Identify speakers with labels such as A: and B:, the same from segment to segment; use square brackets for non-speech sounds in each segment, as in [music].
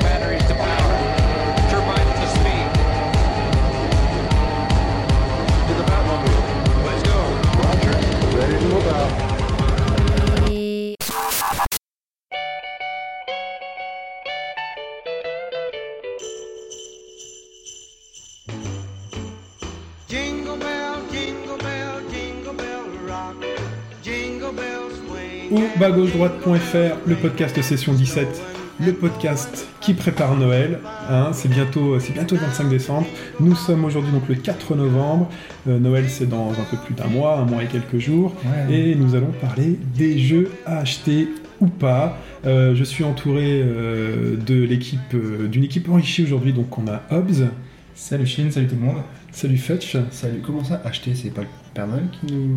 A: batteries to power. Turbines to speed. To the Batmobile. Let's go.
B: Jingle bell, jingle bell, jingle bell rock. Jingle bells swing.
C: ou bagaugedroite.fr, le podcast session 17, le podcast qui prépare Noël. hein, c'est bientôt, c'est bientôt le 25 décembre. Nous sommes aujourd'hui donc le 4 novembre. Euh, Noël c'est dans un peu plus d'un mois, un mois et quelques jours, et nous allons parler des jeux à acheter ou pas. Euh, je suis entouré euh, de l'équipe, euh, d'une équipe enrichie aujourd'hui. Donc on a Hobbs,
D: Salut Chine, salut tout le monde.
C: salut Fetch.
D: Salut, comment ça acheter C'est pas le Père Noël qui nous.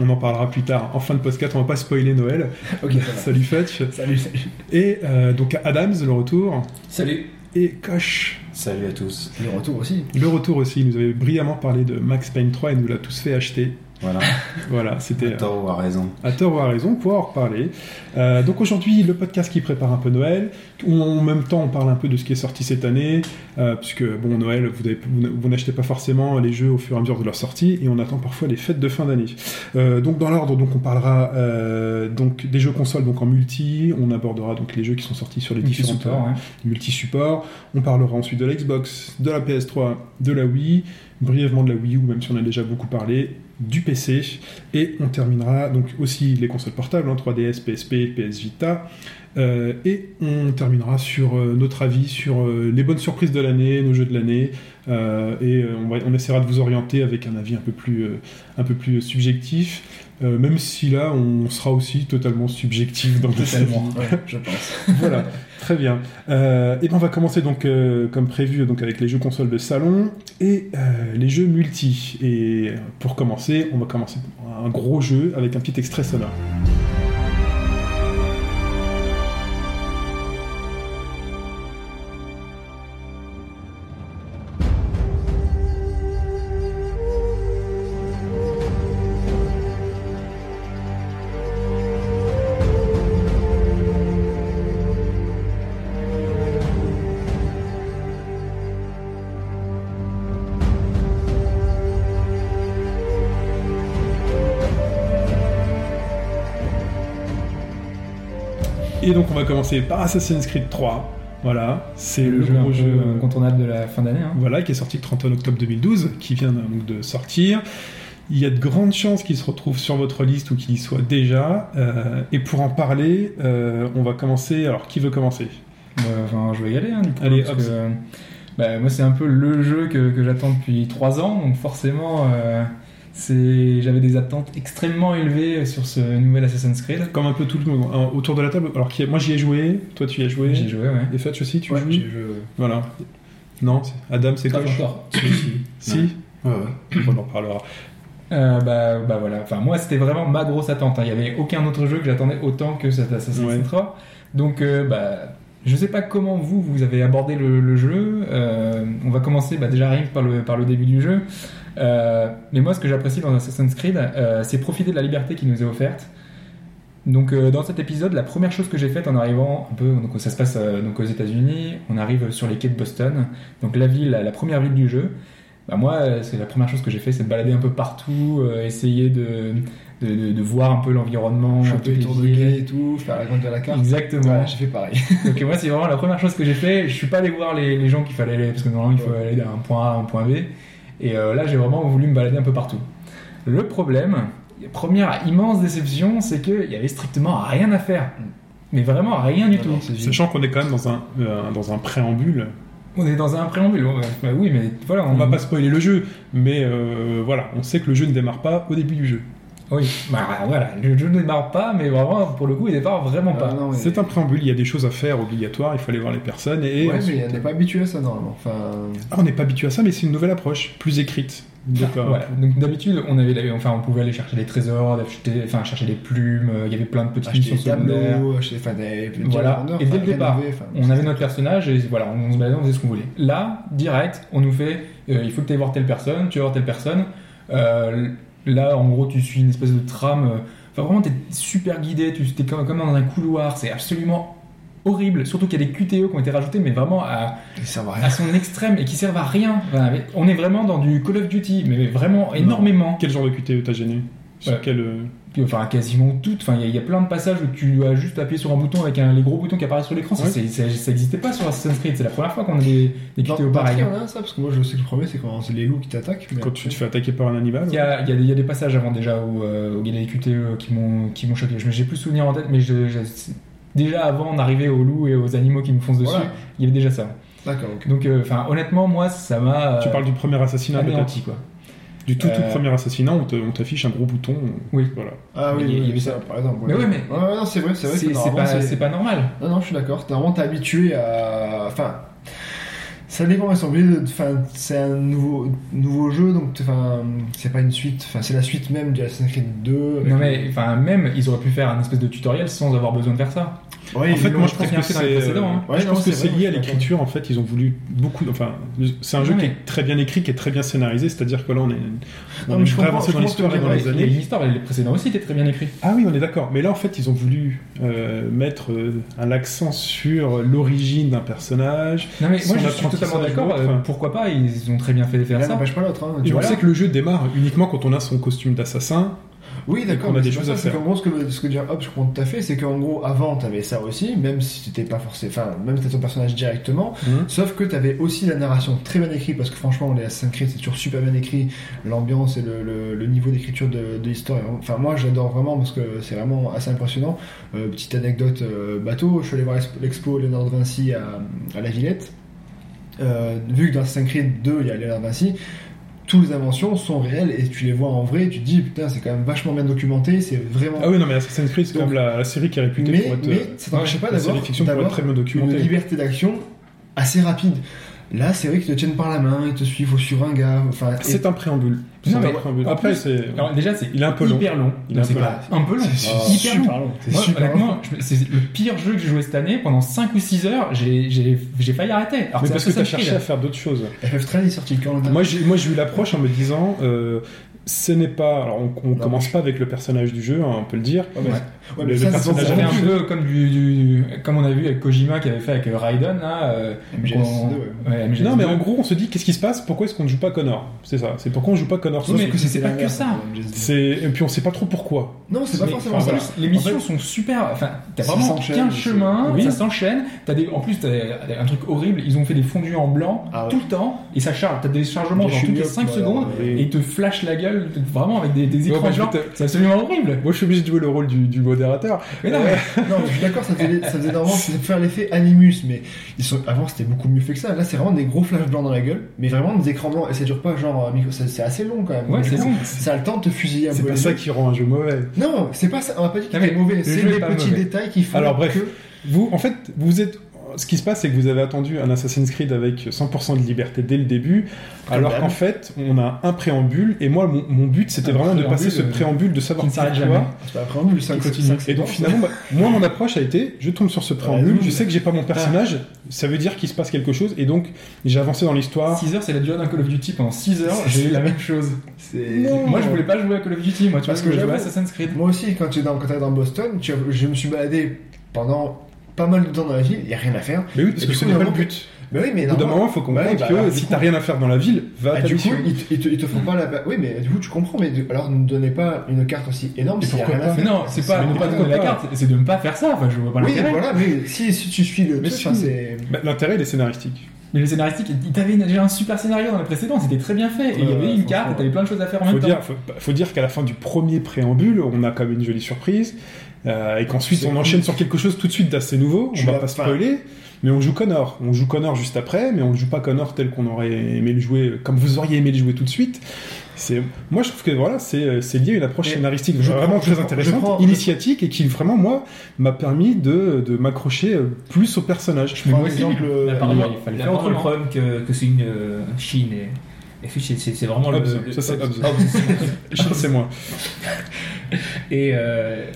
C: On en parlera plus tard. En fin de podcast, on va pas spoiler Noël.
D: [laughs] Ok, ça
C: Salut Fetch.
D: va. [laughs] Salut, salut.
C: Et euh, donc Adams, le retour.
D: Salut.
C: Et Koch.
E: Salut à tous.
D: Le retour aussi.
C: Le retour aussi, il nous avait brillamment parlé de Max Payne 3 et nous l'a tous fait acheter.
E: Voilà,
C: [laughs] Voilà, c'était euh,
E: tort ou à raison.
C: à tort ou à raison, on pourra en reparler. Euh, donc aujourd'hui, le podcast qui prépare un peu Noël. On- en même temps, on parle un peu de ce qui est sorti cette année, euh, puisque bon, Noël, vous, avez- vous n- vous n'achetez pas forcément les jeux au fur et à mesure de leur sortie et on attend parfois les fêtes de fin d'année. Euh, donc dans l'ordre, donc on parlera euh, donc des jeux consoles donc en multi, on abordera donc les jeux qui sont sortis sur les différents
D: ouais.
C: multi-support. On parlera ensuite de la Xbox, de la PS3, de la Wii, brièvement de la Wii U, même si on a déjà beaucoup parlé, du PC. Et on terminera donc aussi les consoles portables, hein, 3DS, PSP, PS Vita. Euh, et on terminera sur euh, notre avis sur euh, les bonnes surprises de l'année, nos jeux de l'année. Euh, et euh, on, va- on essaiera de vous orienter avec un avis un peu plus, euh, un peu plus subjectif. euh, même si là, on sera aussi totalement subjectif dans nos
D: Totalement,
C: avis.
D: ouais, je pense.
C: Voilà, très bien. Euh, et ben on va commencer donc euh, comme prévu donc avec les jeux consoles de salon et euh, les jeux multi. Et pour commencer, on va commencer par un gros jeu avec un petit extrait sonore. Et donc on va commencer par Assassin's Creed 3. Voilà, c'est le,
D: un
C: gros
D: peu
C: jeu. euh,
D: incontournable de la fin d'année. hein.
C: Voilà, qui est sorti le 31 octobre 2012, qui vient euh, donc de sortir. Il y a de grandes chances qu'il se retrouve sur votre liste ou qu'il y soit déjà. Euh, et pour en parler, euh, on va commencer. Alors, qui veut commencer
D: Bah, Enfin, je vais y aller, hein, du coup.
C: Allez,
D: parce
C: hop.
D: que, euh, bah, moi, c'est un peu le jeu que, que j'attends depuis 3 ans, donc forcément, euh, c'est... j'avais des attentes extrêmement élevées sur ce nouvel Assassin's Creed.
C: Comme un peu tout le monde hein, autour de la table. Alors, qui est- moi j'y ai joué, toi tu y as joué.
D: J'ai joué, ouais.
C: Et Fetch aussi, tu
D: Ouais,
C: joues
D: j'ai joué, ouais.
C: Voilà. Non, c'est- Adam, c'est quoi Si
E: Ouais, ouais.
C: On en parlera.
D: Euh, bah, bah voilà, enfin moi c'était vraiment ma grosse attente. hein. Il n'y avait aucun autre jeu que j'attendais autant que cet Assassin's
C: Ouais.
D: Creed 3. Donc euh, bah, je sais pas comment vous vous avez abordé le, le jeu. Euh, on va commencer bah, déjà rien que par le, par le début du jeu. Euh, mais moi ce que j'apprécie dans Assassin's Creed, euh, c'est profiter de la liberté qui nous est offerte. Donc euh, dans cet épisode, la première chose que j'ai faite en arrivant un peu, donc ça se passe euh, donc aux États-Unis, on arrive sur les quais de Boston, donc la ville, la première ville du jeu. Bah moi, euh, c'est la première chose que j'ai fait, c'est de balader un peu partout, euh, essayer de, de, de- de voir un peu l'environnement, un peu
F: Choper
D: les
F: le tour de
D: villes.
F: guet et tout, faire la grande de la carte.
D: Exactement.
F: Voilà, j'ai fait pareil.
D: Donc moi, c'est vraiment la première chose que j'ai fait. Je suis pas allé voir les, les gens qu'il fallait aller, parce que normalement, il faut aller d'un point A à un point B. Et euh, là, j'ai vraiment voulu me balader un peu partout. Le problème, première immense déception, c'est qu'il y avait strictement rien à faire. Mais vraiment rien du tout.
C: [clears throat] Sachant qu'on est quand même dans un, euh, dans un préambule.
D: On est dans un préambule. ouais. Bah oui, mais voilà,
F: Mm.
C: On va pas spoiler le jeu, mais euh, voilà, on sait que le jeu ne démarre pas au début du jeu.
D: Oui, bah voilà, le jeu ne démarre pas, mais vraiment, pour le coup, il démarre vraiment pas.
F: Ah, non, mais-
C: C'est un préambule, il y a des choses à faire obligatoires, il faut aller voir les personnes. Et
F: Ouais, mais
C: ensuite-
F: on n'est pas habitué à ça normalement. Enfin,
C: Ah, on n'est pas habitué à ça, mais c'est une nouvelle approche, plus écrite.
D: Ah,
C: euh, D'accord.
D: Voilà. Donc d'habitude, on avait, la- enfin, on pouvait aller chercher des trésors, acheter, enfin, chercher des plumes. euh, Il y avait plein de petites
F: acheter
D: missions
F: des
D: secondaires.
F: tableaux, acheter. Enfin, des des
D: Voilà.
F: vendeurs,
D: euh, Et dès
F: enfin,
D: le départ,
F: rénover, enfin,
D: on avait notre personnage et voilà, on se baladait, on faisait ce qu'on voulait. Là, direct, on nous fait, euh, il faut que tu ailles voir telle personne, tu vas voir telle personne. Euh, là, en gros, tu suis une espèce de trame. euh, Enfin, vraiment, t'es super guidé. Tu t'es comme, comme dans un couloir. C'est absolument horrible. Surtout qu'il y a des QTE qui ont été rajoutés, mais vraiment à
F: Ils servent à rien.
D: à son extrême et qui servent à rien. Enfin, mais on est vraiment dans du Call of Duty, mais vraiment énormément.
C: Quel genre de QTE t'as gêné Sur
D: Ouais.
C: quel, euh,
D: Puis, Enfin, quasiment toutes. Enfin, il y a- il y, a plein de passages où tu dois juste appuyer sur un bouton avec un, les gros boutons qui apparaissent sur l'écran. Ça,
C: Ouais.
D: c'est- ça, ça n'existait pas sur Assassin's Creed. C'est la première fois qu'on a des, des
F: Dans-
D: QTE
F: dans
D: pareils. hein.
F: Tree, on a hein, ça, parce que moi je sais que le premier c'est quand c'est les loups qui t'attaquent. mais
C: Quand tu te fais attaquer par un animal
D: Il y, a, il y a des- il y a des passages avant déjà où, euh, où il y a des QTE qui m'ont qui m'ont choqué. Je j'ai plus souvenir en tête, mais je, je- c'est- déjà avant d'arriver aux loups et aux animaux qui nous foncent dessus,
F: Voilà.
D: il y avait déjà ça.
F: D'accord, ok.
D: Donc, euh, enfin, honnêtement, moi, ça m'a
C: Tu
D: euh,
C: parles du premier assassinat peut-être
D: anéanti quoi.
C: Du tout, tout
D: Euh,
C: premier assassinat, on te- on t'affiche un gros bouton.
D: Oui.
C: Voilà.
F: Ah oui,
D: Mais il y
F: oui,
D: avait
F: oui,
D: ça.
F: ça par exemple.
D: Mais ouais, mais-
F: Ouais, ouais, non, c'est vrai, c'est vrai. que
D: C'est c'est
F: normalement,
D: pas, c'est pas normal.
F: Non, non, je suis d'accord. T'es vraiment t'es habitué à. Enfin. Ça dépend, ils sont obligés de. Enfin, c'est un nouveau, nouveau jeu, donc t'es- enfin, c'est pas une suite. Enfin, c'est la suite même du Assassin's Creed 2. avec
D: Non
F: le-
D: mais enfin même ils auraient pu faire un espèce de tutoriel sans avoir besoin de faire ça.
F: Ouais,
C: en fait,
F: ils
C: moi,
F: l'ont-
C: je pense
D: très bien
C: que
D: fait dans les
C: c'est
D: précédents, hein.
C: je
F: Ouais, non,
C: pense que
F: c'est
C: c'est
F: vrai,
C: lié à
F: je suis d'accord.
C: l'écriture. En fait, ils ont voulu beaucoup. Enfin, c'est un jeu
D: Non,
C: qui
D: mais-
C: est très bien écrit, qui est très bien scénarisé. C'est-à-dire que là, on est, on
F: Non,
C: est
F: mais je
C: vraiment
F: comprends- je
C: dans
F: comprends ce que
C: l'histoire
F: tu
C: et
F: veux
C: dans les
F: dire,
D: Et
C: années.
D: l'histoire les précédents aussi étaient très bien écrits.
C: Ah oui, on est d'accord. Mais là, en fait, ils ont voulu euh, mettre euh, un accent sur l'origine d'un personnage.
D: Non mais
C: Son
D: moi je suis totalement
C: apprentissage
D: d'accord.
C: ou autre.
D: euh, pourquoi pas Ils ont très bien fait de faire
F: Rien
D: ça.
F: n'empêche pas l'autre. hein,
C: Et
F: tu
C: on
F: vois.
C: sait que le jeu démarre uniquement quand on a son costume d'assassin.
F: Oui, d'accord,
C: qu'on a
F: mais
C: des
F: c'est pas
C: choses
F: ça,
C: à
F: c'est
C: faire.
F: qu'en gros, ce que, ce que dit Hop, je comprends tout à fait, c'est qu'en gros, avant, t'avais ça aussi, même si t'étais pas forcé, enfin, même si t'as ton personnage directement,
C: Mhm.
F: sauf que t'avais aussi la narration très bien écrite, parce que franchement, les Assassin's Creed, c'est toujours super bien écrit, l'ambiance et le, le- le niveau d'écriture de, de l'histoire, est vraiment- enfin, moi, j'adore vraiment, parce que c'est vraiment assez impressionnant. Euh, petite anecdote euh, bateau, je suis allé voir l'expo- l'expo Léonard de Vinci à, à la Villette, Euh, vu que dans Assassin's Creed 2, il y a Léonard de Vinci, toutes les inventions sont réelles et tu les vois en vrai, et tu te dis putain, c'est quand même vachement bien documenté, c'est vraiment.
C: Ah oui, non, mais Assassin's Creed, c'est quand
F: Donc-
C: même la, la série qui est réputée
F: mais,
C: pour être.
F: mais
C: euh,
F: ça t'empêchait pas
C: la série
F: d'avoir
C: fiction pour être
F: d'avoir
C: très bien
F: une
C: documentée.
F: liberté d'action assez rapide. Là, c'est vrai qu'ils te tiennent par la main, ils te suivent au sur un gars, enfin. et-
C: C'est un préambule. C'est
D: Non,
C: un
D: mais
C: préambule.
D: en
C: Après,
D: plus-
C: c'est.
D: Alors déjà c'est
C: Il est un peu long.
D: hyper long.
C: Il est un
D: C'est
C: peu
D: pas un peu long.
F: C'est- c'est
D: C'est hyper long.
F: C'est
D: Moi,
F: super long.
D: honnêtement, je- c'est le pire jeu que j'ai joué cette année. Pendant 5 ou 6 heures, j'ai j'ai- j'ai failli arrêter. Alors,
C: Mais
D: c'est
C: parce que t'as
D: Assassin's
C: cherché
D: Creed.
C: à faire d'autres choses.
F: FF13 est sorti quand
C: Moi, j'ai moi, j'ai eu l'approche en me disant, euh, ce n'est pas. Alors, on, on
F: Non,
C: commence pas avec le personnage du jeu, hein, on peut le dire.
F: Ouais, mais-
D: Ouais.
F: ouais,
C: Le-
F: mais
C: le
F: ça,
C: personnage
F: c'est
D: Ça fait
C: jamais
D: un peu comme du, du- comme on a vu avec Kojima qui avait fait avec euh, Raiden là. euh,
F: MGS2,
D: qu'on- ouais, MGS2.
C: Non, mais en gros, on se dit, qu'est-ce qui se passe Pourquoi est-ce qu'on ne joue pas Connor C'est ça. C'est pourquoi on joue pas Connor
D: Oui,
C: Sauf
D: mais
C: que
D: c'est
F: c'était
D: pas
F: la
D: que
F: merde,
D: ça.
F: hein, MGS2.
C: c'est- Et puis, on sait pas trop pourquoi.
F: Non, c'est pas
D: Mais,
F: forcément
D: enfin,
F: ça.
D: voilà, les missions sont super. Enfin, t'as
F: Ça
D: vraiment
F: s'enchaîne,
D: 15
F: c'est-
D: chemins,
C: Oui.
D: ça s'enchaîne. T'as des, en plus, t'as un truc horrible. Ils ont fait des fondus en blanc
F: Ah ouais.
D: tout le temps et ça charge. T'as des chargements
F: Des
D: genre toutes les
F: chemiotes,
D: 5
F: voilà,
D: secondes
F: ouais.
D: et ils te flashent la gueule vraiment avec des, des
C: Ouais,
D: écrans
C: bah,
D: blancs.
C: putain.
D: C'est absolument horrible.
C: Moi, je suis obligé de jouer le rôle du, du modérateur.
D: Mais non, mais-
F: [laughs] Non, je suis d'accord, ça faisait, ça faisait normalement ça faisait faire l'effet Animus, mais ils sont, avant c'était beaucoup mieux fait que ça. Là, c'est vraiment des gros flashs blancs dans la gueule, mais vraiment des écrans blancs, et ça dure pas genre un micro, c'est c'est assez long quand même.
D: Ouais,
F: Du
D: c'est
F: coup,
D: long.
F: Ça a le temps de te fusiller un peu.
C: C'est pas
F: les
C: ça
F: mecs.
C: qui rend un jeu mauvais.
F: Non, c'est pas ça, on va pas dire
D: Non,
F: qu'il
D: mais
F: est mauvais,
D: le
F: c'est
D: jeu est
F: les
D: pas
F: petits
D: mauvais.
F: détails qui font.
C: Alors, bref.
F: que-
C: Vous, en fait, vous êtes. Ce qui se passe, c'est que vous avez attendu un Assassin's Creed avec 100% de liberté dès le début,
F: Comme
C: alors
F: d'hab.
C: qu'en fait, on a un préambule, et moi, mon, mon but, c'était
D: Un
C: vraiment de
D: préambule,
C: passer ce
D: euh,
C: préambule, de savoir
D: qui ne s'arrête
C: pourquoi,
D: jamais.
F: Ah, C'est pas un préambule, c'est un
C: Et c'est-
F: continu.
C: Et donc finalement, bah, moi mon approche a été, je tombe sur ce préambule,
F: Ouais,
C: je sais que j'ai pas mon personnage, ça veut dire qu'il se passe quelque chose, et donc j'ai avancé dans l'histoire.
D: 6 Ah. heures, c'est la durée d'un Call of Duty. Pendant 6 heures, j'ai eu la même chose.
F: c'est.
D: Moi, je voulais pas jouer à Call of Duty. Moi, tu vois,
F: Parce
D: je voulais
F: que
D: jouer à
F: j'avoue-
D: Assassin's Creed.
F: Moi aussi, quand tu es dans, quand t'es dans Boston, tu- je me suis baladé pendant pas mal de temps dans la ville, y a rien à faire.
C: Mais oui, parce
F: Et
C: que
F: du
C: ce
F: coup,
C: n'est pas le
F: vraiment-
C: but.
F: Mais oui, mais
C: Au bout d'un
F: normalement-
C: moment, il faut comprendre
F: Ouais, bah,
C: que
F: alors, du
C: si
F: coup-
C: t'as rien à faire dans la ville, va à
F: Ah,
C: ta
F: du coup,
C: mission.
F: ils te, ils te- ils te font pas la. Oui, mais du coup, tu comprends, mais du- alors ne donnez pas une carte aussi énorme
C: Et
F: s'il y a
C: pourquoi
F: rien à
C: pas
D: Mais
F: faire.
D: non, c'est pas
C: Mais
D: ne pas
C: pourquoi
D: donner la
C: pas
D: carte, c'est de ne pas faire ça. Enfin, je vois pas
F: Oui,
D: l'intérêt.
F: voilà, mais si, si tu suis le
C: Mais
F: truc,
C: si.
F: enfin, c'est.
C: Bah, L'intérêt, il est scénaristique.
D: Mais le scénaristique, il t'avait déjà un super scénario dans le précédent, c'était très bien fait. Et il y
F: Ouais,
D: avait une
F: franchement,
D: carte, et t'avais plein de choses à faire en
C: Faut
D: même temps.
C: dire, faut, faut dire qu'à la fin du premier préambule, on a quand même une jolie surprise, euh, et qu'ensuite
F: C'est
C: on
F: cool.
C: enchaîne sur quelque chose tout de suite d'assez nouveau.
F: Je
C: on va
F: la-
C: pas spoiler, mais on joue Connor. On joue Connor juste après, mais on ne joue pas Connor tel qu'on aurait aimé le jouer, comme vous auriez aimé le jouer tout de suite. C'est- Moi, je trouve que voilà, c'est euh, c'est lié à une approche
F: Mais
C: scénaristique
F: je
C: vraiment
F: prends- je
C: très
F: prends- je
C: intéressante,
F: prends-
C: initiatique, et qui vraiment, moi, m'a permis de, de m'accrocher euh, plus au personnage.
F: prends
G: moi aussi,
F: l'exemple,
G: mais
F: euh,
G: apparemment, il
E: Il
G: fallait faire
E: a le
G: autrement.
E: problème que, que c'est une euh, Chine et. et Fitch, c'est- c'est c'est vraiment le.
C: Hobbes,
E: le-
C: ça, c'est
E: Hobbes.
C: Hobbes.
E: Hobbes.
C: Chine, [laughs] c'est moi.
E: Et euh,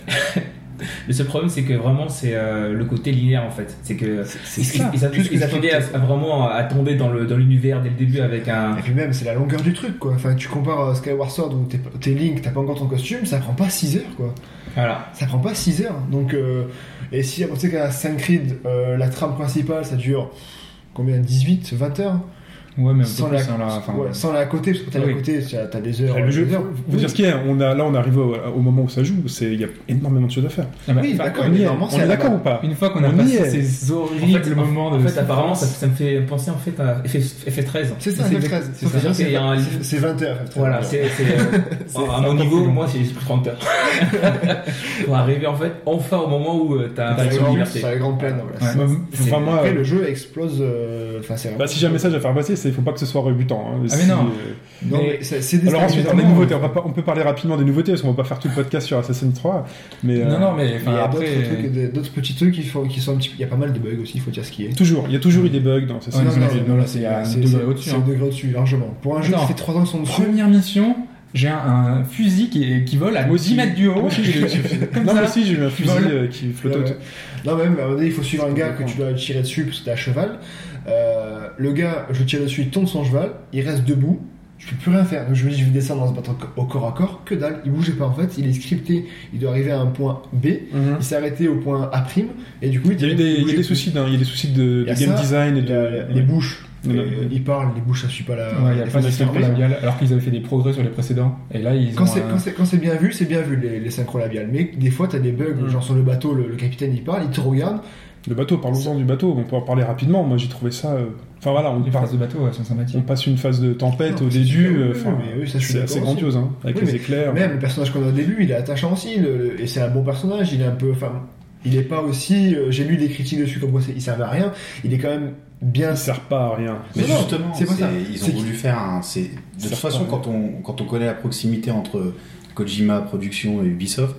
E: le seul problème, c'est que vraiment, c'est euh, le côté linéaire en fait. C'est que
C: C'est
E: ils,
C: ça.
E: ils- ils-
F: plus
E: ils
F: que ça.
E: attendaient à, à vraiment à tomber dans le dans l'univers dès le début avec un.
F: Et puis même, c'est la longueur du truc, quoi. Enfin, tu compares euh, Skyward Sword où t'es- t'es Link, t'as pas encore ton costume, ça prend pas 6 heures, quoi.
E: Voilà.
F: Ça prend pas 6 heures. Donc, euh, et si on sait qu'à Assassin's Creed, euh, la trame principale, ça dure combien 18, 20 heures
G: Ouais, mais
F: sans
G: sans
F: la,
G: sans la, enfin,
F: ouais, sans la à côté, parce que t'as la
G: Oui.
F: à côté, t'as t'as des heures.
C: Le jeu,
F: des heures.
C: faut
F: Oui.
C: dire ce qu'il y a, on a, là on arrive au, au moment où ça joue, c'est- il y a énormément de choses à faire.
G: Ah bah,
F: Oui,
G: enfin,
F: d'accord,
C: on y est,
F: énormément,
C: on
F: c'est
C: est
F: à la
C: d'accord ou
F: base.
C: pas
G: Une fois qu'on a
C: On y
G: passé
C: est.
G: ces
E: En
G: horribles
E: fait,
G: moments
E: En
G: de.
E: fait, apparemment, ça, ça me fait penser en fait à FF13.
F: C'est ça,
G: C'est-
F: F13.
G: c'est
F: Sauf
G: ça.
F: que
E: Et il y a un-
F: c'est- C'est 20 heures. F13.
E: Voilà, c'est. c'est,
D: [laughs]
E: euh, à mon niveau, moi, c'est juste 30 heures. Pour arriver en fait, enfin au moment où euh, t'as
F: T'as
E: t'as
F: la
E: une
F: grande-
E: liberté.
F: t'as la grande plaine. voilà.
G: Ouais.
C: Moi,
E: c'est-
C: enfin, moi,
F: Bah, Après, le jeu explose. euh, Enfin, c'est
C: bah, si j'ai un message à faire passer, c'est il faut pas que ce soit rebutant. hein.
G: Ah, mais
C: Si,
G: non.
C: euh,
F: Non,
G: Mais-
F: mais c'est c'est des
C: Alors ensuite, on,
G: évidemment,
C: des
G: on-
C: nouveautés. On, va pas- on peut parler rapidement des nouveautés parce qu'on va pas faire tout le podcast sur Assassin's 3. Mais, euh,
G: Non, non, mais
F: Il y
G: enfin,
F: a
G: après.
F: d'autres trucs, des- d'autres petits trucs qui, font, qui sont un petit peu. Il y a pas mal de bugs aussi, il faut dire ce qui est.
C: Toujours, il y a toujours eu des bugs dans
G: Ah,
C: Assassin's
G: non,
C: Creed. Euh,
G: non, non, là, c'est un
F: c'est-
G: degré
F: c'est-
G: au-dessus,
F: C'est un
G: hein.
F: degré au-dessus, largement. Pour un jeu
G: Attends.
F: qui fait 3 ans que sont dessus.
G: Première mission, j'ai un, un fusil qui, qui vole à
C: Moi aussi.
G: 10 mètres du haut.
C: Moi aussi,
G: [laughs]
C: j'ai eu-
G: Comme
C: Non,
G: ça.
C: mais si, j'ai eu un fusil
G: Voilà.
C: euh, qui flotte.
F: Non,
C: au-
F: mais- Non, même, à un moment donné, il faut suivre un
C: C'est
F: gars que tu dois tirer dessus parce que t'es à cheval. Euh, le gars, je tire dessus, il tombe son cheval, il reste debout, je peux plus rien faire. Donc je me dis, je vais descendre dans ce battre au corps à corps, que dalle, il bougeait pas en fait, il est scripté, il doit arriver à un point B,
C: Mhm.
F: il s'est arrêté au point A', et du coup,
C: Il y a eu des, il y a eu des soucis, d'un- il y a eu des soucis de,
F: Il y a
C: de game
F: ça,
C: design et
F: il y a
C: de.
F: les bouches,
C: Non, non,
F: Et
C: mais-
F: il parle, les bouches, ça suit pas la.
G: Ouais, il y a
F: la
G: pas de
F: fonction
G: synchro
F: labiale.
G: labial alors qu'ils avaient fait des progrès sur les précédents. Et là, ils
F: Quand
G: ont. euh,
F: c'est-
G: un-
F: quand c'est quand c'est bien vu, c'est bien vu les, les synchro labiales. Mais des fois, t'as des bugs,
C: Mhm.
F: genre sur le bateau, le, le capitaine il parle, il te regarde.
C: Le bateau, parlons-en du bateau, on peut en parler rapidement. Moi, j'ai trouvé ça. euh, Enfin voilà, on,
G: les
C: par-
G: phases de bateau ouais, sont
C: on
G: sympathiques.
C: passe une phase de tempête
F: Non,
C: au
F: c'est
C: début.
F: super,
C: euh,
F: oui,
C: enfin,
F: mais oui, ça, je suis
C: c'est
F: d'accord
C: assez
F: aussi.
C: grandiose, hein, avec
F: Oui,
C: les
F: mais
C: éclairs.
F: Même le personnage qu'on a au début, il est attachant aussi, le- et c'est un bon personnage. Il est un peu, enfin, il est pas aussi. euh, J'ai lu des critiques dessus comme quoi c'est- il servait à rien. Il est quand même bien.
C: Ça sert pas à rien.
H: Mais
F: Non, non,
H: justement,
F: c'est pas
H: c'est-
F: ça.
H: ils
F: C'est
H: ont voulu faire un. c'est- De
C: Ça
H: toute
C: se
H: façon,
C: parle.
H: quand on, quand on connaît la proximité entre Kojima Productions et Ubisoft,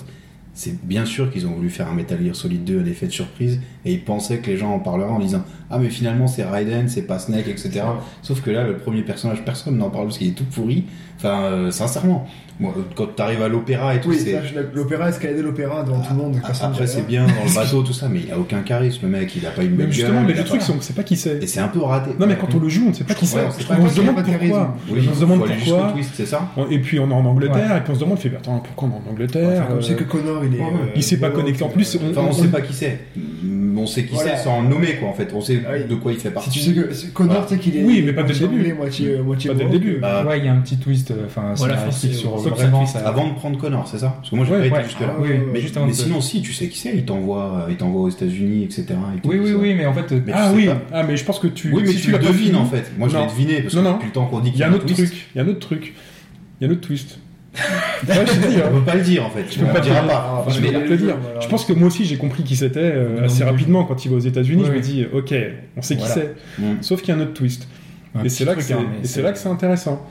H: c'est bien sûr qu'ils ont voulu faire un Metal Gear Solid 2 à l'effet de surprise et ils pensaient que les gens en parleraient en disant Ah, mais finalement, c'est Raiden, c'est pas Snake, etc. Sauf que là, le premier personnage, personne n'en parle parce qu'il est tout pourri. Enfin, euh, sincèrement, moi, euh, quand t'arrives à l'opéra et tout,
F: Oui,
H: c'est.
F: ça, je suis d'accord. l'opéra, escalader l'opéra devant tout le monde. personne
H: Après,
F: ne
H: c'est
F: dirait
H: bien dans le bateau, tout ça, mais il a aucun charisme, le mec, il a pas une
C: Même
H: belle
C: justement,
H: gueule,
C: mais
H: il a
C: le truc,
H: pas-
C: c'est on sait pas qui c'est.
H: Et c'est un peu raté.
C: Non, mais quand on le joue, on ne sait pas qui c'est.
H: Ouais, on sait pas
C: On
F: qui
C: se
F: c'est,
C: demande
F: pas de
C: pourquoi.
H: Oui,
C: On se demande
H: faut aller jusqu'au
C: pourquoi.
H: twist, c'est ça
C: Et puis on est en Angleterre, et puis on se demande, on fait, bah, attends, pourquoi on est en
F: rien. Enfin,
C: Angleterre
F: Comme c'est
C: euh,
F: que Connor, il est.
H: ouais.
F: euh,
C: Il s'est pas
F: woke,
C: connecté. En
F: euh,
C: plus,
H: Enfin, on,
C: on-
H: sait pas qui c'est. Mm, On sait qui
F: Voilà.
H: c'est sans le nommer, quoi, en fait. On sait
F: Ah oui.
H: de quoi il fait
F: Si
H: partie.
F: tu sais que c'est- Connor,
H: Voilà.
F: tu sais qu'il est.
C: euh, Ah, Oui, mais pas dès le
F: moitié
C: début.
F: anglais, Moitié, euh, moitié
C: Pas dès le
F: woke.
C: début.
H: Bah,
G: Ouais, il y a un petit twist, euh, enfin,
E: Voilà,
G: scénaristique
E: c'est-
G: sur
E: c'est-
G: vraiment
E: c'est-
G: ça.
H: Avant de prendre Connor, c'est ça Parce que moi, j'ai
G: Ouais,
H: pas
G: ouais.
H: été jusque-là.
G: Ah, oui, oui,
H: mais
G: juste avant
H: mais
G: de-
H: sinon, si, tu sais qui c'est. Il t'envoie euh, il t'envoie aux États-Unis, etc. et tout
G: Oui, oui,
H: ça.
G: oui, mais en fait, euh,
H: Mais
C: Ah
H: tu sais
C: oui,
H: pas.
C: ah, mais je pense que tu.
H: Oui, mais
C: si
H: tu le
C: l'as pas
H: devines,
C: fini,
H: en fait. Moi, je
C: Non.
H: l'ai deviné, parce que
C: Non, non.
H: depuis le temps qu'on dit
C: Il
H: qu'il
C: y a un autre
H: twist,
C: truc, il y a un autre truc, il y a un autre twist. Ouais, je te dis,
F: [laughs]
H: On
C: hein.
H: peut pas le dire, en fait. Tu
C: peux
H: peux
C: pas
H: pas
C: dire.
H: dire à part.
C: Je vais
F: mais
C: pas
F: il
C: te le
F: est
C: dire.
F: jeune, alors,
C: Je pense que moi aussi j'ai compris qui c'était euh,
G: Non,
C: assez
G: mais-
C: rapidement quand il va aux États-Unis.
G: Ouais,
C: je me
G: ouais.
C: dis, ok, on sait qui
G: Voilà.
C: c'est.
H: Mm.
C: Sauf qu'il y a un autre twist.
G: Un
C: et
G: petit
C: c'est là que
G: truc,
C: c'est
G: hein, mais
C: et c'est là que c'est intéressant.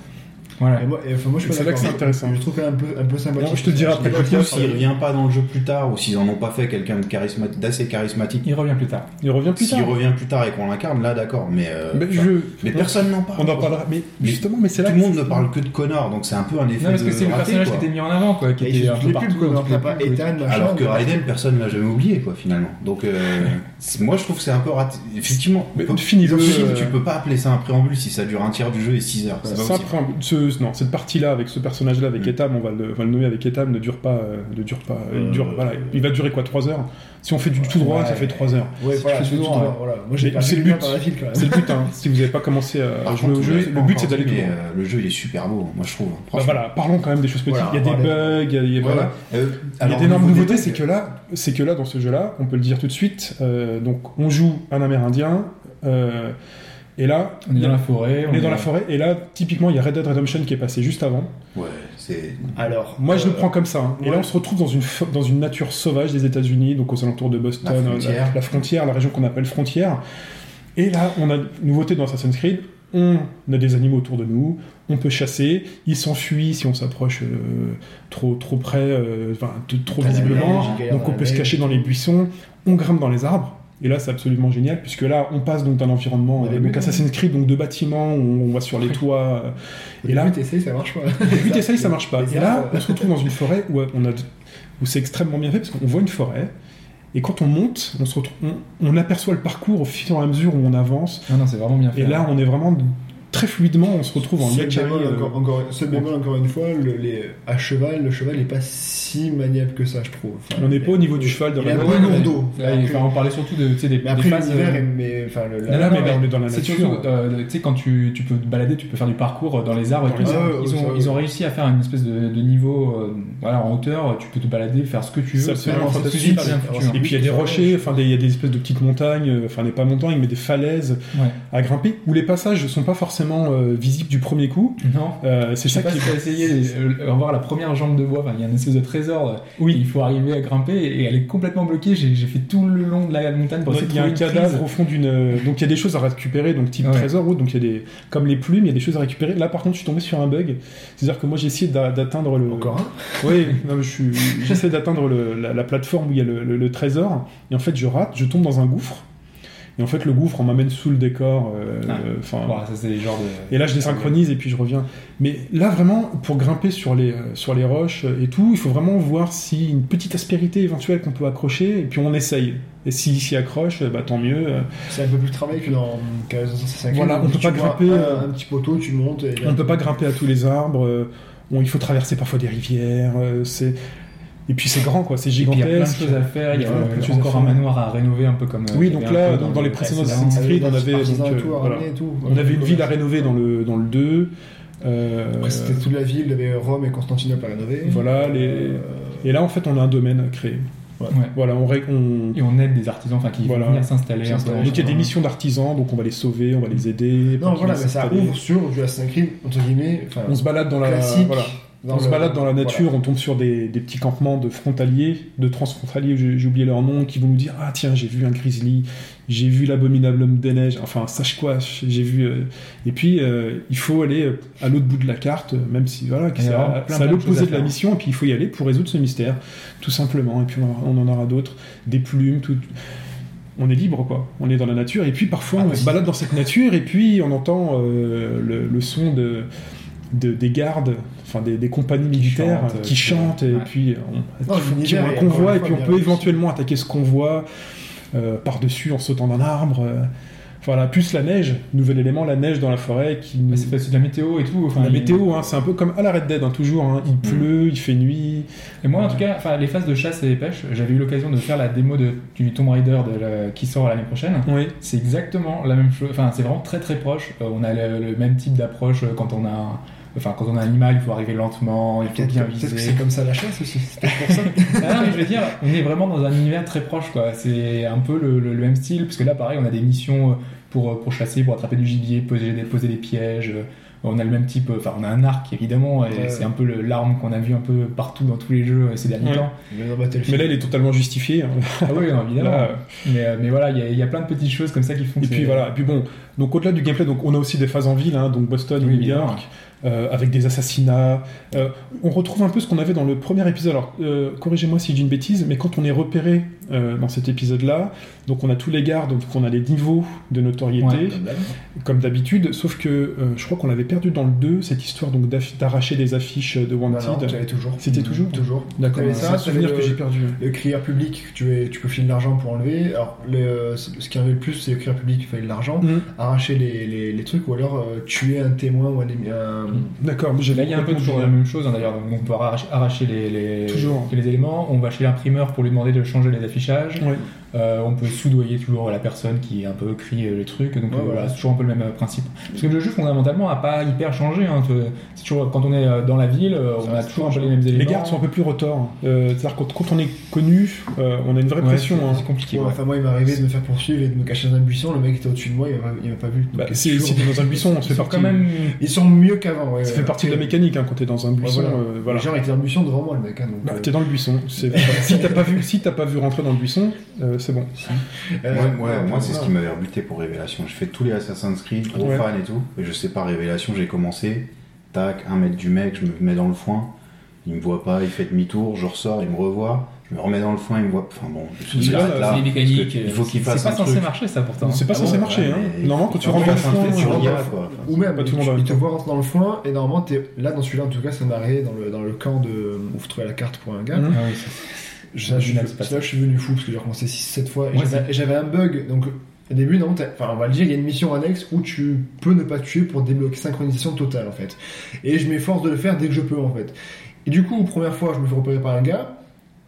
G: Voilà.
F: Et moi, et, enfin, moi, je suis
C: C'est là
F: pas
C: que c'est
F: d'accord. hein.
C: intéressant.
F: Je le trouve quand même un peu, un peu sympathique.
C: Non, je te dirai après.
H: Du
C: Je
H: coup,
C: pense
H: s'il
C: que-
H: revient pas dans le jeu plus tard, ou s'ils en ont pas fait quelqu'un de charismatique- d'assez charismatique,
G: Il revient plus tard.
C: Il revient plus
H: s'il
C: tard.
H: revient plus tard et qu'on l'incarne, là, d'accord. Mais euh,
C: Mais
H: enfin,
C: je-
H: mais personne n'en parle.
C: On en parlera. Mais
H: Mais
C: justement, mais c'est
H: Tout
C: là. que-
H: le monde ne parle que de Connor, donc c'est un peu un effet
G: Non, parce que
H: de
G: c'est le
H: raté,
G: personnage
H: quoi.
G: qui était mis en avant, quoi, qui
F: Il
G: était un peu
F: les pubs,
G: partout.
F: Connor,
G: dans
F: t'as
G: toutes
F: pas
G: les pubs,
F: Ethan, machin.
H: Alors que
F: mais-
H: Raiden, personne l'a jamais oublié, quoi, finalement. Donc, euh, c'est- moi, je trouve que c'est un peu raté. Effectivement,
C: Mais
H: on peut-
C: finis-le,
H: tu-
C: euh,
H: tu peux pas appeler ça un préambule si ça dure un tiers du jeu et 6 heures. C'est pas
C: Ça
H: possible.
C: prend- ce- non, cette partie-là avec ce personnage-là avec
H: Mm.
C: Etam, on va le, on va le nommer avec Etam, ne dure pas, euh, ne dure pas. il
H: Euh,
C: dure, voilà, il va durer quoi, 3 heures Si on fait du tout droit,
G: Ouais.
C: ça fait 3 heures.
F: Ouais, voilà,
G: fais
F: c'est
G: toujours,
F: tout,
G: euh,
F: voilà. Moi, j'ai
C: mais
F: perdu
C: c'est le
F: le
C: but.
F: par la file quand même.
C: C'est le but. hein. si vous n'avez pas commencé à
H: Par
C: jouer au
H: contre, on
C: jeu,
H: l'avait
C: le
H: pas
C: but
H: encore
C: c'est d'aller
H: dit,
C: tout
H: mais,
C: droit.
H: euh, le jeu, il est super beau, moi, je trouve.
C: Bah
H: franchement.
C: voilà, parlons quand même des choses petites.
H: Voilà,
C: il y a des
H: parlez.
C: bugs, il y a, il y a- voilà. Il
H: Voilà. Euh,
C: y a
H: alors,
C: d'énormes
H: au niveau
C: nouveautés,
H: des-
C: c'est que là, c'est que là dans ce jeu-là, on peut le dire tout de suite. euh, donc, on joue un Amérindien, euh, et là,
G: On est dans la forêt.
C: on est dans la forêt, et là, typiquement, il y a Red Dead Redemption qui est passé juste avant.
H: Ouais, c'est.
F: Alors,
C: Moi, je le
F: euh,
C: prends comme ça. hein. Et
F: ouais.
C: là, on se retrouve dans une fo- dans une nature sauvage des États-Unis, donc aux alentours de Boston, euh,
H: La frontière.
C: la, la frontière, la région qu'on appelle frontière. Et là, on a une nouveauté dans Assassin's Creed. On a des animaux autour de nous, on peut chasser, ils s'enfuient si on s'approche euh, trop, trop près, euh, enfin, t- trop
F: Dans la
C: visiblement.
F: neige, il y a
C: Donc
F: dans
C: on
F: la
C: peut se
F: neige.
C: cacher dans les buissons, on grimpe dans les arbres. Et là, c'est absolument génial, puisque là, on passe donc d'un environnement,
F: Au
C: euh,
F: début,
C: donc
F: non.
C: Assassin's Creed, donc de bâtiments, où on va sur les toits. euh,
F: Au
C: Et là,
F: début, t'essayes, ça marche pas.
C: début, t'essayes, ça marche pas.
F: Les
C: Et là,
F: arbres.
C: on se retrouve dans une forêt où, euh, on a, où c'est extrêmement bien fait parce qu'on voit une forêt. Et quand on monte, on, se retrouve, on, on aperçoit le parcours au fur et à mesure où on avance.
G: Non, non, c'est vraiment bien fait.
C: Et là, on est vraiment très fluidement, on se retrouve en
F: Seul
C: Yakari.
F: bémol,
C: euh,
F: encore, encore- seul bémol, encore une fois, le- les, à cheval, le cheval n'est pas si maniable que ça, je trouve. Enfin,
C: on n'est pas au niveau du cheval de
F: Il est un
C: Red
F: peu
C: Dead.
F: lourdeau.
G: Là, il- enfin, on parlait surtout de, tu sais, des,
F: Mais
G: des
F: après,
G: phases,
F: l'univers,
G: euh,
F: est- mais enfin, le-
G: Non,
F: la-
G: non, mais
C: mais on est dans la
G: C'est
C: nature.
G: surtout, euh, tu sais, quand tu, tu peux te balader, tu peux faire du parcours euh, dans les arbres. et
C: Dans
G: tout.
C: les
G: Ils ont-
F: arbres,
G: ils,
F: oui,
G: ont,
F: ça,
G: ils ont
F: oui.
G: réussi à faire une espèce de, de niveau euh, voilà, en hauteur, tu peux te balader, faire ce que tu
C: C'est
G: veux.
C: absolument
G: Alors, c'est
C: fantastique.
G: super bien foutu. hein.
C: Et puis il y a des rochers, enfin des- il y a des espèces de petites montagnes, euh, enfin des pas montagnes, mais des falaises
G: Ouais.
C: à grimper, où les passages ne sont pas forcément euh, visibles du premier coup.
G: Non.
C: Euh, c'est
G: Je sais
C: ça
G: pas
C: qui
G: si t'as essayé euh, avoir la première jambe de bois, enfin, il y a une espèce de trésor, euh,
C: Oui.
G: il faut arriver à grimper et elle est complètement bloquée, j'ai j'ai fait tout le long de la montagne pour
C: Ouais,
G: essayer de
C: Il y a un
G: trouver une
C: cadavre
G: prise.
C: au fond d'une. euh, Donc il y a des choses à récupérer, donc type
G: Ouais.
C: trésor, ou donc il y a des. Comme les plumes, il y a des choses à récupérer. Là par contre, je suis tombé sur un bug. C'est-à-dire que moi j'ai essayé d'a- d'atteindre le.
F: Encore un
C: Oui, non, mais je suis- j'essaie d'atteindre le- la, la plateforme où il y a le, le- le trésor, et en fait je rate, je tombe dans un gouffre. Et en fait le gouffre, on m'amène sous le décor. euh,
G: Ah.
C: euh, enfin,
G: Voilà, ça c'est les genres de...
C: Et là, je désynchronise et puis je reviens. Mais là, vraiment, pour grimper sur les, euh, sur les roches euh, et tout, il faut vraiment voir si une petite aspérité éventuelle qu'on peut accrocher, et puis on essaye. Et s'il s'y accroche, euh, bah, tant mieux. euh.
F: C'est un peu plus de travail que dans qu'à Assassin's Creed.
C: Voilà, on
F: où
C: peut
F: tu
C: pas
F: vois
C: grimper,
F: Un,
C: euh,
F: un petit poteau, tu montes. Et
C: On ne peut pas grimper à tous les arbres. euh, on- il faut traverser parfois des rivières. euh, c'est... Et puis c'est grand, quoi. C'est
G: Et puis, il y a plein de
C: gigantesque.
G: choses à faire, il y a
C: Il y a plein de
G: euh,
C: choses à
G: encore un
C: faire.
G: manoir à rénover un peu comme... euh,
C: Oui,
G: qu'il y
C: donc
G: avait un
C: là,
G: peu
C: donc, dans les précédents
G: précédents.
C: Assassin's Creed, on avait,
F: artisans
C: donc,
F: et tout,
C: euh,
F: à
C: voilà.
F: ramener et tout.
C: On avait une ville à
F: Après,
C: rénover dans le, dans le 2. euh,
F: C'était toute la ville, il y avait Rome et Constantinople à rénover.
C: Voilà, les-
F: Euh,
C: et là, en fait, on a un domaine à créer.
G: Ouais.
C: Voilà, on, ré- on,
G: Et on aide des artisans enfin, qui
C: Voilà.
G: vont venir s'installer. un peu.
F: S'installer.
C: Donc il y a des missions d'artisans, donc on va les sauver, on va les aider. pour
F: Non,
C: qu'ils
F: voilà,
C: aient
F: mais ça
C: installé.
F: ouvre sur du Assassin's Creed, entre guillemets. enfin,
C: On se balade dans la,
F: classique.
C: voilà.
F: dans
C: on se
F: le-
C: balade dans la
F: voilà.
C: nature, on tombe sur des, des petits campements de frontaliers, de transfrontaliers, j'ai j'ai oublié leur nom, qui vont nous dire ah tiens j'ai vu un grizzly, j'ai vu l'abominable homme des neiges, enfin sache quoi, j'ai vu. euh, Et puis euh, il faut aller euh, à l'autre bout de la carte, euh, même si voilà, que
G: Il y a
C: c'est
G: vraiment
C: à-
G: plein,
C: c'est à
G: plein de choses à
C: l'opposé de la
G: faire.
C: mission, et puis il faut y aller pour résoudre ce mystère, tout simplement. Et puis on, en- on en aura d'autres, des plumes, tout. On est libre, quoi. On est dans la nature. Et puis parfois,
G: Ah,
C: on se balade dans cette nature, et puis on entend euh, le, le son de, de- des gardes, enfin des, des compagnies militaires
G: chantent,
C: euh,
G: qui-
C: qui chantent, et
G: ouais.
C: puis on,
F: Non,
C: qui, qui
F: l'univers
C: ont un
F: est encore
C: convoi, et
F: une
C: puis
F: fois
C: on
F: bien
C: peut
F: réussi.
C: éventuellement attaquer ce convoi euh, par-dessus en sautant d'un arbre. euh. voilà, plus la neige, nouvel élément, la neige dans la forêt qui nous-
G: Mais Bah, C'est parce que de la météo et tout. enfin,
C: La
G: il-
C: météo, hein, c'est un peu comme à la Red Dead, hein, toujours. hein.
F: Mm.
C: il pleut, il fait nuit.
G: Et moi, en tout cas, enfin, les phases de chasse et des pêches, j'avais eu l'occasion de faire la démo de, du Tomb Raider de la- qui sort l'année prochaine.
C: Oui.
G: C'est exactement la même chose. Enfin, c'est vraiment très très proche. Euh, on a le, le même type d'approche euh, quand on a, un- enfin, quand on a un animal, il faut arriver lentement, il faut
F: Peut-être
G: bien
F: que- peut-être que
G: viser.
F: c'est comme ça la chasse aussi.
G: Ah non, mais je veux dire, on est vraiment dans un univers très proche, quoi. C'est un peu le, le- le même style, parce que là, pareil, on a des missions euh, pour, euh, pour chasser, pour attraper du gibier, poser des, poser des pièges. euh, On a le même type, euh, enfin, on a un arc, évidemment, et
F: Ouais.
G: c'est un peu le- l'arme qu'on a vu un peu partout dans tous les jeux euh, ces derniers
C: Ouais.
G: temps.
F: [laughs] Mais dans Battlefield.
C: Mais là, il est totalement justifié. hein.
G: Ah oui, non, évidemment.
C: Là,
G: Mais, euh, mais voilà, il y a- il y, a plein de petites choses comme ça qui font que
C: Et puis
G: c'est-
C: voilà, et puis bon, donc au-delà du gameplay, donc on a aussi des phases en ville, hein, donc Boston,
G: Oui,
C: New
G: évidemment.
C: York, euh, avec des assassinats. Euh, on retrouve un peu ce qu'on avait dans le premier épisode. Alors, euh, corrigez-moi si j'ai une bêtise, mais quand on est repéré euh, dans cet épisode-là, donc on a tous les gardes, donc on a les niveaux de notoriété,
G: Ouais.
C: comme d'habitude, sauf que euh, je crois qu'on avait perdu dans le 2 cette histoire donc d'aff- d'arracher des affiches de
F: Non, non,
C: Wanted.
F: t'avais toujours.
C: C'était toujours
G: Mmh.
F: Toujours.
C: D'accord,
F: T'avais
C: c'est un
F: ça,
C: souvenir
F: t'avais
C: que
F: le-
C: j'ai perdu.
F: Le crieur public, que tu, es- tu peux filer de l'argent pour enlever. Alors, le, euh, ce qui arrivait le plus, c'est le crieur public, il fallait de l'argent.
C: Mhm.
F: Arracher les, les, les trucs, ou alors euh, tuer un témoin ou un. émi- un-
C: D'accord, mais
G: Là,
C: j'avais
G: il y a un peu
C: complètement
G: toujours la
C: oublié.
G: même chose, hein, d'ailleurs. Donc, On peut arracher, arracher les, les,
C: Toujours.
G: les éléments, on va chez l'imprimeur pour lui demander de changer les affichages.
C: Ouais.
G: Euh, on peut soudoyer toujours la personne qui un peu crie euh, le truc, donc
F: Ouais,
G: euh, voilà,
F: ouais.
G: c'est toujours un peu le même euh, principe. Parce que le jeu fondamentalement a pas hyper changé. hein, que- c'est toujours quand on est euh, dans la ville, euh, on a toujours un peu les mêmes éléments.
C: Les gardes sont un peu plus retors. Euh, C'est-à-dire quand, quand on est connu, euh, on a une vraie
G: Ouais,
C: pression. hein.
G: c'est- C'est compliqué.
F: Ouais,
G: ouais.
F: Enfin, moi, il m'est arrivé de me faire poursuivre et de me cacher dans un buisson. Le mec était au-dessus de moi, il m'a il m'a pas vu. Donc,
C: Bah,
F: euh,
C: c'est
F: toujours-
C: c'est dans un buisson, on
G: Ils
C: se fait
G: sont
C: partie.
G: quand même.
F: Ils sont mieux qu'avant, ouais.
C: Ça fait partie de la mécanique hein, quand t'es dans un buisson.
F: euh, voilà.
C: euh, voilà.
F: Genre, il était dans le buisson devant moi, le mec. hein, donc,
C: Bah,
F: euh,
C: t'es dans le buisson. c'est- si t'as pas vu, si t'as pas vu rentrer dans le buisson, euh, c'est bon.
F: Euh,
H: Moi, moi, moi, c'est
F: non.
H: ce qui m'avait rebuté pour Révélation. Je fais tous les Assassin's Creed, gros
C: Ouais.
H: fan et tout. Et je sais pas, Révélation, j'ai commencé. Tac, un mètre du mec, je me mets dans le foin. Il me voit pas, il fait demi-tour, je ressors, il me revoit. Je me remets dans le foin, il me voit. Enfin bon, je me suis dit,
C: C'est
H: arrête
C: pas-
H: là,
E: c'est les
H: parce que
E: mécaniques,
H: Il faut qu'il
G: C'est pas
H: fasse un
G: censé
H: truc.
G: marcher ça pourtant.
C: C'est pas
H: Ah
C: censé
H: bon,
C: marcher.
H: ouais,
C: hein.
H: mais
C: Normalement, quand
H: faut
C: tu
H: pas
C: rentres dans le
H: faire un
C: foin, euh,
H: truc,
C: tu
H: tu
C: rentres-
H: regardes, quoi.
F: Ou même,
C: Pas tout
F: tu-
C: le monde en
F: ils
C: même
F: te
C: temps.
F: voient rentrer dans le foin, et normalement, t'es- là dans celui-là, en tout cas, ça m'est arrivé dans le, dans le camp de, où vous trouvez la carte pour un gars.
C: Mhm.
G: Ah oui, ça, c'est-
F: Ça, je, suis-
G: Là, c'est pas
F: là, je suis venu fou parce que j'ai recommencé 6-7 fois et
G: Moi,
F: j'avais- et j'avais un bug. Donc, au début, non, t'as- enfin, on va le dire, il y a une mission annexe où tu peux ne pas tuer pour débloquer synchronisation totale en fait. Et je m'efforce de le faire dès que je peux en fait. Et du coup, première fois, je me fais repérer par un gars.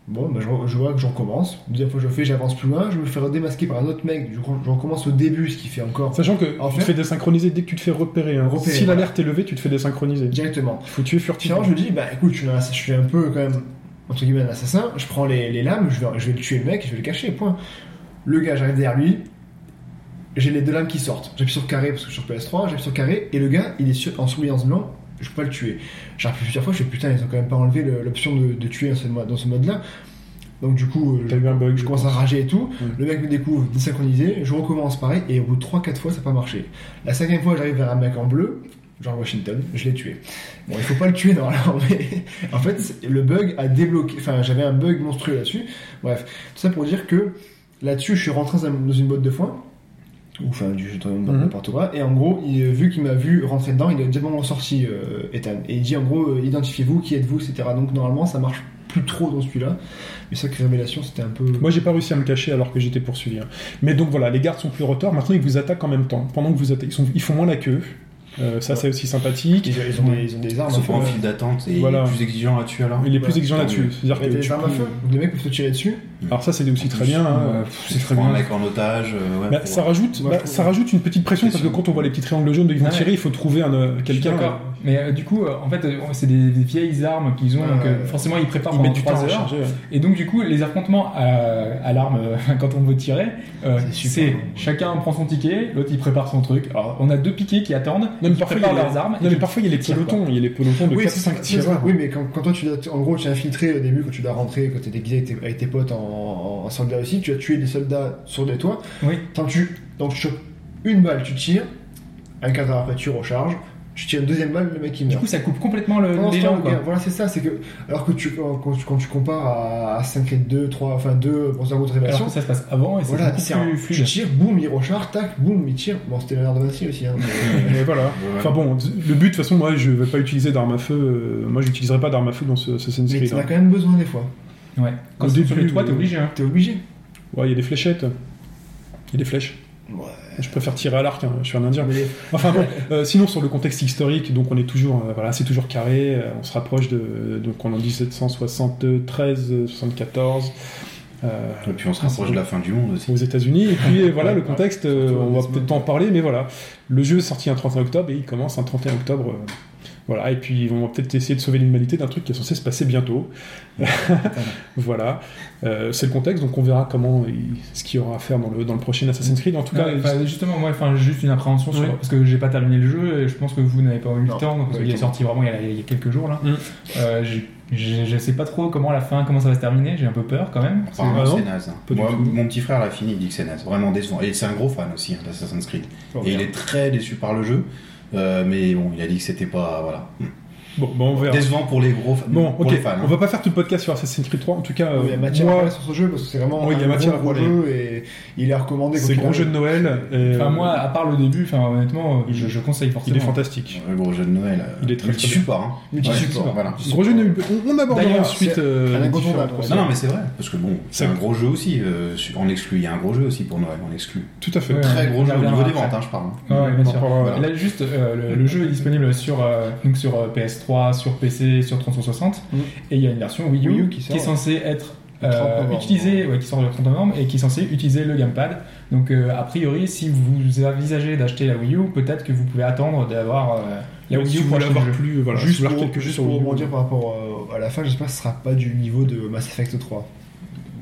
F: Bon, bah, je, re- je vois que je recommence. Deuxième fois, je le fais, j'avance plus loin. Je me fais redémasquer par un autre mec. Du coup, je recommence au début, ce qui fait encore
C: Sachant que
F: En
C: tu
F: fait-
C: te fais désynchroniser dès que tu te fais repérer. hein.
F: Repérer,
C: si
F: voilà.
C: l'alerte est levée, tu te fais désynchroniser.
F: directement.
C: Faut tuer furtivement.
F: Finalement, je me dis, bah écoute, je suis, un, ass- je suis un peu quand même, entre guillemets, un assassin. Je prends les, les lames, je vais, je vais le tuer le mec, je vais le cacher, point. Le gars, j'arrive derrière lui. J'ai les deux lames qui sortent. J'appuie sur carré parce que je suis sur PS3, j'appuie sur carré, et le gars, il est sur- en surveillance blanc, je peux pas le tuer. J'ai rappelé plusieurs fois, je fais putain, ils ont quand même pas enlevé le- l'option de, de tuer dans ce, mode- dans ce mode-là. Donc du coup, euh,
C: T'as eu un bug.
F: je commence à rager et tout.
C: Mm.
F: Le mec me découvre désynchronisé. Je recommence pareil. Et au bout de 3-4 fois, ça n'a pas marché. La cinquième fois, j'arrive vers un mec en bleu, genre Washington. Je l'ai tué. Bon, il faut pas le tuer [laughs] normalement. Mais en fait, c'est- le bug a débloqué. Enfin, j'avais un bug monstrueux là-dessus. Bref, tout ça pour dire que là-dessus, je suis rentré dans un- dans une botte de foin. Ou enfin, du je donne
C: Mhm.
F: n'importe quoi. Et en gros, il, vu qu'il m'a vu rentrer dedans, il a directement sorti euh, Ethan. Et il dit en gros, euh, identifiez-vous, qui êtes-vous, etc. Donc normalement, ça marche plus trop dans celui-là. Mais ça, que révélation, c'était un peu.
C: Moi, j'ai pas réussi à me cacher alors que j'étais poursuivi. hein. Mais donc voilà, les gardes sont plus retors. Maintenant, ils vous attaquent en même temps. Pendant que vous attaquez, ils, sont- ils font moins la queue. Euh, ça, c'est aussi sympathique.
F: Ils, ils ont des, ils ont des armes euh, à
H: Ils sont
F: feu.
H: pas en file d'attente et
C: Voilà.
H: plus exigeants à tuer alors.
C: Il est plus
F: Ouais,
C: exigeant
H: tant
C: là-dessus.
H: mieux.
C: C'est-à-dire
F: Ouais,
C: que
F: t'as
C: tu
F: des armes à
C: peux-
F: feu. Donc les mecs peuvent se tirer dessus.
C: Alors ça, c'est aussi très bien. hein.
G: Ouais, pff, c'est
H: Tu
G: très
H: prends un
G: bien.
H: mec en otage. euh, ouais,
C: Bah,
H: pour-
C: ça rajoute,
F: Moi,
C: bah,
F: je trouve-
C: ça rajoute une petite pression parce que
H: Pression.
C: quand on voit les petits triangles jaunes de ils vont
G: Ouais.
C: tirer, il faut trouver un, euh,
G: Je suis
C: quelqu'un.
G: d'accord. Mais euh, du coup, euh, en fait, euh, c'est des, des vieilles armes qu'ils ont,
F: Ouais,
G: donc euh,
F: ouais.
G: forcément ils préparent
C: Ils mettent
G: pendant
C: du temps à
G: 3 heures.
C: recharger. ouais.
G: Et donc, du coup, les affrontements à, à l'arme, [laughs] euh, quand on veut tirer, euh,
F: C'est super
G: c'est
F: long.
G: chacun prend son ticket, l'autre il prépare son truc. Alors, on a deux piquets qui attendent,
C: Non, mais
G: qui
C: parfois, il y a
G: préparent
C: les-
G: leurs armes.
C: Non,
G: et
C: mais
G: qui
C: parfois il y a les
G: tirent,
C: pelotons, il y a les pelotons de
F: Oui, c'est
C: 4-5
F: ça,
C: tireurs.
F: Oui, mais quand, quand toi, tu dois, en gros, tu es infiltré au début, quand tu dois rentrer, quand t'es déguisé avec tes, avec tes potes en, en soldat aussi, tu as tué des soldats sur des toits.
G: quoi. Oui.
F: Tant que tu, donc tu chopes une balle, tu tires. Un quart d'heure après, tu recharges. Tu tires une deuxième balle, le mec il
G: Du
F: meurt.
G: coup, ça coupe complètement le-
F: Pendant ce temps, le
G: l'élan,
F: gars-
G: quoi.
F: voilà, c'est ça, c'est que. Alors que tu, quand, quand tu, quand tu compares à 5 et 2, 3, enfin 2, pour la route de
G: Alors
F: révélation,
G: que ça se passe avant et c'est
F: voilà,
G: beaucoup
F: c'est un.
G: plus
F: Tu
G: fluide.
F: tires, boum, il recharge, tac, boum, il tire. Bon, c'était l'heure de Vinci aussi, hein.
G: [laughs]
C: Mais voilà.
H: Ouais.
C: Enfin bon, le but, de toute façon, moi, je vais pas utiliser d'armes à feu. euh, Moi, j'utiliserai pas d'armes à feu dans ce Assassin's
F: Mais
C: Creed.
F: t'en as
C: hein.
F: quand même besoin des fois.
G: Ouais. Quand
C: Au
G: c'est sur
C: début,
G: le toit, t'es
C: euh,
G: obligé. hein.
F: T'es obligé.
C: Ouais, il y a des fléchettes. Il y a des flèches.
F: Ouais.
C: Je préfère tirer à l'arc, hein, je suis un indien. Enfin bon, euh, sinon sur le contexte historique, donc on est toujours, euh, voilà, c'est toujours carré, euh, on se rapproche de, donc on est en 1773, euh, 74, euh,
H: Et puis on se rapproche de la fin du monde aussi.
C: aux États-Unis. Et puis euh, voilà, le contexte, euh,
F: Surtout
C: on va
F: Desmond.
C: peut-être en parler, mais voilà. Le jeu est sorti un 31 octobre et il commence un 31 octobre. euh, voilà, et puis on va peut-être essayer de sauver l'humanité d'un truc qui est censé se passer bientôt. [laughs] voilà, Euh, c'est le contexte, donc on verra comment il- ce qu'il y aura à faire dans le, dans le prochain Assassin's Creed. En tout
G: Non,
C: cas,
G: enfin, justement, moi, enfin, juste une appréhension sur-
C: Oui.
G: parce que j'ai pas terminé le jeu et je pense que vous n'avez pas eu le
F: Non,
G: temps. Donc,
F: pas
G: il
F: du
G: est
F: tout.
G: sorti vraiment il y a, il y a quelques jours là.
C: Mm.
G: Euh, j'ai- j'ai- je sais pas trop comment la fin, comment ça va se terminer. J'ai un peu peur quand même.
C: C'est vrai,
H: Apparemment,
C: Ah non
H: c'est naze. hein.
C: Pas du
H: Moi,
C: tout.
H: mon petit frère l'a fini, il dit que c'est naze. Vraiment décevant. Et c'est un gros fan aussi hein, d'Assassin's Creed.
F: Oh,
H: et il
F: merde.
H: est très déçu par le jeu. Euh, mais bon, il a dit que c'était pas. Voilà.
C: bon, ben, on verra.
H: Décevant pour les gros fans.
C: Bon,
H: pour
C: ok,
H: les fans. hein.
C: on va pas faire tout le podcast sur Assassin's Creed 3, en tout cas, euh,
F: Il y a matière à
C: moi,
F: parler sur ce jeu parce que c'est vraiment
C: Oui, il y a
F: un
C: matière à
F: gros, gros
C: parler.
F: jeu et il est recommandé.
C: c'est le gros jeu de
F: de
C: Noël, et,
G: Enfin, moi, à part le début, enfin, honnêtement,
C: Euh,
G: euh,
C: il-
G: je, je conseille forcément.
C: il est fantastique.
H: Le hein. gros jeu de Noël. euh,
C: Il est très, très
H: multi-support. Hein.
F: Multi-support.
H: Ouais, voilà.
C: Gros jeu de Noël, on, on abordera
F: D'ailleurs,
C: ensuite
F: c'est
C: euh,
F: un
C: les
F: incontournable,
C: différentes
F: ouais.
C: consoles.
H: Non, non, mais c'est vrai. Parce que bon, c'est un gros jeu aussi. euh, su- en exclu. Il y a un gros jeu aussi pour Noël. En exclu.
C: Tout à fait.
G: Ouais,
H: Très
G: on
H: gros
G: y
H: jeu au
G: reviendra
H: niveau des
G: après.
H: ventes, hein, je parle. hein.
G: Ah Ouais, ouais, bien
C: On en
G: sûr.
C: parlera.
G: Là, juste, euh, le, le jeu est disponible sur, euh, donc sur euh, PS3, sur PC, sur 360,
C: Mm.
F: Mhm.
G: et il y a une version Wii U,
F: Wii U
G: qui,
F: qui
G: est
F: sort,
G: censée être
F: le 30
G: euh,
F: novembre.
G: utilisée, ouais, qui sort le 30 novembre, et qui est censée utiliser le gamepad. Donc, euh, a priori, si vous envisagez d'acheter la Wii U, peut-être que vous pouvez attendre d'avoir euh, la
C: Mais
G: Wii
C: si
G: U
C: vous
G: pour
C: voulez
G: acheter le
C: avoir
G: jeu.
C: plus, euh, voilà, si
F: Juste
C: vous voulez
F: pour,
C: avoir quelque chose
F: juste
C: sur
F: pour
C: Wii U.
F: rebondir par rapport euh, à la fin, j'espère que ce sera pas du niveau de Mass Effect 3.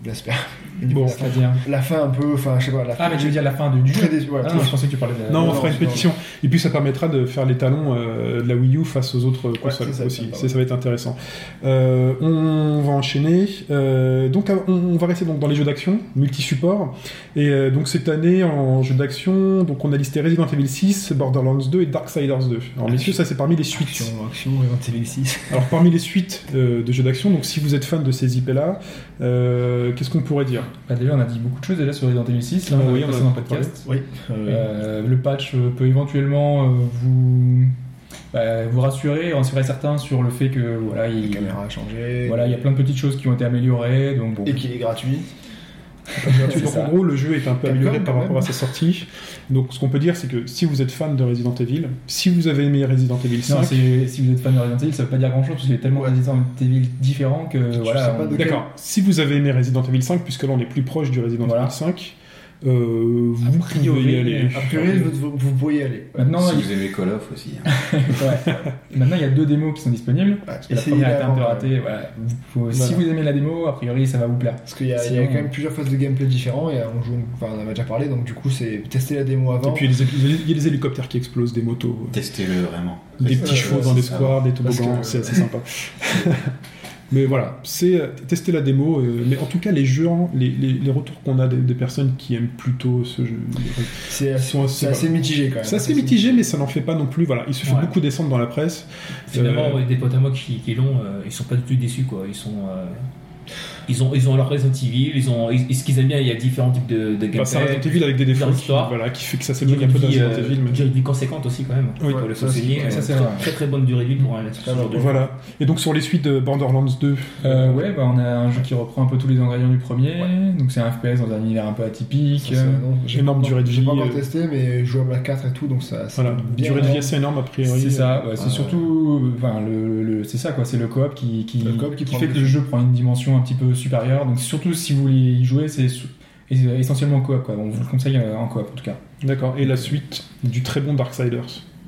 F: J'espère. Et du
C: [laughs] Bon.
F: coup,
G: C'est-à-dire.
F: La fin un peu, enfin je sais pas, la fin.
G: Ah, mais tu veux dire la fin du, du
F: Très
G: jeu
F: déçu, ouais,
G: Ah
F: très
G: non, je
F: déçu.
G: pensais que tu parlais de la.
C: Non, on
F: Non,
C: fera une
F: non.
C: pétition. Et puis ça permettra de faire les talons euh, de la Wii U face aux autres euh, consoles
F: c'est ça,
C: aussi.
F: c'est
C: Ça, ça va être intéressant. Euh, on va enchaîner. Euh, donc euh, on, on va rester donc dans les jeux d'action, multi-support. Et euh, donc cette année en jeux d'action, donc on a listé Resident Evil 6, Borderlands 2 et Darksiders 2. Alors messieurs, ça c'est parmi les suites.
F: Action, action, Resident Evil 6.
C: Alors parmi les suites euh, de jeux d'action, donc si vous êtes fan de ces IP là, euh, qu'est-ce qu'on pourrait dire
G: Bah, déjà, on a dit beaucoup de choses déjà sur Resident Evil 6. Là,
C: Ah
G: on
C: oui, on
G: a passé
C: a
G: dans le
C: beaucoup
G: podcast.
F: Oui. euh,
G: Euh, le patch euh, peut éventuellement euh, vous, bah, vous rassurer, rassurer certains sur le fait que voilà,
F: La
C: Euh,
G: il,
F: caméra a changé.
G: voilà, il y a plein de petites choses qui ont été améliorées. Donc bon.
F: Et qu'il est
C: [laughs]
F: gratuit.
G: C'est
C: Donc
G: ça.
C: en gros, le jeu est un
F: Capcom,
C: peu amélioré
F: quand
C: par rapport à sa sortie. Donc ce qu'on peut dire, c'est que si vous êtes fan de Resident Evil, si vous avez aimé Resident Evil 5,
G: Non, c'est- si vous êtes fan de Resident Evil, ça veut pas dire grand chose parce qu'il y a tellement
F: Ouais.
G: de Resident Evil différents que voilà.
F: sais pas
G: on-
F: de-
C: d'accord. Si vous avez aimé Resident Evil 5, puisque là on est plus proche du Resident
G: Voilà.
C: Evil 5, euh, vous pouvez y aller.
F: A priori, vous, vous- vous pourriez y aller.
G: Maintenant,
H: si
G: il-
H: vous aimez Call of aussi. hein.
F: [laughs]
G: Ouais. Maintenant, il y a deux démos qui sont disponibles.
F: Ouais,
G: La
F: essayez-la
G: première est un peu
F: avant,
G: ratée. voilà. Vous- faut- Si
C: Voilà.
G: vous aimez la démo, a priori, ça va vous plaire.
F: Parce qu'il y, a- il y
G: Sinon,
F: a quand même plusieurs phases de gameplay différents et on joue, enfin on en a déjà parlé, donc du coup c'est tester la démo
C: Et
F: avant.
C: puis il y a les- il y a les hélicoptères qui explosent, des motos, euh,
H: Testez-le vraiment.
C: des petits
F: Euh,
C: chevaux
F: ouais,
C: dans
F: c'est
C: des
F: ça.
C: squares, des
F: Parce
C: toboggans,
F: que-
C: c'est assez sympa. [laughs] Mais voilà, c'est euh, tester la démo. euh, mais en tout cas, les jeux, les, les- les retours qu'on a des, des personnes qui aiment plutôt ce jeu,
F: c'est
C: ils
F: assez,
C: sont
F: c'est
C: assez-
F: assez mitigé quand même.
C: C'est assez mitigé, mais ça n'en fait pas non plus. Voilà, il se fait
D: Ouais.
C: beaucoup descendre dans la presse.
D: Finalement,
C: Euh,
D: ouais, des potes à moi qui, qui l'ont, euh, ils sont pas du tout déçus quoi. Ils sont, euh, ils ont, ils ont leur Resident Evil, ils ont, ils- ce qu'ils aiment bien, il y a différents types de, de
C: Enfin, c'est
D: gameplay.
C: Resident Bah, Evil avec des défauts,
D: Dans
C: qui,
D: l'histoire.
C: voilà, qui fait que ça
D: Durée
C: s'éloigne
D: de
C: un peu de
D: vie,
C: Resident
D: euh,
C: Evil. mais-
D: durée de vie conséquente aussi quand même.
C: Oui.
D: Faut le
F: Ça,
D: souligner,
F: c'est-
D: euh,
G: ça, c'est
D: très,
G: vrai.
D: très très bonne durée de vie pour un ce genre de jeu.
C: Voilà. Et donc sur les suites de Borderlands 2,
G: Euh, ouais, bah, on a un jeu qui reprend un peu tous les ingrédients du premier. Donc, c'est un FPS dans un univers un peu atypique.
F: Ça, ça, non, j'ai-
C: énorme
F: non,
C: durée de
F: J'ai
C: vie,
F: pas encore
C: euh,
F: testé, mais jouable à 4 et tout, donc ça. ça
C: voilà,
F: bien
C: durée de vie
F: énorme.
C: assez énorme a priori.
G: C'est ça, ouais, c'est
H: euh,
G: surtout. Enfin, le, le- c'est ça, quoi. C'est le coop qui, qui,
F: Le coop qui prend
G: fait
F: le
G: que le
F: dessus.
G: jeu prend une dimension un petit peu supérieure. Donc, surtout si vous voulez y jouer, c'est sou- et- essentiellement en coop, quoi. On vous le conseille euh, en coop, en tout cas.
C: D'accord. Et la suite du très bon Darksiders.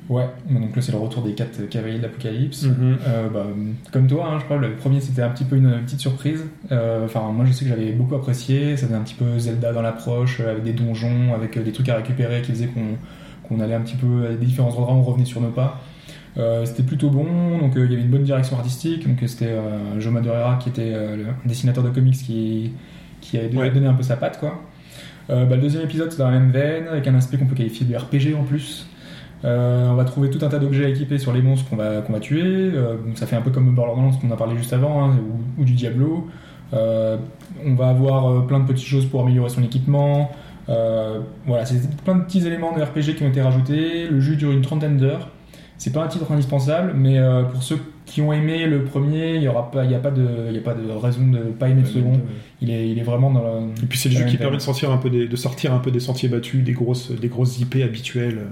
G: Ouais, donc là, c'est le retour des 4 cavaliers de l'apocalypse.
C: Mm-hmm.
G: Euh, bah, comme toi, hein, je crois, le premier c'était un petit peu une petite surprise. Euh, Enfin, moi je sais que j'avais beaucoup apprécié. Ça faisait un petit peu Zelda dans l'approche, euh, avec des donjons, avec euh, des trucs à récupérer qui faisaient qu'on qu'on allait un petit peu à des différents endroits, on revenait sur nos pas. Euh, c'était plutôt bon, donc euh, il y avait une bonne direction artistique. Donc euh, c'était euh, Joe Madureira qui était euh, le dessinateur de comics qui, qui avait
C: Ouais.
G: donné un peu sa patte quoi. Euh, bah, le deuxième épisode c'est dans la même veine, avec un aspect qu'on peut qualifier de RPG en plus. Euh, on va trouver tout un tas d'objets à équiper sur les monstres qu'on va, qu'on va tuer. Euh, donc ça fait un peu comme Borderlands qu'on a parlé juste avant, hein, ou, ou du Diablo. Euh, on va avoir euh, plein de petites choses pour améliorer son équipement. Euh, voilà, c'est plein de petits éléments de RPG qui ont été rajoutés. Le jeu dure une trentaine d'heures. C'est pas un titre indispensable, mais euh, pour ceux qui ont aimé le premier, il n'y aura pas, il y a pas de, il y a pas de raison de pas aimer le second. Il est, il est vraiment dans la.
C: Et puis c'est le jeu
G: Ah, Ouais,
C: qui
G: ouais.
C: permet de sortir un peu des, de sortir un peu des sentiers battus, des grosses, des grosses IP habituelles, euh,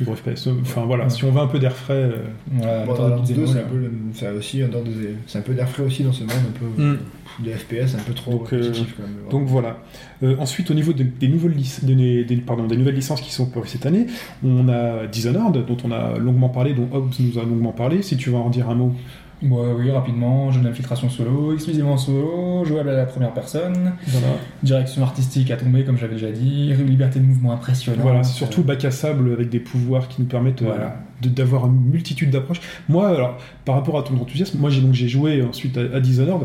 C: des gros FPS. E. Enfin voilà,
G: Ouais.
C: si on veut un peu d'air frais. euh,
G: Voilà,
F: Bon,
G: dans le
F: Borderlands
G: beat'em
F: 2,
G: all.
F: c'est un peu, le- c'est aussi un ordre de- c'est un peu d'air frais aussi dans ce monde, un peu
C: Hmm.
F: pff, de FPS, un peu trop
C: Donc, euh,
F: compétitif, quand même. mais
C: Donc voilà. Euh, ensuite, au niveau de- des, nouvelles lic- des, des- pardon, des nouvelles licences qui sont parues cette année, on a Dishonored, dont on a longuement parlé, dont Hobbs nous a longuement parlé. Si tu vas en dire un mot.
G: Ouais, oui, rapidement, jeu d'infiltration solo, exclusivement solo, jouable à la première personne, direction artistique à tomber, comme j'avais déjà dit, liberté de mouvement impressionnante.
C: Voilà, c'est surtout bac à sable avec des pouvoirs qui nous permettent euh,
G: Voilà.
C: de- d'avoir une multitude d'approches. Moi, alors, par rapport à ton enthousiasme, moi j'ai donc j'ai joué ensuite à, à Dishonored.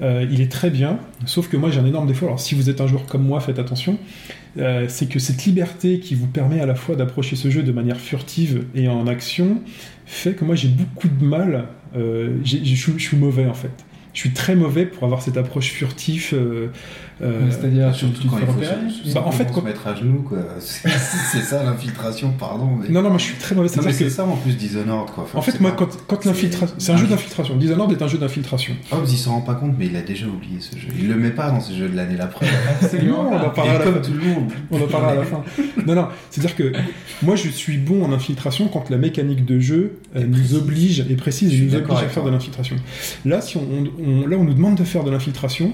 C: Euh, il est très bien, sauf que moi j'ai un énorme défaut. Alors, si vous êtes un joueur comme moi, faites attention. Euh, c'est que cette liberté qui vous permet à la fois d'approcher ce jeu de manière furtive et en action fait que moi j'ai beaucoup de mal. euh, j'ai- j'ai- je suis- je suis mauvais en fait. Je suis très mauvais pour avoir cette approche furtive. euh, euh,
G: Euh, C'est-à-dire, tu,
H: Surtout
G: tu te
H: quand
G: fais
H: il faut
G: repérer
H: se,
C: Bah, en
H: en
C: fait,
H: fait,
C: quand-
H: se mettre à genoux, quoi. [laughs] C'est c'est ça l'infiltration, pardon. Mais...
C: Non, non, moi je suis très mauvais.
H: Non, mais
C: C'est-à-dire
H: c'est
C: que-
H: ça en plus Dishonored, quoi. Enfin,
C: En fait,
H: c'est
C: moi,
H: pas-
C: quand, quand l'infiltration. C'est un jeu d'infiltration. Dishonored est un jeu d'infiltration.
H: Hobbs, il Ah, s'en rend pas compte, mais il a déjà oublié ce jeu. Il le met pas dans ce jeu de l'année d'après.
C: Non, [laughs] on en
H: Ah, Il
C: parlera à
H: est
C: la fin.
H: comme tout le monde.
C: On en parlera à la
H: [laughs]
C: fin. Non, non, c'est-à-dire que moi, je suis bon en infiltration quand la mécanique de jeu euh,
H: Et
C: nous
H: précise.
C: oblige, et précise,
H: Je
C: et
H: suis
C: nous
H: d'accord
C: oblige à
H: avec
C: faire de
H: toi.
C: l'infiltration. Là, si on, on- là, on nous demande de faire de l'infiltration,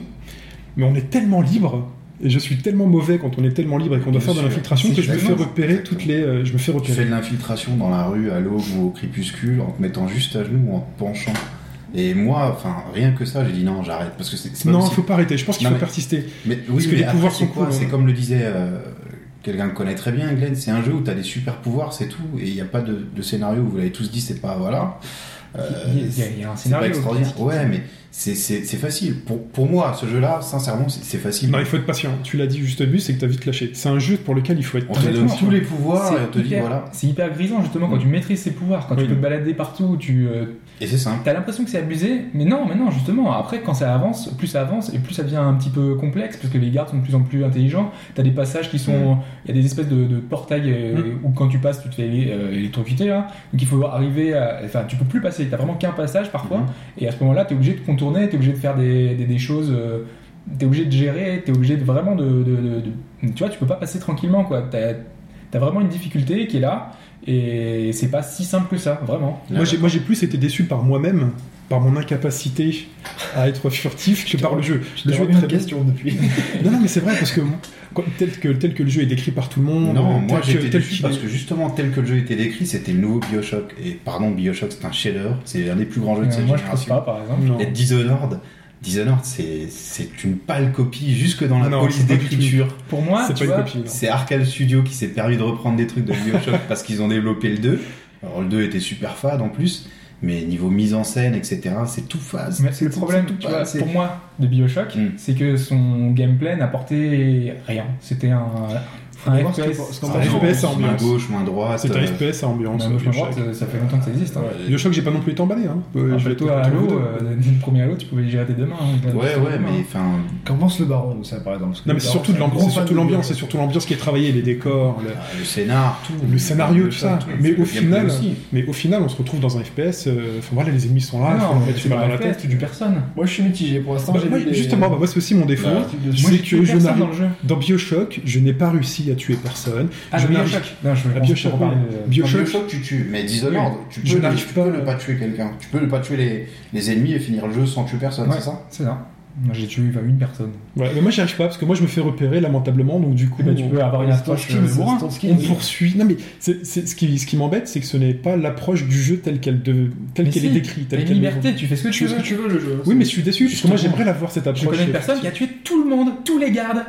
C: mais on est tellement libre. Et je suis tellement mauvais quand on est tellement libre et qu'on doit
H: Bien
C: faire de
H: sûr.
C: l'infiltration
H: C'est
C: que je me fais
H: exactement.
C: repérer toutes les. euh, je me fais
H: Tu fais
C: repérer.
H: de l'infiltration dans la rue à l'aube ou au crépuscule en te mettant juste à genoux ou en te penchant. Et moi, enfin, rien que ça, j'ai dit non, j'arrête. Parce que c'est c'est pas
C: Non,
H: possible.
C: faut pas arrêter. Je pense qu'il
H: Non,
C: faut
H: mais-
C: persister.
H: Mais oui,
C: Parce que
H: mais
C: les
H: après,
C: pouvoirs
H: c'est
C: sont
H: quoi
C: cool,
H: C'est
C: hein.
H: comme le disait euh, quelqu'un que connaît très bien, Glenn. C'est un jeu où t'as des super pouvoirs, c'est tout, et il n'y a pas de, de scénario. Vous l'avez tous dit, c'est pas voilà. Euh,
G: Il y a- il y a- il y a un
H: c'est pas
G: scénario.
H: extraordinaire. Ouais, mais c'est- c'est c'est facile. Pour, pour moi, ce jeu-là, sincèrement, c'est c'est facile.
C: Non, il faut être patient. Tu l'as dit juste au début, c'est que t'as vite lâché. C'est un jeu pour lequel il faut être
H: On te
C: très
H: donne
C: fort.
H: tous les pouvoirs et on te
G: C'est
H: dit
G: hyper,
H: voilà.
G: c'est hyper grisant justement quand
H: Mm.
G: tu maîtrises ses pouvoirs, quand
C: Oui.
G: tu peux te balader partout, tu euh,
H: Et c'est simple.
G: t'as l'impression que c'est abusé, mais non, mais non justement. Après quand ça avance, plus ça avance et plus ça devient un petit peu complexe parce que les gardes sont de plus en plus intelligents. T'as des passages qui sont, il y a des espèces de, de portails euh, où quand tu passes tu te fais euh, électrocuter là, donc il faut arriver, à... enfin tu peux plus passer. T'as vraiment qu'un passage parfois
H: Mhm.
G: et à ce moment-là t'es obligé de contourner, t'es obligé de faire des, des, des choses. euh, T'es obligé de gérer, t'es obligé de vraiment de, de, de- de- Tu vois, tu peux pas passer tranquillement, quoi. T'as t'as vraiment une difficulté qui est là, et c'est pas si simple que ça, vraiment.
C: Moi, j'ai- moi, j'ai plus été déçu par moi-même, par mon incapacité à être furtif, que par le jeu. Le jeu est
F: une
C: très bien.
F: question depuis.
C: Non, non, mais c'est vrai, parce que quoi, tel, que tel que le jeu est décrit par tout le monde.
H: Non,
C: tel
H: moi
C: que-
H: j'étais
C: tel
H: déçu
C: qu'il
H: parce
C: est-
H: que justement, tel que le jeu était décrit, c'était le nouveau Bioshock. Et pardon, Bioshock, c'est un chef-d'œuvre, c'est l'un des plus grands jeux de
G: Euh,
H: cette
G: moi, je pense
H: génération.
G: pas, par exemple.
C: Non.
H: Et Dishonored, Dishonored, c'est c'est une pâle copie jusque dans la
C: Non,
H: police
C: c'est pas du tout.
H: d'écriture.
G: Pour moi,
C: C'est
G: tu
C: pas une
G: vois,
C: copie. non.
H: C'est Arcade Studio qui s'est permis de reprendre des trucs de Bioshock parce qu'ils ont développé le 2. Alors le 2 était super fade en plus, mais niveau mise en scène, etc., c'est tout phase.
G: mais le problème,
H: tout
G: tu
H: pas-
G: vois,
H: c'est-
G: pour moi, de Bioshock,
C: Hmm.
H: Mm.
G: c'est que son gameplay n'apportait rien. C'était un,
F: Faut
G: un
F: voir ce que-
G: FPS.
F: ce qu'on
H: Ah,
C: pense.
H: non,
C: FPS,
H: main
C: ambiance.
H: gauche, main droite.
C: C'est un
H: euh,
C: FPS à ambiance.
G: Non, moi, je me
C: Bioshock.
G: demande, ça fait longtemps que ça existe. hein.
C: Bioshock, j'ai pas non plus été emballé. Hein. Euh,
G: Après,
C: je vais
G: toi,
C: être-
G: Halo, euh, dès le premier Halo, tu pouvais le gérer tes deux mains. hein.
H: Ouais, ouais, mais enfin,
F: Qu'en pense le baron de ça, par exemple Parce que
C: Non,
F: le
C: mais c'est
F: baron,
C: surtout de
F: un
C: l'ambiance,
F: gros fan
C: c'est surtout
F: de
C: l'ambiance, c'est
F: Bioshock.
C: surtout l'ambiance qui est travaillée, les décors, le-
H: le scénar, tout.
C: le scénario, tout ça.
H: Bioshock,
C: Mais
H: le
C: au final,
H: gameplay aussi.
C: mais au final, on se retrouve dans un FPS. euh, Enfin voilà, les ennemis sont là,
G: Ah,
C: faut
G: non,
C: leur mettre
G: tu
C: une balle
G: dans
C: dans la tête.
G: du personne.
F: Moi, je suis mitigé pour l'instant.
C: Bah,
F: j'ai
C: moi,
F: vu des-
C: justement, bah, moi c'est aussi mon défaut.
H: Bah,
C: C'est
G: Moi,
C: que
G: j'ai tué
C: je
G: personne
C: n'arrive-
G: dans le jeu.
C: Dans Bioshock, je n'ai pas réussi à tuer personne.
G: Ah,
C: je
G: le
C: n'arrive-
G: Bioshock. Non, je
C: Ah,
G: pense
C: Bioshock,
G: qu'on parle
C: oui.
G: de-
H: Dans
C: Bioshock,
H: Bioshock, tu tues, mais Dishonored, tu peux,
C: Je
H: ne-
C: n'arrive
H: tu
C: pas.
H: peux ne pas tuer quelqu'un. Tu peux ne pas tuer les, les ennemis et finir le jeu sans tuer personne,
G: Ouais.
H: c'est ça
G: C'est ça. Moi, J'ai tué enfin, une personne.
C: Ouais, mais moi j'y arrive pas parce que moi je me fais repérer lamentablement, donc du coup
G: Eh ben,
C: on-
G: tu peux avoir une
F: Instant
G: approche
F: skill,
G: euh,
F: c'est
G: bourrin.
F: instant skill.
C: on poursuit. Non mais c'est, c'est- ce qui, ce qui m'embête, c'est que ce n'est pas l'approche du jeu telle qu'elle, de, telle
G: Mais
C: qu'elle
G: si,
C: est décrite,
G: T'as
C: telle
G: une
C: qu'elle est-
G: liberté, tu fais ce que tu
F: Tu fais
G: veux.
F: ce que tu veux, le jeu.
C: Oui, mais je suis déçu parce que moi
G: Justement.
C: j'aimerais l'avoir cette approche.
G: Je connais une personne qui a tué tout le monde, tous les
H: [laughs]
G: gardes.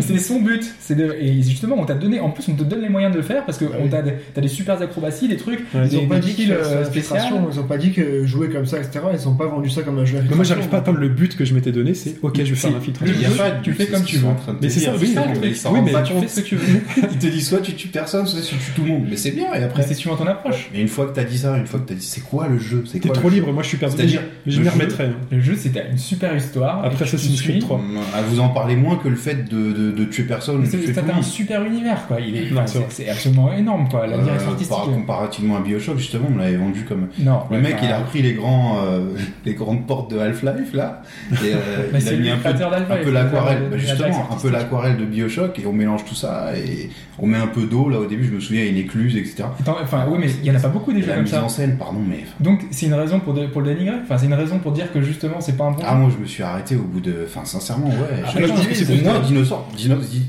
G: c'est son but. C'est de- Et justement, on t'a donné. En plus, on te donne les moyens de le faire parce
H: Bah
G: que on
F: oui.
G: t'a des- t'as des super acrobaties, des trucs,
C: Ouais.
G: des,
F: Ils ont pas
G: des
F: dit
G: skills,
F: que
G: euh,
F: euh,
G: spéciales.
F: infiltration, ils ont pas dit que jouer comme ça, etc. Ils ont pas vendu ça comme un jeu.
C: Mais moi j'arrive pas à
F: infiltration.
C: atteindre le but que je m'étais donné, c'est ok, je vais faire
G: C'est-
C: l'infiltration.
G: Il y a pas de- tu fais comme tu veux.
C: Mais c'est ça, oui,
G: le
C: mais-
G: truc.
C: oui, mais-
G: Tu fais ce que tu [laughs] veux.
H: Il te dit soit tu tues personne, soit tu tues tout le monde. Mais c'est bien, et
G: Après,
H: après.
G: c'est suivant ton approche.
H: Mais une fois que t'as dit ça, une fois que t'as dit c'est quoi le jeu C'est
C: T'es
H: quoi le
C: trop
H: jeu
C: libre, moi je suis perdu.
H: C'est-à-dire,
C: mais je
H: le
C: m'y
H: jeu-
C: remettrai. hein.
G: Le jeu, c'était une super histoire.
C: Après
G: et tu
C: Assassin's Creed
G: suis.
C: 3.
H: Hum, À vous en parler moins que le fait de, de, de tuer personne.
G: Mais
H: ou de
G: c'est-
H: tuer tout
G: T'as
H: le
G: un
H: monde.
G: super univers, quoi. Il est-
C: Non,
G: enfin,
C: c'est vrai.
G: C'est c'est absolument énorme, quoi. La direction
H: Euh,
G: artistique. euh,
H: par- comparativement à Bioshock, justement, on l'avait vendu comme.
G: Non.
H: Le
G: ouais, bah,
H: mec,
G: enfin,
H: il a repris les, grands, euh, [laughs] les grandes portes de Half-Life, là,
G: [laughs]
H: et euh,
G: Bah,
H: il
G: c'est
H: a
G: lui
H: mis
G: le
H: un peu,
G: créateur d'Half-Life,
H: un peu
G: le
H: l'aquarelle,
G: créateur de-
H: bah,
G: de la taxe
H: justement, un peu
G: artistique.
H: l'aquarelle de Bioshock, et on mélange tout ça, et on met un peu d'eau, là, au début, je me souviens, il y a une écluse, etc.
G: Attends, Enfin, oui, mais il y en a pas beaucoup des
H: Et
G: jeux
H: la
G: comme
H: mise
G: ça.
H: en scène, pardon, mais...
G: Donc, c'est une raison pour, dé- pour le dénigrer. Enfin, c'est une raison pour dire que justement, c'est pas un bon.
H: Ah, moi, je me suis arrêté au bout de... Enfin, sincèrement, ouais.
C: Ah,
H: je-
C: là,
H: je
C: je trouve que c'est
H: c'est
C: plus
H: non, dinosaure, dino- di-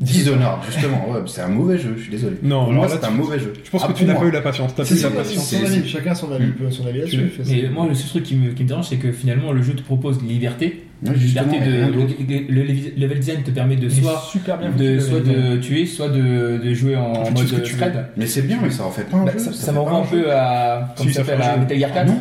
H: Dishonored, justement, ouais, c'est un mauvais jeu, je suis désolé.
C: Non,
H: Pour
C: alors
H: moi,
C: là,
H: c'est un
C: tu-
H: mauvais jeu.
C: Je pense
H: Ah,
C: que tu
H: pour
C: n'as
H: moi.
C: pas eu la patience. T'as
H: C'est
C: pas eu
H: ça,
C: la
H: parce que
C: patience.
H: c'est-
F: Son avis,
H: c'est-
F: Chacun son avis, peut- son avis là-dessus. fait ça.
D: Mais moi, le seul truc qui me, qui me dérange, c'est que finalement, le jeu te propose de liberté.
H: Ouais, justement,
D: liberté de,
H: et rien d'autre.
D: le- le le level design te permet de
G: Il est
D: soit,
G: super bien foutu,
D: de,
G: le-
D: soit de tuer, soit de, de jouer en
C: fais tout
D: mode
C: ce que tu veux.
D: spread.
H: Mais c'est bien, mais ça en fait pas un
D: Bah,
H: jeu.
D: ça ça
H: fait
D: m'envoie
H: pas
D: un
H: jeu.
D: peu à, comment
C: Si,
D: ça
C: ça fait
D: s'appelle,
C: un
D: à
C: jeu.
D: Metal Gear 4.
H: Non,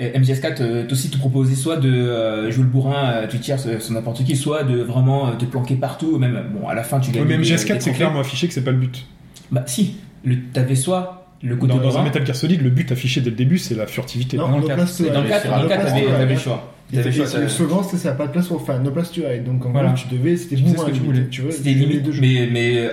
D: Et MGS4 euh, t'as aussi te proposait soit de euh, jouer le bourrin, euh, tu tires sur sur n'importe qui, soit de vraiment euh, te planquer partout, même euh, bon à la fin tu
C: Oui,
D: gagnes.
C: mais
D: des-
C: MGS4,
D: des
C: c'est
D: trophées.
C: clairement affiché que c'est pas le but.
D: Bah si, le- t'avais soit le côté
C: Dans, dans un
D: bourrin,
C: Metal Gear Solid, le but affiché dès le début, c'est la furtivité.
F: Non,
G: dans le
F: no
G: quatre.
F: place to
D: et dans le
F: hide.
D: 4, dans le
F: No
D: quatre,
F: place
D: t'avais
F: to hide.
D: t'avais le choix.
F: Et
D: T'avais le choix,
F: et Le
D: t'avais-
F: slogan, c'était ça, pas de place aux fans, no place to hide. Donc en
G: Voilà.
F: gros, tu devais, c'était
G: Tu sais
F: moins
G: ce que tu
F: limité,
G: voulais.
F: tu vois,
D: C'était
F: il y avait
D: limite,
F: deux jeux.
D: mais, mais euh,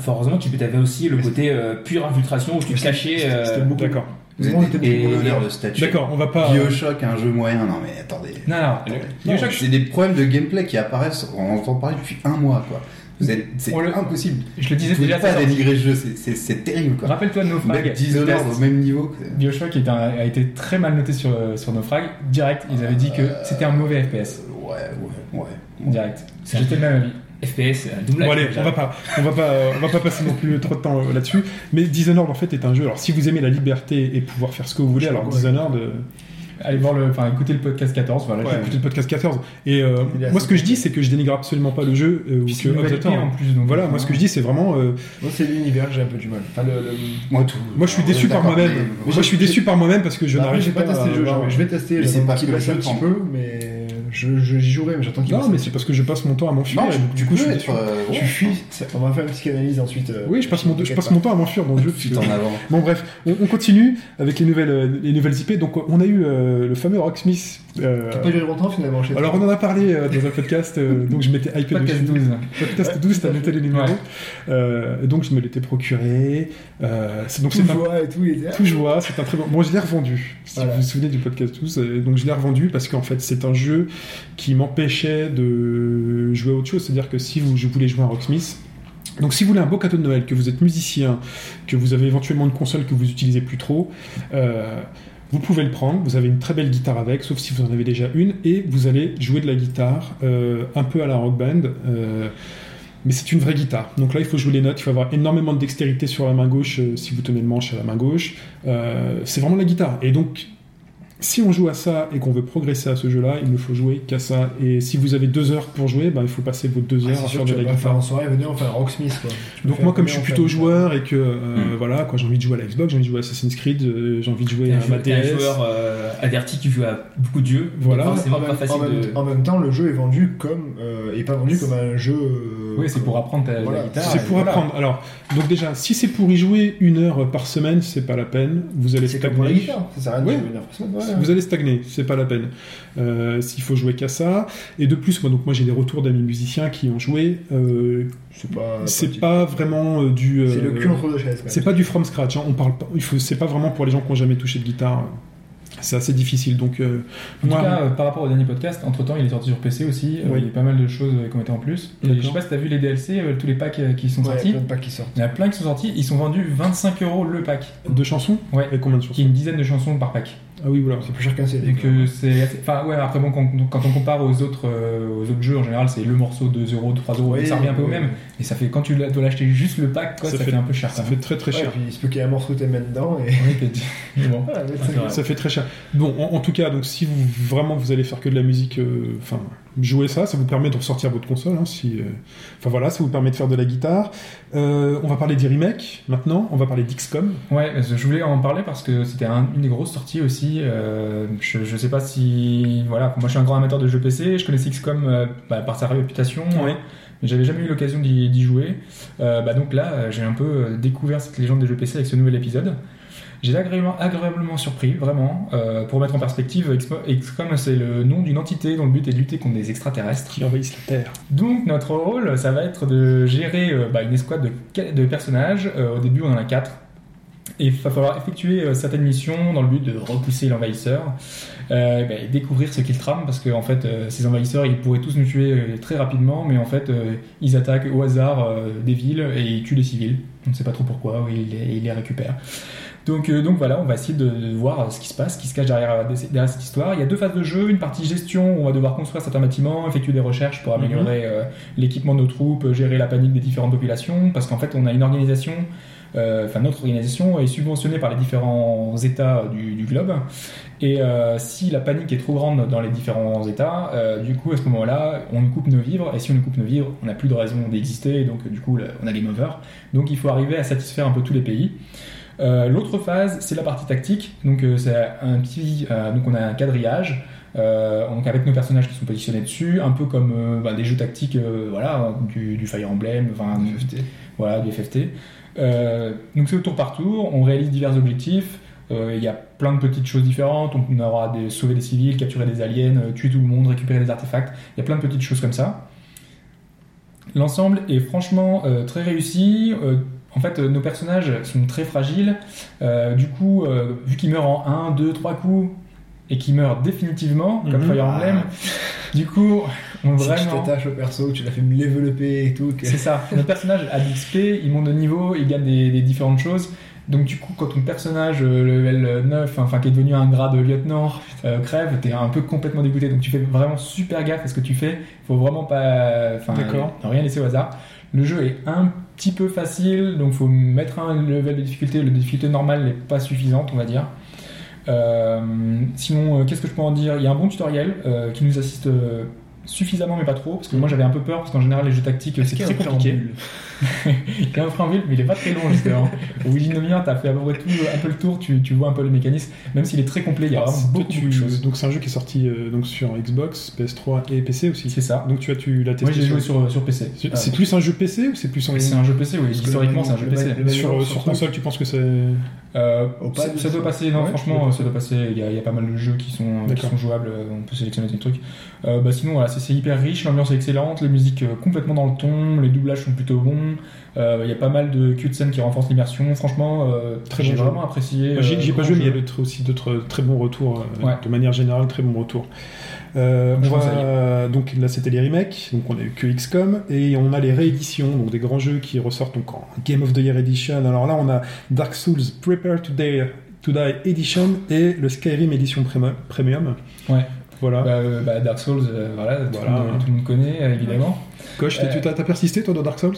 D: fort heureusement, tu avais aussi le
F: Mais
D: côté euh, pure infiltration où tu te cachais. euh,
F: C'était beaucoup.
C: D'accord.
H: Vous
F: Moi,
H: êtes
F: j'étais
H: des
D: beaucoup
H: et-
D: moins
H: l'honneur de statut.
C: D'accord, on va pas. euh,
H: Bioshock, un jeu moyen. Non mais attendez.
G: Non, non, le-
H: Attendez.
G: Bioshock,
H: c'est des problèmes de gameplay qui apparaissent. On entend parler depuis un mois quoi. Vous êtes, c'est
G: On le-
H: impossible.
G: je le
H: Vous
G: disais
H: pouvez
G: déjà,
H: pas
G: c'est sorti.
H: dénigrer le jeu. c'est- C'est c'est terrible quoi.
G: rappelle-toi de
H: Même
G: Naufrag.
H: Dishonored au même niveau.
G: Bioshock est un- a été très mal noté sur, euh, sur Naufrag. Direct, ils avaient dit que c'était un mauvais FPS.
H: Euh, Ouais, ouais, ouais.
G: Direct. J'étais le même avis.
D: FPS, euh, double action,
C: Bon allez,
D: déjà.
C: on va pas, on va pas, euh, on va pas passer non plus trop de temps euh, là-dessus. Mais Dishonored en fait est un jeu. Alors si vous aimez la liberté et pouvoir faire ce que vous voulez, alors Dishonored, euh,
G: Allez voir le, enfin écoutez le podcast 14. Voilà.
C: Ouais, écoutez le podcast 14. Et euh,
F: Il est
C: moi,
F: assez
C: ce que je dis, c'est que je dénigre absolument pas le jeu euh, ou
G: Puis c'est une
C: que Up
G: nouvelle
C: the
G: IP
C: Tower.
G: en plus. Donc
C: Voilà, moi, ce que je dis, c'est vraiment. euh,
F: Moi, c'est l'univers, j'ai un peu du mal. Enfin, le, le-
H: Moi, tout.
C: moi, je suis
H: Ah,
C: déçu
H: ouais,
C: par
H: d'accord.
C: moi-même.
H: Mais-
C: Moi, je suis déçu par moi-même parce que je
F: Bah, après,
C: n'arrive
F: j'ai pas testé le jeu,
C: à-
F: genre, je vais tester.
H: Mais
F: j'attends
H: c'est parce
F: qu'il
H: que le
F: passe
H: jeu
F: un petit
H: prend-
F: peu, mais je, je- j'y jouerai, mais j'attends qu'il
C: Non,
F: passe.
C: mais c'est parce que je passe mon temps à m'enfuir.
H: Non,
C: et
H: je-
C: donc, Du coup, je suis déçu.
H: euh,
F: Tu
H: ouais.
F: fuis, ça- on va faire une psychanalyse ensuite. euh,
C: Oui, je passe mon, je
F: t'inquiète
C: passe
F: pas.
C: mon temps à m'enfuir dans le jeu. parce
H: Fuite
C: que-
H: en avant.
C: Bon bref, on, on continue avec les nouvelles, euh, les nouvelles IP. Donc on a eu euh, le fameux Rocksmith. euh,
F: T'as pas duré longtemps finalement chez toi.
C: alors on en a parlé euh, dans un podcast,
F: [laughs]
C: euh, donc je m'étais hypé
G: Podcast
C: dessus.
G: 12.
C: Podcast 12, t'as noté les numéros.
G: Ouais.
C: Euh, donc je me l'étais procuré. Euh, c'est- donc c'est un
F: joie et tout, il était.
C: tout joie, c'est un très bon. Bon, je l'ai revendu. Si
F: Voilà.
C: vous vous souvenez du podcast tous, euh, donc je l'ai revendu parce qu'en fait c'est un jeu qui m'empêchait de jouer à autre chose. C'est-à-dire que si vous, je voulais jouer à Rocksmith, donc si vous voulez un beau cadeau de Noël, que vous êtes musicien, que vous avez éventuellement une console que vous utilisez plus trop, euh, vous pouvez le prendre. Vous avez une très belle guitare avec, sauf si vous en avez déjà une, et vous allez jouer de la guitare euh, un peu à la rock band. euh, mais c'est une vraie guitare. Donc là, il faut jouer les notes, il faut avoir énormément de dextérité sur la main gauche euh, si vous tenez le manche à la main gauche. Euh, c'est vraiment la guitare. Et donc, si on joue à ça et qu'on veut progresser à ce jeu-là, il ne faut jouer qu'à ça. Et si vous avez deux heures pour jouer, ben, il faut passer vos deux
F: Ah,
C: heures
F: c'est
C: à
F: sûr
C: faire
F: que
C: de
F: tu vas
C: la
F: pas faire
C: guitare.
F: en soirée, venez, on fait un Rocksmith quoi. Tu
C: Donc
F: peux
C: moi,
F: faire Hmm.
C: comme je suis
F: venez, on
C: plutôt
F: fait-
C: joueur et que euh, voilà, quoi, j'ai envie de jouer à la Xbox, j'ai envie de jouer à Assassin's Creed, euh, j'ai envie de jouer
D: T'es
C: à
D: un,
C: ma
D: joueur- t'es un
C: DS.
D: joueur euh, averti qui joue à beaucoup de jeux.
G: Ah,
C: Voilà.
D: Donc forcément
F: en
D: pas
F: Ah, même, en
D: facile
F: même-
D: de.
F: en même temps, le jeu est vendu comme. euh, est pas vendu comme un jeu. euh,
G: Oui, c'est
F: comme-
G: pour apprendre ta,
F: Voilà.
G: la guitare.
C: C'est
F: et
C: pour
F: Ah, voilà.
C: apprendre. Alors, donc déjà, si c'est pour y jouer une heure par semaine, c'est pas la peine. Vous allez
F: C'est comme pour la
C: stagner.
F: guitare, ça sert à rien
C: Oui.
F: de venir pour ça, voilà.
C: Vous allez stagner, c'est pas la peine. Euh, S'il faut jouer qu'à ça. Et de plus, moi, donc moi j'ai des retours d'amis musiciens qui ont joué. euh,
F: C'est Ah, pas.
C: c'est pas vraiment euh, du. euh,
F: C'est le cul entre deux chaises. quand même.
C: c'est pas du from scratch. hein, On parle pas. Il faut. C'est pas vraiment pour les gens qui ont jamais touché de guitare. C'est assez difficile. Donc euh,
G: En tout
C: moi,
G: cas, euh, par rapport au dernier podcast, entre temps, il est sorti sur PC aussi. euh,
C: Oui.
G: Il y a pas mal de choses euh, qui ont été en plus. Et
C: D'accord.
G: je sais pas si t'as vu les DLC, euh, tous les packs euh, qui sont
F: Ouais,
G: sortis.
F: plein de packs qui sortent.
G: Il y en a plein qui sont sortis. Ils sont vendus 25 euros le pack.
C: deux chansons.
G: Ouais.
C: Et combien de
G: Qui est
C: chansons
G: une dizaine de chansons par pack.
C: Ah oui, voilà.
F: C'est plus cher qu'un CD.
G: Donc
F: quoi.
G: euh, c'est assez- enfin ouais après bon quand, quand on compare aux autres euh, aux autres jeux en général c'est le morceau 2 euros 3 euros
F: Oui,
G: ça revient un peu au
F: oui.
G: même et ça fait quand tu l'as- dois l'acheter juste le pack quoi, ça,
C: Ça
G: fait,
C: fait-
G: un peu cher
C: Ça
G: quand
C: fait
G: même.
C: très très
F: Ah. Ouais,
C: cher. Ah,
F: et puis il se peut qu'il y ait un morceau que t'aimes dedans et.
G: [laughs] Mais bon.
F: Voilà, mais
D: c'est vrai.
C: Ça fait très cher. Bon, en, en tout cas, donc si vous vraiment vous allez faire que de la musique, euh, enfin jouer ça, ça vous permet de ressortir votre console. hein, si, euh, enfin voilà, ça vous permet de faire de la guitare. Euh, on va parler des remakes maintenant. On va parler d'XCOM.
G: Ouais, parce que je voulais en parler parce que c'était un- une des grosses sorties aussi. euh, je, je sais pas si. Voilà, moi je suis un grand amateur de jeux PC, je connaissais XCOM euh, bah, par sa réputation,
C: Ouais.
G: mais j'avais jamais eu l'occasion d'y d'y jouer. Euh, bah, donc là, euh, j'ai un peu euh, découvert cette légende des jeux PC avec ce nouvel épisode. J'ai agréablement, agréablement surpris, vraiment. Euh, pour mettre en perspective, Expo- XCOM c'est le nom d'une entité dont le but est de lutter contre des extraterrestres.
C: qui envahissent la Terre.
G: Donc notre rôle, ça va être de gérer euh, bah, une escouade de, qua- de personnages. Euh, au début, on en a 4. Et il va falloir effectuer euh, certaines missions dans le but de repousser l'envahisseur euh, bah, et découvrir ce qu'il trame parce que en fait, euh, ces envahisseurs, ils pourraient tous nous tuer euh, très rapidement, mais en fait, euh, ils attaquent au hasard euh, des villes et ils tuent des civils. On ne sait pas trop pourquoi, ils les, ils les récupèrent. Donc, euh, donc voilà, on va essayer de, de voir euh, ce qui se passe, ce qui se cache derrière, euh, derrière cette histoire. Il y a deux phases de jeu, une partie gestion où on va devoir construire certains bâtiments, effectuer des recherches pour améliorer euh, l'équipement de nos troupes, euh, gérer la panique des différentes populations, parce qu'en fait on a une organisation, euh, enfin notre organisation est subventionnée par les différents États euh, du, du globe, et euh, si la panique est trop grande dans les différents États, euh, du coup à ce moment-là on nous coupe nos vivres, et si on nous coupe nos vivres, on n'a plus de raison d'exister, et donc euh, du coup là, on a game over. Donc il faut arriver à satisfaire un peu tous les pays. Euh, L'autre phase, c'est la partie tactique. Donc euh, c'est un petit, euh, donc on a un quadrillage. Euh, donc avec nos personnages qui sont positionnés dessus, un peu comme euh, bah, des jeux tactiques, euh, voilà, du, du Fire Emblem, enfin, du- voilà, du FFT. Euh, donc c'est au tour par tour, on réalise divers objectifs. euh, Il y a plein de petites choses différentes. On aura des, sauver des civils, capturer des aliens, euh, tuer tout le monde, récupérer des artefacts. Il y a plein de petites choses comme ça. L'ensemble est franchement euh, très réussi. Euh, en fait, euh, nos personnages sont très fragiles. Euh, du coup, euh, vu qu'ils meurent en 1, 2, 3 coups et qu'ils meurent définitivement, comme
C: Mhm.
G: Fire Emblem, du coup, on
F: Si tu
G: vraiment.
F: t'attaches au perso, tu l'as fait me leveler et tout. que-
G: C'est ça. Notre personnage a de l'XP, il monte de niveau, il gagne des, des différentes choses. Donc du coup, quand ton personnage euh, level 9, enfin qui est devenu un grade lieutenant, euh, crève, t'es un peu complètement dégoûté. Donc tu fais vraiment super gaffe à ce que tu fais. Faut vraiment pas, enfin,
C: D'accord.
G: euh, rien laisser au hasard. Le jeu est un petit peu facile, donc faut mettre un level de difficulté. Le difficulté normale n'est pas suffisante, on va dire. Euh, sinon, euh, qu'est-ce que je peux en dire Il y a un bon tutoriel euh, qui nous assiste euh, suffisamment, mais pas trop, parce que moi j'avais un peu peur, parce qu'en général les jeux tactiques euh, c'est très compliqué. [laughs] il y a un préambule, mais il est pas très long justement. Au Willinomia, t'as fait à peu près tout, un peu le tour, tu, tu vois un peu les mécanismes, même s'il est très complet, il y a vraiment
C: Toi,
G: beaucoup,
C: tu-
G: beaucoup de choses.
C: Donc c'est un jeu qui est sorti euh, donc sur Xbox, PS3 et PC aussi.
G: C'est ça.
C: Donc tu as tu l'as testé.
G: Moi j'ai joué
C: sur-
G: sur, sur PC.
C: C'est
G: Euh,
C: c'est plus un jeu PC ou c'est plus un
G: c'est un jeu PC, oui.
F: Parce que
G: Historiquement, c'est un jeu
F: le
G: PC.
F: mal- le mal-
C: sur,
F: sur
C: sur
F: truc.
C: console, tu penses que c'est
G: Euh,
F: Au
G: ça,
F: pad,
G: ça doit
F: ça.
G: passer, non,
C: Ouais,
G: franchement,
C: je
G: ça doit passer. Il y, a- il y a pas mal de jeux qui sont, qui
C: D'accord.
G: sont jouables, euh, on peut sélectionner des trucs. Euh, bah, sinon, voilà, c'est- c'est hyper riche, l'ambiance est excellente, les musiques euh, complètement dans le ton, les doublages sont plutôt bons. Euh, Il y a pas mal de cute scènes qui renforcent l'immersion. Franchement, euh,
C: Très
G: j'ai
C: bon jeu.
G: vraiment apprécié.
C: Moi, J'ai
G: euh,
C: j'ai pas
G: grand
C: joué, mais il y
G: jeu.
C: a d'autres- aussi d'autres très bons retours. euh,
G: Ouais.
C: De manière générale, très bons retours. Euh, on
G: Je
C: va, donc là, c'était les remakes. Donc on a eu que XCOM et on a les rééditions, donc des grands jeux qui ressortent donc en Game of the Year Edition. Alors là, on a Dark Souls Prepare to Die, to Die Edition et le Skyrim Edition Prema- Premium.
G: Ouais.
C: Voilà.
G: Bah, euh, bah, Dark Souls, euh, voilà, tout,
C: Ah. Voilà.
G: le monde, tout le monde connaît, euh, évidemment.
C: Coche, t'es-
G: euh,
C: tu t'as t'as persisté toi dans Dark Souls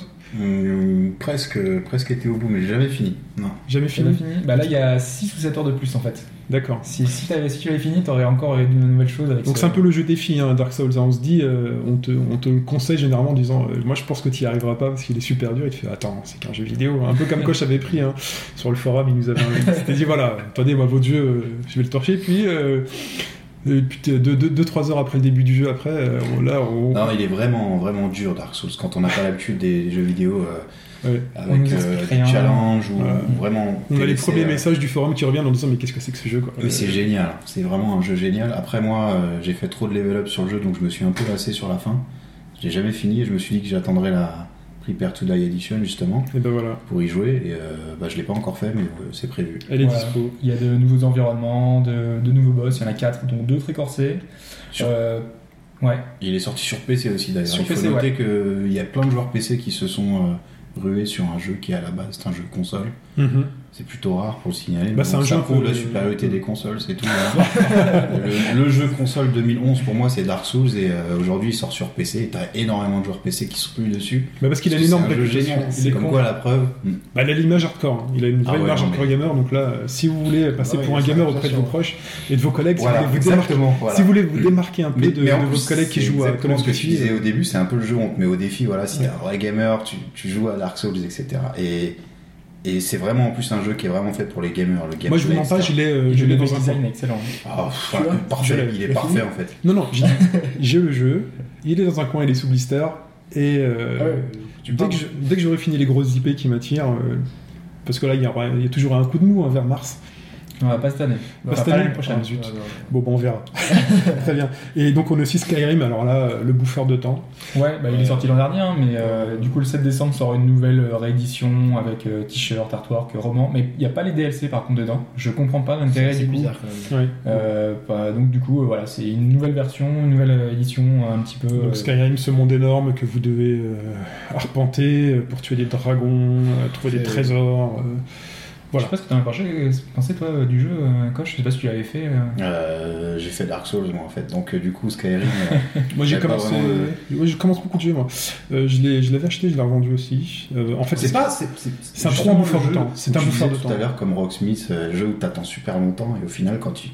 H: Hum, presque, presque été au bout, mais j'ai jamais fini. Non.
C: Jamais
G: Tu l'as
C: fini.
G: fini Bah, là, il y a 6 ou 7 heures de plus en fait.
C: D'accord.
G: Si, si, t'avais- si tu avais fini, t'aurais encore eu de nouvelles choses avec
C: Donc
G: ce-
C: c'est un peu le jeu défi, hein, Dark Souls. hein. On se dit, euh, on, te, on te le conseille généralement en disant, euh, moi je pense que tu y arriveras pas parce qu'il est super dur. Il te fait, attends, c'est qu'un jeu vidéo. Un peu comme Coach avait pris hein, sur le forum, il nous avait il s'était dit, voilà, attendez, moi votre jeu, euh, je vais le torcher. Puis, euh, et puis 2-3 heures après le début du jeu, après, euh, on- là, on...
H: Non, il est vraiment, vraiment dur Dark Souls quand on n'a pas l'habitude des jeux vidéo euh,
C: Ouais.
G: On
H: avec
G: nous
H: euh,
G: explique rien.
H: des challenges ou
C: Ouais.
H: vraiment.
C: on a les
H: laissé,
C: premiers
H: euh,
C: messages du forum qui reviennent en disant, mais qu'est-ce que c'est que ce jeu quoi Euh,
H: Mais c'est génial, c'est vraiment un jeu génial. Après moi, euh, j'ai fait trop de level up sur le jeu, donc je me suis un peu lassé sur la fin. J'ai jamais fini et je me suis dit que j'attendrais la Prepare to Die Edition justement
C: Et ben voilà,
H: pour y jouer. Et euh, bah, je l'ai pas encore fait, mais euh, c'est prévu.
C: elle est
G: Voilà.
C: dispo.
G: Il y a de nouveaux environnements, de, de nouveaux boss, il y en a 4, donc 2 très corsés.
H: Sur-
G: Euh, ouais,
H: Il est sorti sur PC aussi d'ailleurs.
G: Sur
H: Il faut
G: PC,
H: noter qu'il y a plein de joueurs PC qui se sont euh, rués sur un jeu qui à la base est un jeu console.
C: Mhm.
H: C'est plutôt rare pour le signaler.
C: Bah,
H: mais
C: c'est
H: bon,
C: un
H: ça
C: jeu un
H: prouve
C: peu-
H: la supériorité des consoles, c'est tout. hein.
C: [laughs]
H: le, le jeu console 2011 pour moi c'est Dark Souls et euh, aujourd'hui il sort sur PC et t'as énormément de joueurs PC qui sont plus dessus.
C: Bah, parce qu'il a une
H: C'est
C: énorme
H: un jeu
C: réputation.
H: génial.
C: Il
H: C'est
C: est
H: comme
C: con.
H: quoi la preuve. Mm.
C: Bah, il a l'image hardcore, hein. il a une vraie
H: Ah ouais,
C: image
H: non,
C: hardcore
H: mais-
C: gamer, donc là, euh, si vous voulez passer
F: Ouais,
C: pour un
F: il y a
C: gamer
F: ça,
C: auprès de
F: ça,
C: vos
F: ça.
C: proches et de vos collègues, si, vous
H: Voilà,
C: voulez vous démarquer,
H: exactement. voilà. Mm.
C: si vous voulez vous démarquer un peu
H: Mais-
C: de,
H: mais en
C: de
H: plus,
C: vos collègues
H: c'est
C: qui jouent à Call
H: exactement
C: of
H: ce que tu
C: Duty, euh,
H: disais au début, c'est un peu le jeu, on te met au défi, voilà, si t'es un vrai gamer, tu, tu joues à Dark Souls, etc. Et, et c'est vraiment en plus un jeu qui est vraiment fait pour les gamers. Le
C: moi je vous
H: gameplay,
C: mens pas,
H: etc.
C: je l'ai euh,
G: et
C: je
G: le
C: l'ai
G: level
C: dans un coin.
G: design est excellent.
H: Ah, pff,
F: Tu vois,
C: tu
H: parfait,
C: l'as-
H: il
C: tu
H: est
C: l'as
H: parfait en fait.
C: Non, non, j'ai j'ai le jeu, il est dans un coin, il est sous blister, et euh,
F: Ah ouais,
C: dès,
F: parles.
C: que je- dès que j'aurai fini les grosses IP qui m'attirent, euh, parce que là il y, aura- il y a toujours un coup de mou hein, vers mars,
G: On va pas cette année. On va
C: cette
G: pas
C: année
G: l'année prochaine.
C: Ah, zut. Bon, bon, on verra. [laughs] Très bien. Et donc, on a aussi Skyrim, alors là, euh, le bouffeur de temps.
G: Ouais, bah, il est sorti l'an dernier, hein, mais euh, du coup le 7 décembre sort une nouvelle euh, réédition avec euh, t-shirt, artwork, roman, mais il n'y a pas les DLC par contre dedans. Je comprends pas l'intérêt
F: C'est
G: du coup.
F: bizarre quand même.
C: Ouais.
G: Euh, bah, donc du coup euh, voilà, c'est une nouvelle version, une nouvelle euh, édition un petit peu. euh,
C: Donc Skyrim, ce monde énorme que vous devez euh, arpenter euh, pour tuer des dragons, euh, trouver des
F: C'est-
C: trésors. euh. voilà.
G: Je sais pas ce que t'en as pensé, pensé, toi euh, du jeu, euh, Koch, je sais pas si tu l'avais fait. euh.
H: Euh, j'ai fait Dark Souls moi en fait, donc euh, du coup Skyrim. euh,
C: Moi j'ai
H: J'avais pas
C: commencé,
H: vraiment
C: ouais, je commence beaucoup de jeux moi. Euh, je l'ai- je l'avais acheté, je l'ai revendu aussi. Euh, en fait,
H: C'est
C: c'est
H: pas. C'est c'est-
C: C'est un
H: justement
C: trop bouffeur
H: le
C: de
H: jeu
C: temps. C'est
H: où
C: un
H: tu
C: bouffeur
H: disais
C: de
H: tout
C: temps.
H: à l'heure, comme Rocksmith, euh, le jeu où t'attends super longtemps et au final, quand tu.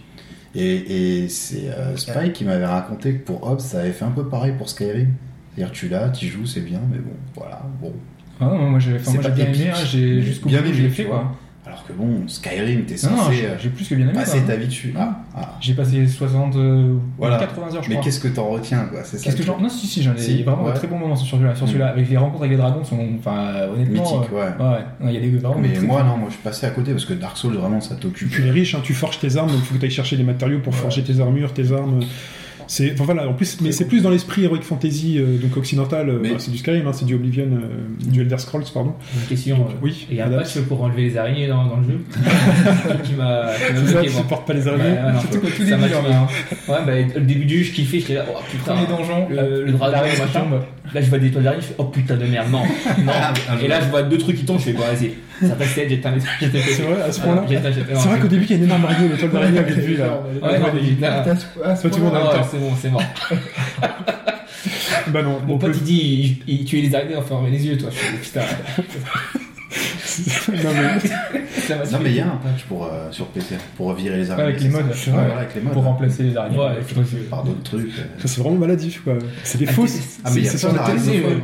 H: Et, et c'est euh, Spike qui m'avait raconté que pour Hobbs, ça avait fait un peu pareil pour Skyrim. C'est-à-dire, tu l'as, tu joues, c'est bien, mais bon, voilà, bon.
G: Ah non, moi j'ai enfin,
H: C'est
G: moi, j'ai
H: pas
G: bien aimé,
H: épique,
G: hein, j'ai
H: mais
G: jusqu'au bout
H: bien aimé,
G: j'ai
H: tu
G: fait
H: vois.
G: quoi.
H: Alors que bon, Skyrim, t'es
G: Non, non,
H: censé
G: j'ai-
H: euh,
G: j'ai plus que bien aimé. hein.
H: passer
G: quoi.
H: ta vie dessus. Ah, ah.
G: J'ai passé 60 euh,
H: Voilà.
G: 80 heures je
H: Mais
G: crois.
H: qu'est-ce que t'en retiens, quoi C'est ça.
G: Qu'est-ce que
H: le
G: j'en
H: truc.
G: Non, si, si, j'en ai
H: Si,
G: vraiment
H: ouais.
G: un très bon moment sur celui-là. Sur
H: Mm.
G: celui-là, avec les rencontres avec les dragons, sont, enfin, euh, honnêtement.
H: Mythique,
G: euh,
H: ouais.
G: ouais, ouais. Non, Il y a des vraiment des
H: Mais
G: trucs-
H: moi, non, moi, je suis passé à côté parce que Dark Souls, vraiment, ça t'occupe.
C: tu es riche, hein, tu forges tes armes, donc il faut que tu ailles chercher des matériaux pour forger tes armures, tes armes. C'est enfin, voilà, en plus, mais c'est plus dans l'esprit heroic fantasy euh, donc occidental. euh,
H: Mais-
C: bah, c'est du Skyrim, hein, c'est du Oblivion, euh, du Elder Scrolls, pardon.
D: Une question.
C: Donc,
D: euh,
C: oui,
D: Et il y a un
C: madame.
D: patch pour enlever les araignées dans, dans le jeu qui m'a qui m'a
C: C'est ça,
D: bloqué,
C: tu
D: moi.
C: supportes pas les
D: Ouais,
C: armées.
D: ouais, non,
G: Surtout qu'au tout
D: ça
G: début,
D: m'a
G: j'en
D: tué.
G: ai un.
D: Ouais, bah, le début du jeu, je kiffais, j'étais là, oh
G: Premier
D: putain.
G: donjon,
D: Le, le dragon,
G: la reine euh, qui
D: machin.
G: tombe.
D: Là, je vois des toiles d'araignée, je fais, oh putain de merde, non, non. Et là, je vois deux trucs qui tombent, je fais, bon, vas-y, ça passe tête, j'éteins les j'éteins les- [laughs]
C: C'est vrai, à ce
D: Ah,
C: point-là.
D: j'éteins, j'éteins,
C: C'est
D: non,
C: vrai qu'au début, il y a une énorme araignée, l'étoile d'araignée avec
D: [laughs]
C: lui là.
D: je- Ouais, non, mais j'étais là.
F: Putain, c'est- ah, c'est
C: Toi, tu
F: pas
C: vois,
F: mal.
C: en
D: Ah
C: même
D: ouais,
C: temps.
D: c'est bon, c'est mort.
C: Bah non,
D: Mon
C: on peut-
D: [laughs]
C: Bah
D: pote il dit il, il tuait les araignées en fermant les yeux, toi. Je fais, putain.
C: [laughs] Non, mais-
G: Ça
D: Ah,
G: va
H: Non, mais il y a
G: suivre.
H: un patch pour, euh, sur PC, pour virer les araignées.
G: Ouais, avec les modes,
H: Ouais, voilà, avec les modes.
G: pour remplacer les araignées.
D: Ouais,
G: je crois que-
H: Par d'autres trucs. euh.
C: ça, c'est vraiment maladif, quoi. C'est des fausses.
H: Ah, mais il y a
C: c'est
H: plein
C: sur la
H: d'araignées.
C: télé.
H: folles.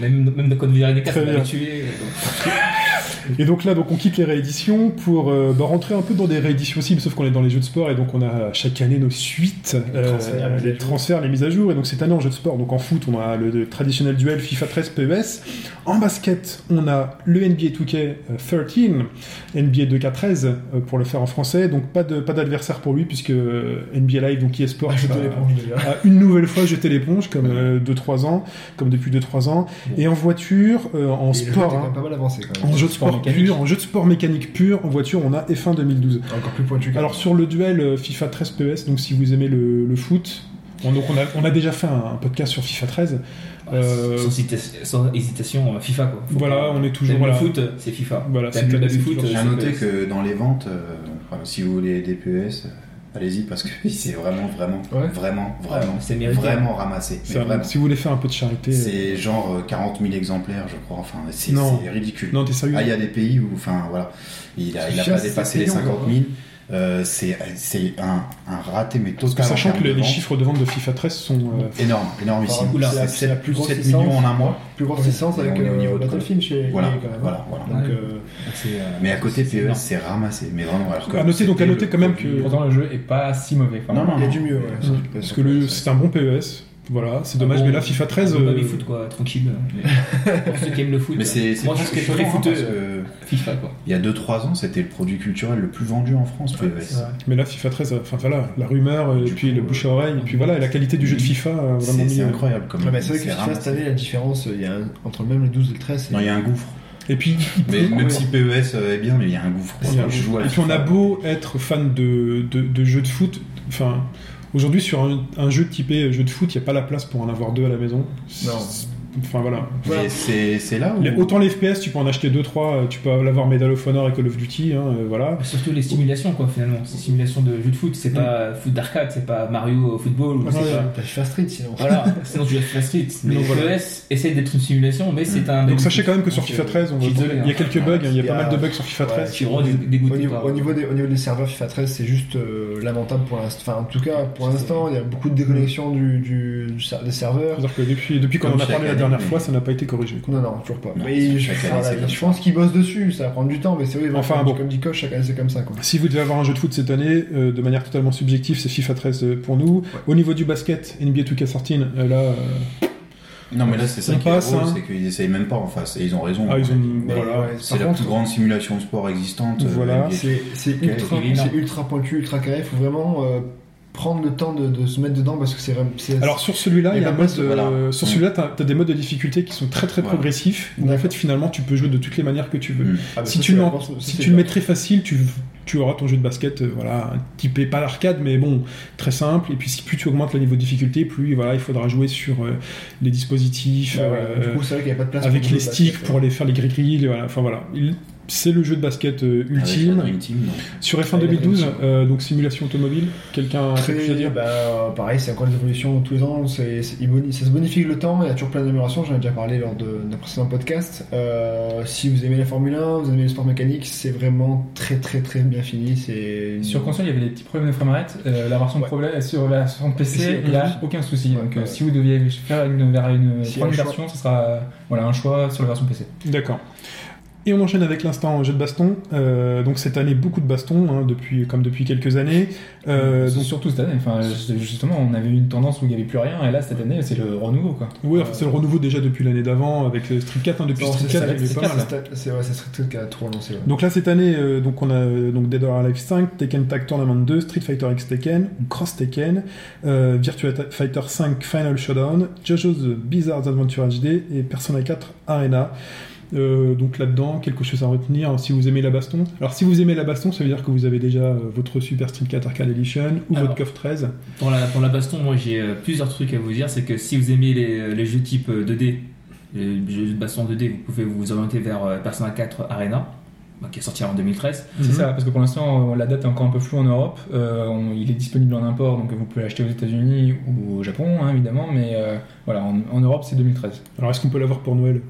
D: Même, même quand on verra des cartes,
C: Très
D: on
C: bien.
D: va tuer.
C: [laughs] Et donc là, donc on quitte les rééditions pour euh, bah, rentrer un peu dans des rééditions aussi, mais sauf qu'on est dans les jeux de sport et donc on a chaque année nos suites, euh,
H: transferts, les mises à
C: les
H: jour.
C: transferts, les mises à jour. Et donc cette année en jeu de sport, donc en foot, on a le, le traditionnel duel FIFA 13 PES. En basket, on a le NBA 2K euh, 13, NBA 2K13 euh, pour le faire en français. Donc pas de pas d'adversaire pour lui puisque euh, NBA Live, donc eSport,
F: Ah, je
C: ça-
F: te l'éponge déjà.
C: a une nouvelle fois jeté l'éponge comme 2-3 ans, comme depuis 2-3 ans. Et en voiture, euh,
F: Et
C: en
F: le jeu était
C: sport.
F: quand
C: hein,
F: même pas mal avancé quand même.
C: en jeu de sport,
G: Sport mécanique.
C: pur, en jeu de sport mécanique pur, en voiture, on a F1 2012.
F: Encore plus pointu. que-
C: Alors sur le duel euh, FIFA 13 PES, donc si vous aimez le, le foot, on, donc on, a, on a déjà fait un, un podcast sur FIFA 13.
D: Ah,
C: Euh,
D: Sans, hésita- sans hésitation, euh, FIFA quoi. Faut
C: voilà,
D: pas-
C: on est toujours
D: T'aimes
C: voilà.
D: le foot, c'est FIFA.
C: Voilà,
D: T'aimes
C: c'est-
D: le
C: c'est
D: baby-foot,
C: toujours-
D: c'est
H: J'ai noté
D: PES.
H: que dans les ventes, euh, enfin, si vous voulez des PES, euh, allez-y parce que [laughs] c'est vraiment, vraiment,
F: Ouais.
H: vraiment, vraiment,
D: c'est mérité.
H: vraiment ramassé. Mais
C: c'est un-
H: vraiment.
C: si vous voulez faire un peu de charité, euh,
H: C'est genre euh, 40 000 exemplaires, je crois. Enfin, c'est
C: Non.
H: c'est ridicule.
C: non t'es sérieux
H: Ah, il y a des pays où, enfin, voilà, il a, il a
F: Chiant,
H: pas
F: c'est
H: dépassé les
F: payant,
H: 50
F: quoi.
H: 000. Euh, c'est c'est un, un raté, mais
C: Parce que
H: total en
C: sachant que
H: termes de
C: les, les
H: ventes.
C: chiffres de vente de FIFA 13 sont euh,
H: énorme, énorme ici.
F: Enfin, oula,
H: c'est
F: c'est la plus grosse
H: 7
F: licence.
H: millions en un mois.
F: plus grosse licence
H: Et
F: avec
H: on est au
F: euh,
H: niveau de-
F: Battlefield chez
H: Voilà,
F: EA, quand même.
H: voilà, voilà.
F: Donc, euh,
D: C'est, euh,
H: Mais à côté
D: c'est
H: PES,
D: énorme.
H: c'est ramassé, mais vraiment. Alors que E,
C: À noter, donc, à noter quand même que-
G: Pourtant, le jeu est pas si mauvais. Enfin,
H: Non, non,
F: il y a du mieux. Ouais,
C: Mm. parce que le- c'est un bon PES. Voilà, c'est dommage,
D: Ah bon,
C: mais là FIFA 13,
D: Le
C: euh,
D: baby-foot quoi, tranquille. Pour ceux qui aiment le foot.
H: Mais c'est c'est
D: Moi, je
H: presque
D: suis très
H: choquant, hein, parce
D: footeux.
H: que
D: FIFA quoi.
H: Il y a 2-3 ans, c'était le produit culturel le plus vendu en France, E PES.
C: mais là FIFA 13, euh, enfin voilà, la rumeur, euh, et
H: Du
C: puis
H: coup,
C: le bouche à oreille, et puis voilà, et la qualité du jeu de FIFA, euh,
H: C'est-
C: vraiment
H: C'est
C: mieux.
H: incroyable comme
F: Ouais, mais c'est vrai que FIFA
H: ramassé.
F: cette année, la différence, il y a un- entre même le 12 et le 13.
H: Non, il y a un gouffre.
C: Et puis,
H: Mais
C: [laughs] il-
H: même si PES euh, est bien, mais il y a un gouffre.
C: Il y a un
H: Je joue à
C: Et puis on a
H: FIFA.
C: beau être fan de, de, de jeux de foot, enfin aujourd'hui sur un, un jeu typé jeu de foot, il n'y a pas la place pour en avoir deux à la maison.
F: Non.
C: Enfin voilà.
H: Mais c'est c'est là où.
C: Les- autant les FPS, tu peux en acheter deux trois, euh, tu peux l'avoir Medal of Honor et Call of Duty, hein, euh, voilà.
D: Surtout les simulations quoi finalement. C'est simulation de jeu de foot,
C: Mm.
D: c'est pas foot d'arcade, c'est pas Mario au football ou
C: Ouais,
D: c'est
C: ouais.
D: pas.
F: T'as FIFA Street sinon.
D: Voilà, sinon tu restes la street. Mais
C: Donc, voilà.
D: PES essaie d'être une simulation, mais c'est un.
C: Donc sachez quand même que sur
F: Donc,
C: FIFA
F: euh,
C: 13, on va-
D: je suis désolé,
C: il y a
D: hein. Bah,
C: quelques bugs, hein, il y a
F: Il y
C: pas
F: a-
C: mal de bugs sur FIFA 13.
D: Tu rends dégoûté
F: Au niveau,
D: par-
F: au, niveau des, au niveau des serveurs FIFA 13, c'est juste euh, lamentable pour l'instant. Enfin, en tout cas, pour l'instant, il y a beaucoup de déconnexion du, du, du ser- des serveurs.
C: C'est-à-dire que depuis, depuis qu'on en
H: Comme
C: a
H: chaque
C: parlé la
H: année,
C: dernière
H: mais-
C: fois, ça n'a pas été corrigé. quoi.
F: Non, non, toujours pas.
H: Non,
F: mais je,
H: chaque année,
F: voilà,
H: c'est comme
F: je
H: ça.
F: pense qu'ils bossent dessus, ça va prendre du temps, mais c'est vrai,
C: Enfin,
F: comme,
C: bon.
F: comme dit Koch, chaque année c'est comme ça. Quoi.
C: Si vous devez avoir un jeu de foot cette année, euh, de manière totalement subjective, c'est FIFA 13 euh, pour nous. Au niveau du basket, NBA 2K13, euh, là, euh,
H: Non, mais là, c'est ça
C: On
H: qui est
C: passe,
H: drôle,
C: hein.
H: c'est qu'ils essayent même pas en face. Et ils ont raison.
C: ah, ils ont,
F: Mais
C: voilà.
F: ouais,
H: C'est
F: par
H: la
F: contre,
H: plus grande simulation de sport existante. euh,
C: Voilà.
H: NBA.
F: C'est c'est
H: Quel
F: ultra,
D: énorme.
F: c'est ultra pointu, ultra carré. Il faut vraiment euh, prendre le temps de, de se mettre dedans parce que c'est vraiment. c'est-
C: Alors sur celui-là,
F: Et
C: il y a un
F: comme
C: mode,
F: ça,
C: euh,
H: voilà.
C: sur
H: Mm.
C: celui-là, t'as as des modes de difficulté qui sont très très
H: Voilà.
C: progressifs. Où en
F: D'accord.
C: fait, finalement, tu peux jouer de toutes les manières que tu veux.
H: Mm.
F: Ah, bah,
C: si
F: ça,
C: tu
F: c'est
C: le
F: la
C: mets-
F: force- ça,
C: Si
F: c'est la-
C: tu le mets très facile, tu tu auras ton jeu de basket, euh, voilà, typé pas l'arcade, mais bon, très simple. Et puis, si plus tu augmentes le niveau de difficulté, plus voilà, il faudra jouer sur euh, les dispositifs,
F: Bah, ouais,
C: euh,
F: du coup, c'est vrai qu'il n'y a pas de place
C: avec
F: pour euh,
C: les
F: jouer au
C: sticks
F: basket,
C: pour
F: ouais.
C: aller faire les grilles. Voilà. Enfin voilà, Il- c'est le jeu de basket euh,
H: Avec la
C: ultime.
H: Dream Team, donc.
C: Sur F1
F: Avec la Dream
C: 2012,
F: Team.
C: euh, donc simulation automobile, quelqu'un a quelque chose à
F: Très,
C: dire
F: bah, euh, pareil, c'est encore des évolutions tous les ans, c'est, c'est- il boni- ça se bonifie avec le temps, il y a toujours plein d'améliorations, j'en ai déjà parlé lors de- d'un précédent podcast. Euh, si vous aimez la Formule 1, vous aimez les sports mécaniques, c'est vraiment très très très bien fini. C'est une-
G: Sur console, il y avait des petits problèmes de framerate. Euh, la version
F: Ouais.
G: problème sur la version PC,
F: PC,
G: il n'y a
F: oui.
G: aucun souci.
F: Ouais,
G: Donc, euh,
F: ouais.
G: si vous deviez faire une, vers une
F: S'il y a
G: première
F: le choix.
G: version, ce sera euh, voilà un choix sur la version PC.
C: D'accord. Et on enchaîne avec l'instant jeu de baston. Euh, donc cette année, beaucoup de bastons, hein, depuis, comme depuis quelques années. Euh,
G: C'est
C: donc,
G: surtout cette année. Enfin, c'est- justement, on avait eu une tendance où il n'y avait plus rien, et là cette année, c'est le renouveau quoi.
C: oui, enfin, c'est le renouveau déjà depuis l'année d'avant, avec le Street 4. hein, depuis
F: Non,
C: Street
F: c'est
C: 4,
F: ça,
C: il y
F: c'est
C: avait pas
F: ça,
C: mal.
F: c'est- c'est- ouais, ça serait tout qui a trop lancé. ouais.
C: Donc là, cette année, euh, donc on a euh, donc Dead or Alive 5, Tekken Tag Tournament 2, Street Fighter X Tekken, Cross Tekken, euh, Virtua Ta- Fighter 5 Final Showdown, JoJo's Bizarre Adventure HD et Persona 4 Arena. Euh, donc là-dedans, quelque chose à retenir hein, si vous aimez la baston. Alors si vous aimez la baston, ça veut dire que vous avez déjà euh, votre Super Street 4 Arcade Edition ou
D: Alors. Mhm.
C: votre KOF 13.
D: Pour la, pour la baston, moi j'ai euh, plusieurs trucs à vous dire. C'est que si vous aimez les, les jeux type euh, 2D, les jeux de baston 2D, vous pouvez vous orienter vers euh, Persona 4 Arena, bah, qui est sorti en 2013.
G: C'est ça, parce que pour l'instant, euh, la date est encore un peu floue en Europe. Euh, on- il est disponible en import, donc vous pouvez l'acheter aux États-Unis ou au Japon, hein, évidemment. Mais euh, voilà, en, en Europe, c'est 2013.
C: Alors est-ce qu'on peut l'avoir pour Noël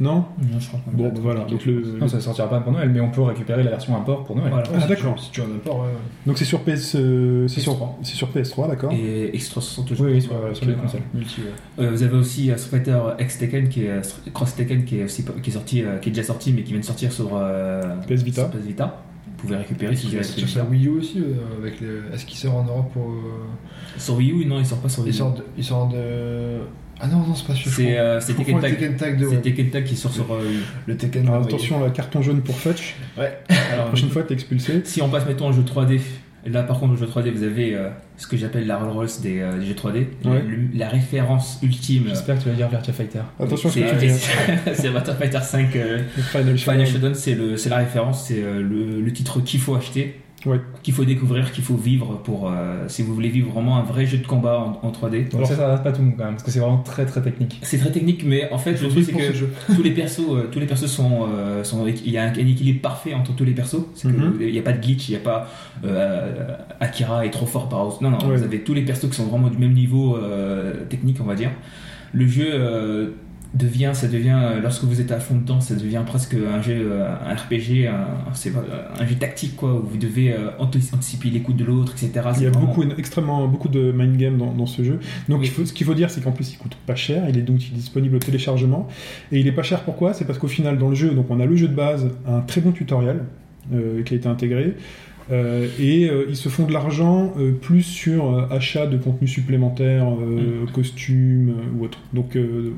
C: Non
D: Non, je crois qu'on
C: Bon,
D: l'a.
C: bah, voilà. Donc, le,
G: Non, ça sortira pas pour Noël, mais on peut récupérer la version import pour Noël.
D: Voilà.
C: Ah, d'accord.
F: Si tu en as pas, ouais.
C: Donc, c'est sur, PS, euh, c'est sur,
D: PS3.
C: c'est sur PS3, d'accord
D: Et X360
G: Oui, oui, sur, sur les consoles.
D: Euh, vous avez aussi euh, Street Fighter X Tekken qui est euh, Str- Cross Tekken qui est aussi qui est sorti euh, qui est déjà sorti mais qui vient de sortir sur euh,
C: PS Vita.
D: sur PS Vita. Vous pouvez récupérer si vous
F: Il
D: avez
F: est sur la Wii U aussi, euh, avec les... est-ce qu'il sort en Europe pour. euh,
D: Sur Wii U non il sort pas sur Wii
F: Il
D: U.
F: sort de. Il sort de... Ah non, non, c'est pas sûr. je
D: C'est
F: confonds.
D: euh,
F: Je
D: c'est
F: confonds
D: Tekken Tag
F: le Tekken Tag de.
D: c'est Tekken Tag qui sort sur euh, Wii U.
F: Le Tekken
C: Alors,
F: ouais.
C: attention, là, carton jaune pour Fetch.
F: Ouais.
C: La
D: Alors,
C: prochaine fois, t'es expulsé.
D: Si on passe mettons au jeu 3D, là par contre au jeu 3D vous avez euh, ce que j'appelle la Rolls Royce des, euh, des jeux 3D,
C: Ouais.
D: Le- la référence ultime. euh,
G: J'espère que tu vas dire Virtua Fighter.
C: Attention à ce
D: c'est
C: que tu dis. hein.
D: [laughs] c'est Virtua Fighter 5 euh,
C: Le Final
D: Final
C: Showdown.
D: Showdown, c'est le- c'est la référence, c'est euh, le, le titre qu'il faut acheter,
C: Ouais.
D: qu'il faut découvrir, qu'il faut vivre pour euh, si vous voulez vivre vraiment un vrai jeu de combat en, en 3D.
G: Alors ça, ça reste pas tout le monde quand même, parce que c'est vraiment très très technique.
D: C'est très technique, mais en fait le truc c'est que [laughs] tous les persos, euh, tous les persos sont, euh, sont- il y a un, un équilibre parfait entre tous les persos. C'est que
C: Mhm.
D: Il n'y a pas de glitch, il n'y a pas euh, Akira est trop fort par non non,
C: Ouais.
D: vous avez tous les persos qui sont vraiment du même niveau euh, technique on va dire. Le jeu euh, devient, ça devient euh, lorsque vous êtes à fond dedans, ça devient presque un jeu, euh, un RPG, un, c'est pas- un jeu tactique quoi. Où vous devez euh, anti- anticiper les coups de l'autre, etc.
C: Il y
D: C'est
C: a
D: vraiment-
C: beaucoup, extrêmement beaucoup de mind game dans, dans ce jeu. Donc
D: Oui.
C: il faut- ce qu'il faut dire, c'est qu'en plus il coûte pas cher. Il est donc disponible au téléchargement. Et il est pas cher pourquoi C'est parce qu'au final, dans le jeu, donc on a le jeu de base, un très bon tutoriel euh, qui a été intégré. Euh, et euh, ils se font de l'argent euh, plus sur euh, achat de contenu supplémentaire, euh,
D: Mm.
C: costumes euh, ou autre. Donc, euh,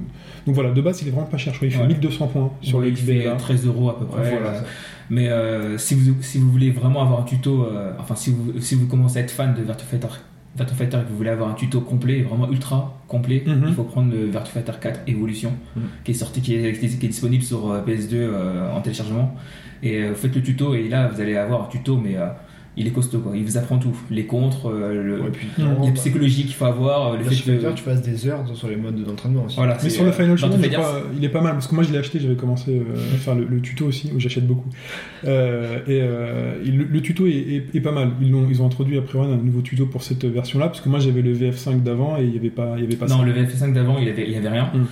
C: donc voilà, de base il est vraiment pas cher. Je crois qu'il fait
D: Ouais.
C: 1200 points sur
D: Ouais,
C: le
D: il fait
C: XBLA.
D: 13 euros à peu près.
G: Ouais,
D: voilà.
G: ouais.
D: Mais euh, si, vous, si vous voulez vraiment avoir un tuto, euh, enfin si vous, si vous commencez à être fan de Virtua Fighter, Virtua Fighter et que vous voulez avoir un tuto complet, vraiment ultra complet,
C: Mhm.
D: il faut prendre le Virtua Fighter 4 Evolution qui est sorti, qui est, qui est- qui est disponible sur euh, PS2 euh, en téléchargement. Et euh, vous faites le tuto et là vous allez avoir un tuto, mais euh, il est costaud quoi. Il vous apprend tout, les contres, euh, le,
F: Ouais, puis,
C: Non,
D: la
F: clairement,
D: psychologie qu'il faut avoir, euh, le
F: bah,
D: fait que-
F: Fighter, tu passes des heures sur les modes d'entraînement aussi.
D: Voilà,
C: Mais
D: c'est,
C: sur le
D: euh,
C: Final
D: Virtua
C: Showdown, je
D: Fighter,
C: crois, il est pas mal parce que moi je l'ai acheté, j'avais commencé euh,
D: Mm.
C: à faire le, le tuto aussi, où j'achète beaucoup. Euh, et euh, il- le, le tuto est, est- est pas mal. Ils ont, ils ont introduit après un nouveau tuto pour cette version-là parce que moi j'avais le VF5 d'avant et il y avait pas, il y avait pas
D: Non,
C: ça.
D: le VF5 d'avant, il n'y avait, il y avait rien.
C: Mm.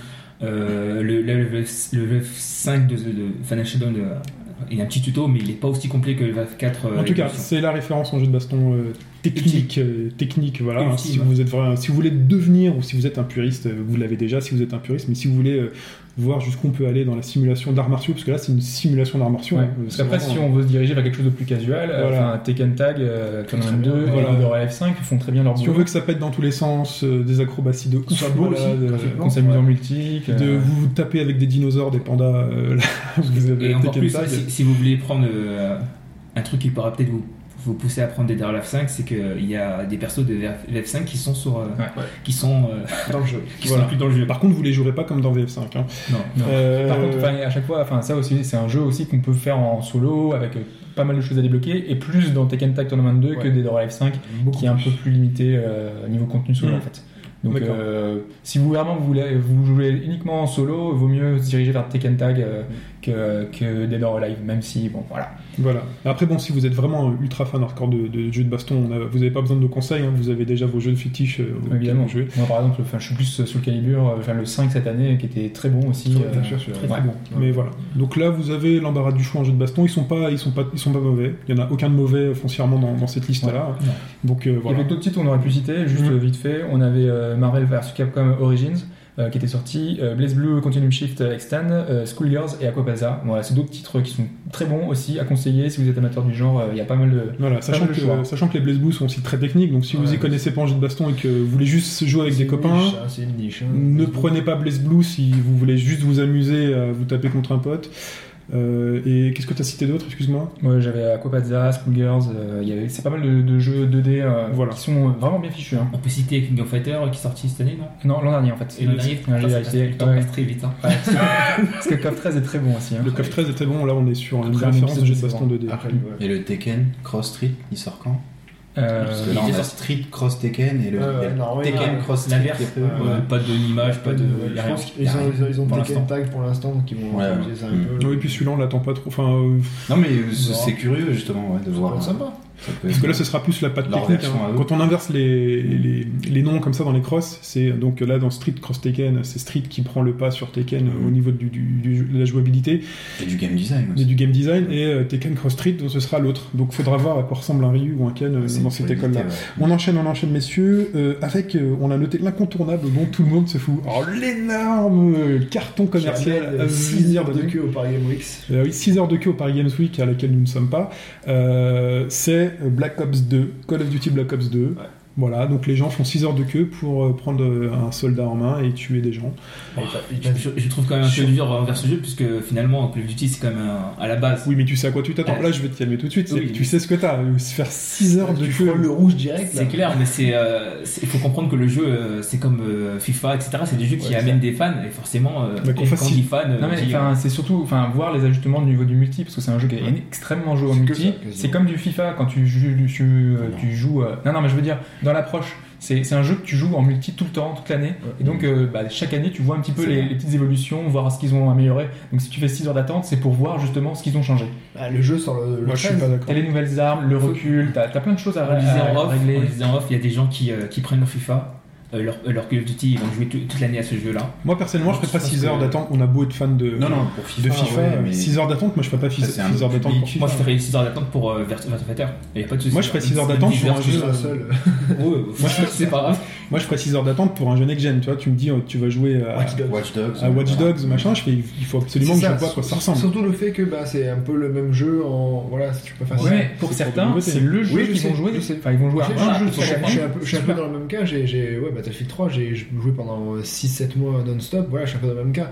D: Euh, le, là, le, VF, 5 de, de, de Final Showdown, euh, il y a un petit tuto, mais il n'est pas aussi complet que le VF4. euh,
C: En tout cas,
D: Evolution.
C: c'est la référence en jeu de baston euh, technique, euh, technique. Voilà. hein,
D: Ultime.
C: si vous êtes vraiment- si vous voulez devenir ou si vous êtes un puriste, euh, vous l'avez déjà. Si vous êtes un puriste, mais si vous voulez euh, voir jusqu'où on peut aller dans la simulation d'arts martiaux, parce que là c'est une simulation d'arts martiaux.
G: Ouais.
C: hein,
G: Parce
C: c'est
G: qu'après,
C: vraiment-
G: si on veut se diriger vers quelque chose de plus casual, euh,
C: Voilà.
G: enfin, Tekken Tag, euh, Conan
F: Très bien.
G: 2,
C: Voilà.
G: Order F5 font très bien leur
C: Si on
G: boulot.
C: veut que ça pète dans tous les sens, euh, des acrobaties de
F: Soit beau aussi,
C: malade, euh,
F: graphiquement.
G: Qu'on s'amuse en multi. que-
C: de vous vous tapez avec des dinosaures, des pandas, euh, [laughs] là, vous avez
D: Et encore
C: Tekken
D: plus,
C: Tag.
D: si, si vous voulez prendre euh, un truc qui pourra peut-être vous, vous pousser à prendre des Daryl F5, c'est qu'il y a des persos de VF- VF5 qui sont sur. euh,
G: Ouais.
D: qui sont, euh,
F: Dans le jeu.
D: qui
C: Voilà.
D: sont plus dans le jeu.
C: Par contre, vous les jouerez pas comme dans VF5. hein.
D: Non, non.
C: Euh,
G: Par contre, enfin, à chaque fois, enfin, ça aussi, c'est un jeu aussi qu'on peut faire en solo avec euh, pas mal de choses à débloquer et plus dans Tekken Tag Tournament 2 que
F: Ouais.
G: des Dora F5 qui est un peu plus limité euh, niveau contenu solo
C: Mhm.
G: en fait. Donc,
C: D'accord.
G: euh, si vous vraiment vous voulez vous jouez uniquement en solo, vaut mieux se diriger vers Tekken Tag euh, que, que Dead or Alive, même si bon voilà.
C: voilà. Après, bon, si vous êtes vraiment euh, ultra fan hardcore de, de jeux de baston, on a- vous n'avez pas besoin de nos conseils. hein, vous avez déjà vos jeux de fétiche euh, auxquels
G: Évidemment.
C: vous jouez.
G: Moi par exemple, enfin, je suis plus sur le calibre, euh, enfin, le 5 cette année qui était très bon aussi.
F: Très
G: euh,
F: bien sûr, celui-là.
G: très, très bon.
C: Mais voilà. Donc là, vous avez l'embarras du choix en jeu de baston. Ils sont pas, ils sont pas, ils sont pas mauvais. Il y en a aucun de mauvais euh, foncièrement dans, dans cette liste-là. hein.
G: non.
C: Donc euh,
G: Il y
C: voilà.
G: avait d'autres titres qu'on aurait pu citer, juste
C: Mhm.
D: Mm.
G: euh, vite fait. On avait euh, Marvel vs Capcom Origins euh, qui était sorti, euh, Blaze Blue Continuum Shift euh, Extend, euh, Schoolgirls et Aquapaza. Voilà, c'est d'autres titres qui sont très bons aussi à conseiller si vous êtes amateur du genre. euh, Il y a pas mal de.
C: Voilà, sachant
G: mal de
C: que,
G: choix.
C: sachant que les Blaze Blue sont aussi très techniques, donc si vous
F: Ouais.
C: y connaissez pas en jeu de baston et que vous voulez juste jouer avec
F: C'est
C: des
F: une
C: copains,
F: niche, hein, C'est une niche. hein.
C: ne prenez pas Blaze Blue si vous voulez juste vous amuser à vous taper contre un pote. Euh, et qu'est-ce que t'as cité d'autre, excuse-moi
G: Ouais, j'avais Aquapaza, Schoolgirls. euh, il y avait... C'est pas mal de, de jeux 2D euh,
C: Voilà.
G: qui sont vraiment bien fichus. hein.
D: On peut citer King of Fighter qui est sorti cette année, non
G: Non, l'an dernier en fait.
D: Et le dernier,
G: Ouais, j'ai
D: putain, ça passe-
G: essayé.
D: le temps
G: Ouais.
D: passe très vite. hein.
G: Parce que CoF 13 est très bon aussi. hein.
C: Le CoF 13 était bon, là on est sur une
G: Après,
C: référence
G: on
C: de jeu de
G: est
C: baston 2D.
F: Après, ouais.
H: Et le Tekken Cross Street, il sort quand Parce
G: Euh,
H: que là,
D: il est
H: on a
D: sorti-
H: Street Cross Tekken et le
F: Ouais, ouais,
H: il y a
F: non, ouais,
H: Tekken
F: ouais.
H: Cross Street.
D: L'inverse,
H: qui est prévu.
D: euh,
F: Ouais.
D: pas de l'image, pas de. y a
F: Je
D: rien.
F: pense qu'ils ont, ils ont- ils ont
D: Pour
F: Tekken
D: l'instant. Mm.
F: Tag pour l'instant, donc ils vont
H: Ouais,
F: utiliser ça un
H: ouais.
F: peu.
C: Oui, puis celui-là on l'attend pas trop. Enfin, euh,
H: Non, mais c'est
F: Non.
H: c'est curieux justement ouais, de
F: Ça
H: voir.
F: peut être
H: euh,
F: sympa.
H: Ça peut
C: Parce
H: être-
C: que là, ce sera plus la patte
H: Leur
C: technique.
H: version
C: hein.
H: à eux.
C: Quand on inverse les, les, les noms comme ça dans les crosses, c'est donc là dans Street Cross Tekken, c'est Street qui prend le pas sur Tekken euh, au niveau du- du- du- de la jouabilité.
H: Et du game design
C: Mais
H: aussi.
C: du game design et euh, Tekken Cross Street, donc ce sera l'autre. Donc faudra voir à quoi ressemble un Ryu ou un Ken euh,
H: C'est
C: dans
H: une
C: cette
H: solidité,
C: école-là.
H: ouais.
C: On enchaîne, on enchaîne, messieurs, euh, avec, euh, on a noté l'incontournable dont tout le monde se fout. Oh, l'énorme euh, carton commercial à
F: 6
C: venir
F: heures de
C: de
F: queue au Paris Game Weeks.
C: euh, oui, 6 heures de queue au Paris Games Week à laquelle nous ne sommes pas. Euh, c'est Black Ops 2, Call of Duty Black Ops 2. Voilà, donc les gens font 6 heures de queue pour euh, prendre euh, un soldat en main et tuer des gens.
D: Je, Bah, je- je trouve quand même un peu dur vers ce jeu, puisque finalement, Call of Duty, c'est quand même un- à la base.
C: Oui, mais tu sais à quoi tu t'attends.
D: Ouais.
C: Là, je vais te calmer tout de suite. c'est-
D: Oui.
C: Tu sais ce que t'as. euh, se Faire 6 heures de
F: Tu
C: queue.
F: prends le rouge direct. là.
D: C'est clair, mais c'est, euh, c'est- il faut comprendre que le jeu, euh, c'est comme euh, FIFA, etc. C'est des jeux qui
F: Ouais,
D: amènent des fans, et forcément, euh,
C: Mais qu'on
D: et
C: fasse
D: quand
C: si-
D: dit fan, euh,
G: Non mais
D: dit, euh,
G: enfin, c'est surtout enfin voir les ajustements du niveau du multi parce que c'est un jeu qui est extrêmement joué au
F: C'est que
G: multi.
F: ça, quasiment.
G: C'est comme du FIFA quand tu joues tu, euh,
H: Non.
G: tu joues euh, Non non mais je veux dire dans l'approche c'est c'est un jeu que tu joues en multi tout le temps, toute l'année. Et donc, euh, bah, chaque année, tu vois un petit peu
H: C'est
G: les,
H: vrai.
G: les petites évolutions, voir ce qu'ils ont amélioré. Donc, si tu fais 6 heures d'attente, c'est pour voir justement ce qu'ils ont changé.
F: Ah, le jeu sur le. le
C: Moi, je suis
F: 13.
C: pas
G: T'as
C: d'accord.
G: les nouvelles armes, le recul, t'as t'as plein de choses à,
D: On le disait
G: à-
D: en
G: à
D: off,
G: euh, régler.
D: on le disait en off, il y a des gens qui, euh, qui prennent leur FIFA, euh, leur, euh, leur Call of Duty, ils vont jouer tout- toute l'année à ce jeu-là.
C: Moi, personnellement, je ferais pas
H: Je pense
C: 6 heures
H: que-
C: d'attente. On a beau être fan de,
H: Non, non, pour
C: de
H: FIFA.
C: FIFA.
H: ouais, mais
C: 6 heures d'attente, moi, je ferais pas 6
H: Ça, c'est un autre
C: heures d'attente pour
H: public.
C: FIFA.
D: Moi, je ferais 6 heures d'attente pour euh, Vers- Vers- Fighter. Il y a pas de souci.
C: Moi, je ferais six heures
D: Même
C: d'attente
D: Vers-
C: pour un
F: Je
C: jeu.
F: suis la seule.
D: Ouais, moi, je- c'est pas grave.
C: Moi, je ferais 6 heures d'attente pour un jeu next-gen. Tu vois, tu me dis, euh, tu vas jouer à
F: Watch Dogs.
H: Watch Dogs.
C: à Ah, Watch
H: voilà.
C: Dogs, machin. Je fais, il faut absolument que
F: C'est
C: je
F: ça,
C: vois à quoi ça
F: sur-
C: ressemble.
F: Surtout le fait que bah, c'est un peu le même jeu en. Voilà, si tu peux faire
G: Ouais,
F: ça.
G: mais pour
C: c'est pour
G: certains,
C: développer.
G: c'est le jeu
F: Oui, je
G: qu'ils
F: sais,
G: vont jouer.
F: je sais.
G: Enfin, ils vont jouer à
F: J'ai-
G: un
F: j'ai-
G: jeu.
F: j'ai-
G: pour
F: j'ai-
G: chacun.
F: je suis un peu- je suis un peu dans le même cas. J'ai, j'ai- ouais, Battlefield 3, j'ai j'ai joué pendant 6-7 mois non-stop. Voilà, je suis un peu dans le même cas.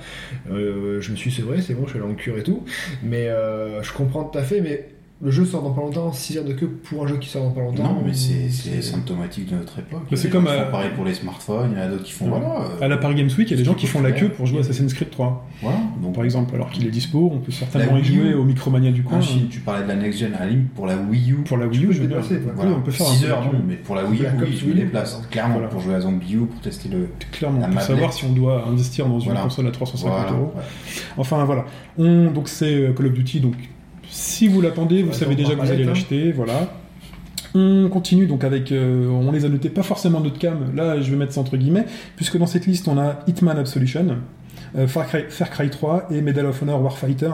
F: Euh, je me suis sevré, c'est bon, je suis allé en cure et tout. Mais euh, je comprends tout à fait. Mais le jeu sort dans pas longtemps. 6 heures de queue pour un jeu qui sort dans pas longtemps.
H: Non, mais c'est c'est symptomatique de notre époque.
C: Mais c'est
H: Il y a
C: comme,
H: des gens qui
C: euh,
H: font pareil pour les smartphones, il y en a d'autres qui font
C: Ouais.
H: voilà. euh,
C: À la Paris Games Week, il y a des gens qui font la queue pour jouer à
H: Ouais.
C: Assassin's Creed 3,
H: Voilà. Donc,
C: par exemple, alors qu'il est dispo. On peut certainement
H: La
C: y
H: Wii U.
C: jouer au Micromania du coin.
H: quand Chine, tu parlais de la next gen à la limite pour la Wii U.
C: Pour la Wii U, je veux dire.
F: déplacer, quoi.
C: Oui,
H: Voilà,
C: on peut faire
H: 6
C: un
H: heures,
C: peu-
H: non, mais pour la Wii U,
F: Black
H: oui,
F: Ops
H: je me
F: Wii U.
H: déplace, clairement,
C: Voilà.
H: pour jouer à Zombie U, pour tester le.
C: Clairement,
H: La
C: pour
H: Madeleine.
C: savoir si on doit investir dans une
H: Voilà.
C: console à 350
H: Voilà,
C: euros.
H: ouais.
C: Enfin voilà, on, donc c'est euh, Call of Duty, donc si vous l'attendez, vous
F: Ouais,
C: savez
F: on
C: déjà
F: va
C: que vous
F: parler,
C: allez
F: hein.
C: l'acheter, voilà. On continue donc avec, euh, on les a notés pas forcément notre cam, là je vais mettre ça entre guillemets, puisque dans cette liste on a Hitman Absolution, euh, Far, Cry, Far Cry 3 et Medal of Honor Warfighter.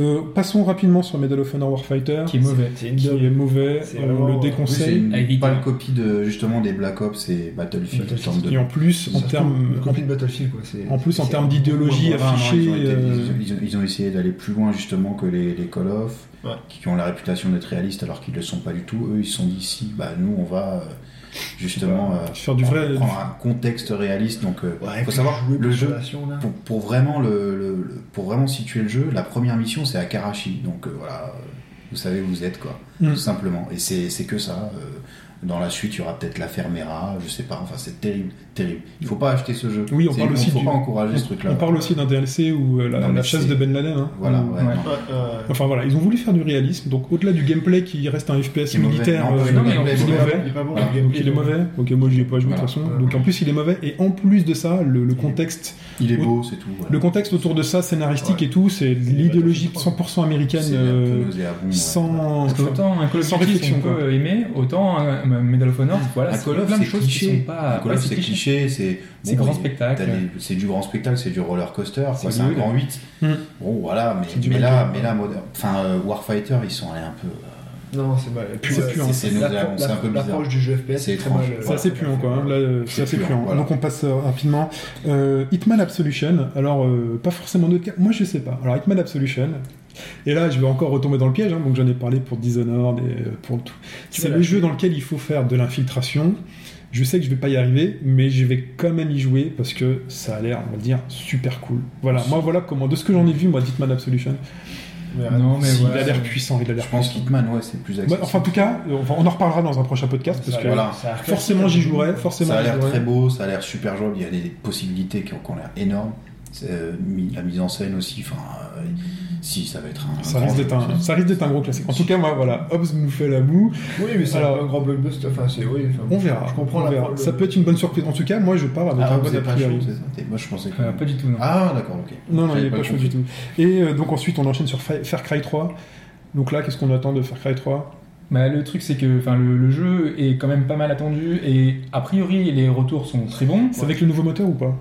C: Euh, passons rapidement sur Medal of Honor Warfighter,
G: Qui est mauvais.
F: C'est une
C: qui
F: daube.
C: est mauvais,
F: C'est
C: on
F: vraiment,
C: le
F: euh,
H: Oui, c'est
C: déconseille.
H: une
D: À éviter.
H: pâle copie de justement des Black Ops et Battlefield.
F: Battlefield.
H: en termes de-
C: Et en plus, en
F: Surtout
C: termes,
F: le copie de Battlefield, quoi. c'est-
C: en plus en
F: c'est-
C: termes d'idéologie
H: Voilà, non,
C: affichée,
H: ils, ont été-
C: euh,
H: ils ont- ils ont- ils ont essayé d'aller plus loin justement que les, les Call of,
F: Ouais.
H: qui, qui ont la réputation d'être réalistes alors qu'ils ne le sont pas du tout. Eux, ils se sont dit si, bah, nous, on va euh, justement euh,
C: faire du vrai,
H: prendre, prendre un contexte réaliste. Donc, euh,
F: Ouais,
H: faut savoir
F: jouer
H: le
F: pour
H: jeu.
F: relation, là.
H: Pour, pour vraiment le, le- le- pour vraiment situer le jeu, la première mission c'est à Karachi, donc euh, voilà, euh, vous savez où vous êtes quoi,
C: Mm.
H: tout simplement. Et c'est c'est que ça. euh, dans la suite, il y aura peut-être la Fermera, je sais pas. Enfin, c'est terrible, terrible. Il faut pas acheter ce jeu.
C: Oui, on
H: C'est-
C: parle aussi
H: faut
C: du-
H: pas encourager ce truc-là.
C: On parle aussi d'un DLC où euh, la,
H: Non, mais
C: la chasse
H: c'est-
C: de Ben Laden. hein.
H: Voilà,
C: Où-
H: ouais,
G: Ouais.
H: non.
F: Ouais, euh,
C: Enfin voilà, ils ont voulu faire du réalisme, donc au-delà du gameplay qui reste un FPS
H: C'est mauvais.
C: militaire,
H: Non,
C: euh,
G: non, mais
C: donc
G: on-
C: il est
G: c'est
F: il est pas
C: mauvais.
F: bon, il est pas bon,
H: Voilà.
F: Ah, le gameplay.
C: Donc il est mauvais, ok moi j'y ai pas joué de
H: Voilà.
C: toute façon, donc en plus il est mauvais, et en plus de ça, le, le contexte
H: Il est beau, c'est tout. voilà.
C: le contexte autour de ça, scénaristique
F: Ouais.
C: et tout, c'est
F: C'est
C: l'idéologie
F: pas-
C: 100% américaine,
H: C'est un peu
C: euh,
H: nauséabond, ouais.
C: sans...
G: Parce que
C: enfin,
G: autant un Call of
C: sans
G: Duty,
C: réflexion,
G: on peut
C: quoi.
G: aimer, autant un Medal of Honor, voilà,
H: Un
G: c'est
H: Ah, Call of,
G: plein de
H: c'est
G: choses qui sont
H: cliché.
G: pas...
C: Ah,
H: Un Call
G: ouais,
H: of, c'est cliché, c'est
G: C'est grand
H: t'as
G: spectacle.
H: des- C'est du grand spectacle, c'est du roller coaster, quoi,
G: C'est
H: c'est un
G: nul.
H: grand 8.
C: Hmm.
H: Bon, voilà,
C: C'est
H: mais,
C: du
H: mais
C: mal
H: là,
C: dire.
H: mais là, moderne- enfin, euh, Warfighter, ils sont allés un peu. euh,
F: Non, c'est mal. Puis,
C: C'est
F: euh,
C: puant.
H: C'est nauséabond, c'est un peu bizarre.
F: L'approche du jeu FPS,
H: C'est
F: c'est très
H: étrange.
F: mal.
C: C'est assez puant quoi, hein. là euh, c'est
H: C'est
C: assez
H: puant,
C: puant.
H: voilà.
C: Donc on passe euh, rapidement. Euh, Hitman Absolution, alors euh, pas forcément d'autres cas, moi je sais pas. Alors Hitman Absolution, et là je vais encore retomber dans le piège, hein, donc j'en ai parlé pour Dishonored et euh, pour tout.
F: Tu
C: C'est
F: vas
C: le
F: lâcher.
C: jeu dans lequel il faut faire de l'infiltration. Je sais que je vais pas y arriver, mais je vais quand même y jouer parce que ça a l'air, on va dire, super cool. Voilà, moi voilà comment, de ce que j'en ai vu, moi d'Hitman Absolution,
G: Non, mais
H: Si,
G: voilà.
C: il a l'air puissant, il a l'air
H: Je pense qu'Hitman, ouais, c'est plus
C: Bah,
H: accessible.
C: enfin en tout cas, on va- on en reparlera dans un prochain podcast parce
F: Ça,
C: que
H: voilà.
C: [laughs] forcément j'y jouerai, forcément
H: ça a
C: j'y
H: l'air
C: jouerai.
H: très beau, ça a l'air super jouable, il y a des possibilités qui ont, qui ont l'air énormes. C'est, euh, mis- la mise en scène aussi, enfin, euh, si, ça va être un.
C: Ça
H: grand
C: risque
H: jeu.
C: d'être un, ça risque d'être un gros classique. En tout cas, moi, voilà, Hobbs nous fait la moue.
F: Oui, mais c'est
C: Alors-
F: un grand blockbuster. Enfin, c'est. Oui, enfin,
C: On verra.
F: Je comprends
C: on
F: la
C: verra.
F: pro-
C: Ça peut être une bonne surprise. En tout cas, moi, je parle avec
H: Ah,
C: un
H: vous
C: bon a
H: êtes pas chaud,
C: priori.
H: c'est ça T'es- Moi, je pensais que.
G: Euh, Pas du tout, non.
H: Ah, d'accord, ok.
C: Non, non, il
H: J'avais
C: n'est pas chaud
H: compris.
C: du tout. Et euh, donc ensuite, on enchaîne sur Fa- Far Cry 3. Donc là, qu'est-ce qu'on attend de Far Cry 3
G: Bah, le truc, c'est que enfin, le, le jeu est quand même pas mal attendu et a priori, les retours sont très bons.
C: C'est avec le nouveau moteur ou pas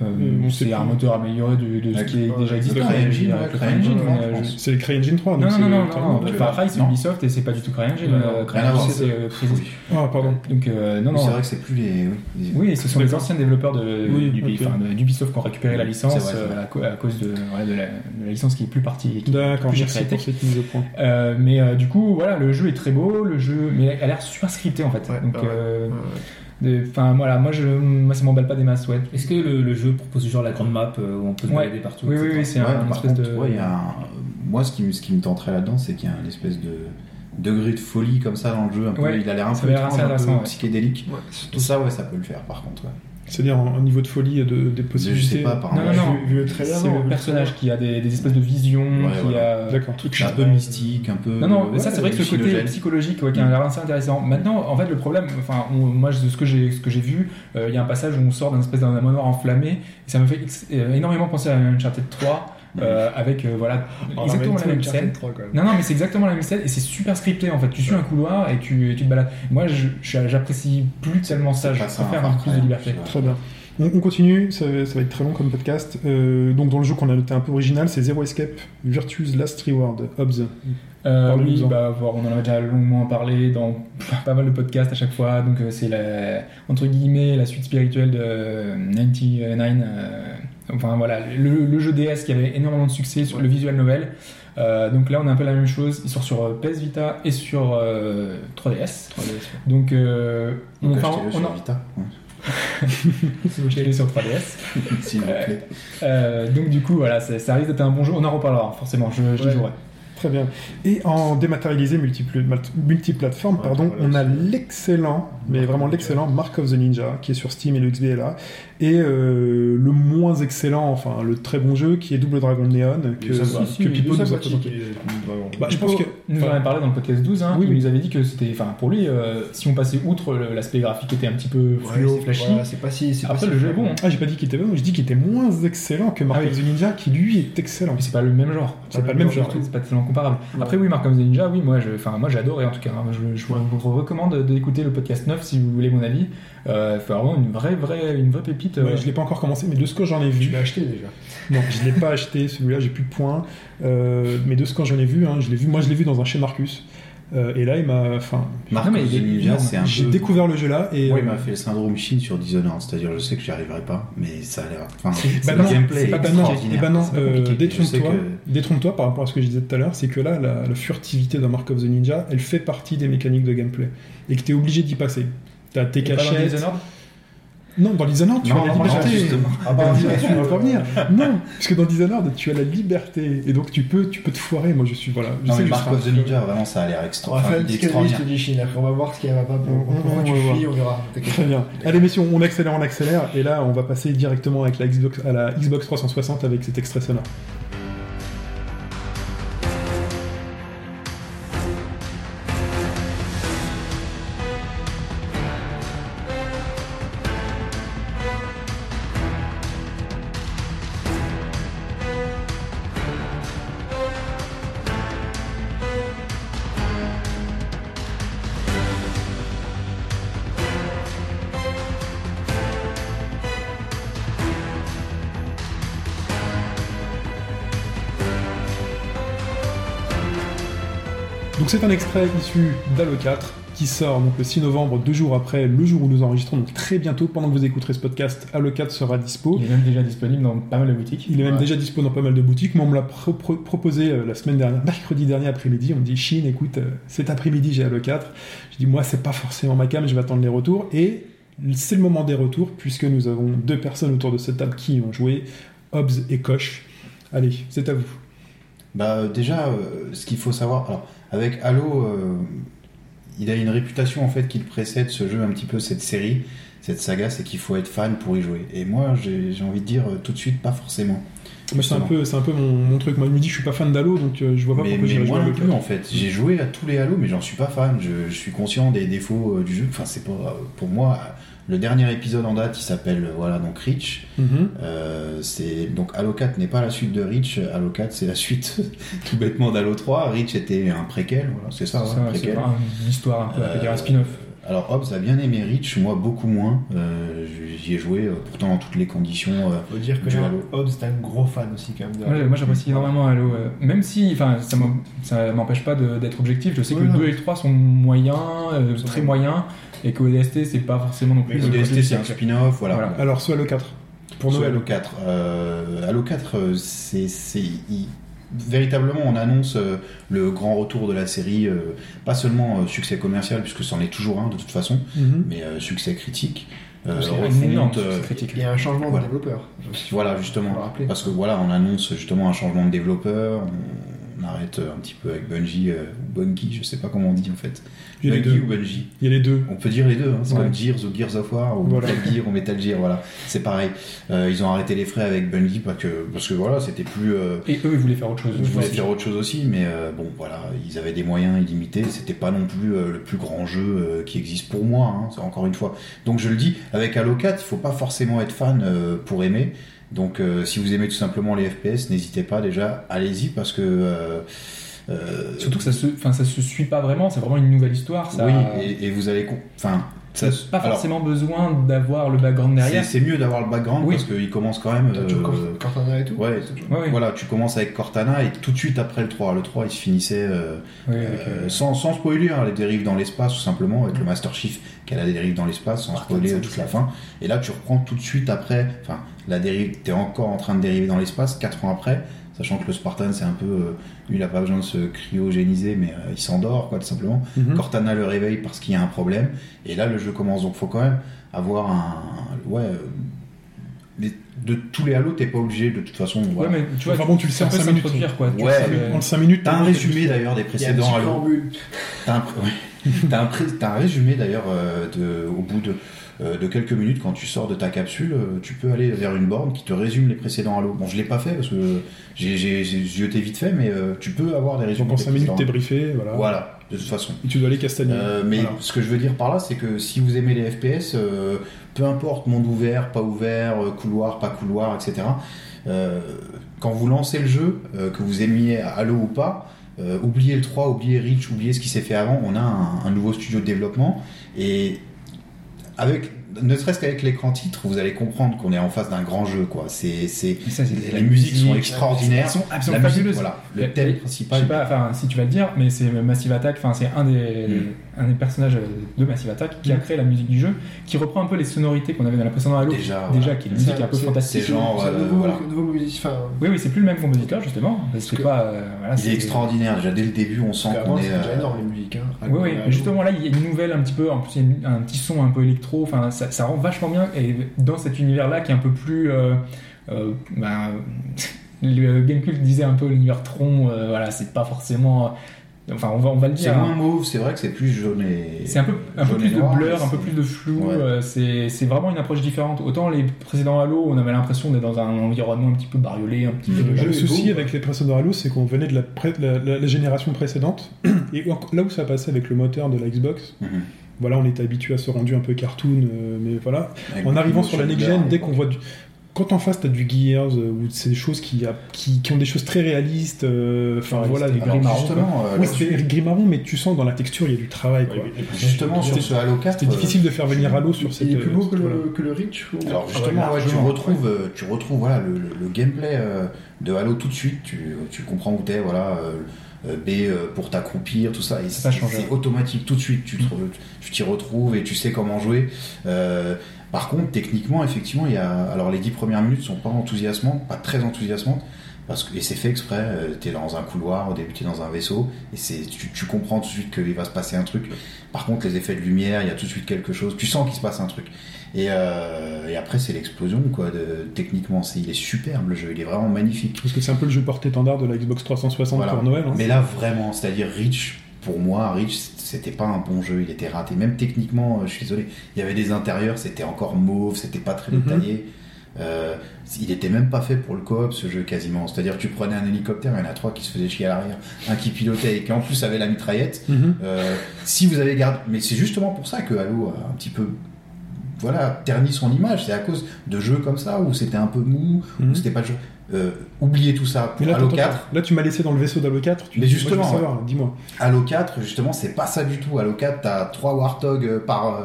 G: Euh,
C: on sait
G: c'est
C: plus.
G: un moteur amélioré de, de ce
H: Avec-
G: qui est déjà existant.
H: Cryengine,
G: mais je veux dire,
H: ouais,
G: avec le
H: Cryengine,
G: Cryengine,
H: ouais,
G: mais
H: hein,
G: euh,
H: je
G: je-
H: pense.
C: C'est Cryengine 3, donc
G: Non,
C: c'est
G: non, non,
C: le-
G: non, non,
H: le-
G: Far Cry, c'est
H: non.
G: Ubisoft et c'est pas du tout Cryengine.
H: Non,
G: euh,
H: rien
G: Cryengine,
H: à voir,
G: c'est euh, Freezy.
C: Ah, pardon.
G: Donc, euh, non,
H: Oui,
G: non.
H: C'est vrai que c'est plus les. oui, les-
G: Oui, ce sont les anciens développeurs de,
C: Oui,
G: du,
C: ok.
G: enfin, de- d'Ubisoft qui ont récupéré la licence
H: C'est vrai, c'est vrai.
G: euh, à, co- à cause de, voilà, de la, de la licence qui est plus partie. qui-
C: D'accord,
G: plus chère
C: merci
G: à la
C: pour
G: tech.
C: cette mise au point.
G: Euh, mais euh, du coup, voilà, le jeu est très beau, le jeu, mais elle a l'air super scripté en fait.
F: Ouais,
H: bah
G: Donc,
F: ouais,
G: euh,
F: Ouais.
G: de- enfin voilà, moi, je, moi, ça m'emballe pas des masses, ouais.
D: Est-ce que le, le jeu propose genre la grande map euh, où on peut se
G: Ouais.
D: balader partout
G: Oui, oui,
D: etc.
G: oui, c'est
H: Ouais,
G: un
H: par
G: espèce
H: contre,
G: de.
H: ouais, il y a un- moi, ce qui, me- ce qui me tenterait là-dedans, c'est qu'il y a une espèce de degré de folie comme ça dans le jeu. Un peu,
G: Ouais,
H: il a l'air un
G: ça
H: peu
G: a l'air
H: étrange,
G: assez
H: un peu
G: intéressant, ouais.
H: psychédélique.
F: Ouais,
H: Tout ça, ouais, ça peut le faire, par contre. ouais.
C: C'est-à-dire un, un niveau de folie et de, des
H: Je
C: possibilités.
H: sais pas, par
G: Non,
H: moi,
G: non, non.
F: Vu, vu le trailer,
G: C'est
F: on
G: le hein.
F: veut
G: personnage qui a des, des espèces de visions,
H: Ouais,
G: qui
H: voilà.
G: a.
C: D'accord.
H: C'est un peu mystique, un peu.
G: Non, non, mais
H: ouais,
G: ça c'est vrai que ce côté
H: philogène.
G: psychologique ouais, qui a l'air assez intéressant. Maintenant, en fait, le problème, enfin, on- moi, je- ce que j'ai ce que j'ai vu, euh, il y a un passage où on sort d'un espèce d'un manoir enflammé, et ça me fait ex- euh, énormément penser à Uncharted 3, euh, avec, euh, voilà, exactement la même scène. Non, non, mais c'est exactement la même scène, et c'est super scripté, en fait. Tu suis un couloir et tu, tu te balades. Moi, je- je- j'apprécie plus tellement ça,
H: C'est
G: je
H: pas ça,
G: préfère
H: un
G: un plus de
H: Far Cry,
G: liberté.
H: tu vois.
C: Très bien. On, on continue, ça, va- ça va être très long comme podcast. Euh, donc dans le jeu qu'on a noté un peu original, c'est Zero Escape, Virtue's Last Reward, Hobbs.
G: Euh, oui,
C: Parlez-nous-en.
G: bah, bon, on en a déjà longuement parlé dans [laughs] pas mal de podcasts à chaque fois. Donc, euh, c'est la, entre guillemets la suite spirituelle de euh, 99. euh, enfin, voilà, le, le jeu DS qui avait énormément de succès sur le visual novel. Euh, donc là, on a un peu la même chose. Il sort sur euh, PS Vita et sur euh, 3DS. Donc, euh,
H: Donc,
G: enfin,
H: achetez-le
G: on
H: sur
G: en- [laughs]
H: Vita, ouais,
G: si vous achetez sur 3DS.
H: s'il vous plaît.
G: Euh, donc, du coup, voilà, ça, ça risque d'être un bon jeu. On en reparlera, forcément. Je, j'y
C: Ouais.
G: jouerai.
C: Très bien. Et en dématérialisé multiple, mat- multiplateforme,
F: Ouais,
C: pardon,
F: voilà,
C: on a
F: c'est-
C: l'excellent, mais
F: Mark
C: vraiment
F: of the
C: l'excellent Mark of the Ninja qui est sur Steam et le XB est là. Et euh, le moins excellent, enfin le très bon jeu qui est Double Dragon Neon que,
F: ça,
C: que
G: si, si,
C: Pipo
G: il
C: nous a
F: Aquatique,
C: présenté.
F: il est vraiment-
C: Bah, je pense que.
G: Il nous en avait parlé dans le podcast 12, hein,
C: Oui,
G: il
C: oui.
G: nous avait dit que c'était, enfin pour lui, euh, si on passait outre le- l'aspect graphique qui était un petit peu
F: Ouais,
G: fluo,
F: c'est-
G: flashy,
F: voilà, c'est pas si. c'est pas
G: après
F: si-
G: le jeu est bon, hein.
C: Ah, j'ai pas dit qu'il était bon, je dis qu'il était moins excellent que Mark
G: Ah oui.
C: of the Ninja qui lui est excellent.
G: mais c'est pas le même genre.
C: C'est pas le même genre.
G: du tout, C'est pas tellement comparable. Après oui, Mark of the Ninja, oui, moi, je, enfin moi j'ai adoré en tout cas. hein. Je, je vous recommande d'écouter le podcast 9 si vous voulez mon avis. Euh, c'est vraiment une vraie, vraie, une vraie pépite. euh.
C: Ouais, je l'ai pas encore commencé, mais de ce que j'en ai vu,
F: Tu l'as acheté déjà.
C: Non, je l'ai pas acheté, celui-là, j'ai plus de points. Euh, mais de ce quand j'en ai vu, hein, je l'ai vu, moi je l'ai vu dans un chez Marcus. Euh, et là, il m'a. Enfin,
H: Marc
G: mais
H: of the
G: il est
H: Ninja,
G: énorme.
H: c'est un
C: j'ai
H: peu.
C: découvert le jeu là et. euh,
H: Moi, il m'a fait le syndrome Chine sur Dishonored, c'est-à-dire je sais que j'y arriverai pas, mais ça a l'air. Enfin,
C: Bah
H: le
C: non,
H: gameplay
C: c'est
H: est
C: pas- bah non,
H: extraordinaire.
C: eh bah non,
H: C'est pas
C: euh,
H: compliqué. Je sais
C: détrompe-toi,
H: que-
C: détrompe-toi par rapport à ce que je disais tout à l'heure, c'est que là, la, la furtivité dans Mark of the Ninja, elle fait partie des mécaniques de gameplay et que t'es obligé d'y passer. T'as tes
G: Et pas dans
C: cachettes.
G: Dishonored
C: non, dans Dishonored, tu
H: Non,
C: as la
H: non,
C: liberté.
H: justement.
F: Ah bah,
C: Dans
F: on
C: Dishonored,
F: dirait-
C: on va pas revenir. Non, parce que dans Dishonored, tu as la liberté et donc tu peux, tu peux te foirer. Moi, je suis voilà. Je
H: Non, mais
C: que je
H: Mark
C: serai un
H: of the
C: peu-
H: Ninja, vraiment, ça a l'air extra.
F: On va
H: enfin,
F: faire une
H: Ah, il est
F: petite analyse,
H: extraordinaire.
F: je te dis, Chine, après, on va voir ce qu'il y a pas. pour-
C: On- on-
F: Pourquoi
C: on
F: tu
C: va voir.
F: fuis, on verra. T'inquiète.
C: Très bien. Allez messieurs, on accélère, on accélère, et là on va passer directement avec la Xbox, à la Xbox 360 avec cet extrait sonore. Donc c'est un extrait issu d'Halo 4 qui sort donc le 6 novembre, deux jours après le jour où nous enregistrons, donc très bientôt pendant que vous écouterez ce podcast, Halo 4 sera dispo.
G: Il est même déjà disponible dans pas mal de boutiques.
C: Il est même
F: Ouais.
C: déjà dispo dans pas mal de boutiques. Moi, on me l'a pro- pro- proposé euh, la semaine dernière, [laughs] mercredi dernier après-midi. On me dit Chine, écoute, euh, cet après-midi, j'ai Halo 4. Je dis, moi, c'est pas forcément ma cam, je vais attendre les retours. Et c'est le moment des retours, puisque nous avons deux personnes autour de cette table qui y ont joué, Hobbs et Koch. Allez, c'est à vous.
H: Bah euh, déjà, euh, ce qu'il faut savoir, alors, avec Halo, euh, il a une réputation en fait qui le précède ce jeu un petit peu cette série, cette saga, c'est qu'il faut être fan pour y jouer. Et moi, j'ai j'ai envie de dire euh, tout de suite, pas forcément.
C: Moi, c'est un
H: Justement.
C: peu, c'est un peu mon, mon truc. Moi, je me dis, je suis pas fan d'Halo, donc euh, je vois pas
H: Mais,
C: pourquoi
H: mais
C: j'irais jouer
H: moi
C: à
H: non
C: Halo
H: plus
C: 4.
H: en fait. J'ai joué à tous les Halo, mais j'en suis pas fan. Je, je suis conscient des défauts euh, du jeu. Enfin, c'est pas euh, pour moi. Le dernier épisode en date, il s'appelle euh, voilà donc Reach.
C: Mhm.
H: Euh, c'est donc Halo 4 n'est pas la suite de Reach. Halo 4 c'est la suite [laughs] tout bêtement d'Halo 3. Reach était un préquel, voilà, c'est ça,
G: Ça,
H: ouais, un
G: c'est
H: préquel.
G: pas une histoire un peu à
H: Euh,
G: dire un spin-off.
H: Alors Hobbs a bien aimé Reach, moi beaucoup moins. Euh, J'y ai joué euh, pourtant dans toutes les conditions. euh,
F: Faut dire que
H: Du
F: là,
H: Halo.
F: Hobbs est un gros fan aussi quand même. de
G: Moi, j'ai-
F: Halo.
G: moi, j'apprécie énormément Halo, euh, même si enfin, ça m'em- ça m'empêche pas de- d'être objectif. Je sais que
F: Oui,
G: le
F: non.
G: 2 et le 3 sont moyens, euh,
F: Sont
G: très
F: moyens.
G: moyens, et que ODST c'est pas forcément non plus. euh,
H: le
G: le
H: DST
G: côté
H: c'est un
G: siècle.
H: spin-off, voilà.
G: Voilà.
C: Alors, soit Halo 4. Pour
H: Pour
C: Noël.
H: Halo 4. Euh, Halo 4, euh, c'est. c'est- il- Véritablement, on annonce euh, le grand retour de la série, euh, pas seulement euh, succès commercial, puisque c'en est toujours un de toute façon,
C: Mhm.
H: mais euh, succès critique. Euh,
G: C'est
H: refonte,
G: énorme,
H: euh,
G: c'est critique.
F: Il y a un changement
H: Voilà.
F: de développeur.
H: voilà, justement. Euh,
F: Faut le rappeler.
H: Parce que voilà, on annonce justement un changement de développeur, on, on arrête euh, un petit peu avec Bungie, euh, ou Bungie, je sais pas comment on dit en fait.
C: Il y a les
H: Bungie
C: deux.
H: ou Bungie
C: Il y a les deux.
H: on peut dire les deux, hein. c'est
G: Ouais.
H: comme Gears ou Gears of War ou
C: Voilà.
H: Metal Gear ou Metal Gear, voilà, c'est pareil. Euh, ils ont arrêté les frais avec Bungie parce que, parce que voilà, c'était plus. euh,
G: Et eux, ils voulaient faire autre chose.
H: ils voulaient faire autre chose aussi, mais euh, bon, voilà, ils avaient des moyens illimités, c'était pas non plus euh, le plus grand jeu euh, qui existe pour moi, hein, c'est- encore une fois. Donc je le dis, avec Halo 4, il faut pas forcément être fan euh, pour aimer. Donc euh, si vous aimez tout simplement les FPS, n'hésitez pas déjà, allez-y parce que. euh, euh,
G: Surtout que ça se, enfin, ça se suit pas vraiment, c'est vraiment une nouvelle histoire. Ça,
H: Oui, et, et vous allez. con- Enfin, ça. se-
G: pas
H: alors,
G: forcément besoin d'avoir le background derrière.
H: C'est c'est mieux d'avoir le background
G: Oui.
H: parce qu'il commence quand même.
F: T'as
H: euh,
F: toujours Cortana et tout.
H: ouais,
G: Ouais, ouais.
H: Voilà, tu commences avec Cortana et tout de suite après le 3. Le 3, il se finissait euh,
G: Oui, avec, euh,
H: euh, sans, sans spoiler hein, les dérives dans l'espace, tout simplement, avec le Master Chief qui a la dérive dans l'espace, sans spoiler toute la fin. Et là, tu reprends tout de suite après, enfin, la dérive, t'es encore en train de dériver dans l'espace, 4 ans après, sachant que le Spartan, c'est un peu. euh, lui, il a pas besoin de se cryogéniser, mais euh, il s'endort, quoi, tout simplement.
C: Mhm.
H: Cortana le réveille parce qu'il y a un problème. Et là, le jeu commence. Donc, faut quand même avoir un. Ouais. euh, les- De tous les halos, t'es pas obligé de toute façon.
G: Ouais,
H: voilà.
G: mais tu vois,
C: Enfin bon, tu le sais
G: ça
C: en
G: peut
C: cinq minutes.
G: s'introduire, quoi. Tu
H: Ouais,
G: sais,
H: mais
G: euh,
C: En 5 minutes.
H: T'as un
C: t'as-
H: résumé d'ailleurs des
F: Il y a un
H: précédents
F: petit
H: halos.
F: préambule.
H: T'as un, pré-
F: [laughs]
H: ouais. T'as un pré- t'as un résumé d'ailleurs euh, de- au bout de, euh, de quelques minutes quand tu sors de ta capsule, euh, tu peux aller vers une borne qui te résume les précédents halos. Bon, je l'ai pas fait parce que j'ai j'ai- j'ai jeté vite fait, mais euh, tu peux avoir des résumés.
C: Donc en
H: des
C: 5 minutes,
H: précédents
C: t'es hein. briefé. Voilà.
H: halos. Voilà, de toute façon.
C: Et tu dois aller castagner.
G: Mmh.
H: Euh, mais
C: Voilà.
H: ce que je veux dire par là, c'est que si vous aimez les FPS, euh, peu importe monde ouvert, pas ouvert, euh, couloir, pas couloir, etc. euh, quand vous lancez le jeu, euh, que vous aimiez Halo ou pas, euh, oubliez le 3, oubliez Reach, oubliez ce qui s'est fait avant. On a un, un nouveau studio de développement et avec ne serait-ce qu'avec l'écran titre, vous allez comprendre qu'on est en face d'un grand jeu. Quoi. C'est, c'est,
G: mais ça, c'est de la
H: les musiques sont
G: musique,
H: extraordinaires.
G: Elles sont
H: La
G: absolument
H: musique,
G: fabuleuses.
H: voilà, le
G: Et-
H: thème
G: et- Je
H: principal.
G: sais pas, enfin, si tu vas le dire, mais c'est Massive Attack, enfin, c'est un des,
H: Mm.
G: un des personnages euh, de Massive Attack qui a créé la musique du jeu, qui reprend un peu les sonorités qu'on avait dans la précédente Halo.
H: Déjà, voilà.
G: qui est une musique un peu
F: C'est-
H: c'est
G: fantastique.
H: genre,
F: C'est un
H: euh,
F: nouveau,
H: voilà.
F: nouveau musicien. enfin,
G: Oui, oui, c'est plus le même compositeur, justement. C'est
F: que-
G: pas. euh, voilà,
H: Il
G: c'est-
H: est extraordinaire. Déjà dès le début, on sent
F: parce
H: qu'on
F: qu'avant,
H: est.
F: c'était déjà
H: euh,
F: énorme les musiques. hein.
G: Oui, oui,
F: Halo.
G: mais justement là, il y a une nouvelle un petit peu, en plus il y a une- un petit son un peu électro, enfin ça, ça rend vachement bien, et dans cet univers-là qui est un peu plus... euh, euh, ben, [laughs] le Gamecube disait un peu l'univers Tron, euh, voilà, c'est pas forcément... Enfin, on va, on va le
H: C'est
G: dire.
H: moins
G: hein.
H: mauve, c'est vrai que c'est plus jaune et.
G: C'est un peu, un peu
H: jaune
G: plus
H: et
G: de
H: noir,
G: blur,
H: mais
G: un peu
H: c'est-
G: plus de flou,
H: Ouais.
G: euh, c'est c'est vraiment une approche différente. Autant les précédents Halo, on avait l'impression d'être dans un environnement un petit peu bariolé, un petit peu...
C: Ah, Le,
G: jeu est
C: souci
G: beau.
C: avec les précédents Halo, c'est qu'on venait de la, pré- la- la- la génération précédente, et en- là où ça passait avec le moteur de la Xbox,
H: Mhm.
C: voilà, on était habitué à ce rendu un peu cartoon, euh, mais voilà.
H: Avec
C: En
H: beaucoup
C: arrivant
H: de
C: sur la next
H: shader,
C: gen, dès qu'on
H: ouais.
C: voit du. Quand en face t'as du Gears euh, ou c'est des choses qui, a- qui, qui ont des choses très réalistes, euh, enfin
G: Ouais,
C: voilà,
G: c'était
C: du-
G: gris
H: Alors,
G: marron,
H: justement, euh,
C: oui, c'est gris marron, mais tu sens dans la texture il y a du travail. quoi.
H: justement sur ce Halo euh, 4,
C: C'était difficile de faire venir Halo sur cette.
F: Il est plus beau que
C: cette-
F: le, que le Reach ou...
H: euh, Alors justement, ouais, tu
F: largement,
H: retrouves, euh, tu retrouves voilà le, le- le gameplay euh, de Halo tout de suite. Tu, tu comprends où t'es, voilà. euh, euh, B euh, pour t'accroupir, tout ça, et
G: Ça
H: c'est
G: change.
H: c'est automatique tout de suite. Tu te re- tu t'y retrouves et tu sais comment jouer. Euh, par contre, techniquement, effectivement, il y a. Alors, les dix premières minutes sont pas enthousiasmantes, pas très enthousiasmantes, parce que et c'est fait exprès. euh, t'es dans un couloir, au début t'es dans un vaisseau, et c'est tu, tu comprends tout de suite qu'il va se passer un truc. Par contre, les effets de lumière, il y a tout de suite quelque chose. Tu sens qu'il se passe un truc. Et, euh, et après, c'est l'explosion, quoi. De, techniquement, c'est il est superbe le jeu, il est vraiment magnifique.
C: Parce que c'est un peu le jeu porte-étendard de la Xbox 360
H: Voilà.
C: pour Noël. hein.
H: Mais là, vraiment, c'est-à-dire Rich, pour moi, Rich, c'était pas un bon jeu, il était raté. Même techniquement, euh, je suis désolé, il y avait des intérieurs, c'était encore mauve, c'était pas très
C: Mhm.
H: détaillé. Euh, il était même pas fait pour le coop ce jeu quasiment. C'est-à-dire tu prenais un hélicoptère, il y en a trois qui se faisaient chier à l'arrière, un qui pilotait et qui en plus avait la mitraillette.
C: Mhm.
H: Euh, si vous avez gardé, mais c'est justement pour ça que Halo a un petit peu voilà, terni son image. C'est à cause de jeux comme ça où c'était un peu mou,
C: Mhm.
H: où c'était pas le jeu. Euh, oubliez tout ça
C: Mais
H: pour
C: là,
H: Halo
C: t'entends-
H: 4.
C: là, tu m'as laissé dans le vaisseau d'Halo 4. Tu
H: Mais
C: dis, moi, je veux
H: justement,
C: savoir, dis-moi.
H: Halo 4, justement, c'est pas ça du tout. Halo 4, t'as 3 Warthog euh, par, euh,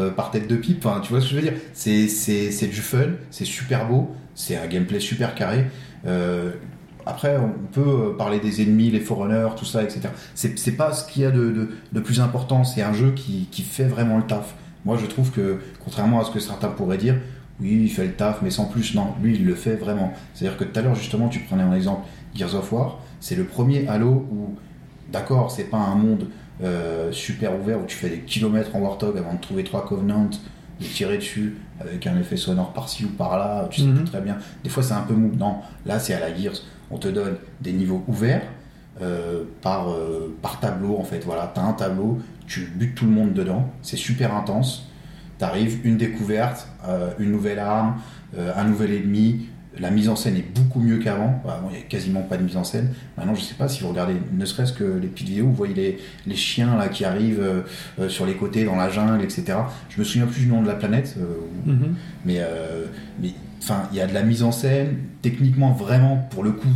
H: euh, par tête de pipe. Enfin, tu vois ce que je veux dire C'est- C'est c'est du fun, c'est super beau, c'est un gameplay super carré. Euh, après, on peut euh, parler des ennemis, les Forerunners, tout ça, etc. C'est c'est pas ce qu'il y a de, de- de plus important. C'est un jeu qui, qui fait vraiment le taf. Moi, je trouve que, contrairement à ce que certains pourraient dire, oui, il fait le taf, mais sans plus, non, lui, il le fait vraiment. C'est-à-dire que tout à l'heure, justement, tu prenais en exemple Gears of War, c'est le premier Halo où, d'accord, c'est pas un monde euh, super ouvert où tu fais des kilomètres en Warthog avant de trouver trois Covenants, de tirer dessus avec un effet sonore par-ci ou par-là, tu sais
C: Mhm.
H: plus très bien. Des fois, c'est un peu mou. Non, là, c'est à la Gears, on te donne des niveaux ouverts euh, par, euh, par tableau, en fait. Voilà, t'as un tableau, tu butes tout le monde dedans, c'est super intense t'arrives, une découverte, euh, une nouvelle arme, euh, un nouvel ennemi. La mise en scène est beaucoup mieux qu'avant. Bah, Avant, il n'y a quasiment pas de mise en scène. Maintenant, je sais pas si vous regardez, ne serait-ce que les petites vidéos, vous voyez les, les chiens là qui arrivent euh, euh, sur les côtés, dans la jungle, etc. Je me souviens plus du nom de la planète, euh,
C: Mhm.
H: mais euh, mais enfin il y a de la mise en scène techniquement vraiment pour le coup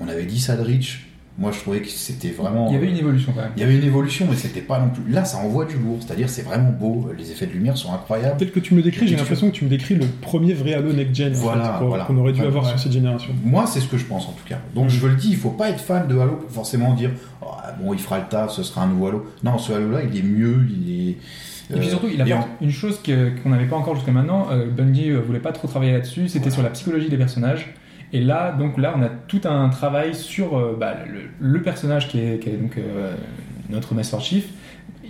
H: on avait dit ça de Rich moi je trouvais que c'était vraiment euh,
G: Il y avait une évolution quand même.
H: il y avait une évolution mais c'était pas non plus là ça envoie du lourd c'est à dire c'est vraiment beau euh, les effets de lumière sont incroyables
C: Tel que tu me le décris, j'ai
H: Tu-
C: l'impression que tu me décris le premier vrai Halo Next Gen en
H: Voilà,
C: fait, qu'on-
H: voilà.
C: qu'on aurait dû
H: Ouais,
C: avoir
H: ouais.
C: sur cette génération.
H: moi c'est ce que je pense en tout cas donc je le dis il faut pas être fan de Halo pour forcément dire Oh, ah, bon il fera le taf ce sera un nouveau Halo non ce Halo là il est mieux il est
G: Et puis
H: euh,
G: surtout, il
H: et
G: apporte une chose que- qu'on n'avait pas encore jusqu'à maintenant. euh, Bungie euh, voulait pas trop travailler là-dessus. C'était sur la psychologie des personnages. Et là, donc là, on a tout un travail sur euh, bah, le, le personnage qui est, qui est donc euh, notre Master Chief.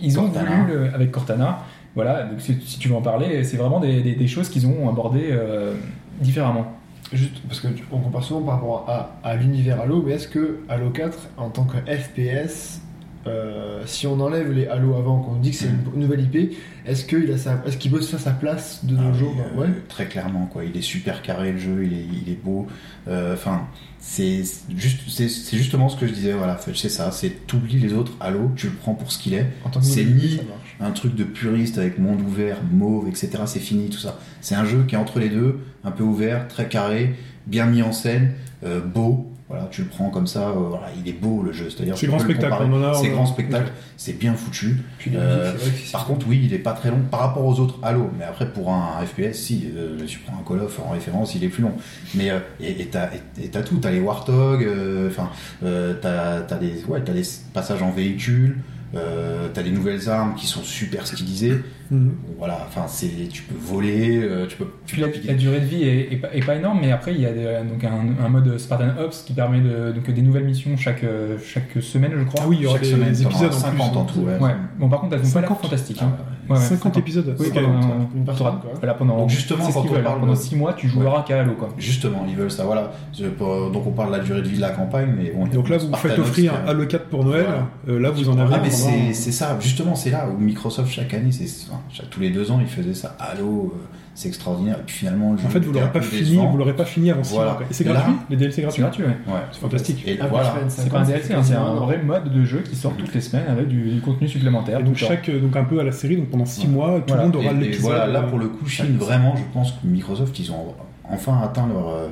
G: Ils ont
H: Cortana.
G: voulu le- avec Cortana. Voilà. Donc si, si tu veux en parler, c'est vraiment des, des- des choses qu'ils ont abordées euh, différemment.
F: Juste parce que tu- on compare souvent par rapport à, à l'univers Halo, mais est-ce que Halo 4 en tant que FPS, euh, si on enlève les Halo avant, qu'on dit que c'est une,
H: Mm.
F: une nouvelle IP, est-ce qu'il a sa- est-ce qu'il peut se faire sa place de
H: Ah
F: nos
H: oui,
F: jours
H: euh,
F: Ouais.
H: Très clairement, quoi. Il est super carré le jeu, il est, il est beau. Euh, Enfin, c'est juste, c'est c'est justement ce que je disais. Voilà, c'est ça. C'est t'oublies les autres Halo, tu le prends pour ce qu'il est.
F: En tant que
H: c'est
F: nouvelle
H: ni-
F: ça marche.
H: Un truc de puriste avec monde ouvert, mauve, etc. C'est fini tout ça. C'est un jeu qui est entre les deux, un peu ouvert, très carré, bien mis en scène, euh, beau. Voilà, tu le prends comme ça. euh, voilà, il est beau le jeu. C'est-à-dire,
C: C'est
H: tu
C: grand
H: peux le
C: spectacle,
H: comparer.
C: on en a-
H: C'est
C: on-
H: grand spectacle. C'est bien foutu.
F: Puis les
H: Euh,
F: musiques, c'est vrai que c'est-
H: Par contre, oui, il est pas très long par rapport aux autres Halo. Mais après, pour un, FPS, si euh, tu prends un Call of en référence, il est plus long. Mais euh, et et t'as et- et t'as tout, t'as les Warthog, euh, enfin, euh, t'as t'as des ouais, t'as les passages en véhicule, euh, t'as des nouvelles armes qui sont super stylisées.
C: Mhm.
H: Bon, voilà, enfin, c'est tu peux voler, euh, tu peux. tu
G: Puis la,
H: peux piquer-
G: la durée de vie est, est pas, est pas énorme, mais après il y a euh, donc un, un mode Spartan Ops qui permet de- donc des nouvelles missions chaque euh, chaque semaine, je crois.
C: Ah oui, il y aura
H: Chaque
C: des,
H: semaine,
C: des
H: t'en
C: épisodes
H: auras
C: en
H: 50
C: plus. hein.
H: en tout. ouais.
G: Ouais. Bon, par contre, elles ont pas l'air
C: 50.
G: fantastiques.
H: Ah,
G: hein.
H: ouais.
G: Ouais, ouais,
C: 50 épisodes.
G: Oui,
C: Ok.
G: quand même, hein.
F: Une partie,
G: T'auras-
F: quoi.
G: voilà, pendant,
H: Donc justement,
G: c'est ce
H: quand
G: qu'ils
H: on
G: veulent,
H: parle
G: hein. pendant
H: de-
G: 6 mois, tu
H: Ouais.
G: joueras qu'à Halo. Quoi.
H: Justement, ils veulent ça. Voilà. Je- pour- Donc on parle de la durée de vie de la campagne, mais bon. il y a
C: Donc là, vous vous
H: Spartanos
C: faites offrir
H: qui a-
C: Halo 4 pour Noël.
H: Voilà.
C: Euh, là, vous en avez.
H: Ah mais
C: pendant-
H: c'est c'est ça, justement c'est là où Microsoft chaque année, c'est enfin, chaque- tous les deux ans ils faisaient ça. Halo, euh, c'est extraordinaire. Et puis finalement le jeu
C: En fait, vous
H: était un
C: l'aurez pas
H: peu
C: fini,
H: décevant.
C: vous l'aurez pas fini avant 6
H: Voilà.
C: mois. quoi. Et c'est
H: Là-
C: gratuit Les DLC
G: C'est
C: gratuits
G: gratuit, ouais.
H: Ouais.
C: C'est fantastique.
H: Et
F: Ah,
H: voilà.
F: Watchmen,
G: C'est pas un DLC, hein, c'est un vrai mode de jeu qui sort toutes les semaines avec du, du contenu supplémentaire.
C: Et donc
G: tout le temps.
C: chaque, euh, donc un peu à la série, donc pendant 6
H: Ouais.
C: mois, tout
G: Voilà.
C: le monde aura
H: Et- et
C: l'épisode.
H: voilà, là
C: euh,
H: pour le coup, Chine, vraiment, je pense que Microsoft, ils ont enfin atteint leur, euh,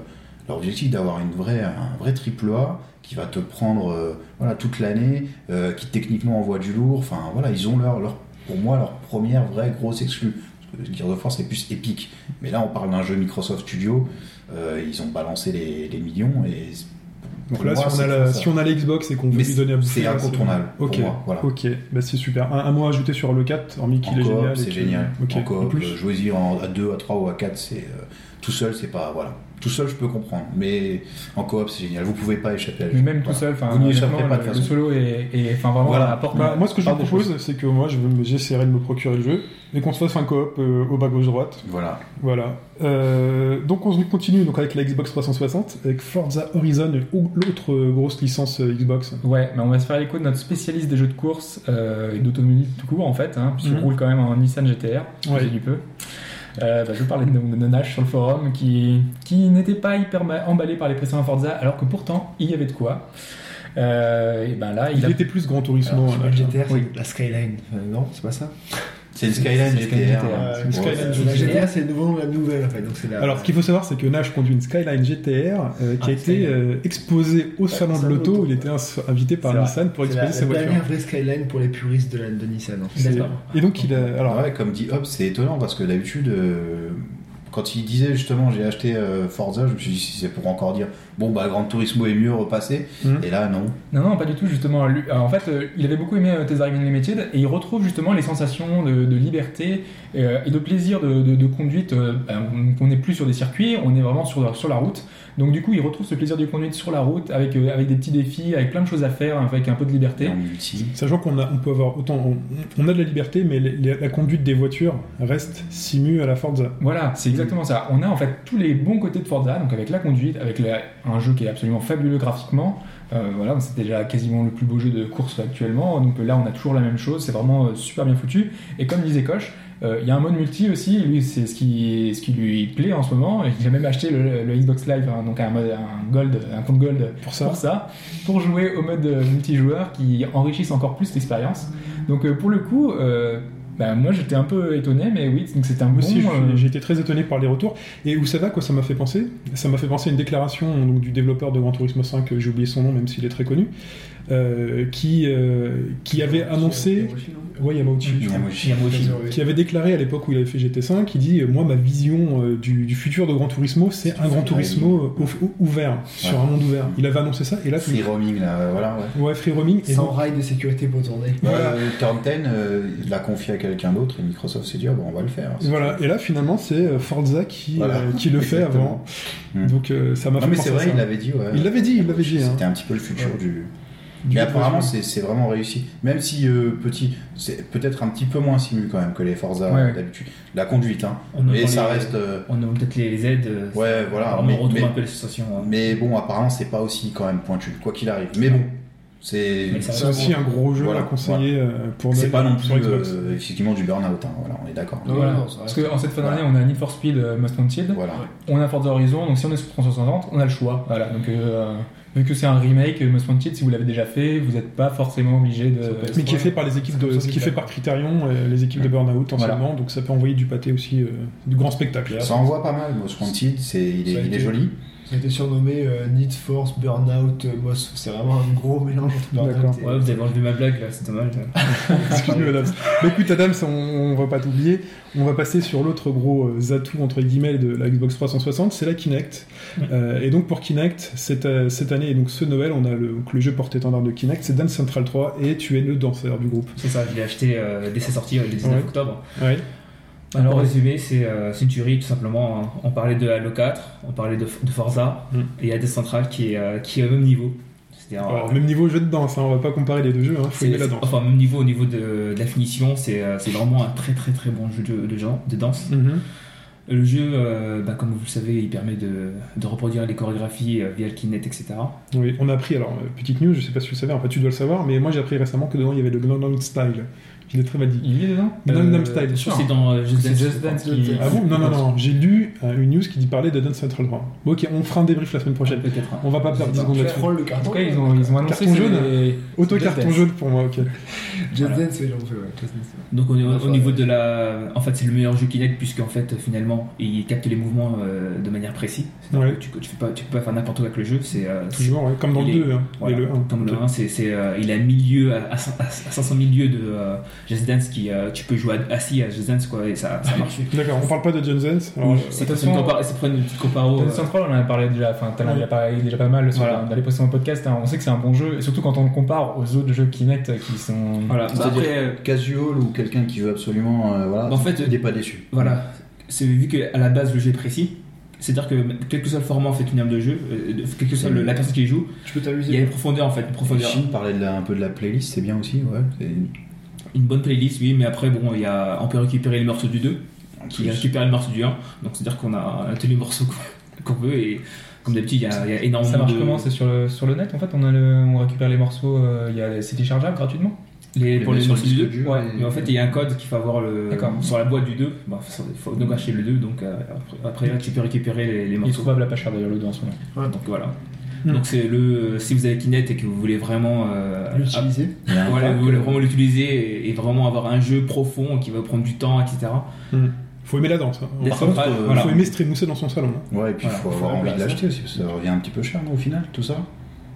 H: leur objectif d'avoir une vraie, un vrai triple A qui va te prendre euh, voilà, toute l'année, euh, qui techniquement envoie du lourd. Enfin voilà, ils ont leur, leur, pour moi leur première vraie grosse exclue. Parce que Gears of War c'est plus épique, mais là on parle d'un jeu Microsoft Studio, euh, ils ont balancé les, les millions et
C: Donc
H: pour
C: là,
H: moi,
C: si on, a
H: c'est
C: la,
H: ça.
C: si on a la Xbox et qu'on veut
H: Mais
C: lui donner à bouffer,
H: c'est
C: là,
H: incontournable pour
C: Ok,
H: moi. Voilà.
C: ok, bah c'est super. Un, un mot à ajouter sur Halo 4, hormis qu'il est
H: En coop,
C: génial. et
H: c'est
C: que-
H: génial.
C: Ok,
H: En coop,
C: en plus.
H: euh, jouez-y en- à 2, à 3 ou à 4, c'est euh, tout seul, c'est pas voilà. Tout seul, je peux comprendre, mais en coop, c'est génial. Vous pouvez pas échapper à la
G: Mais
H: jeu.
G: même tout
H: Voilà.
G: seul, enfin,
H: Vous n'y échapperez
G: honnêtement,
H: pas de
G: le, le
H: façon.
G: solo est, est- enfin, vraiment
H: Voilà.
G: apporte.
C: Bah, moi, ce que je vous
G: apporte des choses.
C: propose, c'est que moi, je veux- j'essaierai de me procurer le jeu et qu'on se fasse un coop euh, au bas gauche droite.
H: Voilà.
C: Voilà. Euh, donc on continue donc avec la Xbox 360, avec Forza Horizon ou l'autre euh, grosse licence euh, Xbox.
G: Ouais, mais on va se faire l'écho de notre spécialiste des jeux de course euh, et d'automobile tout court en fait, hein, puisqu'on
C: Mhm.
G: roule quand même en Nissan GTR,
C: Ouais.
G: si j'ai du peu. Euh, bah, je parlais de, de Nonache sur le forum qui, qui n'était pas hyper ma- emballé par les précédents Forza, alors que pourtant il y avait de quoi. Euh, et ben là, il,
C: Il
G: a...
C: était plus Grand Turismo.
F: Alors,
C: hein,
F: c'est pas
C: là.
F: le GTR, c'est
G: Oui.
F: la Skyline. Euh, non, c'est pas ça.
H: C'est une Skyline
G: C'est une Skyline
H: GTR.
G: GTR.
H: ouais.
C: Euh, une Skyline
H: Ouais.
C: GTR.
F: La GTA, c'est le nouveau nom de la nouvelle, en fait. Donc, c'est la...
C: Alors, ce qu'il faut savoir, c'est que Nash conduit une Skyline GTR euh,
F: Ah,
C: qui a été euh, exposée au salon de
F: salon de
C: l'auto.
F: l'auto,
C: Il était ins- invité par
F: C'est
C: Nissan pour
F: c'est la,
C: exposer
F: la
C: ses
F: dernière
C: voitures.
F: vraie skyline pour les puristes de, la, de Nissan. en fait.
C: C'est-
D: D'accord.
C: Et donc, il a. Alors,
H: Ah ouais, comme dit Hop, c'est étonnant parce que d'habitude, euh, quand il disait justement j'ai acheté euh, Forza, je me suis dit si c'est pour encore dire bon bah Gran Turismo est mieux repassé.
C: Mhm.
H: Et là non.
G: Non, non, pas du tout, justement. Lui- alors, en fait, euh, il avait beaucoup aimé euh, Tes Arrivées Limited et il retrouve justement les sensations de, de liberté euh, et de plaisir de, de- de conduite. euh, ben, on n'est plus sur des circuits, on est vraiment sur, sur la route. Donc, du coup, il retrouve ce plaisir de conduite sur la route avec, euh, avec des petits défis, avec plein de choses à faire, avec un peu de liberté.
H: en multi.
C: Sachant qu'on a, on peut avoir autant, on, on a de la liberté, mais les- les- la conduite des voitures reste simue à la Forza.
G: Voilà, c'est exactement ça. On a en fait tous les bons côtés de Forza, donc avec la conduite, avec la- un jeu qui est absolument fabuleux graphiquement. Euh, voilà, c'est déjà quasiment le plus beau jeu de course actuellement. Donc euh, là, on a toujours la même chose. C'est vraiment euh, super bien foutu. Et comme disait Koch, euh, il y a un mode multi aussi. Lui, c'est ce qui, ce qui lui plaît en ce moment. Il a même acheté le, le Xbox Live, hein, donc un mode, un gold, un compte gold
C: Pour ça,
G: pour ça, pour jouer au mode euh, multijoueur qui enrichissent encore plus l'expérience. Donc euh, pour le coup, euh, bah, moi j'étais un peu étonné, mais oui, donc c'était un
C: Moi
G: bon.
C: aussi, je suis-
G: euh,
C: j'ai été très étonné par les retours. Et vous savez à quoi ça m'a fait penser Ça m'a fait penser à une déclaration donc, du développeur de Gran Turismo 5, euh, j'ai oublié son nom, même s'il est très connu, euh, qui, euh, qui avait annoncé. Ouais, Yamauchi, je crois.
H: Yamoshi.
C: qui avait déclaré à l'époque où il avait fait GT5, il dit euh, Moi, ma vision euh, du, du futur de Gran Turismo, c'est un Gran Turismo euh, au- au- ouvert, sur
H: Ouais.
C: un monde ouvert. Il avait annoncé ça, et là, tout
H: Free roaming là, euh, voilà. Ouais.
C: Ouais, free roaming. Et
F: Sans
C: donc,
F: rail de sécurité pour tourner.
C: Voilà.
H: Euh, Turn 10 euh, il l'a confié à quelqu'un d'autre et Microsoft s'est dit ah, bon on va le faire.
C: voilà. Et là, finalement, c'est euh, Forza qui,
H: Voilà.
C: euh, qui le fait avant.
H: Exactement. Mm.
C: Donc, euh, ça m'a
H: Non
C: fait
H: mais
C: penser
H: c'est
C: à
H: vrai,
C: ça.
H: il l'avait dit. Ouais.
C: Il l'avait dit, il l'avait dit, hein.
H: C'était un petit peu le futur du.
C: Du
H: Mais
C: coup,
H: apparemment,
C: je-
H: c'est c'est vraiment réussi. Même si euh, petit, c'est peut-être un petit peu moins simu quand même que les Forza
G: Ouais.
H: d'habitude. La conduite, hein.
D: On
H: Mais
D: entend
H: ça
D: les-
H: reste. euh,
D: On a peut-être les, les aides. euh,
H: Ouais, voilà.
D: on
H: mais,
D: retrouve
H: mais-
D: un peu les sensations. hein.
H: mais bon, apparemment, c'est pas aussi quand même pointu, quoi qu'il arrive. Mais bon, c'est.
D: Mais ça
C: C'est aussi un gros jeu
H: Voilà,
C: à conseiller euh, pour
H: C'est
C: Noël
H: pas non
C: sur
H: plus
C: Xbox.
H: euh, effectivement du burn-out, hein. voilà, on est d'accord.
F: Ouais,
G: Voilà.
F: non, ça
G: Parce
F: reste-
G: qu'en cette fin
H: Voilà.
G: d'année, on a Need for Speed, euh, Most Wanted,
H: Voilà.
G: on a Forza Horizon, donc si on est sur 360, on a le choix. Voilà, donc euh, vu que c'est un remake, euh, Most Wanted, si vous l'avez déjà fait, vous n'êtes pas forcément obligé de.
C: Mais qui est fait par les équipes de,
G: comme ça
C: ce qui
G: qu'il
C: est fait
G: fait.
C: par Criterion, euh, les équipes de Burnout en
G: Voilà.
C: ce moment, donc ça peut envoyer du pâté aussi, euh, du grand spectacle.
H: Ça envoie pas mal, Most Wanted, c'est- il,
F: Ça a
H: est, il est
F: été-
H: joli.
F: Ça a été surnommé euh, Need Force, Burnout, euh, Moss. C'est vraiment un gros mélange entre
C: D'accord.
F: Burnout et...
D: Ouais, vous avez enlevé ma blague là, c'est dommage. là.
C: Excuse-moi, Adams. Mais écoute, Adams, on, on va pas t'oublier. On va passer sur l'autre gros euh, atout entre guillemets de la Xbox 360, c'est la Kinect. Euh, et donc pour Kinect, cette, euh, cette année et donc ce Noël, on a le, donc le jeu porte-étendard de Kinect, c'est Dance Central 3 et tu es le danseur du groupe.
D: C'est ça, je l'ai acheté euh, dès sa sortie, euh, le 19
C: Ouais.
D: octobre.
C: Ouais.
D: Alors, résumé, c'est euh, c'est une tuerie tout simplement. hein. On parlait de Halo 4, on parlait de, de Forza,
C: Mm.
D: et il y a des centrales qui, est, euh, qui est au même niveau. C'est-à-dire, euh,
C: Alors, même niveau jeu de danse, hein, on va pas comparer les deux jeux, hein, faut
D: C'est-
C: aimer la danse.
D: Enfin, même niveau au niveau de, de la finition, c'est euh, c'est vraiment un très très très bon jeu de, de, gens- de danse.
C: Mhm.
D: Le jeu, euh, bah, comme vous le savez, il permet de, de reproduire les chorégraphies euh, via le kinet, etc.
C: Oui, on a appris, alors euh, petite news, je sais pas si tu le savais, en fait tu dois le savoir, mais moi j'ai appris récemment que dedans il y avait le Gangnam Style. Je l'ai très mal dit.
G: Il est dedans
C: Gangnam Style,
D: Je crois que c'est dans euh, Just
G: C'est
D: Dance.
G: Just Dance qui.
C: Ah bon Non, non, non, j'ai lu euh, une news qui dit parler de Dance Central 3. Bon, ok, on fera un débrief la semaine prochaine.
D: Peut-être. hein.
C: On va pas perdre 10 secondes
F: Tu
C: là-dessus.
F: frôles le
G: En tout
F: carton.
G: cas, ils ont, ils ont annoncé
C: Carton
G: c'est
C: jaune.
G: les-
C: Auto-carton jaune pour moi, ok.
F: Jet
D: Voilà.
F: Dance, ouais, j'en fais, ouais. Just Dance.
D: Donc au, au
F: Enfin,
D: niveau
F: ouais.
D: de la, en fait c'est le meilleur jeu Kinect puisqu'en fait finalement il capte les mouvements euh, de manière précise.
C: Ouais.
D: Tu, tu fais pas, tu peux pas faire n'importe quoi avec le jeu. C'est euh, c'est-
C: Toujours, ouais, comme dans le
D: Il est-
C: 2 hein,
D: voilà,
C: et le 1.
D: Comme le 1, c'est, c'est, euh, il est à milieu, à, à cin- à 500 000 lieux de euh, Just Dance qui euh, tu peux jouer à- assis à Just Dance quoi et ça, ça marche.
C: D'accord, on parle pas de John Zenz. alors,
D: Oui,
C: euh,
D: [laughs] c'est
G: de toute
D: c'est une
G: façon,
D: compara- c'est pour une petite comparo.
G: Dance
D: euh,
G: Central, on en a parlé déjà, enfin, t'en as
C: Ouais.
G: déjà parlé, déjà pas mal sur-
D: Voilà.
G: dans les précédents podcasts. hein. On sait que c'est un bon jeu, et surtout quand on le compare aux autres jeux Kinect qui sont.
D: Voilà. Bah,
H: C'est-à-dire
D: après, euh,
H: casual ou quelqu'un qui veut absolument. euh, voilà,
D: En fait,
H: il n'est pas déçu.
D: voilà, c'est vu qu'à la base le jeu est précis. C'est-à-dire que quel que soit le format en fait, une arme de jeu, euh, de- quelle que soit le- la personne qui joue,
F: Tu peux
D: il y a
F: t'amuser.
D: une profondeur en fait, une profondeur.
H: Chine parlait de la- un peu de la playlist, c'est bien aussi, ouais. c'est-
D: Une bonne playlist, oui, mais après, bon, il y a, on peut récupérer les morceaux du 2,
H: en
D: qui
H: plus.
D: récupère les morceaux du 1, donc c'est-à-dire qu'on a tous les morceaux qu'on- [laughs] qu'on veut, et comme d'habitude, il y a, il y a énormément
G: Ça marche
D: de.
G: comment C'est sur le, sur le net en fait on, a le- on récupère les morceaux, euh, il y a- c'est téléchargeable gratuitement
D: Les,
H: Les
D: pour les
H: versions
D: morceaux du 2,
H: disque dur
D: ouais,
H: et-
D: mais en fait, il y a un code qu'il faut avoir le,
G: D'accord.
D: sur la boîte du 2, il faut donc acheter le 2, donc euh, après, après, là, tu peux récupérer les, les
G: Il est
D: morceaux.
G: trouvable à pas cher d'ailleurs le 2 en ce moment.
D: Donc voilà.
G: Mm.
D: Donc c'est le si vous avez Kinect et que vous voulez vraiment euh,
F: L'utiliser.
H: Il y a un
D: voilà,
H: pack,
D: vous voulez
H: euh,
D: vraiment l'utiliser et, et vraiment avoir un jeu profond qui va prendre du temps, etc.
C: Faut aimer la danse. hein.
D: Des
C: Par contre,
D: surprises,
C: euh,
D: voilà.
C: faut aimer se trémousser dans son salon. hein.
H: Ouais, et puis il
D: Voilà,
H: faut
D: faut
H: avoir
D: avoir
H: envie
D: la
H: de l'acheter aussi, parce que ça revient un petit peu cher, non, au final, tout ça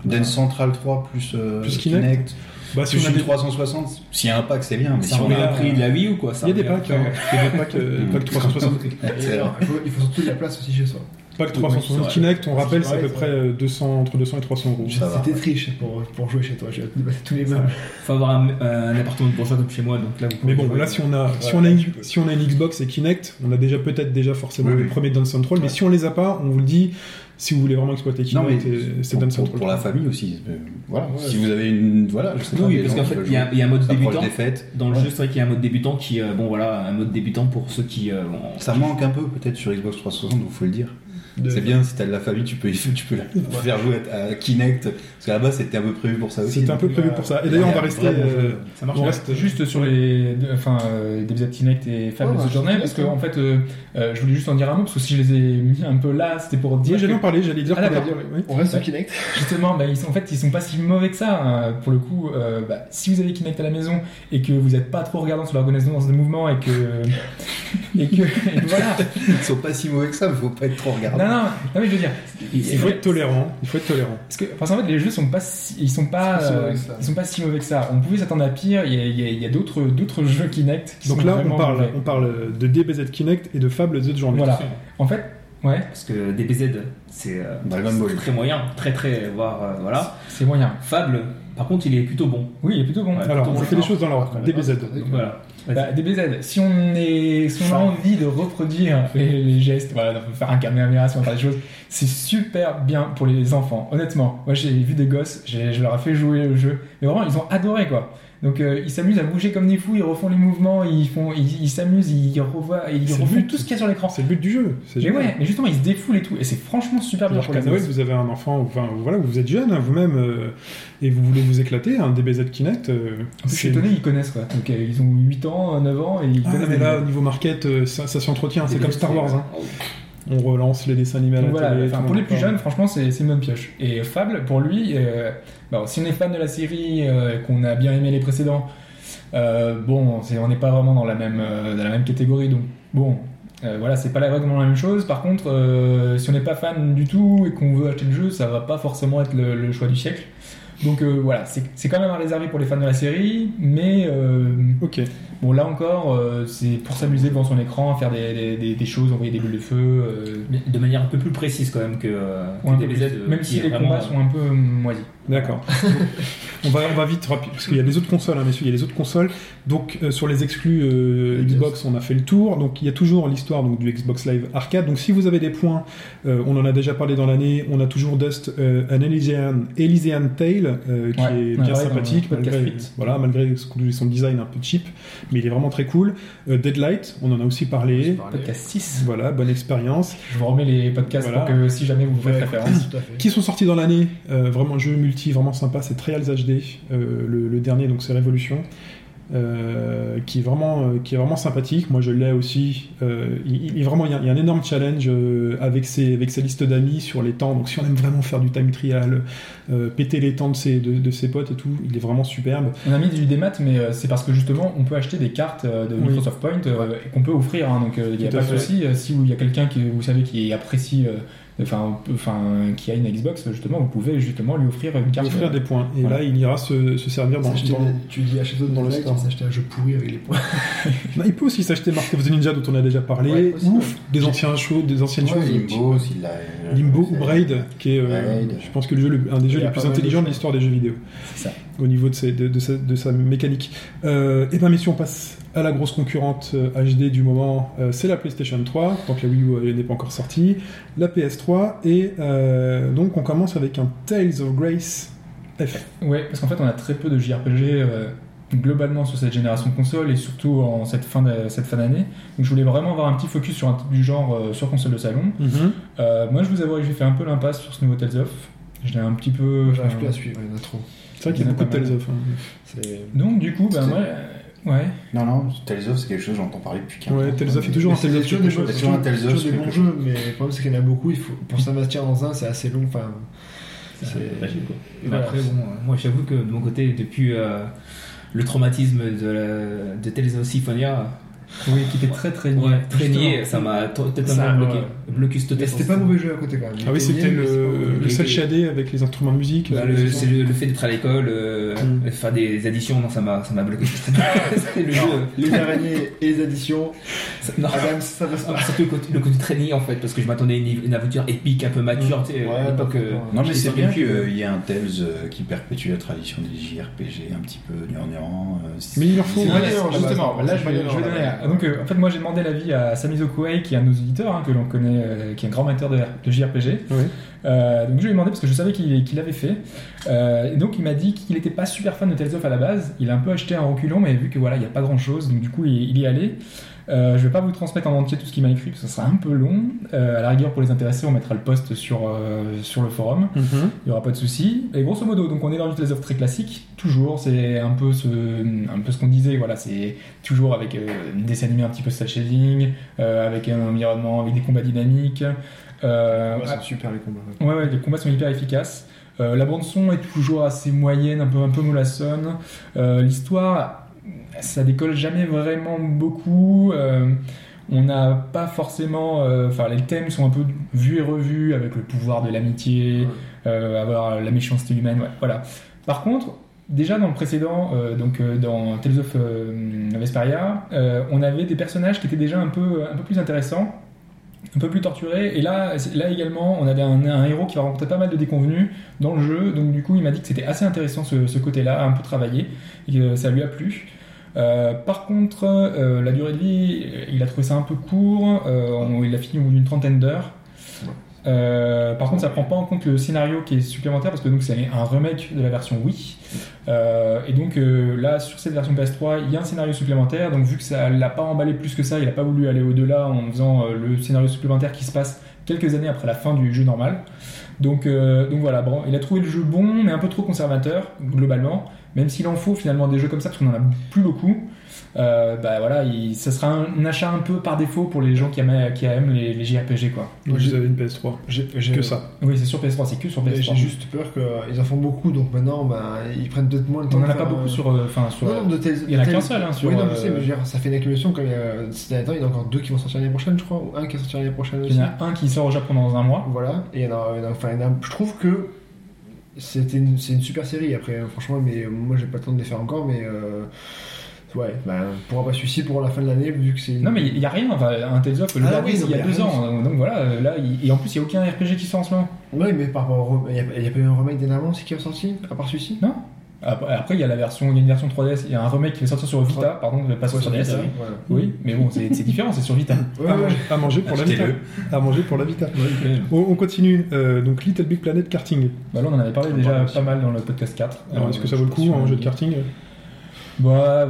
H: Dance Central 3 plus, euh,
C: Plus Kinect.
H: Kinect,
C: Bah, si
H: plus
C: on a
H: une
C: des,
H: 360, s'il y a un pack, c'est bien, mais
D: Ça
H: si on
D: revient au
H: a un
D: prix de la Wii ou quoi ça
C: il y a des
D: revient
C: packs,
D: après,
C: hein.
D: ouais.
C: Il y a des packs, euh,
H: Mm.
C: pack 360.
F: [laughs] Et alors, il, faut, il faut surtout de la place aussi chez soi.
C: Pack
D: Oui,
C: 360
D: c'est
C: Kinect, on rappelle, c'est à
F: Ouais,
C: peu
F: c'est
C: près euh, 200, entre 200 et 300 euros.
H: Ça va.
F: C'était triche pour, pour jouer chez toi. J'ai hâte de battre tous les meubles.
D: Faut avoir un, euh, un appartement de bourgeois comme chez moi, donc là vous pouvez
C: Mais bon,
D: jouer.
C: là, si on a, si on a, une, si on a une Xbox et Kinect, on a déjà peut-être déjà forcément
H: Oui,
C: le
H: oui.
C: premier Dance Central, mais si on les a pas, on vous le dit, si vous voulez vraiment exploiter
H: Non, mais
C: Kinect, et- c'est
H: pour,
C: Dance
H: pour,
C: Central.
H: pour la famille aussi. euh, Voilà,
F: Ouais.
H: si vous avez une. Voilà, je sais pas,
D: Oui,
H: des
D: parce
H: gens
D: qu'en
H: qui
D: fait,
H: veulent
D: il y, a-
H: jouer.
D: il y a un mode
H: Ça approche
D: débutant.
H: des fêtes.
D: Dans le jeu, c'est vrai qu'il y a un mode débutant qui, euh, bon voilà, un mode débutant pour ceux qui. euh, ont-
H: Ça manque un peu peut-être sur Xbox 360, donc faut le dire.
F: De-
H: C'est bien, si t'as de la famille, tu peux, [laughs] tu peux la- faire jouer à, à Kinect. Parce qu'à la base, c'était un peu prévu pour ça aussi.
C: C'était un
H: donc.
C: peu prévu pour ça. Et d'ailleurs, on va rester.
H: Vraiment,
C: euh,
G: Ça marche
C: On
G: bien.
C: reste-
G: juste sur les deux- enfin euh, Debs at Kinect et Fab
F: Ouais,
G: de
F: ouais,
G: cette journée
F: c'est
G: parce que
F: bien.
G: en fait euh, euh, je voulais juste en dire un mot parce que si je les ai mis un peu là c'était pour dire
C: Oui, j'allais
G: que-
C: en parler, j'allais dire
G: Ah,
C: qu'on
G: d'accord.
C: a- oui.
F: On reste
G: Ouais.
F: au Kinect.
G: Justement, bah, ils sont, en fait, ils sont pas si mauvais que ça. hein. Pour le coup, euh, bah, si vous avez Kinect à la maison et que vous n'êtes pas trop regardant sur la reconnaissance de mouvement et que. et que. et que voilà.
H: Ils sont pas si mauvais que ça, mais faut pas être trop regardant.
G: Non, non, non, mais je veux dire.
C: Il faut être tolérant. Il faut être tolérant.
G: Parce que, parce qu'en fait, les jeux sont pas, si- ils sont pas,
F: Ils sont pas si mauvais que
G: euh,
F: ça.
G: ils sont pas si mauvais que ça. On pouvait s'attendre à pire. Il y a, il y a- il y a d'autres, d'autres jeux Kinect. Qui
C: Donc
G: sont
C: là, on
G: vraiment
C: parle,
G: mauvais.
C: on parle de DBZ Kinect et de Fable The Journey.
G: Voilà. En fait, ouais,
D: Parce que DBZ, c'est euh,
H: Dragon Ball.
D: très moyen, très très, voire euh, voilà.
G: c'est moyen.
D: Fable, par contre, il est plutôt bon.
G: Oui, il est plutôt bon.
D: Ouais.
C: Alors, on
D: Attends,
C: fait les choses dans l'ordre. DBZ.
D: Donc, voilà. Vas-y.
G: Bah, DBZ, si on, est, si on a envie de reproduire [laughs] les, les gestes, voilà, on peut faire un caméra, si on va faire des choses, c'est super bien pour les enfants, honnêtement. Moi j'ai vu des gosses, j'ai- je leur ai fait jouer le jeu, mais vraiment ils ont adoré quoi. Donc euh, ils s'amusent à bouger comme des fous, ils refont les mouvements, ils font, ils ils s'amusent, ils revoient, ils
C: C'est le
G: refont
C: but.
G: tout ce qu'il y a sur l'écran.
C: C'est le but du jeu. C'est
G: Mais
C: génial.
G: ouais, mais justement ils se défoulent et tout, et c'est franchement super bien
C: Alors
G: pour
C: qu'à
G: les
C: Noël,
G: gosses.
C: vous avez un enfant, enfin voilà, vous êtes jeune hein, vous-même euh, et vous voulez vous éclater, un DBZ Kinect. euh,
G: En plus, Je suis étonné, ils connaissent quoi. Donc euh, ils ont 8 ans, 9 ans, et ils
C: Ah,
G: connaissent.
C: mais
G: les-
C: là, au niveau market, euh, ça, ça s'entretient, c'est
D: DBZ,
C: comme Star Wars. hein. On relance les dessins animés à la
G: Oh. Donc voilà,
C: télé,
G: enfin,
C: tout
G: pour
C: le
G: les
C: monde
G: plus
C: en
G: jeunes, franchement, c'est c'est une bonne pioche. Et Fable, pour lui, euh, bon, si on est fan de la série, euh, qu'on a bien aimé les précédents, euh, bon, c'est- on n'est pas vraiment dans la même, euh, dans la même catégorie, donc bon, euh, voilà, c'est pas la- vraiment la même chose. Par contre, euh, si on n'est pas fan du tout et qu'on veut acheter le jeu, ça va pas forcément être le, le choix du siècle. Donc euh, voilà, c'est c'est quand même à réserver pour les fans de la série, mais euh,
C: parle. Ok.
G: bon, là encore, euh, c'est pour s'amuser devant son écran, faire des, des- des- des choses, envoyer des boules de feu. euh,
D: Mais de manière un peu plus précise quand même que, euh, que
G: Ouais, un peu
D: DBZ.
G: plus.
D: euh,
G: Même
D: qui
G: si
D: est
G: les
D: vraiment,
G: combats
D: euh,
G: sont un peu euh, moisis.
C: D'accord. on, va, on va vite rapide, parce qu'il y a les autres consoles, hein, messieurs, il y a les autres consoles. Donc euh, sur les exclus euh, Xbox, on a fait le tour. Donc il y a toujours l'histoire donc, du Xbox Live Arcade. Donc si vous avez des points, euh, on en a déjà parlé dans l'année, on a toujours Dust, euh, an Elysian, Elysian Tale, euh, qui
G: Ouais,
C: est
G: on en a
C: bien
G: parlé
C: sympathique,
G: dans le podcast
C: malgré,
G: huit.
C: voilà, malgré son design un peu cheap, mais il est vraiment très cool. Euh, Deadlight, on en a aussi parlé.
G: Podcast 6.
C: Voilà, bonne expérience.
G: Je vous remets les podcasts
C: Voilà.
G: pour que si jamais vous faites
F: Ouais,
G: référence.
F: tout à fait.
C: qui sont sortis dans l'année. Euh, vraiment jeu multi, vraiment sympa. C'est Trials HD, euh, le, le dernier, donc c'est Révolution, euh, qui est vraiment, euh, qui est vraiment sympathique. Moi, je l'ai aussi. Euh, il, il- il- vraiment, il y, a, il y a un énorme challenge euh, avec ses, avec sa liste d'amis sur les temps. Donc, si on aime vraiment faire du time trial, euh, péter les temps de ses, de, de ses potes et tout, il est vraiment superbe.
G: On a mis du démat, mais euh, c'est parce que justement, on peut acheter des cartes euh, de
C: Oui.
G: Microsoft Point euh, et qu'on peut offrir. hein. donc, euh, il n'y a
C: Tout à
G: pas de
C: fait.
G: souci. Euh, Si vous- il y a quelqu'un qui vous savez qui apprécie, euh, enfin, euh, enfin, qui a une Xbox, justement, vous pouvez justement lui offrir une
C: Car
G: carte.
C: offrir des points. Et
G: Voilà.
C: là, il ira se, se servir dans,
F: S'acheter
C: dans-
F: des- Tu dis à chez toi
C: dans
F: dans
C: le
F: le
C: store.
F: store, s'acheter un jeu pourri avec les points.
C: Non, Bah, Il peut aussi s'acheter Mark of the Ninja, dont on a déjà parlé.
F: Ouais, possible.
C: Ouf, des anciens shows, des anciennes
H: Ouais,
C: choses.
H: Limbo, s'il l'a. euh,
C: Euh, Limbo ou Braid, qui est, euh,
H: Braid.
C: je pense que le jeu, le- un des jeux
F: Il y a
C: les plus
F: pas mal de
C: intelligents de
F: choses.
C: l'histoire des jeux vidéo,
G: C'est ça.
C: au niveau de, ses- de, de sa, de sa mécanique. Euh, et bien, messieurs, on passe à la grosse concurrente euh, HD du moment, euh, c'est la PlayStation 3, tant que la Wii U euh, n'est pas encore sortie, la PS3, et euh, donc on commence avec un Tales of Grace F.
G: Ouais, parce qu'en fait, on a très peu de JRPG euh, globalement sur cette génération de consoles et surtout en cette fin de- cette fin d'année. Donc, je voulais vraiment avoir un petit focus sur un type du genre euh, sur console de salon. Euh, moi, je vous avouerai que j'ai fait un peu l'impasse sur ce nouveau Tales of. Je l'ai un petit peu.
F: Je n'arrive
G: enfin,
F: plus à suivre, il y en a trop.
C: C'est vrai qu'il y a
G: Il y en a
C: beaucoup de
G: pas mal.
C: Tales of. hein.
F: C'est-
G: Donc, du coup, ben,
H: C'était-
G: moi, euh, ouais.
H: Non, non, Tales of, c'est quelque chose, j'entends parler depuis 15
C: Ouais,
H: ans.
C: Tales of est toujours un
F: C'est
C: Tales of
F: toujours des
C: quelque
F: bons,
C: chose.
H: c'est toujours un Tales of,
F: toujours des
H: c'est
F: bons
H: quelque
F: jeux, mais le problème c'est qu'il y en a beaucoup. Il faut, pour s'investir dans un, c'est assez long. Enfin,
E: C'est-
D: Imagine, quoi.
E: Et
D: Voilà.
E: après, bon, euh, moi j'avoue que de mon côté, depuis euh, le traumatisme de, la- de Telesa Symphonia,
G: Oui, qui était très très nul.
E: ouais, très
G: Justement.
E: lié, ça m'a to-
G: Ça,
E: totalement bloqué.
G: ouais.
E: Blocus
F: Mais
E: total.
F: c'était pas mauvais jeu à côté quand même.
C: Ah oui, c'était
F: Nul, mais c'est pas
C: le,
F: mauvais
C: le
F: jeu.
C: seul shadé avec les instruments de musique.
E: Bah, le- c'est le, le fait d'être à l'école, euh,
C: Mm.
E: et faire des additions, non, ça m'a ça m'a bloqué. C'était le jeu.
F: Les araignées et les additions.
E: Ça- non.
F: Adam, ça passe
E: Ah,
F: pas.
E: Surtout le côté, le côté très lié, en fait, parce que je m'attendais à une, une aventure épique, un peu mature, tu sais, à
F: Ouais,
E: l'époque. euh,
H: Non, mais
E: j'étais
H: c'est
E: sur
H: bien
E: GameCube,
H: qu'il y ait un Tales euh, qui perpétue la tradition des JRPG un petit peu gnangnan. euh, c'est-
C: Mais il leur faut-
H: c'est-
G: Ouais,
F: Ouais,
G: c'est-
F: non,
G: justement,
F: bah,
G: là
F: c'est
G: je
F: pas
G: vais,
F: bien,
G: je vais
F: non,
G: donner
F: ouais.
G: la- Donc, euh, en fait, moi j'ai demandé l'avis à Samizo Kuei, qui est un de nos auditeurs, hein, que l'on connaît, euh, qui est un grand amateur de, de JRPG.
C: Ouais.
G: Euh, donc je lui ai demandé parce que je savais qu'il qu'il avait fait. Euh, et donc il m'a dit qu'il n'était pas super fan de Tales of à la base. Il a un peu acheté un reculon, mais vu que voilà, il n'y a pas grand chose, donc du coup il, il y est allé. Euh, je vais pas vous transmettre en entier tout ce qu'il m'a écrit parce que ce sera un peu long. Euh, à la rigueur, pour les intéressés, on mettra le post sur, euh, sur le forum.
C: Mhm.
G: Il n'y aura pas de souci. Et grosso modo, donc on est dans du Tales of très classique, toujours. C'est un peu ce, un peu ce qu'on disait. Voilà, c'est toujours avec euh, des animés un petit peu cel shading, euh, avec un environnement, avec des combats dynamiques. Euh,
F: Ouais, c'est super les combats.
G: Ouais, ouais, les combats sont hyper efficaces. Euh, la bande son est toujours assez moyenne, un peu un peu mollassonne. Euh, L'histoire, ça décolle jamais vraiment beaucoup. Euh, on n'a pas forcément, euh, enfin les thèmes sont un peu vus et revus avec le pouvoir de l'amitié, euh, avoir la méchanceté humaine, ouais, voilà. Par contre, déjà dans le précédent, euh, donc euh, dans Tales of euh, Vesperia, euh, on avait des personnages qui étaient déjà un peu un peu plus intéressants un peu plus torturé. Et là, c'est- là également, on avait un, un héros qui va rencontrer pas mal de déconvenus dans le jeu. Donc du coup, il m'a dit que c'était assez intéressant ce, ce côté-là, un peu travaillé. Et, euh, ça lui a plu. Euh, par contre, euh, la durée de vie, euh, il a trouvé ça un peu court. Euh, on- il a fini au bout d'une trentaine d'heures. Euh, par contre, ça prend pas en compte le scénario qui est supplémentaire parce que donc c'est un remake de la version Wii. Euh, et donc euh, là, sur cette version PS3, il y a un scénario supplémentaire. Donc vu que ça l'a pas emballé plus que ça, il a pas voulu aller au-delà en faisant euh, le scénario supplémentaire qui se passe quelques années après la fin du jeu normal. Donc, euh, donc voilà, bon, il a trouvé le jeu bon, mais un peu trop conservateur globalement. Même s'il en faut finalement des jeux comme ça, parce qu'on en a plus beaucoup. Euh, bah voilà, il- ça sera un, un achat un peu par défaut pour les gens qui aiment, qui aiment les, les JRPG quoi.
C: Donc, Vous avez une PS3.
F: J'ai
C: Que ça.
G: Oui, c'est sur PS3, c'est que sur PS3.
F: J'ai juste peur qu'ils en font beaucoup, donc maintenant bah, ils prennent peut-être moins le temps.
G: On en
F: de
G: a
F: faire
G: pas beaucoup
F: un-
G: sur. euh, Enfin, sur.
F: Non, non, de Tales-
G: Il y en a
F: de Tales-
G: qu'un seul, hein, sur,
F: Oui, non, je sais,
G: euh,
F: mais je veux dire, ça fait une accumulation comme il y a. Ces derniers temps, il y en a encore deux qui vont sortir l'année prochaine, je crois, ou un qui est sorti l'année prochaine
G: Il
F: aussi.
G: y en a un qui sort au Japon dans un mois.
F: Voilà, et il y en a- il y en a- enfin, il y en a- je trouve que c'était une- c'est une super série après, hein, franchement, mais euh, moi j'ai pas le temps de les faire encore, mais euh, ouais, bah, pour un pas suicide pour la fin de l'année, vu que c'est.
G: Non, mais il n'y a rien. enfin, un Tales of, le
F: Ah
G: dernier,
F: oui, non,
G: il y
F: mais
G: a
F: il y a
G: deux
F: rien.
G: ans. Donc voilà, euh, là, il- et en plus, il n'y a aucun RPG qui sort en ce moment.
F: Ouais, mais par rapport au. Il y a, il y a pas eu un remake dernièrement aussi qui est sorti, à part celui-ci
G: Après, après, il y a la version, il y a une version 3DS, il y a un remake qui va sortir sur Vita, pardon, pas sur
F: Ouais, c'est
G: 3DS.
F: ça, voilà.
G: Oui, Ah, mais bon, c'est c'est différent, c'est sur Vita.
C: à,
F: Ouais, ouais,
C: manger, à manger pour la Vita.
H: Achetez-le.
C: À manger pour la Vita. On, on continue. Euh, donc Little Big Planet Karting.
G: Bah là, on en avait parlé
F: On
G: déjà
F: parle
G: pas mal dans le podcast 4.
C: Alors
G: Euh,
C: est-ce que ça
G: je
C: vaut le
G: pense
C: coup
G: qu'on
C: un
G: a
C: jeu de
G: dit.
C: karting euh,
G: Bah,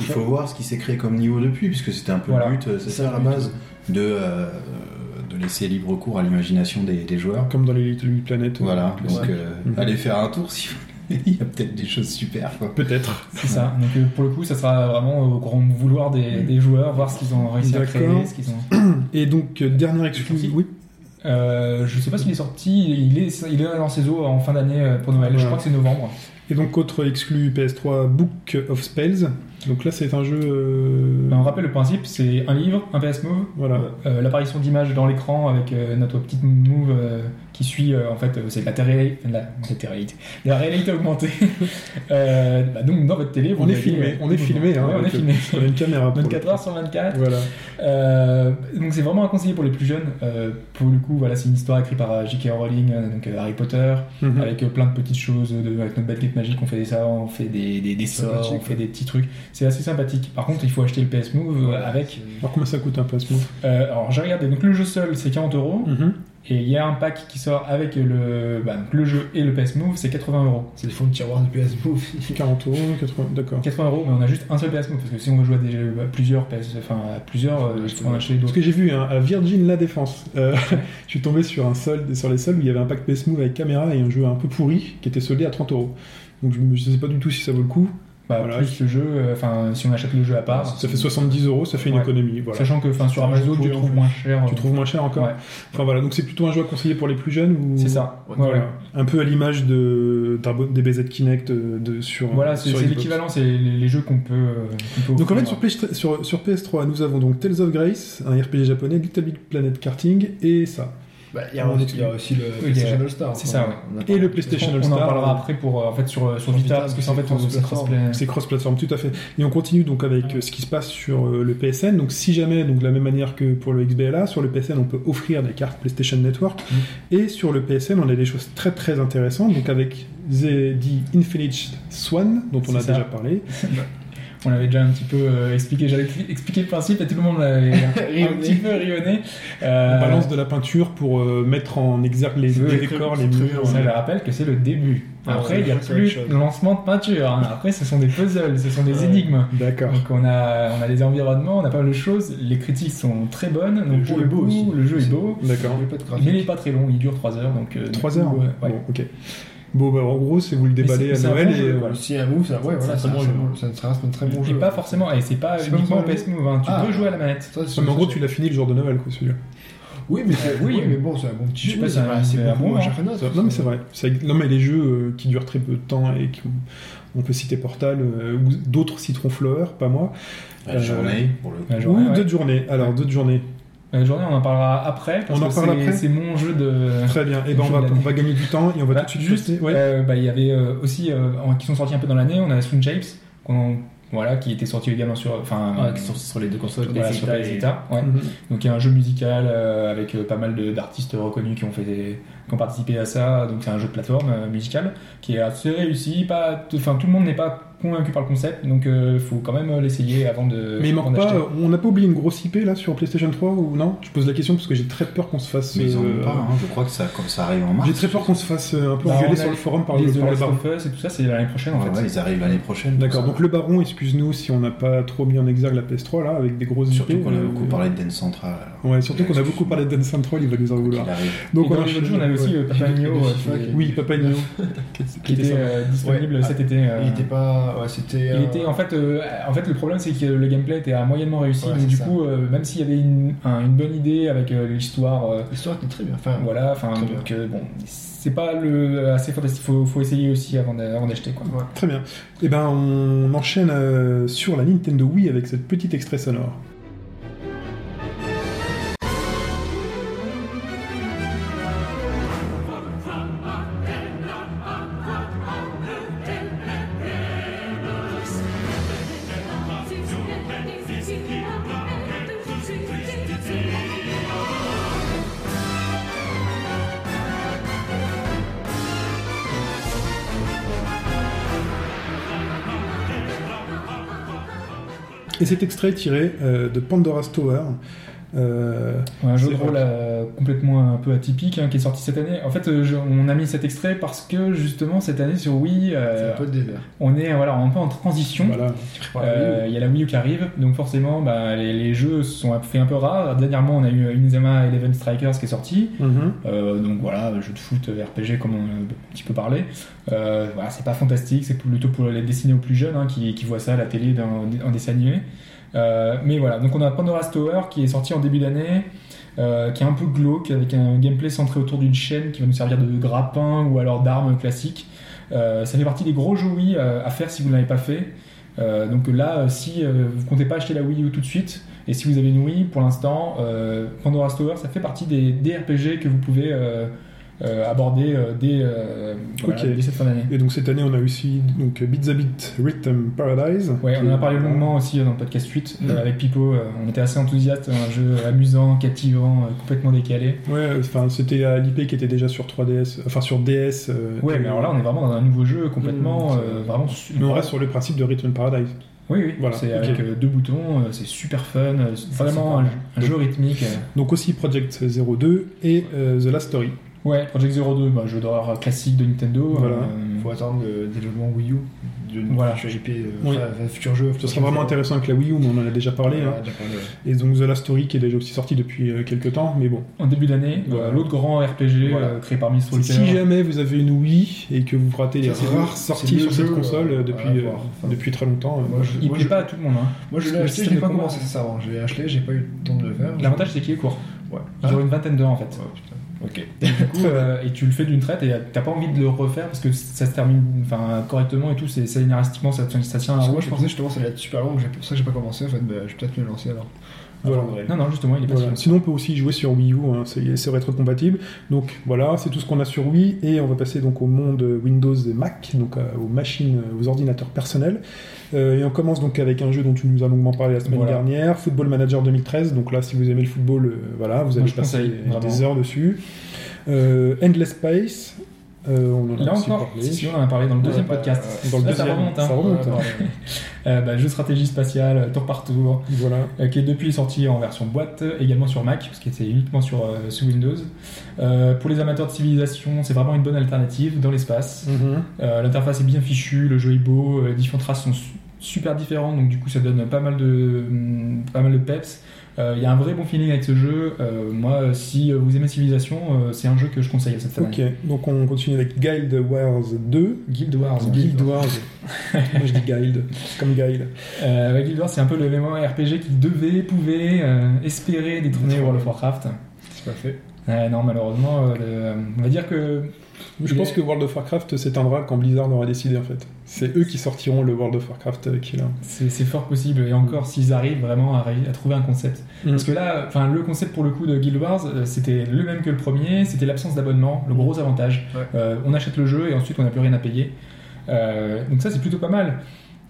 H: Il faut voir ce qui s'est créé comme niveau depuis, puisque c'était un peu
G: Voilà.
H: le but, euh, c'est ça à la base, de, euh, de laisser libre cours à l'imagination des, des joueurs.
C: Comme dans les Little Big Planet. euh,
H: Voilà,
C: classiques.
H: donc euh,
C: Mhm.
H: allez faire un tour [laughs] si vous voulez, il y a peut-être des choses super. Quoi.
C: euh, Peut-être.
G: c'est ça. Donc euh, pour le coup, ça sera vraiment au grand vouloir des, des joueurs, voir ce qu'ils ont réussi à créer,
C: D'accord.
G: ce qu'ils ont.
C: Et donc euh, dernière exclusive. Oui.
G: Euh, je sais pas s'il est sorti, il est, il est dans ses eaux en fin d'année euh, pour Noël, je
C: Ouais.
G: crois que c'est novembre.
C: Et donc autre exclu PS3 Book of Spells. Donc là c'est un jeu. euh,
G: Ben, on rappelle le principe, c'est un livre, un PS Move,
C: Voilà.
G: euh, l'apparition d'images dans l'écran avec euh, notre petite move euh, qui suit, euh, en fait, euh, c'est de la télé, de la, de la réalité, de la réalité augmentée. [laughs] Euh, bah, donc dans votre télé, vous
C: On est
G: avez,
C: filmé.
G: euh,
C: On est filmé. hein,
G: Ouais, on est
C: donc,
G: filmé.
C: euh,
G: [laughs]
C: On a une caméra. pour le
G: 24
C: coup.
G: heures sur 24.
C: Voilà.
G: Euh, donc c'est vraiment un conseiller pour les plus jeunes. Euh, pour le coup, voilà, c'est une histoire écrite par euh, J.K. Rowling, euh, donc euh, Harry Potter,
C: Mhm.
G: avec euh, plein de petites choses, de- avec notre baguette magique, on fait des ça, on fait des, des, des sorts, on
F: Sympathique.
G: fait des petits trucs. C'est assez sympathique. Par contre, il faut acheter le PS Move euh, avec.
C: Alors combien ça coûte un PS Move
G: Euh, alors, j'ai regardé, donc le jeu seul, c'est 40 euros, et il y a un pack qui sort avec le, bah, donc, le jeu et le PS Move, c'est 80 euros.
F: C'est le fond de tiroir de PS [laughs] Move.
C: 40 euros, 80. D'accord.
G: 80 euros, mais on a juste un seul PS Move, parce que si on veut jouer à, des jeux- à plusieurs PS, enfin à plusieurs, euh, il faut en acheter
C: Parce
G: d'autres.
C: que j'ai vu hein, à Virgin La Défense, euh, [laughs] je suis tombé sur un solde, sur les soldes où il y avait un pack PS Move avec caméra et un jeu un peu pourri qui était soldé à 30 euros. Donc je ne sais pas du tout si ça vaut le coup.
G: Bah,
C: Voilà.
G: plus le jeu, euh, enfin, si on achète le jeu à part.
C: Ça fait 70 euros, ça fait une
G: Ouais.
C: économie. Voilà.
G: Sachant que enfin, sur
C: Tu
G: Amazon,
C: trouves
G: tu
C: en
G: trouves
C: plus.
G: moins cher.
C: Tu trouves moins cher encore
G: Ouais.
C: Enfin voilà, donc c'est plutôt un jeu à conseiller pour les plus jeunes ou...
G: euh, C'est ça. Ouais, ouais.
C: Voilà. Un peu à l'image de, Drabo- des BZ Kinect euh, de, sur.
G: Voilà, c'est
C: sur
G: c'est
C: Xbox.
G: l'équivalent, c'est les, les jeux qu'on peut, euh, qu'on peut
C: Donc en fait,
G: offrir.
C: sur, PS3 sur- sur PS3, nous avons donc Tales of Grace, un RPG japonais, Little Big Planet Karting et ça.
F: Bah, il y a un- il y a aussi le PlayStation All-Star.
G: c'est ça, ouais.
C: Et le PlayStation
G: on en
C: All-Star.
G: parlera après pour euh, en fait sur, euh,
F: Sur
G: sur Vita
F: Vita,
G: parce que c'est en fait
F: c'est
G: c'est crossplay.
C: C'est cross-platform, tout à fait. Et on continue donc avec euh, ce qui se passe sur euh, le PSN. Donc, si jamais, donc de la même manière que pour le XBLA, sur le PSN, on peut offrir des cartes PlayStation Network.
G: Mm.
C: Et sur le PSN, on a des choses très très intéressantes. Donc, avec The, The Infinite Swan, dont on
G: C'est
C: a
G: ça.
C: déjà parlé.
G: On l'avait déjà un petit peu euh, expliqué, j'avais expli- expliqué le principe et tout le monde
F: [laughs]
G: l'avait un
F: Rionné.
G: petit peu rionné. Euh,
C: On balance de la peinture pour euh, mettre en exergue les,
G: Oui,
C: les
G: oui,
C: décors,
F: c'est
C: les
F: très
C: murs.
F: bien,
G: Ça je rappelle que c'est le début.
F: Ah
G: Après,
F: ouais,
G: il n'y a
F: c'est autre
G: plus
F: chose.
G: de lancement de peinture. hein. Après, ce sont des puzzles, ce sont des énigmes.
C: D'accord.
G: Donc on a, on a des environnements, on a pas mal de choses. Les critiques sont très bonnes. Donc
F: Le
G: pour
F: jeu
G: le
F: est beau
G: coup,
F: aussi.
G: le jeu est beau.
C: D'accord.
F: Il y a pas de
G: Mais il
F: graphique.
G: n'est pas très long, il dure 3 heures. Donc, euh, du
C: 3
G: coup,
C: heures hein.
G: euh, ouais.
C: Bon, ok. Bon, bah, en gros, c'est vous le déballez à
G: c'est un
C: Noël
G: bon
C: et
G: jeu,
C: euh,
G: voilà.
F: Si un move, ça, ouais, voilà, c'est
G: C'est un
F: un,
G: très bon
F: bon- ça reste un très bon
G: Et
F: jeu.
G: pas forcément, et c'est pas
F: C'est pas
G: uniquement au
F: forcément-
G: PS Move, hein. tu
F: Ah.
G: peux jouer à la manette.
F: Ça, c'est-
C: Ouais, mais en gros,
F: ça,
C: tu l'as fini le jour de Noël, quoi, celui-là.
F: Oui, mais c'est-
G: Oui,
F: oui, mais bon, c'est un bon petit
G: Je sais
F: jeu.
G: pas si
F: c'est
G: c'est un-
F: pas- c'est
G: mais un
F: beaucoup
G: bon,
F: moins
G: hein.
F: cher que notre.
C: Non mais c'est vrai. C'est- Non mais les jeux euh, qui durent très peu de temps et qui... on peut citer Portal euh, ou d'autres Citron Flower, pas moi. Euh,
H: La journée, pour le coup.
G: La
C: ou
G: journée, ouais.
C: d'autres journées. Alors d'autres journées.
G: La journée, Euh, on en parlera après. Parce
C: On en
G: que
C: parle
G: c'est-
C: après
G: C'est mon jeu
F: [laughs]
G: de.
C: Très bien. Et ben
G: Le
C: on
G: jeu
C: va,
G: de
C: on
G: l'année.
C: va gagner du temps et on va
G: Bah,
C: tout de suite
G: juste,
C: passer- ouais.
G: euh, bah, il y avait euh, aussi euh, en- qui sont sortis un peu dans l'année. On a Soon Shapes, qu'on- voilà, qui était sorti également sur, enfin,
D: Ouais, qui sont sur les deux consoles.
G: voilà,
D: PS
G: sur
D: Vita
G: PS
D: et-
G: Vita, ouais. Euh,
C: Mhm.
G: Donc il y a un jeu musical euh, avec euh, pas mal de- d'artistes reconnus qui ont fait, des- qui ont participé à ça. Donc c'est un jeu de plateforme euh, musical qui est assez réussi. Pas, t- enfin tout le monde n'est pas convaincu par le concept, donc il faut quand même euh, l'essayer avant de.
C: Mais il
G: avant
C: manque pas.
G: d'acheter.
C: euh, On n'a pas oublié une grosse IP là sur PlayStation 3 ou non Je pose la question parce que j'ai très peur qu'on se fasse.
H: Mais ils en ont
C: euh,
H: pas, hein. je crois que ça, comme ça arrive en mars.
C: J'ai très peur qu'on se fasse euh, un peu
G: Bah, on
C: engueuler
G: a
C: sur le forum par
G: les
C: le
G: The
C: par le
G: Last
C: baron.
G: of Us et tout ça, c'est l'année prochaine en
H: Ah, Ouais,
G: fait.
H: ouais, ils arrivent l'année prochaine.
C: D'accord.
H: Ça-
C: Donc le baron, excuse-nous si on n'a pas trop mis en exergue la PS3 là avec des grosses
H: Surtout
C: IP,
H: qu'on a
C: euh,
H: beaucoup parlé de Den Central. alors.
C: Ouais, surtout qu'on a
H: Excuse-moi.
C: beaucoup parlé de Dan Central, il va nous en
H: Qu'il
C: vouloir.
H: arrive.
G: Donc on a,
C: enchaîne-
G: on avait aussi
C: ouais.
G: euh, Papa Nio,
F: de
G: euh,
F: FIFA
G: qui-
F: qui-
C: Oui, Papa Nio.
G: qui était euh, disponible
F: Ouais.
G: cet été. euh,
F: Il était pas. Ouais, c'était.
G: Il
F: euh,
G: était en fait, euh, en fait le problème c'est que le gameplay était à moyennement réussi,
F: Ouais,
G: mais
F: c'est
G: du
F: ça.
G: coup euh, même s'il y avait une, un- une bonne idée avec euh, l'histoire, euh,
F: L'histoire était très bien. Enfin,
G: voilà, enfin
F: Très
G: donc euh, bon, c'est pas le euh, assez fantastique, faut, faut essayer aussi avant d'a- avant d'acheter quoi.
C: Très bien. Et ben, on enchaîne euh, sur la Nintendo Wii avec cette petite extrait sonore. Et cet extrait est tiré euh, de Pandora's Tower. Euh,
G: Un jeu
C: C'est
G: de rôle euh, complètement un peu atypique hein, qui est sorti cette année. En fait, euh, je- on a mis cet extrait parce que justement cette année sur Wii, euh,
F: C'est un peu le désert.
G: on est voilà un peu en transition.
C: voilà.
G: Euh, Il y a la Wii U qui arrive, donc forcément bah, les, les jeux se sont fait un peu rares. Dernièrement, on a eu Inazuma Eleven Strikers qui est sorti,
C: Mhm.
G: Euh, donc voilà, jeu de foot euh, RPG comme on a un petit peu parlé. Euh, voilà, c'est pas fantastique, c'est plutôt pour les dessiner aux plus jeunes hein, qui, qui voient ça à la télé dans, en dessin animé. Euh, mais voilà, donc on a Pandora's Tower qui est sorti en début d'année, euh, qui est un peu glauque avec un gameplay centré autour d'une chaîne qui va nous servir de grappin ou alors d'arme classique. Euh, ça fait partie des gros jeux Wii euh, à faire si vous ne l'avez pas fait. Euh, donc là, euh, si euh, vous comptez pas acheter la Wii U tout de suite, et si vous avez une Wii, pour l'instant, euh, Pandora's Tower, ça fait partie des, des RPG que vous pouvez euh, euh, aborder euh, dès, euh, voilà,
C: Ok.
G: dès cette fin d'année.
C: Et donc cette année, on a aussi donc Beat the Beat Rhythm Paradise.
G: Ouais, on en a parlé longuement aussi euh, dans le podcast 8
C: Mm.
G: euh, avec Pipo. euh, on était assez enthousiaste, un jeu amusant, captivant, euh, complètement décalé.
C: Ouais, enfin c'était à l'IP qui était déjà sur 3DS, enfin sur DS. euh,
G: Ouais, mais alors là, on est vraiment dans un nouveau jeu complètement,
C: Mm.
F: Mmh.
G: euh, vraiment. su-
C: mais on reste sur le principe de Rhythm Paradise.
G: Oui, oui.
C: Voilà,
G: c'est
C: ok.
G: avec euh, deux boutons, euh, c'est super fun, euh, c'est vraiment un, un jeu rythmique. euh.
C: Donc aussi Project 02 et euh, The Last Story.
G: Ouais, Project 02, bah, jeu d'horreur euh, classique de Nintendo.
C: Voilà.
G: euh,
F: Faut attendre le développement Wii U d'une
G: Voilà.
F: future IP, euh,
C: Oui.
F: enfin, un futur jeu.
C: Ce serait vraiment intéressant avec la Wii U, mais on en a déjà parlé.
F: Ouais,
C: hein.
F: déjà parlé, ouais.
C: Et donc The Last Story qui est déjà aussi sorti depuis euh, quelques temps, mais bon.
G: En début d'année,
C: Voilà.
G: euh, l'autre grand RPG
C: Voilà.
G: euh, créé par Mistral
C: Si jamais vous avez une Wii et que vous ratez les
F: C'est
C: rares
F: le-
C: sorties
F: c'est
C: sur
F: le
C: cette
F: jeu,
C: console
F: euh,
C: euh, depuis,
F: à
C: euh,
F: voir. Enfin,
C: depuis très longtemps, euh,
F: Moi, je-
G: il
F: moi,
G: plaît
F: je-
G: pas à tout le monde. hein.
F: Moi je l'ai
G: Parce que
F: acheté,
G: le
F: je l'ai
G: système
F: pas
G: de
F: commencé
G: combat-
F: ça avant. Je l'ai acheté, j'ai pas eu le temps de le faire.
G: L'avantage, c'est qu'il est court.
F: Ouais.
C: Ah.
G: Il dure une vingtaine d'heures en fait.
F: Ouais, putain.
G: Ok. Et, du coup, euh, et tu le fais d'une traite et t'as pas envie de le refaire parce que ça se termine enfin, correctement et tout, c'est scénaristiquement, ça, tient- ça tient la
F: Parce que Ah,
G: route.
F: moi je
G: et
F: pensais justement ça allait être super long, c'est pour ça que j'ai pas commencé en fait, bah, je vais peut-être me lancer alors.
C: Voilà.
G: tout. Non, non, justement, il est pas
C: Voilà.
G: si
C: Sinon, on peut aussi y jouer sur Wii U, hein, c'est c'est rétrocompatible. Donc voilà, c'est tout ce qu'on a sur Wii, et on va passer donc au monde Windows et Mac, donc euh, aux machines, euh, aux ordinateurs personnels. Euh, et on commence donc avec un jeu dont tu nous as longuement parlé la semaine
G: Voilà.
C: dernière, Football Manager 2013. Donc là, si vous aimez le football, euh, voilà, vous
G: Moi,
C: allez
G: je
C: passer
G: conseille,
C: des-
G: vraiment.
C: des heures dessus. Euh, Endless Space, euh, on en a
G: long. Là
C: aussi
G: encore,
C: parlé.
G: si, si, on en a parlé dans le deuxième
F: Ouais, bah,
G: podcast.
F: euh,
C: Dans le
G: Là,
C: deuxième,
G: ça remonte, hein.
C: ça remonte.
G: Ouais, Euh, bah, jeu de stratégie spatiale, euh, tour par tour,
C: Voilà.
G: euh, qui est depuis sorti en version boîte, euh, également sur Mac, parce qu'il était uniquement sur, euh, sous Windows. Euh, pour les amateurs de civilisation, c'est vraiment une bonne alternative dans l'espace.
C: Mhm.
G: Euh, L'interface est bien fichue, le jeu est beau, euh, les différents traces sont su- super différents, donc du coup ça donne pas mal de, hum, pas mal de peps. Euh, Il y a un vrai bon feeling avec ce jeu. Euh, moi, euh, si euh, vous aimez Civilisation, euh, c'est un jeu que je conseille cette année.
C: Ok, donc on continue avec Guild Wars 2.
G: Guild Wars. hein.
C: Guild Wars. Moi je dis Guild, comme Guild.
G: Euh, ouais, Guild Wars, c'est un peu le mémoire RPG qui devait, pouvait euh, espérer détrôner World of Warcraft.
F: C'est pas fait.
G: Euh, non, malheureusement, euh, le- on va dire que
C: Je
G: Il
C: pense
G: est-
C: que World of Warcraft s'éteindra quand Blizzard l'aura décidé en fait. C'est eux qui sortiront le World of Warcraft euh, qui est là.
G: c'est c'est fort possible. Et encore, s'ils arrivent vraiment à, ré- à trouver un concept.
C: Mm.
G: Parce que là, enfin, le concept pour le coup de Guild Wars, euh, c'était le même que le premier. C'était l'absence d'abonnement, le gros avantage.
F: Ouais.
G: Euh, on achète le jeu et ensuite on n'a plus rien à payer. Euh, donc ça, c'est plutôt pas mal.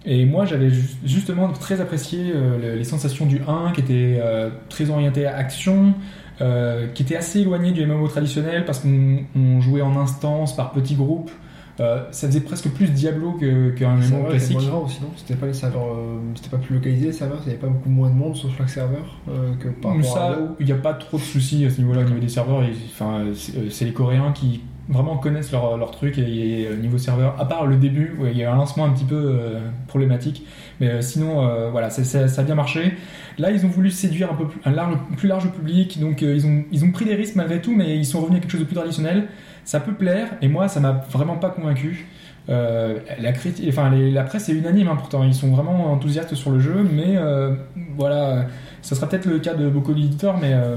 G: Et moi, j'avais ju- justement très apprécié euh, le- les sensations du 1, qui était euh, très orienté à action, euh, qui était assez éloigné du MMO traditionnel, parce qu'on on jouait en instance, par petits groupes. Euh, ça faisait presque plus Diablo que- qu'un
F: C'est
G: MMO
F: vrai, c'est
G: classique.
F: moins grand aussi, non C'était pas les serveurs, euh, c'était pas plus localisé les serveurs, il y avait pas beaucoup moins de monde sur chaque serveur euh, que par
G: Mais
F: rapport à
G: ça,
F: là où-
G: il n'y a pas trop de soucis à ce niveau-là au niveau des serveurs. Ils- Enfin, euh, c'est euh, c'est les Coréens qui vraiment connaissent leur, leur truc et, et, euh, niveau serveur. À part le début, où il y a eu un lancement un petit peu euh, problématique, mais euh, sinon, euh, voilà, c'est- c'est- ça a bien marché. Là, ils ont voulu séduire un peu plus, un large, plus large public, donc euh, ils ont ils ont pris des risques malgré tout, mais ils sont revenus à quelque chose de plus traditionnel. Ça peut plaire, et moi, ça m'a vraiment pas convaincu. Euh, la, criti- enfin, les- la presse est unanime hein, pourtant, ils sont vraiment enthousiastes sur le jeu, mais euh, voilà, ça sera peut-être le cas de beaucoup d'éditeurs, mais euh,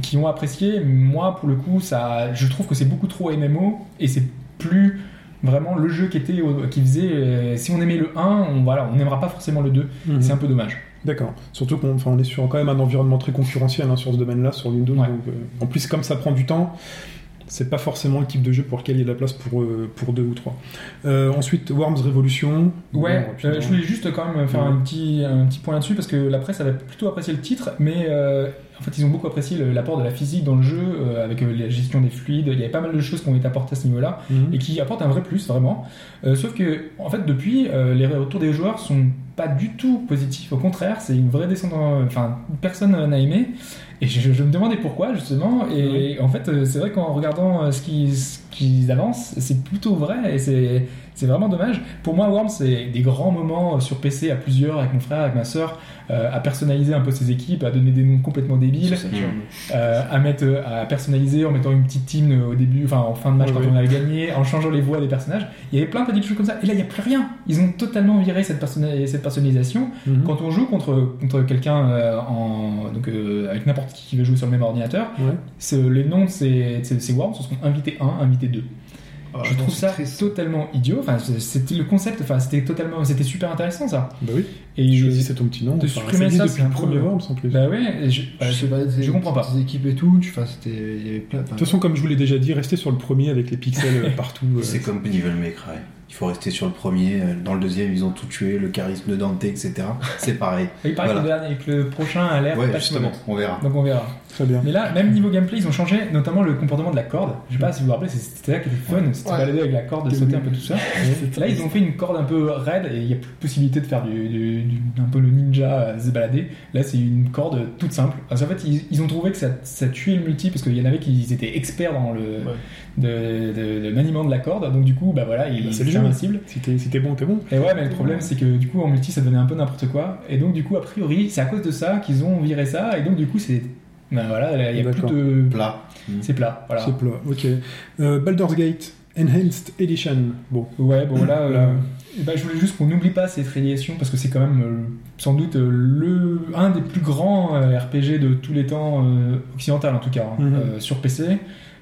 G: qui ont apprécié. Moi, pour le coup, ça, je trouve que c'est beaucoup trop MMO et c'est plus vraiment le jeu qui était, au- qui faisait. euh, si on aimait le 1, on voilà, on n'aimera pas forcément le 2.
C: Mhm.
G: C'est un peu dommage.
C: D'accord. Surtout qu'on enfin, on est sur quand même un environnement très concurrentiel hein, sur ce domaine-là, sur Windows.
G: Ouais.
C: donc, euh, en plus, comme ça prend du temps, c'est pas forcément le type de jeu pour lequel il y a de la place pour, euh, pour deux ou trois. Euh, ensuite, Worms Revolution.
G: Ouais,
C: Bon, rapidement.
G: euh, je voulais juste quand même faire
C: Ouais.
G: un, petit, un petit point là-dessus parce que la presse avait plutôt apprécié le titre, mais euh, en fait ils ont beaucoup apprécié le- l'apport de la physique dans le jeu euh, avec euh, la gestion des fluides. Il y avait pas mal de choses qui ont été apportées à ce niveau-là.
C: Mhm.
G: et qui apporte un vrai plus vraiment. Euh, sauf que en fait depuis euh, les retours des joueurs sont pas du tout positifs. Au contraire, c'est une vraie descente. en- Enfin, personne euh, n'a aimé. Et je, je me demandais pourquoi justement. Et en fait, euh, c'est vrai qu'en regardant euh, ce qui ce qu'ils avancent, c'est plutôt vrai et c'est c'est vraiment dommage. Pour moi, Worms, c'est des grands moments euh, sur PC à plusieurs, avec mon frère, avec ma soeur, à personnaliser un peu ses équipes, à donner des noms complètement débiles.
H: Mm.
G: Euh, à mettre euh, à personnaliser en mettant une petite team euh, au début enfin en fin de match
C: Ouais,
G: quand
C: ouais.
G: on avait gagné en changeant les voix des personnages il y avait plein de petites choses comme ça et là il n'y a plus rien ils ont totalement viré cette, personnali- cette personnalisation
C: Mhm.
G: quand on joue contre, contre quelqu'un euh, en donc euh, avec n'importe qui qui veut jouer sur le même ordinateur
C: Ouais.
G: c'est- euh, les noms de ces ces- ces Worms ce seront invité 1 invité 2
F: Ah,
G: je
F: non,
G: trouve
F: c'est
G: ça
F: triste.
G: totalement idiot enfin c'est- c'était le concept enfin c'était totalement c'était super intéressant ça
C: Bah oui,
G: et
C: tu choisissais ton petit nom.
G: de
C: enfin,
G: supprimer
C: existe
G: ça,
C: depuis
G: c'est
C: le
G: un
C: premier
G: peu-
C: Worms en plus.
G: bah ouais et je,
F: Je sais pas,
G: je
F: des-
G: comprends pas.
F: Des équipes et tout, tu, enfin, c'était, il y avait plein.
C: De toute façon, comme je vous l'ai déjà dit, restez sur le premier avec les pixels
G: [laughs]
C: euh, partout. euh,
H: C'est comme Devil May Cry. Il faut rester sur le premier. euh, Dans le deuxième, ils ont tout tué, le charisme de Dante, etc.
C: [laughs]
H: C'est pareil.
G: il paraît que le
H: Voilà.
G: dernier et que le prochain a l'air
H: Ouais,
G: pas si
H: justement,
G: mauvais.
H: on verra.
G: donc on verra
C: Très
G: [laughs]
C: bien.
G: Mais là, même niveau gameplay, ils ont changé, notamment le comportement de la corde. Je sais pas si vous vous rappelez, c'est- c'était là qui était fun, c'était
F: Ouais.
G: balader avec la corde, de sauter un peu tout ça. [laughs] Là, ils ont fait une corde un peu raide et il y a plus de possibilité de faire du, du- du- un peu le ninja euh, se balader. Là, c'est une corde toute simple. Parce qu'en fait, ils, ils ont trouvé que ça, ça tuait le multi parce qu'il y en avait qui étaient experts dans le
F: Ouais.
G: de, de- de maniement de la corde. Donc du coup, bah voilà, ils
C: c'est le hein.
G: chacun la cible.
C: Si t'es si t'es bon, t'es bon.
G: Et ouais, mais le problème, c'est que du coup, en multi, ça devenait un peu n'importe quoi. Et donc, du coup, a priori, c'est à cause de ça qu'ils ont viré ça. Et donc, du coup, c'est. Ben voilà, il y a plus
C: D'accord.
G: de.
H: Plat.
G: C'est plat, voilà.
C: C'est plat, ok. Euh, Baldur's Gate Enhanced Edition. Bon,
G: Ouais, bon là, euh,
C: Là.
G: eh ben, je voulais juste qu'on n'oublie pas cette filiation parce que c'est quand même euh, sans doute euh, le un des plus grands euh, RPG de tous les temps euh, occidental en tout cas hein,
C: Mhm.
G: euh, sur PC.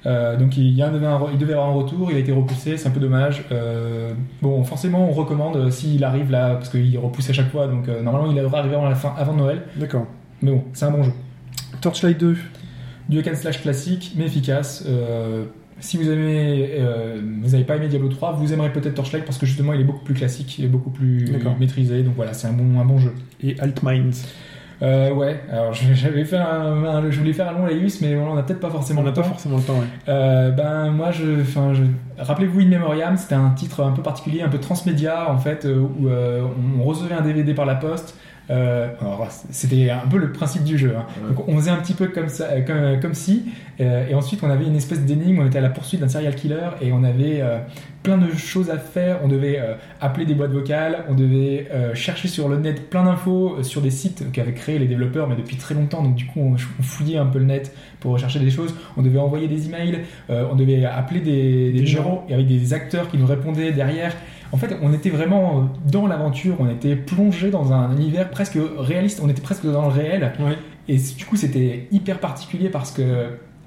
G: Euh, donc il, y en avait un re- il devait y avoir un retour, il a été repoussé, c'est un peu dommage. Euh, bon, forcément on recommande euh, s'il arrive là parce qu'il repousse à chaque fois, donc euh, normalement il devrait arriver avant la fin, avant Noël.
C: d'accord.
G: Mais bon, c'est un bon jeu
C: Torchlight 2.
G: du hack and slash classique mais efficace. Euh, si vous aimez, euh, vous n'avez pas aimé Diablo 3, vous aimerez peut-être Torchlight parce que justement il est beaucoup plus classique, il est beaucoup plus
C: D'accord.
G: maîtrisé, donc voilà, c'est un bon, un bon jeu.
C: Et Altminds.
G: Euh, ouais, alors [laughs] je- j'avais fait un, un- je voulais faire un long laïus, mais voilà, on n'a peut-être pas forcément
C: On n'a
G: le
C: pas
G: temps.
C: forcément le temps, ouais.
G: Euh, ben moi, je, enfin, je... rappelez-vous In Memoriam, c'était un titre un peu particulier, un peu transmédia en fait, euh, où euh, on recevait un DVD par la poste. Euh, alors, c'était un peu le principe du jeu. hein. Donc, on faisait un petit peu comme ça, euh, comme, comme si, euh, et ensuite on avait une espèce d'énigme. On était à la poursuite d'un serial killer et on avait euh, plein de choses à faire. On devait euh, appeler des boîtes vocales, on devait euh, chercher sur le net plein d'infos euh, sur des sites qu'avaient créés les développeurs, mais depuis très longtemps. Donc du coup, on, on fouillait un peu le net pour rechercher des choses. On devait envoyer des emails. Euh, on devait appeler des, des
C: Des gens.
G: numéros et avec des acteurs qui nous répondaient derrière. En fait, on était vraiment euh, dans l'aventure, on était plongé dans un univers presque réaliste, on était presque dans le réel.
C: Ouais.
G: Et c- du coup, c'était hyper particulier parce que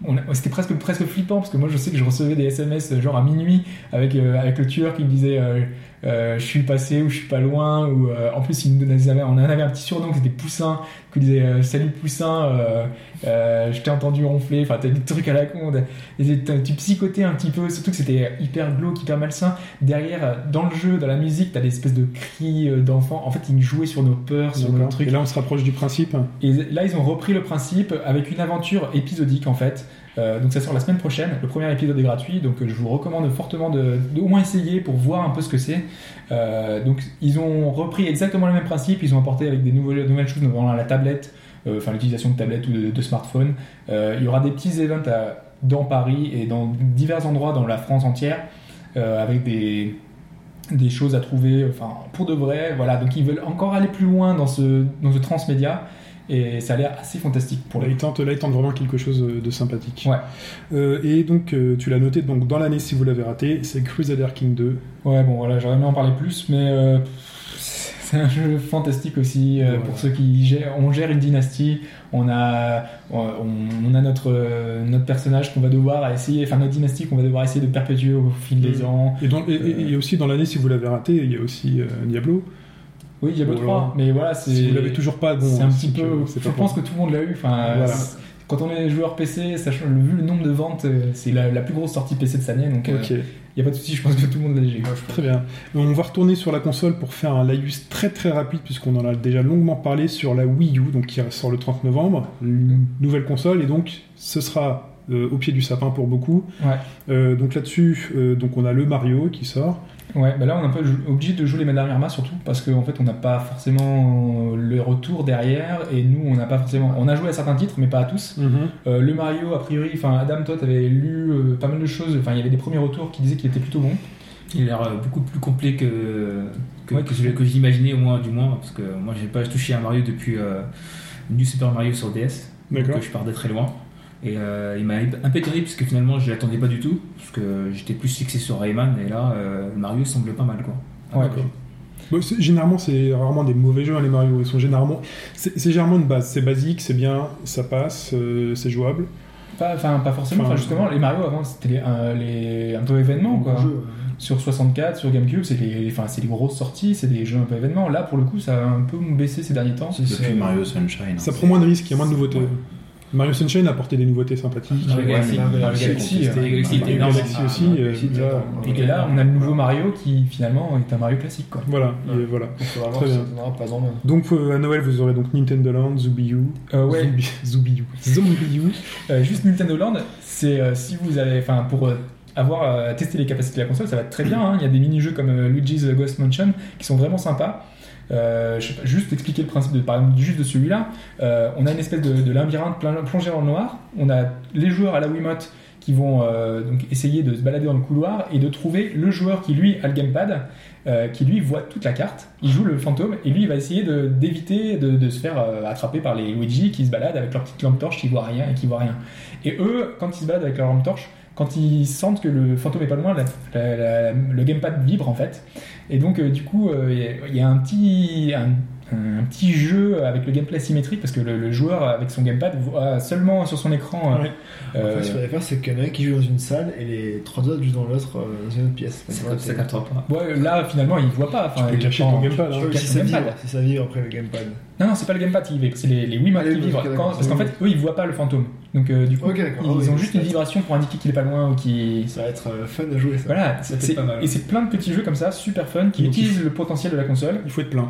G: on a- c'était presque, presque flippant. Parce que moi, je sais que je recevais des SMS euh, genre à minuit avec, euh, avec le tueur qui me disait euh, euh, je suis passé ou je suis pas loin. Ou, euh, en plus, il nous donnait, on en avait un petit surnom qui était Poussin, qui disait euh, salut Poussin, euh, euh, je t'ai entendu ronfler. Enfin, t'as des trucs à la con. Et t'es- Tu psychotais un petit peu, surtout que c'était hyper glauque, hyper malsain. Derrière, euh, dans le jeu, dans la musique, t'as des espèces de cris euh, d'enfants. En fait, ils jouaient sur nos peurs, sur nos
C: D'accord.
G: trucs.
C: Et là, on se rapproche du principe.
G: Et là, ils ont repris le principe avec une aventure épisodique en fait. Euh, donc ça sort la semaine prochaine. Le premier épisode est gratuit, donc euh, je vous recommande fortement de, de au moins essayer pour voir un peu ce que c'est. Euh, donc ils ont repris exactement le même principe. Ils ont apporté avec des nouveaux- nouvelles choses, notamment la tablette, euh, enfin l'utilisation de tablette ou de, de smartphone. Euh, il y aura des petits events à- dans Paris et dans divers endroits dans la France entière euh, avec des des choses à trouver, enfin pour de vrai, voilà. Donc ils veulent encore aller plus loin dans ce dans ce transmédia. Et ça a l'air assez fantastique pour
C: Là,
G: les.
C: il tente, là, il tente vraiment quelque chose de sympathique.
G: Ouais.
C: Euh, et donc, euh, tu l'as noté, donc dans l'année, si vous l'avez raté, c'est Crusader King 2.
G: Ouais, bon, voilà, j'aurais aimé en parler plus, mais euh, [laughs] c'est un jeu fantastique aussi euh,
C: Voilà.
G: pour ceux qui gèrent. On gère une dynastie, on a, on, on a notre, euh, notre personnage qu'on va devoir essayer, enfin notre dynastie qu'on va devoir essayer de perpétuer au fil des
C: Mm.
G: ans.
C: Et, dans- et- et-
G: Euh.
C: et aussi dans l'année, si vous l'avez raté, il y a aussi euh, Diablo.
G: Oui, Diablo
C: Voilà.
G: 3, mais voilà, c'est.
C: Si vous l'avez toujours pas, bon,
G: c'est un
C: c'est
G: petit
C: que-
G: peu.
C: c'est
G: Je
C: pas
G: pense
C: bon.
G: que tout le monde l'a eu. Enfin,
C: Voilà.
G: c'est- quand on est joueur PC, sachant vu le nombre de ventes, euh, c'est la, la plus grosse sortie PC de cette année, donc il
C: Ok,
G: n'y a pas de souci. Je pense que tout le monde l'a déjà eu.
C: très bien. On va retourner sur la console pour faire un laïus très très rapide, puisqu'on en a déjà longuement parlé sur la Wii U, donc qui sort le 30 novembre. Une nouvelle console, et donc ce sera euh, au pied du sapin pour beaucoup.
G: Ouais.
C: Euh, donc là-dessus, euh, donc on a le Mario qui sort.
G: Ouais, bah là on est un peu jou- obligé de jouer les dernières mains surtout parce qu'en fait on n'a pas forcément euh, le retour derrière et nous on n'a pas forcément. On a joué à certains titres mais pas à tous. Euh, le Mario, a priori, enfin Adam, toi t'avais lu euh, pas mal de choses, enfin il y avait des premiers retours qui disaient qu'il était plutôt bon.
D: Il a l'air euh, beaucoup plus complet que, que,
G: Ouais,
D: que celui que j'imaginais, au moins, du moins, parce que moi, j'ai pas touché à Mario depuis euh, New Super Mario sur DS.
C: D'accord.
D: Donc, euh, je pars de très loin. Et euh, il m'a un peu étonné, parce que finalement, je l'attendais pas du tout, parce que j'étais plus fixé sur Rayman, et là, euh, Mario semblait pas mal, quoi.
G: Ouais.
D: D'accord.
C: Bon, c'est- généralement, c'est rarement des mauvais jeux, hein, les Mario. Ils sont généralement. C'est c'est généralement une base. C'est basique, c'est bien, ça passe, euh, c'est jouable.
G: Pas, enfin pas forcément,
C: Enfin,
G: enfin justement les Mario avant c'était les, un, les- un peu événements quoi.
F: Jeu,
G: Sur 64, sur Gamecube, c'est les, enfin, c'est les grosses sorties, c'est des jeux un peu événements. Là pour le coup ça a un peu baissé ces derniers temps.
H: Depuis Mario Sunshine.
C: Ça
H: hein,
C: prend moins de risques, il y a moins de nouveautés.
H: Ouais.
C: Mario Sunshine a apporté des nouveautés sympathiques.
D: Dans les
H: Ouais,
D: Galaxies.
H: mais dans les
D: Dans les
G: Galaxies,
C: euh,
D: Galaxies,
G: c'était-
D: dans les Galaxies,
H: c'était
D: c'était
C: Et
D: énorme.
C: Galaxy aussi.
F: Ah,
C: euh,
F: Galaxy,
C: là,
F: d'accord.
G: Et que là on a le nouveau Mario qui finalement est un Mario classique quoi.
C: voilà, et voilà.
F: Il faudra
C: Très
F: voir si ça
C: bien.
F: donnera pas en main.
C: Donc euh, à Noël, vous aurez donc Nintendo Land, Zubi U,
G: Euh, ouais,
C: Zubi- Zubi U, Zombie U.
G: Euh, juste Nintendo Land, c'est euh, si vous avez, enfin pour euh, avoir euh, testé les capacités de la console, ça va être très bien. hein. Il y a des mini-jeux comme euh, Luigi's Ghost Mansion qui sont vraiment sympas. Euh, je sais pas, juste expliquer le principe de par exemple juste de celui-là. Euh, on a une espèce de, de labyrinthe plein- plongé dans le noir. On a les joueurs à la Wiimote qui qui vont euh, donc essayer de se balader dans le couloir et de trouver le joueur qui lui a le gamepad, euh, qui lui voit toute la carte. Il joue le fantôme et lui il va essayer de- d'éviter de, de se faire euh, attraper par les Luigi qui se baladent avec leur petite lampe torche, qui voient rien et qui voient rien. Et eux, quand ils se baladent avec leur lampe torche, quand ils sentent que le fantôme est pas loin, la- la- la- le gamepad vibre en fait. Et donc euh, du coup, euh, il y a- il y, a un petit un, un petit jeu avec le gameplay asymétrique parce que le, le joueur avec son gamepad voit seulement sur son écran. euh,
C: Ouais.
G: euh,
F: En fait, ce qu'il faudrait faire, c'est qu'il y en a un qui joue dans une salle et les trois autres jouent dans l'autre, euh, dans une autre pièce.
D: C'est
F: Voilà,
D: comme ça
F: t'es-
D: capte pas.
G: ouais, là finalement il voit pas. Enfin,
C: Tu peux
G: il
C: cacher
G: prend-
C: ton gamepad.
F: Tu
C: hein.
F: vois,
G: le
F: si ça
G: gamepad.
F: vibre, si ça vibre après le gamepad.
G: Non, non, c'est pas le gamepad qui vibre, c'est les, les Wiimotes
F: Ah, les
G: qui
F: Wiimotes,
G: vibrent.
F: ok,
G: Quand-
F: d'accord.
G: parce qu'en fait, eux, ils voient pas le fantôme. Donc, euh, du coup,
F: Ok, d'accord.
G: ils
F: Ah oui,
G: ont juste
F: c'est
G: une
F: ça.
G: vibration pour indiquer qu'il est pas loin ou qu'il.
F: Ça va être euh, fun à jouer ça.
G: Voilà,
D: Ça peut
G: c'est-
D: être pas mal.
G: et c'est plein de petits jeux comme ça, super fun, qui
C: Donc,
G: utilisent le potentiel de la console.
C: Il faut être plein.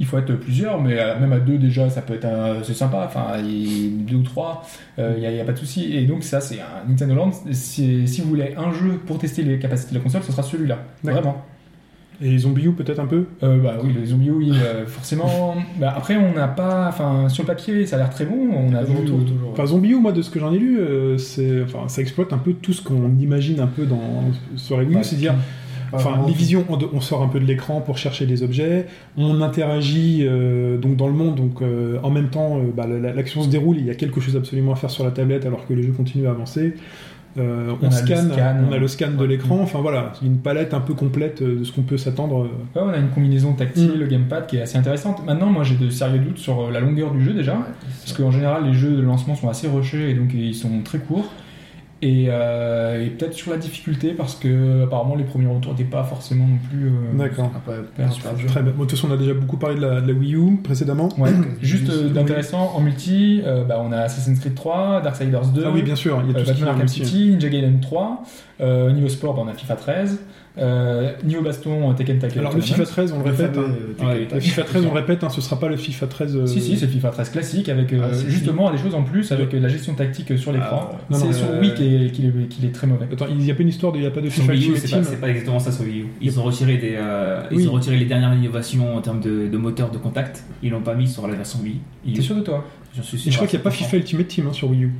G: Il faut être plusieurs, mais euh, même à deux déjà, ça peut être un- c'est sympa. Enfin, et deux ou trois, euh, il n'y a, y a pas de souci. Et donc ça, c'est un Nintendo Land. Si, si vous voulez un jeu pour tester les capacités de la console, ce sera celui-là,
C: D'accord.
G: vraiment.
C: Et les zombies ou peut-être un peu
G: Euh, bah oui, le zombie, oui, euh, forcément. Bah, après, on n'a pas. Enfin, sur le papier, ça a l'air très bon. On a
F: Pas de
G: vu.
F: retour, toujours.
C: Enfin, Zombie ou moi, de ce que j'en ai lu, euh, c'est, enfin, ça exploite un peu tout ce qu'on imagine un peu dans sur les Wii U,
F: Bah,
C: c'est-à-dire,
F: Pas
C: enfin,
F: vraiment.
C: les visions, on, on sort un peu de l'écran pour chercher des objets, on interagit euh, donc dans le monde, donc euh, en même temps, euh, bah, la- la- l'action se déroule, il y a quelque chose absolument à faire sur la tablette alors que le jeu continue à avancer. Euh, on,
G: On a le
C: scanne,
G: scan,
C: on a le scan de l'écran, enfin voilà, il y a une palette un peu complète euh, de ce qu'on peut s'attendre. euh,
G: Ouais, on a une combinaison tactile,
C: Mm.
G: le gamepad qui est assez intéressante. Maintenant, moi, j'ai de sérieux doutes sur euh, la longueur du jeu déjà. parce qu'en général, les jeux de lancement sont assez rushés et donc ils sont très courts. Et, euh, et peut-être sur la difficulté parce que apparemment les premiers retours n'étaient pas forcément non plus. euh,
C: D'accord.
F: Ah, pas-
G: Ouais,
F: pas super dur.
C: Très bien. Bon, de toute façon, on a déjà beaucoup parlé de la, de la Wii U précédemment.
G: Ouais,
F: Quasi-
G: juste euh,
F: oui.
G: d'intéressant en multi, euh, bah, on a Assassin's Creed 3, Darksiders 2,
C: Ah oui, bien sûr, il y a
G: Euh,
C: tout ce qui
G: Batman
C: est
G: Arkham
C: aussi.
G: City, Ninja Gaiden 3, euh, niveau sport, bah, on a FIFA 13, euh, niveau baston, euh, Tekken Taken.
C: Alors le FIFA 13, on le répète. hein.
F: fameux, euh,
G: Ouais,
F: Tekken
C: Le
F: Tag.
C: FIFA 13, on répète, hein, ce sera pas le FIFA 13. euh,
G: Si, si, c'est le FIFA 13 classique avec euh,
F: Ah, si, si.
G: justement des choses en plus avec euh, la gestion tactique sur l'écran.
F: Ah, ouais.
C: Non,
G: c'est
C: non,
G: sur
D: euh,
G: Wii qu'il est, qu'il est- qu'il est très mauvais.
C: Attends, il n'y a pas une histoire de, il n'y a pas de
D: Sur
C: FIFA
D: Wii U,
C: Ultimate
D: c'est pas,
C: Team.
D: c'est pas exactement ça sur Wii U. Ils ont retiré des, euh,
C: Oui.
D: ils ont retiré les dernières innovations en termes de, de moteur de contact. Ils l'ont pas mis sur la version Wii.
G: T'es sûr de toi
D: J'en suis
C: Et
D: sûr.
C: je crois
D: à
C: qu'il n'y a pas
D: 100%.
C: FIFA Ultimate Team hein, sur Wii U.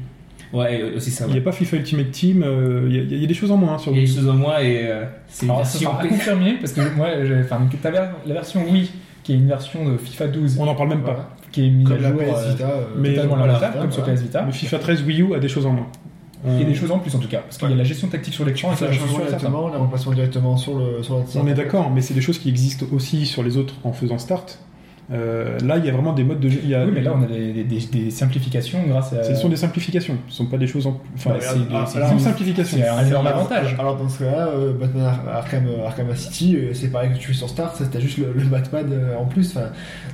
D: Ouais, euh, aussi ça.
C: Il n'y
D: ouais.
C: a pas FIFA Ultimate Team. euh, Il y a- il y, a des choses en moins hein, sur
D: Il y a
C: Wii
D: des
C: U.
D: choses en moi et euh, c'est une
G: Alors, ça
D: version.
G: sera à confirmer parce que moi, j'ai- enfin, que t'as la la version Wii qui est une version de FIFA 12
C: On n'en parle même
G: voilà,
C: pas.
G: qui est mise à
F: Comme la
G: jour
F: PS
G: euh,
F: Vita. euh,
C: mais-
G: totalement
F: voilà,
G: lamentable, comme sur
F: voilà.
G: PS Vita.
C: Le FIFA 13 Wii U a des choses en moins. Euh,
G: Il y a
C: On-
G: des choses en plus en tout cas parce qu'il y a la gestion tactique sur l'écran et
F: Enfin,
G: ça,
F: le
G: je suis
F: changement
G: sûr et certain.
F: directement, le remplacement directement sur le sur la
C: On est d'accord, mais c'est des choses qui existent aussi sur les autres en faisant start. Euh, là, il y a vraiment des modes de jeu. il y a-
G: Euh, Oui, mais là, on a des, des- des- des simplifications grâce à.
C: Ce sont des simplifications. Ce ne sont pas des choses en. Enfin,
G: Bah, c'est-
C: alors,
G: c'est-
C: alors,
G: c'est-
C: une simplification.
G: c'est un énorme
F: Alors,
G: avantage.
F: Alors dans ce cas-là, euh, Batman Ar- Arkham, Arkham City, euh, c'est pareil que tu fais sur Star, ça, t'as juste le, le Batman euh, en plus. Enfin,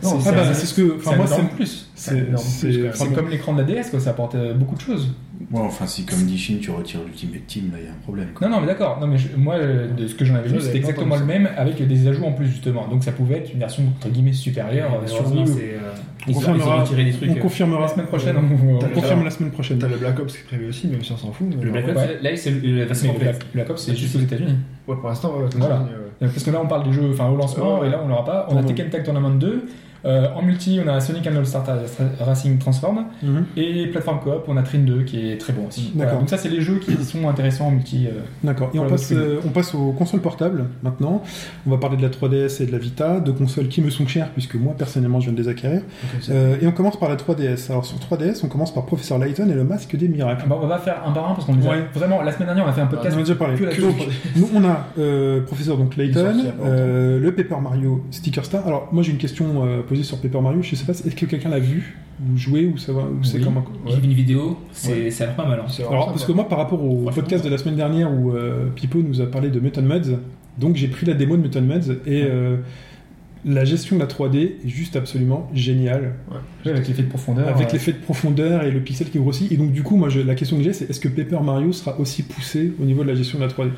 F: non,
C: Ah
F: c'est
C: bah,
F: un-
C: c'est ce que.
G: C'est
C: Enfin,
G: un
C: moi,
G: énorme
C: c'est-
G: plus.
F: un
C: c'est.
F: énorme plus, quand
C: c'est-
F: même.
G: C'est comme l'écran de la DS, quoi, ça apporte euh, beaucoup de choses.
H: Ouais, enfin, si comme dit Shin, tu retires l'Ultimate Team, là, il y a un problème. quoi.
G: Non, non, mais d'accord. Non, mais je- moi, euh, de ce que j'en
F: Je
G: avais vu,
F: l'avais
G: c'était
F: pas
G: exactement le
F: entendu,
G: même avec des ajouts en plus, justement. Donc, ça pouvait être une version entre guillemets supérieure euh, sur
D: Heureusement,
G: Wii U.
D: c'est, euh, ils, ont, ils ont
C: confirmera-
D: retiré des trucs.
C: On
D: euh,
C: confirmera.
G: La semaine prochaine, on,
C: On confirme la semaine prochaine.
F: T'as le Black Ops qui est prévu aussi, même si on s'en fout. mais
D: Le
F: non.
D: Black Ops,
G: Ouais.
D: là, c'est la version
G: Mais la,
D: complète.
G: la COP, c'est juste aux États-Unis.
F: Ouais, pour l'instant, ouais,
G: Voilà.
F: États-Unis, euh,
G: Parce que là, on parle des jeux enfin, au lancement,
F: Ouais.
G: et là, on l'aura pas. On a
C: Ouais.
G: Tekken Tag Tournament 2. euh, en multi, on a Sonic and All Star Racing Transform.
C: Mhm.
G: Et plateforme coop, on a Trine 2 qui est très bon aussi. Voilà.
C: D'accord.
G: Donc, ça, c'est les jeux qui sont intéressants en multi. euh,
C: D'accord. Et on
G: Ouais,
C: passe,
G: donc,
C: euh, on passe aux consoles portables maintenant. On va parler de la 3DS et de la Vita, deux consoles qui me sont chères puisque moi personnellement je viens de les acquérir.
F: donc, c'est-
C: Euh, et on commence par la 3DS. Alors sur 3DS, on commence par Professeur Layton et le masque des miracles.
F: Ah,
G: Bon, Ah, bah, on va pas faire un par un parce qu'on les a-
C: Ouais.
G: vraiment la semaine dernière on a fait un
C: On
F: bah,
G: podcast.
C: en a déjà
G: que
C: parlé.
G: la
C: Donc,
G: Switch.
C: nous, on a euh, Professeur donc
F: Il est sorti il y
C: Layton,
F: a pas
C: euh, le Paper Mario Sticker Star. Alors moi j'ai une question euh, posée sur Paper Mario. Je sais pas, est-ce que quelqu'un l'a vu ou joué ou ça va ou c'est
D: Oui.
C: comment
D: J'ai vu une vidéo, c'est, ça a l'air pas mal. hein.
F: c'est vraiment
C: Alors,
F: sympa.
C: parce que moi, par rapport au
D: Franchement.
C: podcast de la semaine dernière où euh, Pipo nous a parlé de Mutton Muds, donc j'ai pris la démo de Mutton Muds et euh, la gestion de la 3D est juste absolument géniale.
G: Ouais, avec l'effet de profondeur.
C: Avec
G: euh,
C: l'effet de profondeur et le pixel qui grossit. Et donc, du coup, moi, je- la question que j'ai, c'est est-ce que Paper Mario sera aussi poussé au niveau de la gestion de la 3D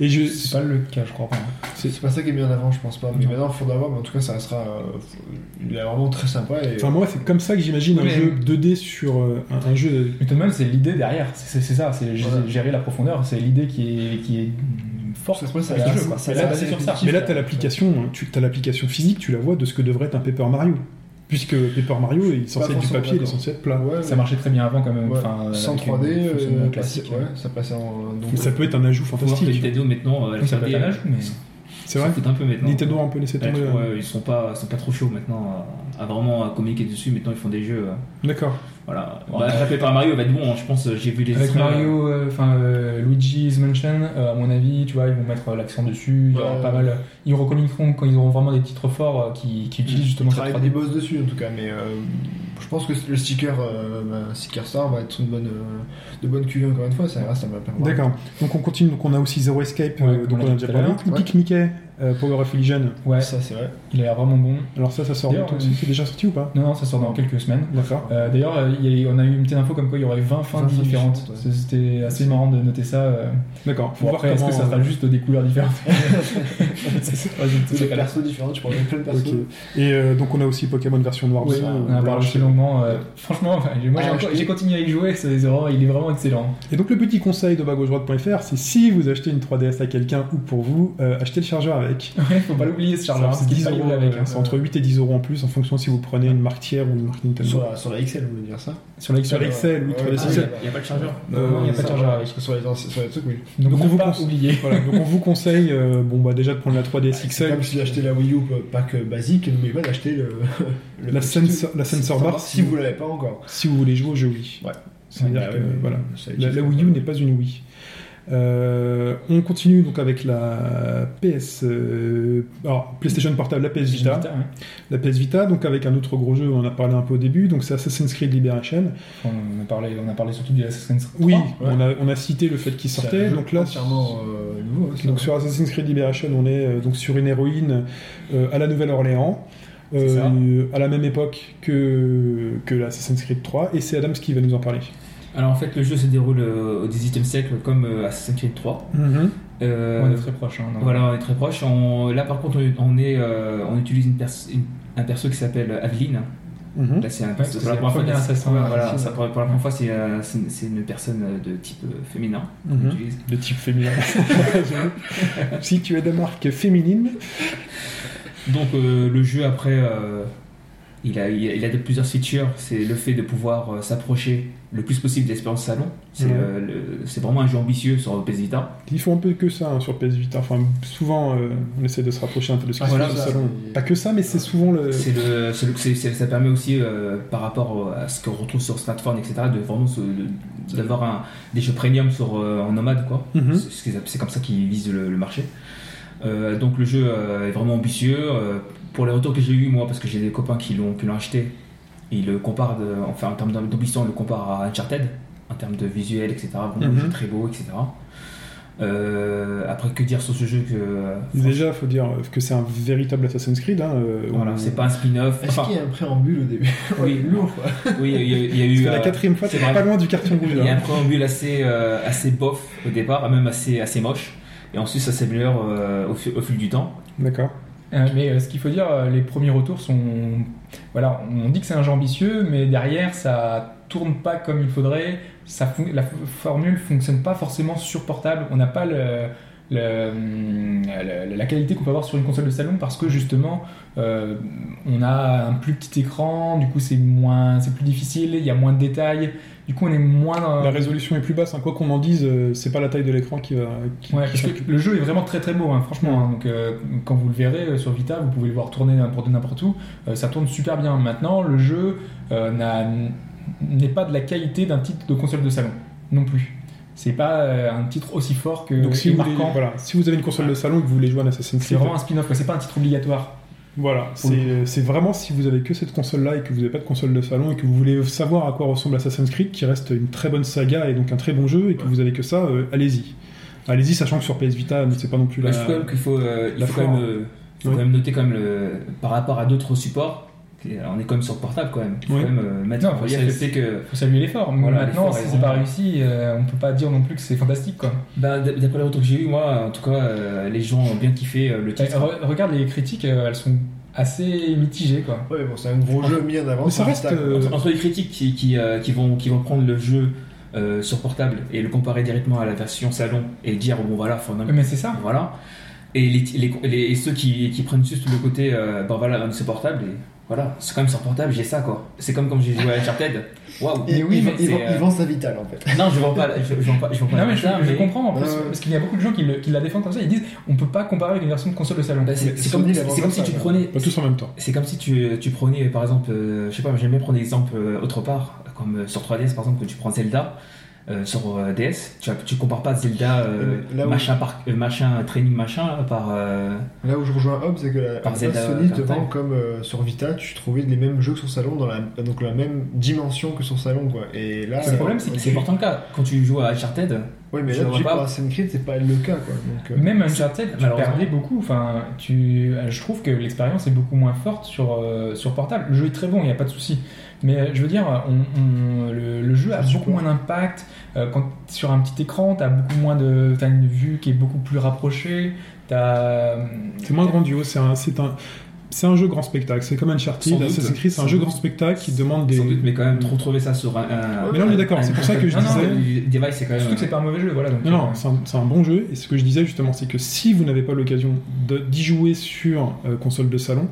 C: Et je.
G: C'est euh, pas le cas, je crois. pardon.
F: C'est pas ça qui est mis en avant, je pense pas. Mais
G: Non.
F: maintenant, faudra voir, mais en tout cas, ça restera. euh, Il est vraiment très sympa. Et...
C: Enfin, moi, c'est comme ça que j'imagine
G: Oui,
C: un
G: mais-
C: jeu 2D sur euh, un, un jeu.
G: Method Man, c'est l'idée derrière. C'est c'est ça, c'est g-
F: Voilà.
G: gérer la profondeur. C'est l'idée qui est, qui est mm, forte.
F: Ça se trouve, ça
G: dans le
F: reste-
G: jeu, quoi.
F: ça
G: Et là,
F: reste
G: basé sur ça.
F: répétitif.
C: Mais là, t'as l'application, hein, tu as l'application physique, tu la vois de ce que devrait être un Paper Mario. Puisque Paper Mario est censé
F: Pas
C: être du
F: forcément,
C: papier, il est
F: d'accord.
C: censé être plat.
F: Ouais,
G: Ça marchait très bien avant quand même.
F: ouais.
G: Enfin,
F: sans
G: avec
F: 3D,
G: le fonctionnement
F: euh,
G: classique.
F: passé- ouais, ça passait en. donc,
C: Mais ça peut être un ajout
D: Faut voir que
C: fantastique.
D: Nintendo maintenant, euh, fait
G: Ça peut
D: des-
G: être un âge, mais
C: C'est
D: ils s'en
C: vrai
D: foutent un peu maintenant.
C: Nintendo a un peu laissé
D: Ouais,
C: tomber. euh,
D: ouais, ils sont pas, ils sont pas trop chauds maintenant à, à vraiment à communiquer dessus. Maintenant, ils font des jeux. euh,
C: D'accord.
D: voilà. Bah, attrapé par Mario, va être bon. hein, Je pense, euh, j'ai vu les
G: Avec
D: extraits, euh,
G: Mario, euh, enfin euh, Luigi's Mansion, euh, à mon avis, tu vois, ils vont mettre euh, l'accent dessus. Il y aura
F: Ouais.
G: pas mal. Ils recommuniqueront quand ils auront vraiment des titres forts euh, qui, qui utilisent justement
F: on
G: cette
F: travaille Mmh. des
G: 3D.
F: boss dessus en tout cas, mais euh, je pense que le sticker, euh, bah, sticker star va être une bonne, euh, de bonne cuvée encore une fois. Ça reste un mapper.
C: D'accord. Donc on continue. Donc on a aussi Zero Escape.
G: Ouais,
C: euh, donc
G: comme on
C: on a
G: l'a
C: déjà
G: dit tout à
C: parlé.
G: l'heure.
C: Epic Mickey, euh, Power of Illusion.
G: Ouais,
F: Ça c'est vrai.
G: il a l'air vraiment bon.
C: Alors ça, ça sort
G: D'ailleurs,
C: bientôt.
G: euh,
C: C'est c'est déjà sorti ou pas
G: Non, non, ça sort dans
F: Non.
G: quelques semaines.
C: D'accord.
G: Euh, D'ailleurs, euh, il y a- on a eu une petite info comme quoi il y aurait 20 fins
F: 20 fins
G: différentes.
F: différentes,
G: C'était assez marrant de noter ça. euh.
C: D'accord. Faut
G: Bon,
C: voir
G: après, est-ce
C: comment.
G: que ça sera juste des couleurs
C: [laughs]
G: différentes
F: C'est des persos différents, tu prends plein de persos.
C: Ok. Et euh, donc on a aussi Pokémon version noire.
G: Oui,
C: ça,
G: on en a
C: voilà,
G: parlé
C: je
G: assez
C: sais.
G: longuement. euh, franchement, enfin, j'ai- moi
F: Ah,
G: j'ai
F: je
G: encore-
F: t'ai-
G: j'ai continué à y jouer, c'est c'est vraiment- il est vraiment excellent. [laughs]
C: Et donc le petit conseil de bagauche-droite.fr, c'est si vous achetez une 3DS à quelqu'un ou pour vous, euh, achetez le chargeur
G: [laughs]
C: avec.
G: Ouais, faut pas l'oublier ce chargeur, hein,
C: C'est
G: parce qu'il
C: 10
G: est pas
C: euros,
G: libre avec.
C: euh,
G: hein.
C: c'est entre 8 et 10 euros en plus en fonction si vous prenez une marque tiers ou une marque Nintendo.
F: Sur la, sur la XL, vous voulez dire ça
G: Sur la
C: Sur
G: XL.
C: Excel, oui,
F: Ouais,
C: 3DS
F: ah,
C: Excel.
F: oui.
D: Il n'y a pas de chargeur.
C: Euh,
G: Non, non, il n'y a pas de
F: ça
G: chargeur
F: va.
G: avec.
F: Sur les, sur les trucs, oui.
G: Donc,
C: Donc,
G: ne
C: on vous
G: pas
C: cons-
G: oublier.
C: Voilà, donc on vous conseille euh, bon bah déjà de prendre la 3DS
F: C'est
C: XL,
F: comme si j'achetais la Wii U pack basique, n'oubliez pas d'acheter le, le-
C: la
F: le-
C: sensor, la sensor bar
F: si vous l'avez pas encore.
C: si vous voulez jouer au jeu Wii.
F: Ouais.
C: C'est-à-dire
F: Bah
C: que
F: ouais, ouais,
C: euh, voilà,
F: ça
C: la,
F: existe.
C: la Wii U n'est pas une Wii. Euh, on continue donc avec la PS, euh, alors PlayStation Portable, la PS Vita,
G: Vita, ouais.
C: la PS Vita, donc avec un autre gros jeu, on en a parlé un peu au début, donc c'est Assassin's Creed Liberation.
G: On a parlé, on a parlé surtout du Assassin's Creed.
C: Oui,
G: 3.
C: on, a, on a cité le fait qu'il
F: C'est un
C: sortait,
F: jeu
C: donc là,
F: entièrement euh, nouveau. hein, ça.
C: donc sur Assassin's Creed Liberation, on est euh, donc sur une héroïne euh, à la Nouvelle-Orléans, euh,
G: C'est ça.
C: euh, à la même époque que, que l'Assassin's Creed 3, et c'est Adams qui va nous en parler.
D: Alors en fait, le jeu se déroule euh, au 18 e siècle comme euh, Assassin's Creed 3. Euh,
G: On est très proche. Hein, non.
D: Voilà, on est très proche. On- là, par contre, on, est- on est, euh, on utilise une pers- une- un perso qui s'appelle Aveline.
C: Mhm.
D: Là, c'est un
G: parce
D: perso.
G: que c'est
D: Pour la
G: le
D: première fois,
G: premier assassin,
D: ouais,
G: ouais,
D: voilà, ça,
G: c'est ça.
D: pour, pour la première fois, c'est, euh, c'est une- c'est une personne euh, de type euh, féminin. qu'on
C: Mhm.
D: utilise.
C: De type féminin. [laughs] si tu es de marque féminine,
D: Donc euh, le jeu après, euh, il a, il a, il a de plusieurs features. C'est le fait de pouvoir euh, s'approcher le plus possible de l'expérience salon. C'est
C: Ouais.
D: euh, le- c'est vraiment un jeu ambitieux sur PS Vita.
C: ils font un peu que ça hein, sur PS Vita. Enfin, souvent, euh, on essaie de se rapprocher un peu de ce qui
D: Ah,
C: se
D: voilà,
C: fait au
F: ça,
C: salon.
F: c'est-
C: Pas que ça, mais c'est souvent le.
D: C'est le, c'est le- c'est- c'est- ça permet aussi euh, par rapport à ce qu'on retrouve sur smartphone, etc. De vraiment se- de- d'avoir un- des jeux premium sur euh, en nomade quoi.
C: Mhm.
D: C'est- c'est- C'est comme ça qu'ils visent le, le marché. Euh, donc le jeu euh, est vraiment ambitieux. Euh, pour les retours que j'ai eu moi, parce que j'ai des copains qui l'ont qui l'ont acheté, ils le comparent, de- enfin en termes d'ambition, on le compare à Uncharted, en termes de visuel, etc. Vraiment,
C: Mhm.
D: le jeu très beau, etc. Euh, après, que dire sur ce jeu que euh,
C: Déjà, faut dire euh, que c'est un véritable Assassin's Creed. hein, euh,
D: voilà,
C: on-
D: c'est pas un spin-off.
F: Est-ce
D: Enfin,
F: qu'il y a un préambule au
C: [laughs]
F: début
D: Oui.
F: lourd quoi.
D: oui, il y a, il y a
C: Parce
D: eu.
C: que la
D: euh,
C: quatrième fois,
D: c'est
C: t'es
D: vrai.
C: pas loin du carton rouge.
D: Il y a
C: hein.
D: un préambule assez, euh, assez bof au départ, ah, même assez, assez moche. Et ensuite, ça s'améliore euh, au, fi- au fil du temps.
C: D'accord.
G: Euh, mais euh, ce qu'il faut dire, euh, les premiers retours sont. Voilà, on dit que c'est un jeu ambitieux, mais derrière, ça tourne pas comme il faudrait. Ça fon- La f- formule fonctionne pas forcément sur portable. On n'a pas le. le- hum, le- la qualité qu'on peut avoir sur une console de salon parce que justement euh, on a un plus petit écran du coup c'est moins c'est plus difficile il y a moins de détails du coup on est moins dans-
C: La résolution est plus basse, hein. quoi qu'on en dise, euh, c'est pas la taille de l'écran qui va. qui-
G: Ouais,
C: qui
G: parce que
C: s'occupe.
G: le jeu est vraiment très très beau, hein, franchement. hein. donc, euh, quand vous le verrez euh, sur Vita, vous pouvez le voir tourner n'importe n'importe où. Euh, ça tourne super bien. Maintenant, le jeu euh, n'a- n'est pas de la qualité d'un titre de console de salon, non plus. C'est pas euh, un titre aussi fort que euh,
C: Donc si
G: et
C: vous, voulez-
G: marquant.
C: voilà, si vous avez une console de salon et que vous voulez jouer à un Assassin's
G: C'est
C: Creed,
G: vraiment un spin-off, quoi. c'est pas un titre obligatoire.
C: Voilà,
G: Pour le
C: c'est c'est vraiment si vous avez que cette console-là et que vous n'avez pas de console de salon et que vous voulez savoir à quoi ressemble Assassin's Creed, qui reste une très bonne saga et donc un très bon jeu, et que vous avez que ça, euh, allez-y. Allez-y, sachant que sur PS Vita, c'est pas non plus la.
D: Ouais, Bah, je trouve quand même qu'il faut, euh, il
C: la
D: faut quand même,
C: forme.
D: euh, faut
C: Oui.
D: quand même noter quand même le, par rapport à d'autres supports. et, euh, On est quand même sur le portable quand même. Il faut
C: Oui.
D: quand même euh, mettre
G: Non,
D: en
G: faut
D: relief
G: saluer-
D: le fait que
G: Faut saluer l'effort. mais
D: Voilà,
G: Maintenant,
D: l'effort
G: si
D: est
G: c'est pas
D: vraiment-
G: réussi, euh, on peut pas dire non plus que c'est fantastique. Quoi.
D: bah, d- d'après les retours que j'ai eu moi, en tout cas, euh, les gens ont bien kiffé euh, le
G: Euh,
D: titre.
G: re- regarde les critiques, euh, elles sont assez mitigées. Quoi.
F: Ouais, bon, c'est un gros jeu mis en avant.
C: Mais ça
F: c'est
C: reste,
F: un
C: euh,
D: Entre, entre les critiques qui, qui, euh, qui vont, qui vont prendre le jeu euh, sur portable et le comparer directement à la version salon et dire bon voilà, faut en
G: Mais c'est ça.
D: Voilà. Et les, les- les- et ceux qui, qui prennent juste le côté, euh, ben voilà, c'est portable, et Voilà, c'est quand même sur portable, j'ai ça quoi. C'est comme quand j'ai joué à Uncharted. Waouh!
F: Et oui,
D: mais
F: ils,
D: c'est,
F: vend-
D: euh,
F: ils vendent sa vitale en fait.
D: Non, je vends pas, la- je, je vends pas, je vends pas
G: Non
D: la
G: mais je,
D: Vita,
G: je
D: mais-
G: comprends en plus,
F: Ouais, ouais.
G: parce qu'il y a beaucoup de gens qui, le- qui la défendent comme ça, ils disent on peut pas comparer avec une version de console de salon.
D: Bah, c'est
F: Mais
D: c'est comme,
F: Sony
D: c'est
F: la vend
D: comme
F: comme
D: si
F: ça,
D: tu
F: ouais.
D: prenais.
C: Pas tous en même temps.
D: C'est comme si tu, tu prenais par exemple, euh, je sais pas, j'aime bien prendre des exemples euh, autre part, comme euh, sur 3DS par exemple, quand tu prends Zelda euh, sur euh, DS, tu, as- tu compares pas Zelda euh,
F: Mais là où-
D: machin, par, euh, machin training machin là, par. euh,
F: Là où je rejoins Hobbes, c'est que la,
D: Par
F: la
D: Zelda
F: Sony te
D: Cartel.
F: vend comme euh, sur Vita, tu trouvais les mêmes jeux que sur salon, dans la, donc la même dimension que sur salon quoi. Et là, euh,
D: c'est le problème, c'est que c'est pourtant le cas. Quand tu joues à Uncharted,
F: Oui, mais
D: Je
F: là,
D: vois
F: tu
D: pas.
F: pas Assassin's Creed, c'est pas le cas quoi. Donc, euh,
G: Même Uncharted, tu
D: malheureusement.
G: perdais beaucoup. Enfin, tu, euh, je trouve que l'expérience est beaucoup moins forte sur, euh, sur portable. Le jeu est très bon, il n'y a pas de souci. Mais euh, je veux dire, on, on- le, le jeu a
F: Je
G: beaucoup
F: suppose.
G: moins d'impact. Euh, quand sur un petit écran, t'as beaucoup moins de, t'as une vue qui est beaucoup plus rapprochée. T'as,
C: C'est moins grandiose, c'est un, c'est un, c'est un jeu grand spectacle. C'est comme
D: Sans
C: Uncharted,
D: doute.
C: Assassin's Creed, c'est un
D: Sans
C: jeu
D: doute.
C: grand spectacle qui demande des.
D: sans doute, mais quand même, trop trouver ça sur un. un-
C: Mais là, on est d'accord, c'est pour ça que je
D: Non, non,
C: disais-
D: le device, c'est quand même.
G: Surtout que c'est pas un mauvais jeu, voilà. Donc,
C: Non, non,
G: euh,
C: c'est un, c'est un bon jeu. Et ce que je disais justement, c'est que si vous n'avez pas l'occasion de- d'y jouer sur euh, console de salon,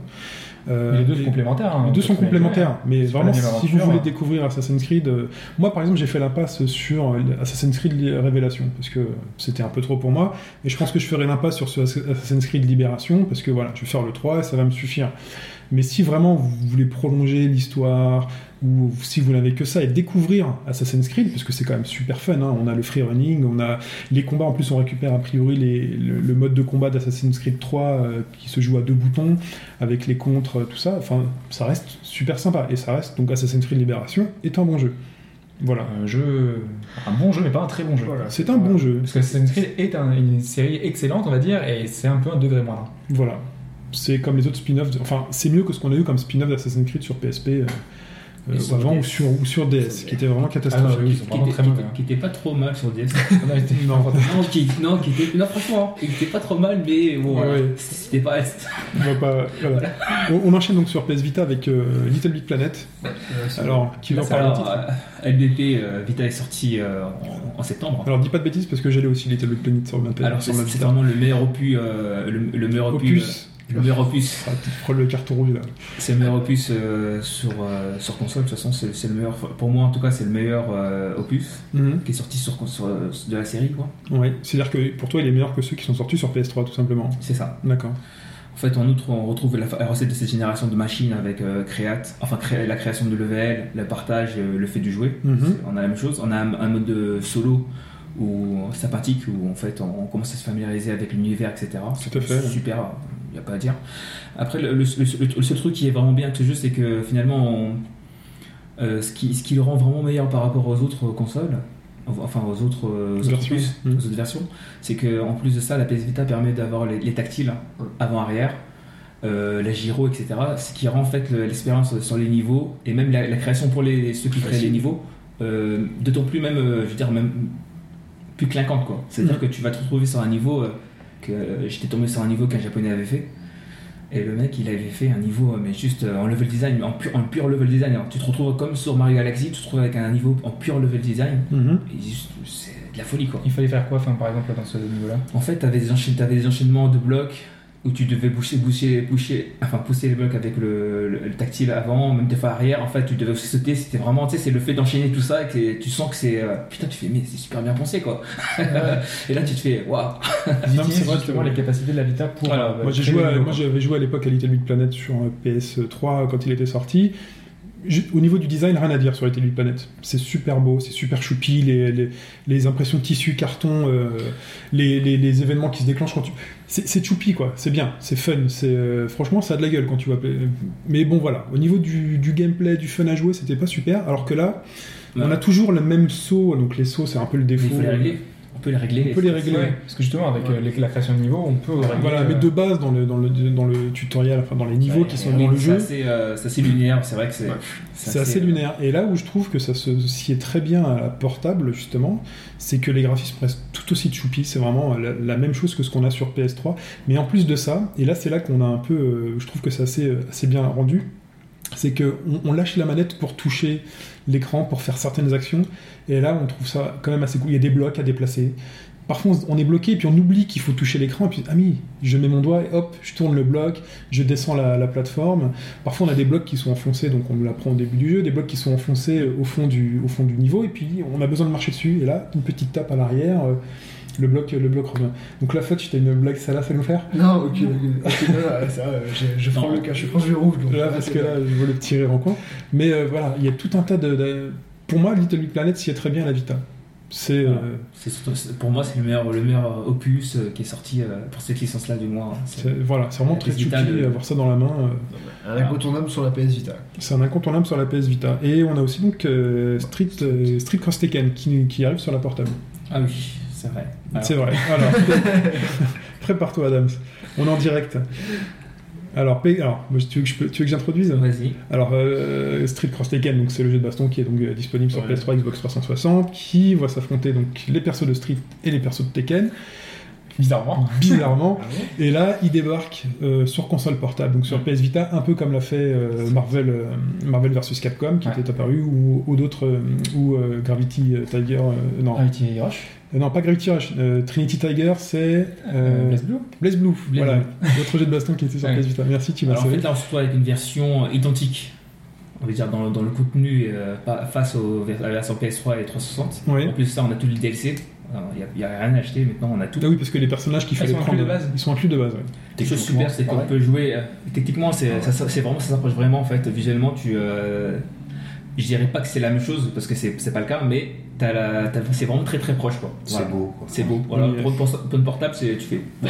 C: euh,
G: mais les deux sont
C: les-
G: complémentaires. hein,
C: les deux
G: on
C: sont
G: peut très bien jouer, hein.
C: complémentaires, mais
G: C'est pas
C: vraiment,
G: la même
C: si vous
G: aventure,
C: voulez
G: hein.
C: découvrir Assassin's Creed, euh, moi par exemple, j'ai fait l'impasse sur euh, Assassin's Creed Révélation parce que c'était un peu trop pour moi, et je pense que je ferai l'impasse sur ce Ass- Assassin's Creed Libération parce que voilà, je vais faire le 3 et ça va me suffire. Mais si vraiment vous voulez prolonger l'histoire, ou si vous n'avez que ça et découvrir Assassin's Creed, parce que c'est quand même super fun, hein, on a le free running, on a les combats, en plus on récupère a priori les- le, le mode de combat d'Assassin's Creed 3 euh, qui se joue à deux boutons, avec les contres, euh, tout ça, enfin ça reste super sympa, et ça reste, donc Assassin's Creed Libération est un bon jeu. Voilà.
G: Un jeu, un bon jeu, mais pas un très bon jeu.
F: voilà.
C: C'est un bon jeu,
G: Parce que Assassin's Creed est un- une série excellente, on va dire, et c'est un peu un degré moindre.
C: voilà. C'est comme les autres spin-offs, enfin c'est mieux que ce qu'on a eu comme spin-off d'Assassin's Creed sur PSP euh,
D: Et
C: euh,
D: sur
C: avant
D: DS.
C: ou sur, ou sur DS, qui était vraiment
G: Ah non, oui,
C: catastrophique.
G: ils sont
D: Qui
G: vraiment
D: était,
G: très
D: qui
G: mauvais.
D: était- qui était pas trop mal sur [laughs] DS.
C: Non.
D: non, qui, non, qui était, non, franchement, hein, il était pas trop mal, mais bon,
C: Ouais,
D: euh,
C: ouais.
D: [laughs] c'était pas.
C: On va pas- voilà. On- on enchaîne donc sur PS Vita avec euh, Little Big Planet. Alors, qui va en parler
D: Alors, euh, LBP euh, Vita est sorti euh, en, en septembre.
C: Alors, dis pas de bêtises parce que j'allais aussi Little Big Planet sur ma,
D: Alors,
C: sur
D: c'est
C: ma
D: c'est
C: Vita.
D: vraiment le meilleur opus, euh, le, le meilleur opus,
C: Opus.
D: euh, le meilleur opus.
C: Ah, tu te prends le carton rouge là.
D: C'est le meilleur opus euh, sur euh, sur console. De toute façon, c'est c'est le meilleur. Pour moi, en tout cas, c'est le meilleur euh, opus
C: Mhm.
D: qui est sorti sur, sur- euh, de la série, quoi.
C: Ouais. C'est-à-dire que pour toi, il est meilleur que ceux qui sont sortis sur PS3 tout simplement.
D: C'est ça.
C: D'accord.
D: En fait, en outre, on retrouve la, la recette de cette génération de machines avec euh, Create, enfin cré- la création de level, le partage, euh, le fait de jouer.
C: Mhm.
D: C'est- On a la même chose. On a un, un mode de solo où sympathique où en fait on, on commence à se familiariser avec l'univers, etc.
C: Tout à fait.
D: C'est Super, il n'y a pas à dire. Après, le, le- le- le seul truc qui est vraiment bien avec ce jeu, c'est que finalement, on- euh, ce, qui, ce qui le rend vraiment meilleur par rapport aux autres consoles, enfin aux autres, euh, aux autres
C: Versions.
D: opus,
C: Mhm.
D: aux autres versions, c'est que en plus de ça, la PS Vita permet d'avoir les, les tactiles avant-arrière. euh, la gyro, etc. Ce qui rend en fait le- l'expérience sur les niveaux et même la, la création pour les, ceux qui créent les niveaux euh, d'autant plus même, euh, je veux dire, même plus clinquante quoi. C'est-à-dire que tu vas te retrouver sur un niveau euh, que euh, j'étais tombé sur un niveau qu'un japonais avait fait. Et le mec, il avait fait un niveau, euh, mais juste euh, en level design, en pur, en pur level design. Alors, tu te retrouves comme sur Mario Galaxy, tu te retrouves avec un niveau en pur level design.
C: Mhm.
D: Et juste, c'est de la folie quoi.
G: Il fallait faire quoi, enfin, par exemple, dans ce niveau-là
D: En fait, t'avais des, enchaî- t'avais des enchaînements de blocs où tu devais boucher, boucher, boucher, enfin pousser les blocs avec le, le- le tactile avant, même des fois arrière. En fait, tu devais aussi sauter. C'était vraiment, tu sais, c'est le fait d'enchaîner tout ça et que tu sens que c'est euh, putain, tu fais mais c'est super bien pensé quoi. [laughs] et là, tu te fais waouh.
G: Ils
C: Non, mais
G: utilisent
C: c'est vrai
G: justement
C: que-
G: les capacités de l'habitat pour.
D: Voilà,
G: euh,
C: Moi, j'ai
G: créer
C: joué
G: des
C: à-
G: niveaux.
C: moi, j'avais joué à l'époque à Little Big Planet sur euh, PS3 quand il était sorti. Ju- Au niveau du design, rien à dire sur Little Big Planet. C'est super beau, c'est super choupi, les, les, les impressions tissu, carton, euh, les, les, les événements qui se déclenchent quand tu. C'est c'est choupi quoi, c'est bien, c'est fun, c'est euh, franchement ça a de la gueule quand tu vois. euh, Mais bon voilà, au niveau du, du gameplay, du fun à jouer, c'était pas super. Alors que là, on a toujours le même saut, donc les sauts c'est un peu le
D: Mais
C: défaut.
D: il faut les régler. On peut les régler.
C: On peut les régler.
G: Ouais, parce que justement, avec euh, les- la création de niveau, on peut. régler,
C: Voilà, mais
G: euh,
C: de base dans le, dans le, dans le tutoriel, enfin dans les niveaux qui sont dans le jeu.
D: C'est assez, euh, c'est assez lunaire. C'est vrai que c'est. euh,
C: C'est assez lunaire. Et là où je trouve que ça se s'y est très bien à la portable, justement, c'est que les graphismes restent tout aussi choupi. C'est vraiment la, la même chose que ce qu'on a sur PS3. Mais en plus de ça, et là c'est là qu'on a un peu, euh, je trouve que c'est assez, euh, assez bien rendu, c'est que on, on lâche la manette pour toucher l'écran, pour faire certaines actions. Et là, on trouve ça quand même assez cool. Il y a des blocs à déplacer. Parfois, on- on est bloqué, et puis on oublie qu'il faut toucher l'écran, et puis, ah oui, je mets mon doigt, et hop, je tourne le bloc, je descends la, la plateforme. Parfois, on a des blocs qui sont enfoncés, donc on nous l'apprend au début du jeu, des blocs qui sont enfoncés euh, au fond du, au fond du niveau, et puis on a besoin de marcher dessus, et là, une petite tape à l'arrière, euh, le bloc, le bloc revient. Donc là, Fudge, t'as une blague salace à nous faire
F: Non, ok, ok. Ok, non, non, ça, euh, je, je prends
D: Non.
F: le cas, je prends le rouge. Donc,
C: Là, parce
F: c'est
C: que
F: bien.
C: là, je voulais le tirer en coin. Mais euh, voilà, il y a tout un tas de. de- Pour moi, Little Big Planet s'y est très bien à la Vita. C'est. euh,
D: C'est surtout- c'est- pour moi, c'est le meilleur, le meilleur euh, opus euh, qui est sorti euh, pour cette licence-là, du moins. hein. C'est-
C: c'est- voilà, c'est vraiment
D: La
C: très
D: PS Vita,
C: choupi
D: le-
C: avoir ça dans la main. euh,
F: Un incontournable sur la PS Vita.
C: C'est un incontournable sur la PS Vita. Et on a aussi donc euh, Street, euh, Street Cross Tekken qui, qui arrive sur la portable.
D: Ah oui, c'est vrai. Alors,
C: C'est vrai. Alors, prépare-toi, Adams. On est en direct. Alors, P- alors tu veux que je peux- tu veux que j'introduise
D: Vas-y.
C: Alors, euh, Street Cross Tekken, donc c'est le jeu de baston qui est donc euh, disponible sur
F: Ouais.
C: PS3, Xbox 360, qui va s'affronter donc les persos de Street et les persos de Tekken,
G: Bizarrement.
F: [laughs]
C: bizarrement. et là, il débarque euh, sur console portable, donc sur PS Vita, un peu comme l'a fait euh, Marvel, euh, Marvel vs Capcom, qui
G: Ouais.
C: était apparu, ou, ou d'autres, euh, ou euh, Gravity euh, Tiger, euh, non,
G: Ah, oui, Thierry Roche.
C: Euh, non, pas Gravity Rush, euh, Trinity Tiger, c'est euh,
G: Blaze Blue.
C: Blaze Blue,
G: Blaze
C: voilà, [laughs] l'autre jeu de baston qui était sur
G: Ouais.
C: PS Vita. Merci, tu m'as
D: Alors en
C: sauvé.
D: fait, là, on se retrouve avec une version euh, identique, on va dire, dans, le- dans le contenu euh, pas- face au, à la version PS3 et 360.
C: Oui.
D: En plus, ça, on a tout le DLC. Alors, Il n'y a, rien à acheter, maintenant, on a tout.
C: Ah oui, parce que les personnages qu'il
G: Ah,
C: fallait
G: ils sont inclus
C: prendre,
G: de base
C: ils sont inclus de base. ouais.
D: Ce qui est
H: Techniquement,
D: super, c'est qu'on
H: pareil.
D: peut jouer. euh, techniquement, c'est ça- ça- c'est vraiment, ça s'approche vraiment en fait. Visuellement, tu. euh, je dirais pas que c'est la même chose parce que c'est c'est pas le cas, mais t'as la- t'as- c'est vraiment très très proche quoi.
H: C'est
D: Voilà.
H: beau. quoi.
D: C'est beau. Voilà.
C: Oui.
D: Pour une pour- pour une portable, c'est- tu fais. [laughs] bon,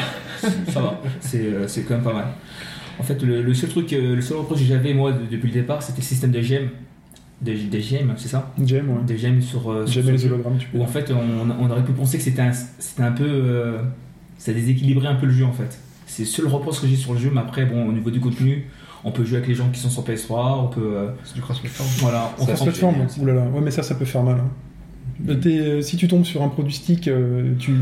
D: ça va. C'est euh, c'est quand même pas mal. En fait, le, le seul truc, euh, le seul reproche que j'avais moi de- depuis le départ, c'était le système de gemmes. De, des gemmes, c'est ça
C: J'aime, ouais.
D: Des gemmes sur. euh, sur
C: J'aimais
D: ce
C: les
D: jeu
C: hologrammes, tu peux.
D: où en fait on, on aurait pu penser que c'était un, c'était un peu euh, ça déséquilibrait un peu le jeu en fait c'est le seul reproche que j'ai sur le jeu mais après bon au niveau du contenu on peut jouer avec les gens qui sont sur PS3 on peut euh,
F: C'est du cross-platform.
D: voilà on
C: Ça se
D: peut
C: plateforme,
H: génial, ça.
C: oulala. Ouais, mais ça, ça peut faire mal. hein. Euh, t'es- euh, si tu tombes sur un produit stick, euh, tu. et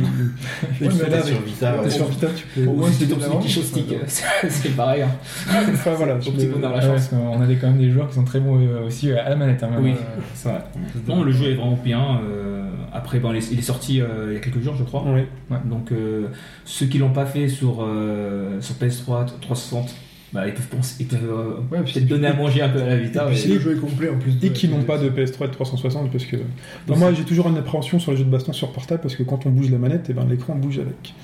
F: mais
C: tu
F: là,
C: l'as
H: T'es
C: avec-
H: sur Vita,
C: t'es
H: ouais.
C: sur Vita, tu peux.
F: Au moins,
D: si tu
F: c'est
D: tombes sur des
F: de
D: quiches au
F: l'avant,
D: stick,
F: c'est
D: euh, c'est [laughs] c'est pareil hein.
C: Enfin, voilà, je
D: au petit
C: me-
D: bonheur la
G: Ouais,
D: chance
G: Ah, parce qu'on avait quand même des joueurs qui sont très bons euh, aussi euh, à la manette. hein, même,
D: Oui.
G: euh, c'est vrai.
D: non le jeu est vraiment bien euh, après bon, il est- il est sorti euh, il y a quelques jours je crois
C: Ouais.
D: donc euh, ceux qui l'ont pas fait sur, euh, sur PS3 360 bah, ils peuvent penser ils peuvent euh,
F: Ouais, puis
D: peut-être donner à manger un peu à la
F: Et
D: Vita
F: puis
D: mais-
F: si le jeu est complet en plus. de-
C: Et qui n'ont
F: de-
C: pas de PS3 et de 360 parce que. Non, moi j'ai toujours une appréhension sur les jeux de baston sur portable parce que quand on bouge la manette, et ben, l'écran bouge avec.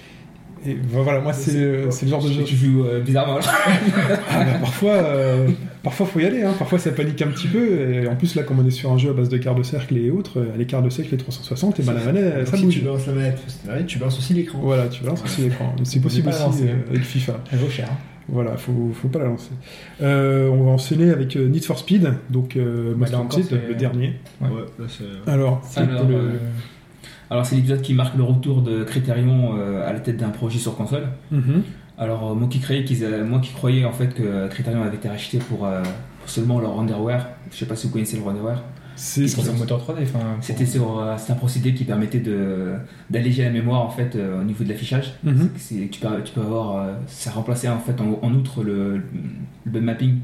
C: Et ben, voilà, moi c'est euh, c'est le genre de jeu.
D: Tu joues euh, bizarrement.
C: Ah bah, parfois, euh, parfois faut y aller, hein. parfois ça panique un petit peu. Et en plus là, comme on est sur un jeu à base de quarts de cercle et autres, euh, les quarts de cercle et 360, et ben la manette,
F: Donc,
C: ça
F: si
C: bouge.
F: tu balances la manette, c'est pareil, tu balances aussi l'écran.
C: Voilà, tu balances aussi l'écran. C'est possible
G: pas
C: aussi
G: lancer.
C: euh, avec FIFA.
G: Elle vaut cher. hein.
C: Voilà, faut, faut pas la lancer. Euh, on va enchaîner avec euh, Need for Speed, donc euh, Most
G: Bah, là encore,
C: Wanted,
G: c'est-
C: le dernier.
G: Ouais.
F: là, c'est.
C: Alors,
D: Alors,
C: le-
D: euh, alors, c'est l'épisode qui marque le retour de Criterion euh, à la tête d'un projet sur console.
C: Mhm.
D: Alors euh, moi qui croyais qu'ils avaient- moi qui croyais en fait que euh, Criterion avait été racheté pour, euh, pour seulement leur Underwear. Je sais pas si vous connaissez le Underwear.
C: c'est
G: C'est un moteur 3D. enfin, pour-
D: C'était sur euh, c'est un procédé qui permettait de d'alléger la mémoire en fait euh, au niveau de l'affichage.
C: Mhm.
D: C'est- Tu peux tu peux avoir euh, ça remplaçait en fait en, en outre le, le bug mapping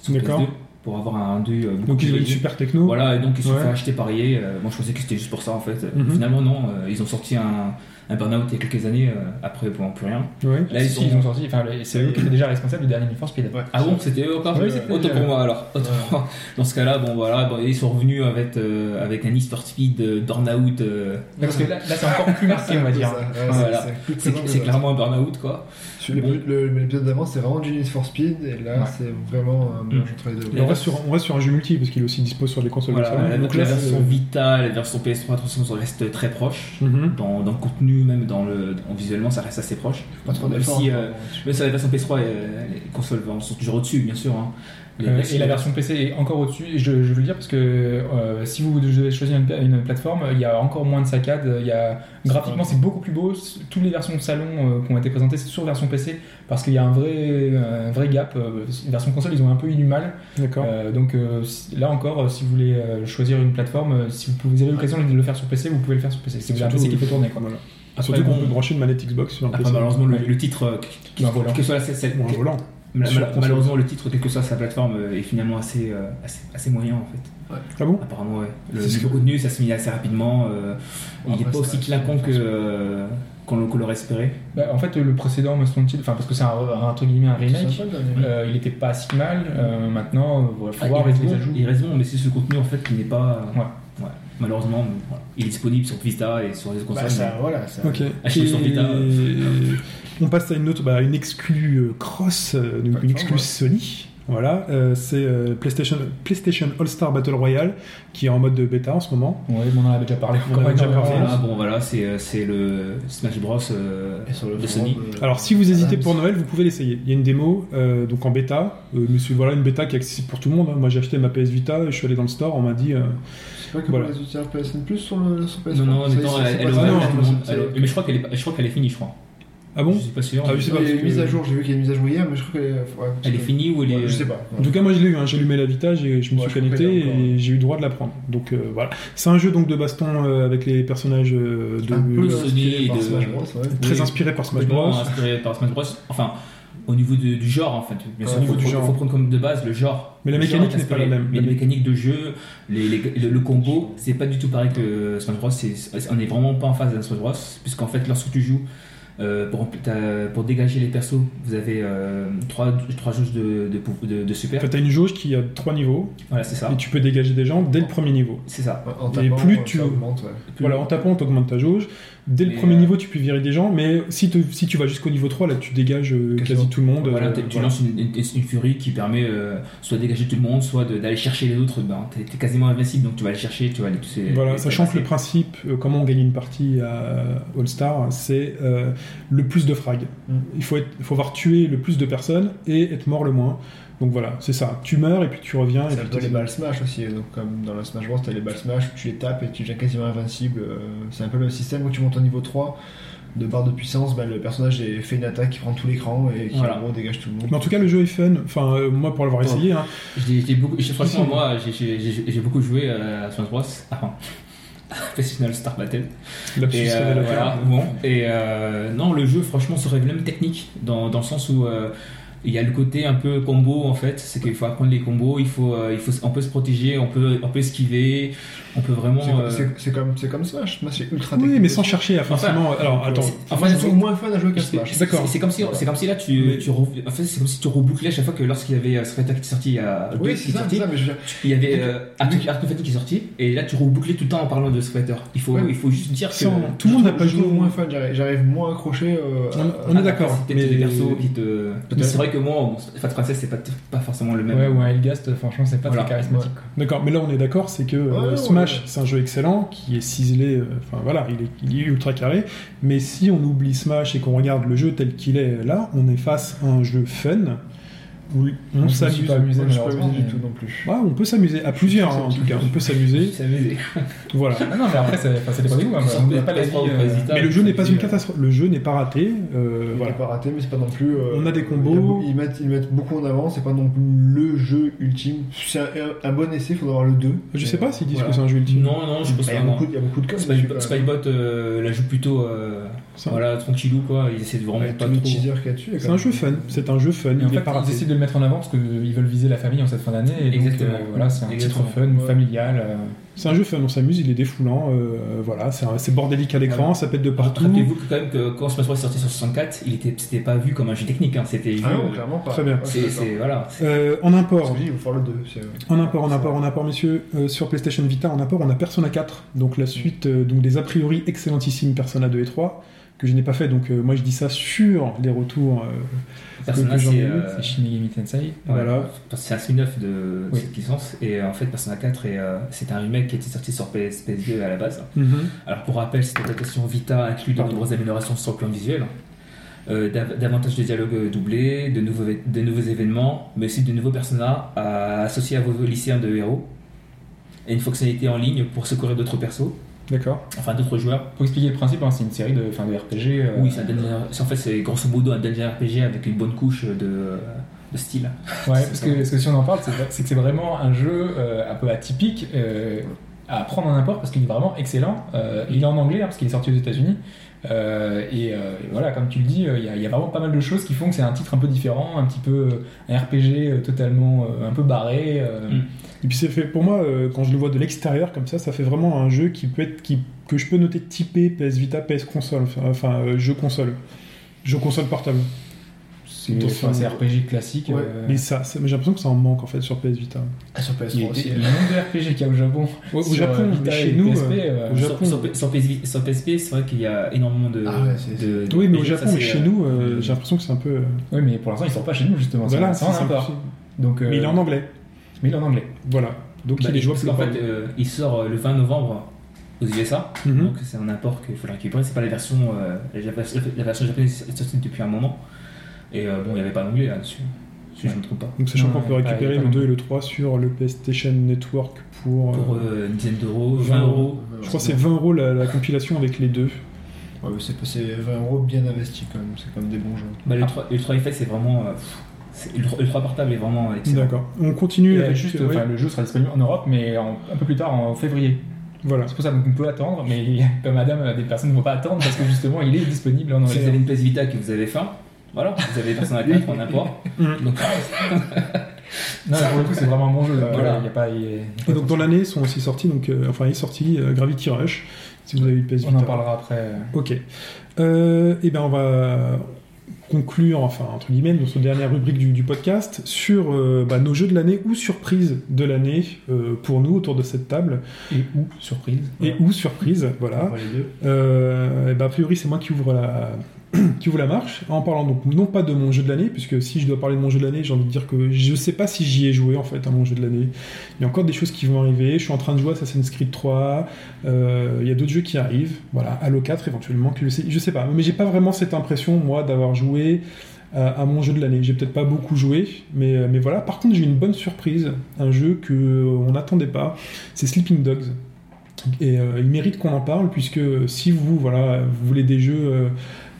D: sur
C: D'accord.
D: PS2 pour avoir un rendu euh, beaucoup
C: Donc
D: plus
C: ils ont une
D: léger.
C: super techno.
D: Voilà, et donc ils se sont
C: Ouais.
D: fait acheter par EA. Euh, moi je pensais que c'était juste pour ça en fait. Euh,
C: Mhm.
D: Finalement, non, euh, ils ont sorti un, un Burnout il y a quelques années, euh, après bon, plus rien.
C: Ouais.
D: Là, ils
G: Si,
D: ont-
G: ils ont sorti. Enfin, le- c'est eux qui étaient déjà responsables du dernier Need for Speed.
D: Ah bon, c'était eux encore
G: Oui, c'était
D: Autant
G: eux.
D: pour moi alors. Autant
G: Ouais.
D: pour moi. Dans ce cas-là, bon voilà, bon, ils sont revenus avec, euh, avec un East for Speed euh, Burnout. euh,
G: Mais Parce que là, là, c'est encore plus marqué, on va dire.
D: Voilà. c'est c'est clairement un Burnout quoi. Bon.
F: L'épisode d'avant, c'est vraiment du Need for Speed, et là,
G: Ouais.
F: c'est vraiment un mélange entre les deux.
C: Et on, reste sur, on reste sur un jeu multi parce qu'il est aussi dispo sur les consoles.
D: Voilà,
C: de salon.
D: la,
C: Donc
D: la
C: là, c'est-
D: version Vita, la version PS3, attention, ça reste très proche.
C: Mhm.
D: Dans, dans le contenu, même dans le, en visuellement, ça reste assez proche.
F: Pas trop
D: Même
F: d'efforts.
D: si, euh, Mais ça, la version PS3, euh, les consoles euh, sont toujours au-dessus, bien sûr. hein. Les
G: Euh,
D: versions-
G: et la version PC est encore au-dessus. Et Je, je veux le dire parce que euh, si vous devez choisir une, pla- une plateforme, il y a encore moins de saccades. Il y a, graphiquement, c'est beaucoup plus beau. S- Toutes les versions de salon euh, qui ont été présentées, c'est sur version PC parce qu'il y a un vrai, un vrai gap. Euh, version console, ils ont un peu eu du mal.
C: D'accord.
G: Euh, donc euh, si- là encore, euh, si vous voulez euh, choisir une plateforme, euh, si vous, pouvez- vous avez l'occasion de le faire sur PC, vous pouvez le faire sur PC. C'est un
C: Surtout-
G: PC qui fait tourner. Quoi.
C: Voilà.
D: Après,
C: Surtout qu'on
D: bon,
C: peut brancher une manette Xbox sur un
D: Après,
C: PC.
D: malheureusement, le, le titre, euh, qui- qui-
G: Ou un volant.
D: que ce soit la, celle-
C: Ou un volant.
D: Mal-
C: Sur
D: mal-
C: console.
D: malheureusement, le titre, quelle que soit sa plateforme, euh, est finalement assez, euh, assez, assez moyen en fait.
C: Ah bon
D: Apparemment, ouais. Le,
C: C'est ce
D: le contenu s'assimile assez rapidement. euh, il
F: Après,
D: n'est pas
F: c'est
D: aussi
F: vrai,
D: claquant
F: c'est
D: que, euh, qu'on le- qu'on l'aurait espéré.
G: Bah, en fait, le précédent me semble-t-il, enfin parce que c'est un, un entre guillemets un remake, euh, il était pas si mal. euh, maintenant, il faut
D: Ah,
G: voir
D: il
G: avec
D: reste
G: les
D: bon,
G: ajouts.
D: Il reste bon, mais c'est ce contenu en fait qui n'est pas.
G: Ouais.
D: Ouais. Malheureusement, bon, voilà. il est disponible sur Vista et sur les autres
F: Bah,
D: consoles.
F: ça, voilà, ça.
C: Ok.
D: Acheter sur
C: Et-
D: Vita.
C: On passe à une autre, bah, une exclue euh, cross, euh, donc une
F: Plateforme,
C: exclue
F: ouais.
C: Sony. Voilà, euh, c'est euh, PlayStation, PlayStation All Star Battle Royale qui est en mode de bêta en ce moment.
G: Ouais, mais on en avait déjà parlé.
C: On en avait déjà
G: énormément.
C: parlé.
D: Voilà, bon voilà, c'est, euh, c'est le Smash Bros. euh,
F: Et sur le
D: de
F: forum,
D: Sony.
F: euh,
C: Alors si vous hésitez
F: Adams.
C: pour Noël, vous pouvez l'essayer. Il y a une démo euh, donc en bêta, euh, mais c'est- voilà une bêta qui est accessible pour tout le monde. hein. Moi j'ai acheté ma PS Vita, et je suis allé dans le store, on m'a dit euh,
F: C'est pas que
C: Voilà.
F: pour les utilisateurs PSN Plus sur le sur PS4.
D: Non, non,
F: Ça,
D: mais attends,
F: c'est-
D: elle
F: c'est
D: elle est
F: pas-
D: ouverte
F: non,
D: à tout le monde.
F: c'est-
D: Elle- Mais je crois qu'elle est, je crois qu'elle est finie, je crois.
C: ah bon.
D: je suis pas sûr.
C: Ah,
D: mais-
C: je sais pas,
F: Il y a
C: parce
F: une mise
C: que-
F: à jour, j'ai vu qu'il y a une mise à jour hier, mais je crois qu'elle est. ouais,
D: Elle est finie ou elle est.
F: Ouais, Je sais pas.
C: En tout cas, moi je l'ai eu, hein. j'ai allumé la Vita, j'ai- je me
F: Ouais,
C: suis
F: je comprends
C: connecté
F: bien, encore.
C: et j'ai eu droit de la prendre. Donc euh, voilà. C'est un jeu donc de baston euh, avec les personnages euh, de,
F: Un peu
D: Sony
F: inspiré Ah, par
D: de-
F: Smash Bros, ouais.
C: très
D: Oui.
C: inspiré par Smash
D: complètement
C: Bros.
D: inspiré par Smash Bros. Enfin, au niveau de- du genre, en fait. Bien sûr,
C: Ouais,
D: il faut,
C: du
D: faut-
C: genre.
D: faut prendre comme de base le genre.
C: Mais la
D: Le
C: mécanique
D: genre est
C: n'est pas la
D: inspiré.
C: même.
D: Mais
C: La
D: la
C: mé-
D: mécanique de jeu, les- les- le, le combo, c'est pas du tout pareil que Smash Bros. C'est- c'est- on n'est vraiment pas en phase d'un Smash Bros. Puisqu'en fait, lorsque tu joues, euh, pour, rempli- t'as- pour dégager les persos, vous avez euh, trois, trois jauges de, de, pou- de- de super.
C: Enfin, T'as une jauge qui a trois niveaux
D: Voilà, c'est ça.
C: et tu peux dégager des gens dès le premier niveau.
D: C'est ça.
F: En
C: Et
F: tapant,
C: plus
F: euh,
C: tu-
F: ça augmente, ouais.
C: Voilà, en tapant, t'augmentes ta jauge. Dès le
D: Mais,
C: premier
D: euh,
C: niveau, tu peux virer des gens, mais si, te- si tu vas jusqu'au niveau 3, là, tu dégages euh,
F: Quasiment.
C: quasi tout le monde.
D: Voilà,
C: euh,
D: t'es- tu
C: voilà.
D: lances une, une- une furie qui permet euh, soit de dégager tout le monde, soit de- d'aller chercher les autres. Ben, t'es t'es quasiment invincible, donc tu vas aller chercher, tu vas aller tous les-
C: Voilà,
D: les-
C: sachant
D: les-
C: que le principe, euh, comment on gagne une partie à All-Star, c'est euh, le plus de frags.
F: Mm.
C: Il faut, être, faut avoir tué le plus de personnes et être mort le moins. Donc voilà, c'est ça. Tu meurs et puis tu reviens. et
F: C'est un
C: puis
F: peu
C: t'es-
F: les balles smash aussi, euh, donc comme dans le Smash Bros, t'as les balles smash, tu les tapes et tu deviens quasiment invincible. euh, C'est un peu le même système quand tu montes au niveau 3 de barre de puissance, bah, le personnage est- fait une attaque qui prend tout l'écran et qui
D: Voilà.
F: en gros dégage tout le monde.
C: Mais en tout cas, le jeu est fun. Enfin, euh, moi, pour l'avoir
F: Ouais.
C: essayé, hein,
D: Je l'ai- je l'ai beaucoup, je- franchement, moi, j'ai- j'ai j'ai- j'ai beaucoup joué euh, à Smash Bros. Enfin, [laughs] Professional Star Battle.
C: lapsus
D: Et, euh,
C: révélateur.
D: voilà, bon. Et euh, non, le jeu, franchement, se révèle même technique dans, dans le sens où euh, il y a le côté un peu combo en fait. C'est qu'il faut apprendre les combos, il faut, euh, il faut, on peut se protéger, on peut, on peut esquiver, on peut vraiment.
F: C'est comme-
D: euh,
F: C'est c'est comme, c'est comme Smash, Smash c'est ultra
C: Oui,
F: technique
C: mais sans
F: aussi.
C: chercher, à forcément. alors, attends.
D: c'est-
F: Enfin, je trouve moins fun à jouer qu'à
D: Parce que-
F: Smash.
D: c'est-
C: D'accord.
D: c'est- C'est comme si, c'est comme si là tu,
C: Mais-
D: tu re- en fait, c'est comme si tu rebouclais à chaque fois que lorsqu'il y avait euh, Street Fighter qui est sorti il y a euh, deux
F: Oui,
D: qui
F: c'est
D: est
F: ça,
D: sorti,
F: c'est ça, mais je veux dire,
D: il y avait euh, Art Art of Fighting qui est sorti et là tu rebouclais tout le temps en parlant de Street Fighter. Il faut,
F: Ouais.
D: il faut juste dire que
C: Sans- tout le monde
F: je
C: n'a
F: trouve-
C: pas
F: je
C: joué
F: trouve
C: au
F: moins fun, j'arrive j'arrive moins accroché. euh,
C: On-
F: à-
C: on est d'accord,
D: C'était
C: mais-
D: des persos qui te.
C: Mais-
D: Mais c'est vrai que moi, bon, Fat Princess c'est pas, pas forcément le même.
G: Ouais, ou un Elgast, franchement, c'est pas
D: Voilà.
G: très charismatique. quoi.
C: D'accord, mais là on est d'accord, c'est que euh,
F: Ouais, ouais,
C: Smash,
F: ouais.
C: c'est un jeu excellent qui est ciselé, euh, enfin voilà, il est, il est ultra carré, mais si on oublie Smash et qu'on regarde le jeu tel qu'il est là, on est face à un jeu fun où on
G: me suis
C: s'amuse.
G: pas
C: Ouais,
G: amusé,
F: Moi, je suis pas
G: malheureusement,
F: amusé du
G: mais-
F: tout non plus.
C: on peut s'amuser, à plusieurs hein, en tout cas, on peut s'amuser,
D: s'amuser.
C: voilà.
G: Ah non, mais après, c'est enfin, c'est des produits, hein,
D: Surtout
G: on n'a pas
D: la
G: la vie.
D: plateforme,
G: euh,
D: on peut hésiter.
C: Mais le jeu n'est pas
D: euh,
C: une catastrophe, le jeu n'est pas raté, euh,
F: Il
C: voilà.
F: n'est pas raté, mais c'est pas non plus. euh,
C: On a des combos.
F: il y a beau- Ils mettent, ils mettent beaucoup en avant, c'est pas non plus le jeu ultime. C'est un, un bon essai, il faudra avoir le 2.
C: Je sais pas s'ils disent
F: Voilà.
C: que c'est un jeu ultime.
D: Non, non, je pense
F: Bah, Il y,
D: pas.
F: a
D: non.
F: beaucoup- il y a beaucoup de codes. dessus, quand
D: Spy-
F: même.
D: Spybot euh, la joue plutôt euh,
C: C'est un-
D: voilà, tranquillou quoi. Il essaie de vraiment
F: Ouais,
D: pas
F: tous les
D: trop.
F: teasers qu'il y a dessus. il y a
C: C'est
F: quand
C: un
F: même-
C: jeu fun, c'est un jeu fun,
G: Et en
C: il
G: fait,
C: n'est pas
G: ils
C: raté.
G: décident de le mettre en avant parce qu'ils veulent viser la famille en cette fin d'année. Et donc,
D: Exactement.
G: euh, voilà, c'est un
D: Exactement.
G: titre fun,
F: Ouais.
G: familial. euh,
C: C'est un jeu fun, on s'amuse, il est défoulant, euh, voilà, c'est un- c'est bordélique à l'écran, ça pète de partout.
D: Rappelez-vous que quand même que quand Smash Bros est sorti sur 64, il était c'était pas vu comme un jeu technique, hein, c'était vu,
F: Ah non,
D: euh,
F: clairement pas.
C: Très bien.
F: Ouais, je suis
D: c'est
F: d'accord.
D: c'est- voilà.
C: Euh, en
F: Parce
C: import,
F: que je dis, il faut faire le 2. c'est- euh,
C: En apport, en apport, en apport, messieurs, euh, sur PlayStation Vita, en apport, on a Persona 4, donc la suite euh, donc des a priori excellentissimes Persona 2 et 3, que je n'ai pas fait, donc euh, moi je dis ça sur les retours. euh,
D: Persona
C: que j'en ai
D: c'est
C: eu,
D: euh,
G: C'est Shin Megami Tensei.
D: ouais,
C: voilà.
D: parce que c'est un spin-off de
G: Oui.
D: cette licence et euh, en fait Persona 4 est, euh, c'est un remake qui était sorti sur PS, 2 à la base. Alors pour rappel, cette adaptation Vita inclut de
C: Pardon.
D: nombreuses améliorations sur le plan visuel. euh, dav- davantage de dialogues euh, doublés, de nouveaux, vét- de nouveaux événements, mais aussi de nouveaux personnages à- associés à vos lycéens de héros, et une fonctionnalité en ligne pour secourir d'autres persos,
C: D'accord.
D: enfin d'autres joueurs,
G: Pour expliquer le principe, hein, c'est une série de, enfin, de RPG. euh,
D: Oui, c'est un dungeon- c'est- en fait, c'est grosso modo un dungeon RPG avec une bonne couche de, de style.
G: Ouais, parce que, parce que si on en parle, c'est c'est que c'est vraiment un jeu euh, un peu atypique. euh, à prendre en import parce qu'il est vraiment excellent. Euh, il est en anglais hein, parce qu'il est sorti aux États-Unis. Euh, et, euh, et voilà, comme tu le dis, euh, il y, a- il y a vraiment pas mal de choses qui font que c'est un titre un peu différent, un petit peu euh, un RPG euh, totalement euh, un peu barré. euh,
D: Mm.
C: Et puis c'est fait pour moi euh, quand je le vois de l'extérieur comme ça, ça fait vraiment un jeu qui peut être qui que je peux noter typé PS Vita, PS console, enfin, enfin euh, jeu console, jeu console portable.
G: C'est
C: Dans
G: enfin,
C: son-
G: c'est RPG classique.
F: Ouais.
G: euh,
C: Mais ça, ça- mais j'ai l'impression que ça en manque en fait sur PS Vita.
F: Ah, sur PS3
G: il était-
F: aussi.
G: le nombre de RPG qu'il y a au Japon,
C: Au, au
G: Sur,
C: Japon,
G: euh, Vita
C: mais
G: et
C: chez nous,
G: PSP,
C: euh,
G: euh,
C: au
G: sur-
C: Japon.
D: Sur, sur PSP, sur PSP, c'est vrai qu'il y a énormément de.
F: Ah ouais, c'est-
D: de- de
C: oui, mais au
D: RPG,
C: Japon,
D: ça,
C: mais
D: c'est,
C: chez
D: euh,
C: nous, euh, j'ai l'impression que c'est un peu. euh,
G: oui, mais pour l'instant il sort pas chez nous justement.
C: voilà,
G: c'est en
C: c'est
G: import.
C: simple.
G: Donc, euh,
C: Mais il est en anglais,
G: mais il est en anglais.
C: voilà. Donc
D: bah,
C: il est jouable.
D: parce qu'en
C: partout.
D: fait, euh, il sort euh, le 20 novembre aux USA,
C: Mhm.
D: donc c'est un apport qu'il faudra récupérer. C'est pas la version, euh, la, la version japonaise est sortie depuis un moment. Et euh, bon, il n'y avait pas d'anglais là-dessus, si je ne me trompe pas.
C: Donc sachant
G: Non,
C: qu'on peut
G: ouais,
C: récupérer
G: pas-
C: le 2 et le 3 sur le PlayStation Network pour. euh,
D: Pour euh, une dizaine d'euros,
C: 20
D: 20 euros.
C: je crois que c'est 20 euros la, la compilation avec les deux.
F: Ouais, mais c'est- c'est 20 euros bien investi quand même, c'est quand même des bons jeux.
D: Bah, le,
C: Ah.
D: 3, le 3 effect, c'est vraiment. euh, pff, c'est- le, 3, portable est vraiment excellent.
C: D'accord. On continue
G: Et, euh,
C: avec
G: juste,
C: ouais,
G: enfin, le jeu sera disponible en Europe, mais en- un peu plus tard en février.
C: Voilà.
G: C'est pour ça qu'on peut attendre, mais comme Madame, euh, des personnes ne vont pas attendre parce que justement il est disponible en
D: Si vous avez
G: anglais.
D: une PS Vita et que vous avez faim, voilà, vous avez personne à connaître en apport.
C: Mhm.
D: Donc,
G: Non, mais pour le coup c'est vraiment un bon jeu.
D: Voilà.
G: Il y a pas, il y a- il y a pas
C: Et donc
G: de-
C: dans l'année sont aussi sortis, donc, euh, enfin est sorti euh, Gravity Rush, si vous avez eu le PS
G: on en
C: Vita.
G: parlera après.
C: Ok. Euh, et bien on va conclure, enfin entre guillemets, notre dernière rubrique du, du podcast sur euh, bah, nos jeux de l'année ou surprises de l'année euh, pour nous autour de cette table.
G: Et ou surprise.
C: Et ou surprises, voilà.
F: Ouais, les deux.
C: Euh, eh ben, a priori, c'est moi qui ouvre la [clears throat] qui ouvre la marche en parlant donc non pas de mon jeu de l'année puisque si je dois parler de mon jeu de l'année j'ai envie de dire que je sais pas si j'y ai joué en fait à mon jeu de l'année il y a encore des choses qui vont arriver je suis en train de jouer Assassin's Creed 3 euh, il y a d'autres jeux qui arrivent voilà Halo 4 éventuellement que je sais je sais pas mais j'ai pas vraiment cette impression moi d'avoir joué euh, à mon jeu de l'année j'ai peut-être pas beaucoup joué mais euh, mais voilà par contre j'ai eu une bonne surprise un jeu que euh, on n'attendait pas c'est Sleeping Dogs et euh, il mérite qu'on en parle puisque si vous voilà vous voulez des jeux euh,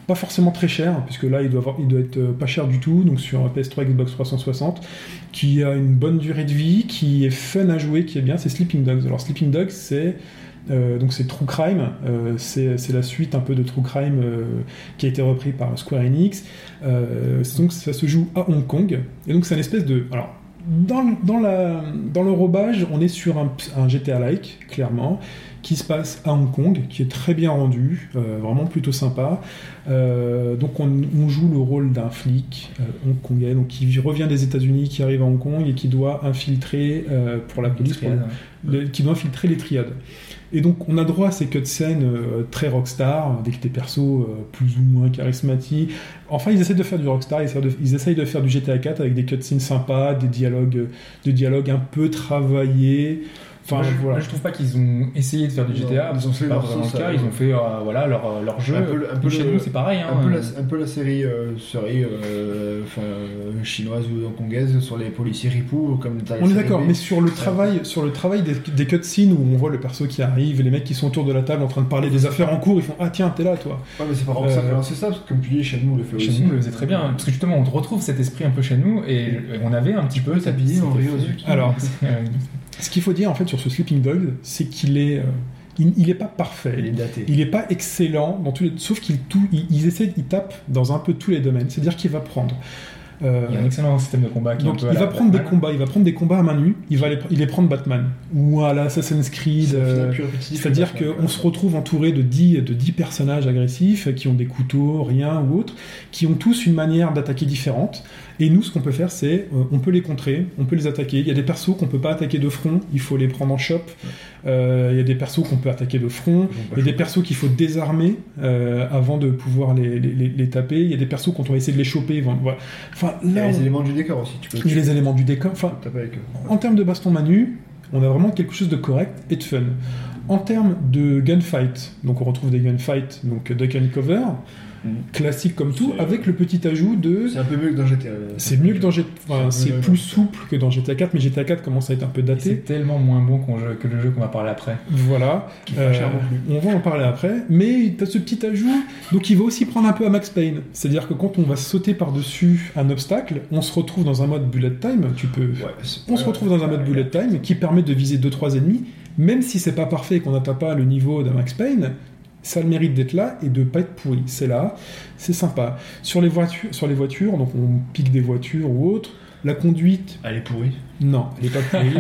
C: pas forcément très chers puisque là il doit avoir- il doit être euh, pas cher du tout donc sur PS3 Xbox 360 qui a une bonne durée de vie qui est fun à jouer qui est bien c'est Sleeping Dogs alors Sleeping Dogs c'est euh, donc c'est True Crime, euh, c'est c'est la suite un peu de True Crime euh, qui a été repris par Square Enix. Euh, donc ça se joue à Hong Kong. Et donc c'est une espèce de... Alors, dans, le- dans, la, dans le robage, on est sur un, un GTA-like, clairement, qui se passe à Hong Kong, qui est très bien rendu, euh, vraiment plutôt sympa. Euh, donc on, on joue le rôle d'un flic euh, hongkongais, donc qui revient des États-Unis, qui arrive à Hong Kong et qui doit infiltrer euh, pour la police, pour le- le- qui doit infiltrer les triades. Et donc on a droit à ces cutscenes euh, très rockstar, avec des persos euh, plus ou moins charismatiques. Enfin ils essaient de faire du rockstar, ils essaient de- ils essayent de, faire du GTA 4 avec des cutscenes sympas, des dialogues, euh, des dialogues un peu travaillés. Enfin
G: Moi, je,
C: voilà.
G: moi, je trouve pas qu'ils ont essayé de faire du
F: Non,
G: GTA,
F: ils ont fait
G: c'est pas
F: leur
G: vraiment
F: sauce,
G: le cas,
F: euh,
G: ils ont fait euh, voilà, leur, leur jeu.
F: Un peu le- un peu
G: chez
F: le-
G: nous c'est pareil. Hein,
F: Un peu,
G: euh,
F: la, un peu la série, euh, série euh, enfin, euh, chinoise ou hongkongaise sur les policiers ripoux, comme t'as la
C: On est
F: série
C: d'accord,
F: B.
C: mais sur le travail, sur le travail des, des cutscenes où on voit le perso qui arrive, et les mecs qui sont autour de la table en train de parler des affaires en cours, ils font ah tiens t'es là toi.
F: Ouais, mais c'est pas vraiment ça
C: Euh,
F: qui a lancé ça, parce que comme tu dis, chez nous, le fait
G: Chez
F: aussi.
G: nous, on le faisait très bien,
F: hein.
G: parce que justement, on retrouve cet esprit un peu chez nous, et et on avait un petit peu cette
F: Habillé en
G: cette-
F: Rio Zuki.
C: Alors
G: [laughs] euh,
C: ce qu'il faut dire en fait sur ce Sleeping Dog, c'est qu'il est, euh, il, il est pas parfait.
F: Il est daté.
C: Il n'est pas excellent dans tous les... sauf qu'il tout, il, il essaie, il tape dans un peu tous les domaines. C'est-à-dire qu'il va prendre. euh,
G: Il y a un excellent système de combat qui est un
C: donc
G: peu à
C: il
G: la
C: va prendre des
G: Batman.
C: combats, il va prendre des combats à main nue. Il va les, il les prendre Batman ou à l'Assassin's Creed.
F: C'est un final
C: euh,
F: plus répétitif
C: C'est-à-dire
F: que Batman,
C: qu'on se retrouve entouré de 10, de 10 personnages agressifs qui ont des couteaux, rien ou autre, qui ont tous une manière d'attaquer différente. Et nous, ce qu'on peut faire, c'est euh, on peut les contrer, on peut les attaquer. Il y a des persos qu'on peut pas attaquer de front, il faut les prendre en chope. Euh, il y a des persos qu'on peut attaquer de front.
F: bah,
C: Il y a des persos qu'il faut désarmer euh, avant de pouvoir les, les- les- les taper. Il y a des persos quand on va essayer de les choper. Voilà. Enfin,
F: Il y
C: là,
F: a les
C: on-
F: éléments du décor aussi, tu peux
C: il y a les éléments du décor. Enfin,
F: tu peux taper avec euh. eux.
C: en termes de baston manu, on a vraiment quelque chose de correct et de fun. En termes de gunfight, donc on retrouve des gunfights, donc duck and cover, classique comme tout,
F: Mm. C'est-
C: avec le petit ajout de.
F: C'est un peu mieux que dans GTA.
C: C'est mieux que dans GTA. enfin,
F: C'est
C: c'est
F: mieux,
C: plus
F: ouais.
C: souple que dans GTA 4, mais GTA 4 commence à être un peu
G: Et C'est
C: daté.
G: tellement moins bon qu'on jeu- que le jeu qu'on va parler après.
C: Voilà. Euh, on va en parler après. Mais t'as ce petit ajout, donc il va aussi prendre un peu à Max Payne. C'est-à-dire que quand on va sauter par-dessus un obstacle, on se retrouve dans un mode bullet time. Tu peux
F: Ouais, c'est-
C: on se retrouve dans un mode bullet time qui permet de viser 2-3 ennemis même si c'est pas parfait et qu'on n'atteint pas le niveau d'un Max Payne, ça a le mérite d'être là et de pas être pourri. C'est là, c'est sympa. Sur les, voitures, sur les voitures, donc on pique des voitures ou autre, la conduite,
F: Elle est pourrie.
C: non, elle est pas pourrie.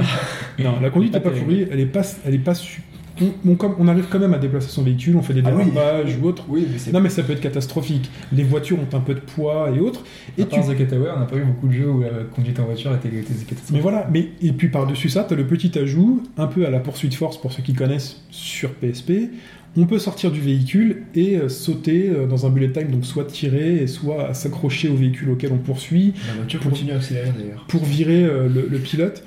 C: non, la conduite
G: pas
C: n'est pas,
G: terrible.
C: pourrie, elle est pas, elle est pas su- on, on com- on arrive quand même à déplacer son véhicule, on fait des
F: Ah oui.
C: dérapages ou autre.
F: Oui, mais c'est
C: Non mais ça peut être catastrophique. Les voitures ont un peu de poids et autres.
G: Et
C: Et
G: à
C: tu
G: part The Getaway, on n'a pas eu beaucoup de jeux où la conduite en voiture était était des catastrophes.
C: Mais voilà, mais et puis par-dessus ça, t'as le petit ajout, un peu à la poursuite force pour ceux qui connaissent sur PSP. On peut sortir du véhicule et euh, sauter euh, dans un bullet time, donc soit tirer, et soit s'accrocher au véhicule auquel on poursuit,
F: La voiture continue à accélérer d'ailleurs.
C: pour virer euh, le, le pilote.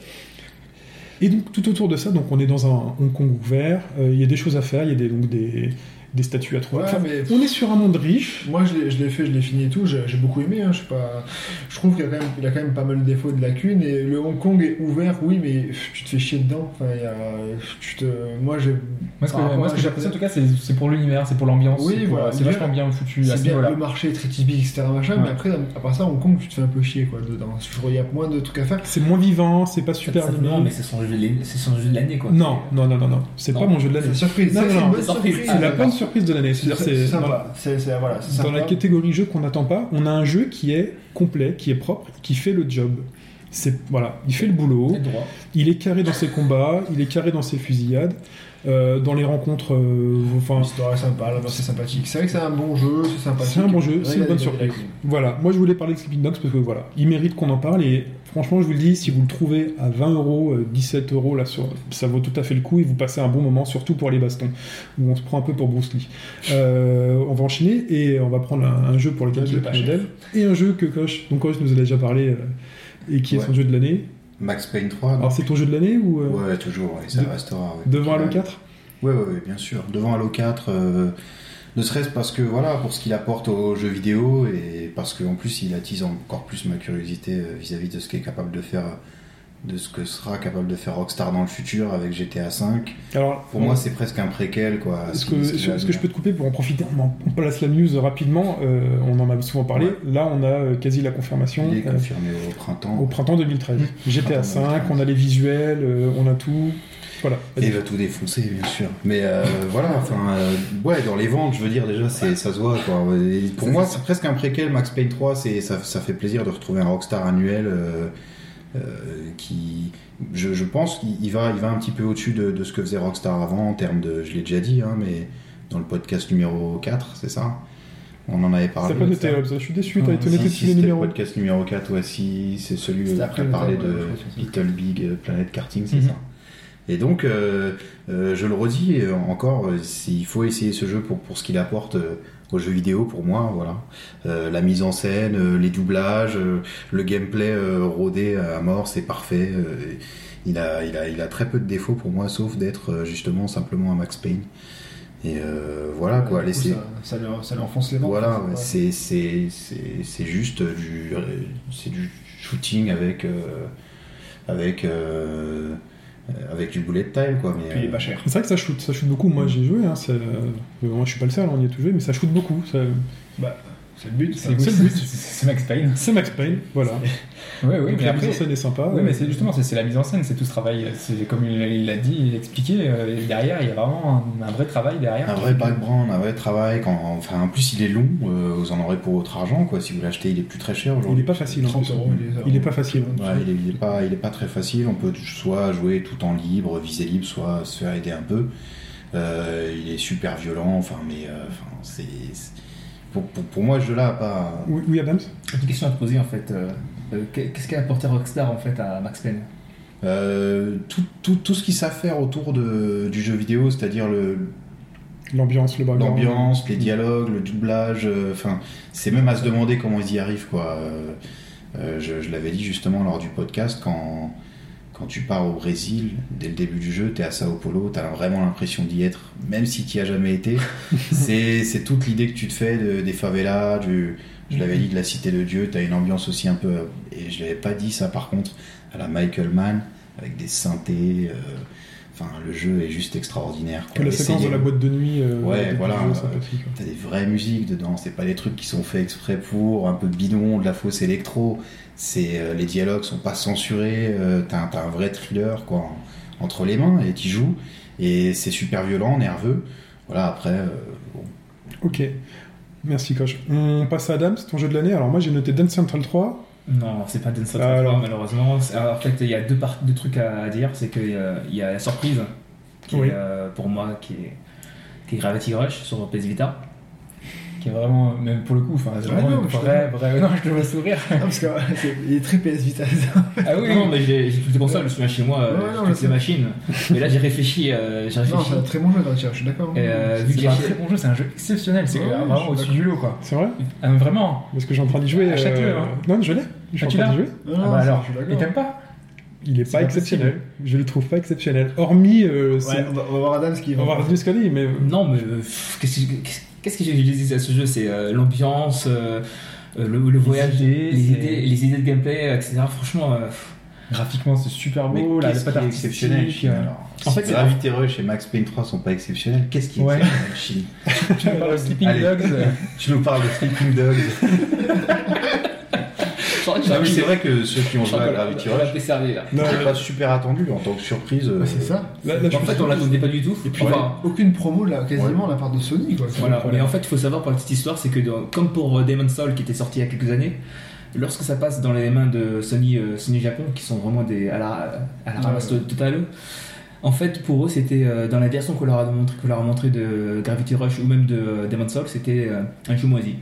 C: Et donc tout autour de ça, donc on est dans un Hong Kong ouvert, euh, il y a des choses à faire, il y a des, donc des, des statues à trouver.
F: Ouais,
C: Enfin,
F: mais-
C: On est sur un monde riche,
F: Moi, je l'ai- je l'ai fait, je l'ai fini et tout. J'ai j'ai beaucoup aimé. hein, je, sais pas... je trouve qu'il y, a quand même- il y a quand même pas mal de défauts, de lacunes. Et le Hong Kong est ouvert, oui, mais pff, tu te fais chier dedans. Enfin, il y a... tu te... Moi, j'ai.
G: Moi, ce que,
F: Ah,
G: moi,
F: moi,
G: ce que
F: j'ai-
G: j'apprécie en tout cas, c'est c'est pour l'univers, c'est pour l'ambiance.
F: Oui,
G: c'est pour-
F: voilà,
G: c'est
F: l'univers-
G: vachement bien foutu à
F: C'est
G: ce
F: bien
G: niveau-là.
F: le marché est très typique, etc. Machin,
G: Ouais.
F: Mais après, à part ça, Hong Kong, tu te fais un peu chier quoi, dedans. Je trouve qu'il y a moins de trucs à faire.
C: c'est moins vivant, c'est pas super
D: Ça- ça-
C: animé.
D: non, mais c'est son jeu de l'année- c'est son jeu de l'année, quoi.
C: Non, non, non, non, non, c'est
D: Non.
C: pas mon jeu de
F: C'est
C: l'année.
F: une surprise. Ça,
C: Non, non,
F: c'est
C: non,
F: une bonne
D: c'est surprise.
F: surprise.
C: C'est la bonne surprise de l'année.
F: C'est
C: C'est-à-dire,
F: c'est
C: c'est
F: sympa. C'est c'est- voilà, c'est
C: Dans
F: sympa.
C: la catégorie jeu qu'on n'attend pas, on a un jeu qui est complet, qui est propre, qui fait le job. C'est voilà, il fait le boulot.
D: C'est droit.
C: Il est carré dans ses combats, il est carré dans ses fusillades, euh, dans les rencontres. euh, enfin,
F: L'histoire est sympa, l'ambiance c'est sympathique. C'est vrai que c'est un bon jeu, c'est sympathique.
C: C'est un bon jeu, c'est une
F: Ouais,
C: bonne
F: il y a des
C: surprise.
F: lacunes.
C: voilà. Moi, je voulais parler de Sleeping Dogs parce que voilà, il mérite qu'on en parle. Et franchement, je vous le dis, si vous le trouvez à 20 euros, euh, 17 euros là, sur, ça vaut tout à fait le coup et vous passez un bon moment, surtout pour les bastons où on se prend un peu pour Bruce Lee. Euh, on va enchaîner et on va prendre un, un jeu pour lequel
F: Un
C: je
F: jeu
C: vais
F: pas
C: être modèle et un jeu que Koch, donc Koch nous a déjà parlé euh, et qui est
H: Ouais.
C: son jeu de l'année.
H: Max Payne 3. non
C: Alors c'est ton jeu de l'année ou euh,
H: Ouais, toujours, ouais, ça
C: De-
H: restera. ouais.
C: devant Halo 4
H: Ouais, ouais, ouais, bien sûr. Devant Halo 4, euh, ne serait-ce parce que, voilà, pour ce qu'il apporte aux jeux vidéo et parce qu'en plus, il attise encore plus ma curiosité euh, vis-à-vis de ce qu'est capable de faire, de ce que sera capable de faire Rockstar dans le futur avec GTA V.
C: Alors
H: Pour moi, c'est presque un préquel, quoi. à
C: Est-ce
H: qui-
C: que,
H: qui va
C: est-ce que je
H: venir.
C: peux te couper pour en profiter On, en- on place la news rapidement, euh, on en a souvent parlé. Là, on a euh, quasi la confirmation
H: Il est
C: euh,
H: confirmé au printemps.
C: au printemps 2013. GTA
H: Printemps
C: 5,
H: 2013.
C: on a les visuels, euh, on a tout. Voilà.
H: Et il va tout défoncer, bien sûr. Mais euh, voilà, enfin, euh, ouais, dans les ventes, je veux dire, déjà, c'est, ça se voit, quoi. Et pour moi, c'est presque un préquel. Max Payne 3, c'est, ça, ça fait plaisir de retrouver un rockstar annuel euh, euh, qui, je, je pense qu'il il va, il va un petit peu au-dessus de, de ce que faisait Rockstar avant en termes de, je l'ai déjà dit, hein, mais dans le podcast numéro 4, c'est ça On en avait parlé.
C: T'as pas noté,
H: ça
C: Hobbs, je suis déçu, t'as
G: Ah,
C: été
H: si,
C: noté
H: si,
C: sur les
H: c'était le
C: numéros.
H: podcast numéro 4, ouais, si, c'est celui où
F: C'était
H: tu as
F: après le
H: parlé
F: thème,
H: de
F: ouais, je pense.
H: Little Big euh, Planet Karting, c'est
G: Mhm.
H: ça. Et donc, euh, euh, je le redis euh, encore, euh, c'est- il faut essayer ce jeu pour, pour ce qu'il apporte euh, aux jeux vidéo, pour moi, voilà. Euh, la mise en scène, euh, les doublages, euh, le gameplay euh, rodé à mort, c'est parfait. euh, il, a, il, a, il a très peu de défauts pour moi, sauf d'être euh, justement simplement un Max Payne. Et euh, voilà, quoi,
F: Du coup,
H: laisser...
F: ça, ça, leur, ça leur enfonce les ventes.
H: Voilà,
F: quoi.
H: ouais, c'est c'est c'est c'est juste du c'est du shooting avec euh, avec euh, avec du bullet time quoi. Mais,
F: Puis il est
H: euh,
F: pas cher.
C: C'est vrai que ça shoot, ça shoot beaucoup. Moi, j'ai joué, hein, c'est, euh, euh, moi je suis pas le seul, on y a tout joué, mais ça shoot beaucoup. ça-
F: C'est le but.
G: C'est
F: ça.
G: oui,
C: c'est le
G: c'est-
C: but.
G: c'est- C'est Max Payne.
C: C'est Max Payne, voilà.
G: Ouais, ouais,
C: Donc,
G: mais
C: la mise
G: après.
C: en scène est sympa. euh,
G: Ouais, mais c'est justement, c'est c'est la mise en scène, c'est tout ce travail. C'est comme il il l'a dit, il l'a expliqué. euh, et derrière, il y a vraiment un, un vrai travail derrière.
H: un vrai background, un vrai travail. Quand, enfin, en plus, il est long. euh, vous en aurez pour votre argent, quoi. Si vous l'achetez, il est plus très cher
C: Il
H: aujourd'hui.
C: est pas facile en
F: 30
C: plus.
F: euros, il est-
C: Il est pas facile.
H: Ouais, il, est, il est pas, il est pas très facile. On peut soit jouer tout en libre, viser libre, soit se faire aider un peu. Euh, il est super violent. Enfin, mais euh, enfin, c'est c'est- pour, pour, pour moi, ce jeu-là a pas.
C: Oui, oui, Adams
D: J'ai une question à te poser en fait. euh, euh, qu'est- Qu'est-ce qu'a apporté Rockstar en fait à Max Payne
H: Euh, tout, tout, tout ce qu'ils savent faire autour de, du jeu vidéo, c'est-à-dire le-
C: L'ambiance, le background.
H: l'ambiance, les dialogues, le doublage, euh, enfin, c'est même à se demander comment ils y arrivent, quoi. Euh, euh, je je l'avais dit justement lors du podcast, quand, quand tu pars au Brésil, dès le début du jeu, t'es à Sao Paulo, t'as vraiment l'impression d'y être, même si t'y as jamais été.
C: [laughs]
H: c'est c'est toute l'idée que tu te fais de- des favelas, du, je l'avais dit, de la Cité de Dieu, t'as une ambiance aussi un peu, et je l'avais pas dit ça par contre, à la Michael Mann, avec des synthés, euh, enfin, le jeu est juste extraordinaire.
C: Que
H: quoi.
C: la séquence de
H: Essayez-
C: la boîte de nuit. euh,
H: Ouais,
C: début
H: voilà,
C: du jeu,
H: euh,
C: sympathique, ouais.
H: T'as des vraies musiques dedans, c'est pas des trucs qui sont faits exprès pour, un peu bidon, de la fausse électro. C'est euh, les dialogues sont pas censurés, euh, t'as, un- t'as un vrai thriller quoi. en- entre les mains et tu joues. Et c'est super violent, nerveux. Voilà, après, euh, bon,
C: Ok. Merci, Coach. On passe à Adams, ton jeu de l'année. Alors, moi, j'ai noté Dance Central 3.
D: Non, c'est pas Dance of
C: Ah,
D: War,
C: non.
D: malheureusement. C'est- alors, en fait, il y a deux, par- deux trucs à, à dire. C'est qu'il euh, y a la surprise, qui
C: Oui.
D: est, euh, pour moi, qui est, qui est Gravity Rush sur PS Vita. Qui est vraiment, même pour le coup, enfin, c'est
F: Ouais,
D: vraiment
F: non,
D: une
F: je te-
D: vraie,
G: [laughs]
D: vraie. Non, je te vois sourire.
F: Ah, parce que ouais, c'est- il est très PS Vita. ça.
D: Ah oui, non, mais j'ai j'ai toutes les consoles, je suis chez moi,
F: Ouais,
D: euh,
F: non,
D: j'ai
F: je
D: toutes les
F: sais.
D: machines. Mais là, j'ai réfléchi, euh, j'ai
F: non,
D: réfléchi.
F: c'est un très bon jeu, Gratien, je suis d'accord.
D: Et, euh, vu que
F: C'est
D: j'ai
F: pas-
D: un très bon jeu, c'est un jeu exceptionnel, c'est
F: Ouais,
D: euh,
F: je suis
D: vraiment au-dessus
F: d'accord.
D: du lot, quoi.
C: C'est vrai
D: Ah, vraiment.
C: Parce que j'ai en train d'y jouer.
D: À chaque
C: euh,
D: heure, hein.
C: Non, je l'ai. Je
D: Ah,
C: suis en
D: tu
C: train d'y
D: l'as
C: jouer.
F: Ah,
D: Ah, bah
F: non, ça,
D: alors,
F: je suis
D: et
F: d'accord.
D: t'aimes pas
C: Il est
D: C'est
C: pas,
D: pas
C: exceptionnel. Je le trouve pas exceptionnel. Hormis. euh,
F: Ouais,
C: c'est-
F: on va on va voir Adams qui
C: On
F: va.
C: va revenir ce qu'on dit, mais.
D: Non, mais euh, pff, qu'est-ce que qu'est-ce- qu'est-ce que j'ai utilisé à ce jeu C'est euh, l'ambiance, euh, euh, le, le voyage, les
G: idées,
D: idées,
G: c'est-
D: les idées, de gameplay, etc. Franchement, euh, pff,
G: Graphiquement, c'est super
H: Mais
G: beau. Oh, là,
H: qu'est-ce
G: la patte
H: qui est
G: artistique,
H: exceptionnel Chine,
G: euh,
H: alors
D: En
H: en
D: fait,
H: fait,
D: c'est-
H: Gravity Rush et Max Payne 3 sont pas exceptionnels. Qu'est-ce qui est
G: Ouais.
H: exceptionnel en Chine
G: tu me parles de Sleeping
H: Allez.
G: Dogs. euh,
H: Tu nous parles de Sleeping Dogs. Non, mais c'est vrai que ceux qui ont
D: je
H: joué à
D: crois
H: Gravity
D: qu'on l'a
H: Rush,
D: fait servi là.
C: Non,
H: c'est pas super attendu en tant que surprise. euh,
F: Ouais, C'est ça.
C: là, là, je
D: En fait, on l'attendait pas du tout. Et puis,
H: Ouais.
F: Aucune promo là, quasiment de la part de Sony quoi.
D: Voilà, mais en fait, il faut savoir pour la petite histoire, c'est que dans- comme pour euh, Demon's Soul qui était sorti il y a quelques années, lorsque ça passe dans les mains de Sony, euh, Sony Japon, qui sont vraiment des, à la, à la ramasse
F: Ouais.
D: totale, en fait, pour eux, c'était euh, dans la version qu'on leur a montré, qu'on leur a montré de Gravity Rush ou même de euh, Demon's Soul, c'était euh, un jeu moisi,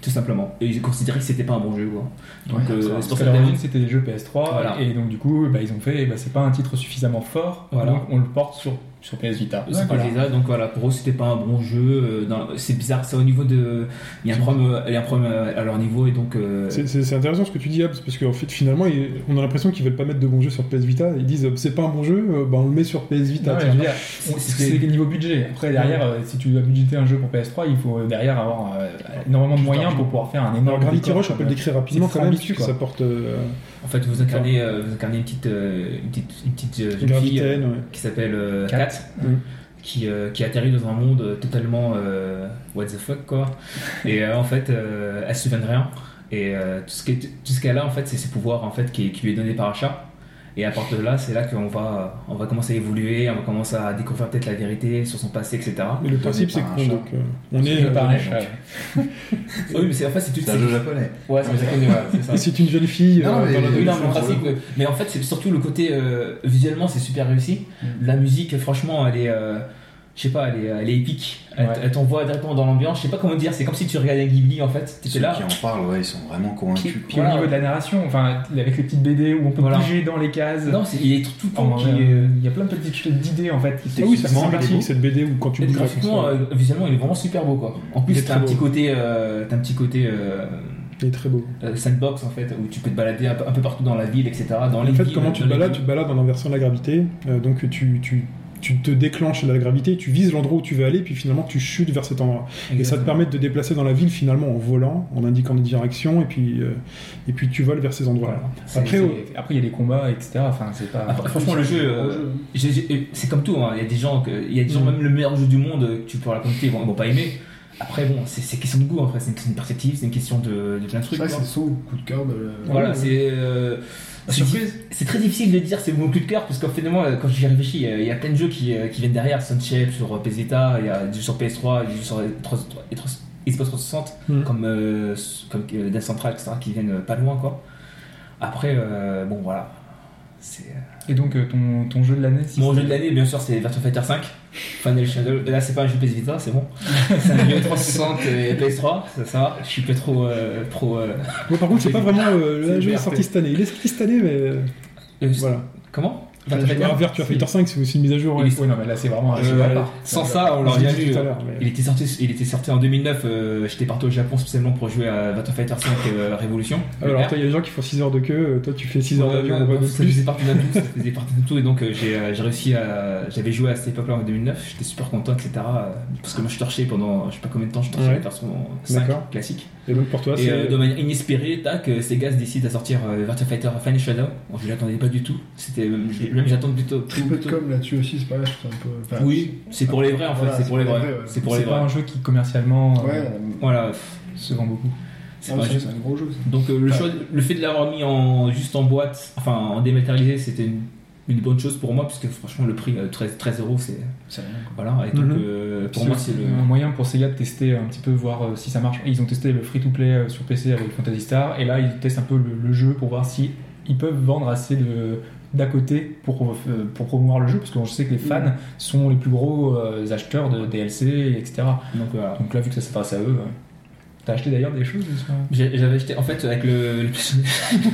D: tout simplement. Et ils considéraient que c'était pas un bon jeu. quoi. Donc,
G: ouais,
D: euh,
G: ça,
D: c'est
G: parce
D: pour
G: que
D: ça
G: à
D: que-
G: l'origine, c'était des jeux PS3.
D: Voilà.
G: Et donc, du coup, bah, ils ont fait, bah, c'est pas un titre suffisamment fort.
D: Voilà.
G: donc on le porte sur, sur PS
C: Ah
G: Vita.
D: C'est pas
G: Voilà.
D: les as, donc voilà, pour eux c'était pas un bon jeu. euh, dans- C'est bizarre, c'est au niveau de. Il y a un problème, euh, il y a un problème euh, à leur niveau et donc. euh,
C: C'est- C'est c'est intéressant ce que tu dis, Hobbs, parce qu'en fait, finalement, ils- on a l'impression qu'ils veulent pas mettre de bons jeux sur PS Vita. Ils disent, euh, c'est pas un bon jeu, euh, bah, on le met sur PS Vita.
G: Non, mais
C: tiens.
G: je veux dire,
D: c'est-
G: on- c'est le niveau budget. Après, derrière, euh, si tu dois budgéter un jeu pour PS3, il faut euh, derrière avoir euh, énormément de moyens pour pouvoir faire un
C: Alors,
G: énorme.
C: Gravity
G: décor,
C: Rush, on peut
G: comme,
C: le décrire rapidement
G: c'est
C: quand même,
G: frambique,
C: puisque ça
G: quoi.
C: porte euh,
D: En fait, vous incarnez, euh, vous incarnez une petite, euh, une petite, une petite euh,
C: une
D: jeune fille euh,
C: gravitaine, ouais.
D: qui s'appelle euh,
G: Kat.
D: Kat,
C: Mm.
D: qui, euh, qui atterrit dans un monde euh, totalement euh, what the fuck quoi. [laughs] Et euh, en fait, euh, elle se souvient de rien. Et euh, tout ce qui est- tout ce qu'elle a en fait, c'est ses pouvoirs en fait qui, qui lui est donné par achat. Et à partir de là, c'est là qu'on va, on va commencer à évoluer, on va commencer à découvrir peut-être la vérité sur son passé, etc.
C: Et le principe, c'est
H: par un
C: qu'on
H: chat.
C: donc, euh, on est.
G: C'est
C: euh,
G: pareil, ouais.
D: Oh oui, mais c'est en fait c'est tout.
H: C'est un jeu japonais.
D: Ouais, c'est japonais, ouais, c'est ça.
C: et c'est une jeune fille.
H: Non,
C: euh,
H: mais-
C: dans la-
D: Oui, non,
H: Ils
D: mais, en
H: font
D: principe, oui. mais en fait, c'est surtout le côté euh, visuellement, c'est super réussi.
C: Mm.
D: La musique, franchement, elle est, euh, je sais pas, elle est, elle est épique. Elle,
G: Ouais.
D: elle t'envoie directement dans l'ambiance. Je sais pas comment dire. C'est comme si tu regardais Ghibli en fait. T'étais
H: Ceux
D: là.
H: qui en parlent, ouais, ils sont vraiment
G: Puis,
H: convaincus.
G: puis au niveau de la narration, enfin, avec les petites BD où on peut
D: Voilà.
G: bouger dans les cases.
D: Non, c'est- il est tout le
G: En
D: temps.
G: vrai,
D: qui est-
G: euh, il y a plein de petites choses d'idées en fait. qui
C: Ah
G: sont-
C: oui, c'est
G: qui sont
C: sympathique
G: sympathiques.
C: cette BD où quand tu
D: Et
C: bouges la
D: graphiquement,
C: console,
D: euh, visuellement, il est vraiment super beau quoi. En
C: Il est
D: plus, t'as un,
C: très
D: petit
C: beau.
D: côté, euh, t'as un petit côté euh,
C: il est très beau.
D: euh, sandbox en fait, où tu peux te balader un peu, un peu partout dans la ville, etc. Dans les
C: En fait,
D: villes,
C: comment tu
D: dans
C: te
D: les
C: balades Tu
D: villes.
C: te balades en inversant la gravité. euh, donc, tu, tu, tu te déclenches la gravité, tu vises l'endroit où tu veux aller, puis finalement, tu chutes vers cet endroit. Et ça te permet de te déplacer dans la ville, finalement, en volant, en indiquant des directions, et puis, euh, et puis tu voles vers ces endroits-là.
G: C'est-
C: Après,
G: c'est-
C: au-
G: après, il y a les combats, etc. Enfin, c'est pas.
D: Après, franchement, le jeu, euh, j'ai- j'ai- c'est comme tout. hein. Il y a des gens, que, il y a des gens même le meilleur jeu du monde, euh, tu peux raconter, ils vont, ils vont pas aimer. Après, bon, c'est c'est question de goût. Après, c'est une question de perspective, c'est une question de, de plein de
F: C'est
D: trucs.
F: vrai que
D: quoi.
F: c'est son coup de cœur de. la-
D: Voilà,
F: Ouais,
D: c'est. euh, c'est di- c'est très difficile de dire c'est mon coup de cœur parce qu'en finalement euh, quand j'y réfléchis euh, il y a plein de jeux qui, euh, qui viennent derrière Sunshape sur euh, PS Vita il y a des jeux sur PS3 des jeux sur euh, 3- 3- et 3- Xbox 360
C: Mhm.
D: comme, euh, s- comme euh, Death Central etc qui viennent euh, pas loin quoi après euh, bon voilà c'est euh,
G: Et donc, euh, ton, ton jeu de l'année, si
D: mon
G: c'est-
D: jeu de l'année, bien sûr, c'est Virtua Fighter 5, Final Shadow. Là, c'est pas un jeu PS Vita, c'est bon. C'est un E jeu 360 et PS3, ça, ça va. Je suis pas trop. euh, trop euh,
C: Bon, par contre, c'est pas vraiment
D: C'est
C: euh, le jeu est
D: liberté.
C: sorti cette année. Il est sorti cette année, mais euh,
D: euh,
C: voilà.
D: Comment
C: Ah, Virtua Fighter 5, c'est aussi une mise à jour. ouais.
G: Oui, non, mais là, c'est vraiment un jeu à part.
D: Euh, Sans ça, on
C: Euh, On
D: l'aurait
C: l'a
D: bien
C: dit
D: vu.
C: tout à l'heure. mais-
D: Il était sorti, il était sorti en 2009. euh, J'étais parti au Japon spécialement pour jouer à Virtua Fighter 5 euh, Révolution.
C: Ah, Alors, toi, il y a des gens qui font 6 heures de queue, euh, toi, tu fais 6 heures
D: Ouais,
C: d'avion,
D: ouais,
C: on va
D: parce
C: de
D: que
C: plus.
D: faisais partie d'un
C: [laughs]
D: tout, euh, ça faisait partie d'un tout, et donc euh, j'ai euh, j'ai réussi à. J'avais joué à cette époque-là en 2009, j'étais super content, etc. euh, Parce que moi je torchais pendant je sais pas combien de temps, je torchais
C: Ouais.
D: la version 5
C: D'accord.
D: classique.
C: Et donc, pour toi,
D: et
C: c'est.
D: euh, de manière inespérée, tac, euh, Sega se décide à sortir euh, Virtua Fighter Final Shadow. Bon, je l'attendais pas du tout, c'était même, je- même j'attends plutôt.
F: Très peu de com là-dessus aussi, c'est pas grave, c'est un peu. enfin,
D: Oui, c'est pour les vrais en fait,
F: Voilà,
D: c'est pour les vrais.
F: ouais.
D: C'est pour les
G: C'est pas
D: vrais.
G: un jeu qui commercialement euh,
F: Ouais, euh,
D: Voilà, pff,
G: se vend beaucoup.
D: c'est
F: ah,
D: pas un
F: c'est
D: jeu.
F: c'est un gros jeu. ça.
D: Donc euh, le, choix- le fait de l'avoir mis en juste en boîte, enfin en dématérialisé, c'était une une bonne chose pour moi, puisque franchement, le prix euh, 13, 13 euros, c'est.
F: C'est rien.
D: Voilà, et donc
C: Mhm.
D: euh, pour
G: C'est
D: moi,
G: aussi
D: c'est le.
G: un moyen pour Sega de tester un petit peu, voir euh, si ça marche. Et Ils ont testé le free-to-play euh, sur PC avec Fantasy Star, et là ils testent un peu le, le jeu pour voir si ils peuvent vendre assez de d'à côté pour, euh, pour promouvoir le jeu, parce que je sais que les fans sont les plus gros euh, acheteurs de DLC, etc.
D: Donc, voilà.
G: Donc là, vu que ça s'adresse à eux, euh, t'as acheté d'ailleurs des choses euh, sur-
D: J'ai- J'avais acheté, en fait, avec le, le, PlayStation, [laughs]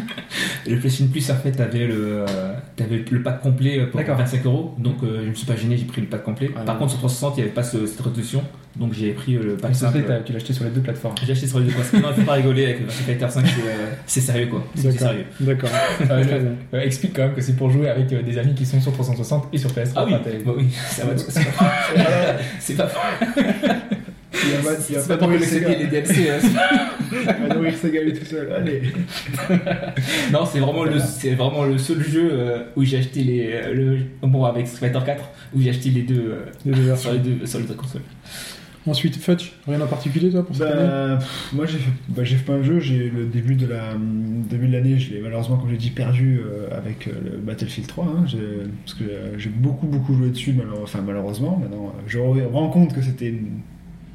D: le PlayStation Plus, en fait, t'avais le, euh, t'avais le pack complet pour
G: D'accord.
D: 25 euros. Donc, euh, je me suis pas gêné, j'ai pris le pack complet.
G: Ah,
D: Par
G: ouais.
D: contre, sur 360, il n'y avait pas ce- cette réduction. Donc, j'ai pris euh, le pack
G: Parce que
D: simple.
G: t'as- tu l'as acheté sur les deux plateformes. [laughs]
D: J'ai acheté sur les deux parce que non, il faut pas rigoler avec Street Fighter 5, c'est euh, c'est sérieux quoi. C'est du
C: D'accord.
D: sérieux.
C: D'accord.
G: Euh,
C: Très bien.
G: Euh, explique quand même que c'est pour jouer avec euh, des amis qui sont sur 360 et sur PS3.
D: Ah oui,
G: Enfin, t'as-
D: bah oui, [laughs] ça va, c'est pas C'est pas
F: Il y a pas- il y a
D: c'est
F: pas
D: pas pour
F: nourrir
D: le CD et les
F: Sega.
D: DLC. hein. [laughs]
F: Il va nourrir Sega lui tout seul. Allez.
D: Non, c'est vraiment le c'est vraiment le seul jeu euh, où j'ai acheté les euh, le bon avec Street Fighter 4 où j'ai acheté les deux
C: Les deux
D: euh,
C: versions.
D: sur les deux sur les deux consoles.
C: Ensuite, Fudge, rien en particulier toi pour cette année
F: Bah, pff, moi j'ai fait, bah, j'ai fait plein de jeux, j'ai le début de la début de l'année, je l'ai malheureusement comme j'ai dit perdu euh, avec euh, le Battlefield 3 hein, j'ai- parce que euh, j'ai beaucoup beaucoup joué dessus malheure- enfin malheureusement maintenant euh, je me rends compte que c'était une-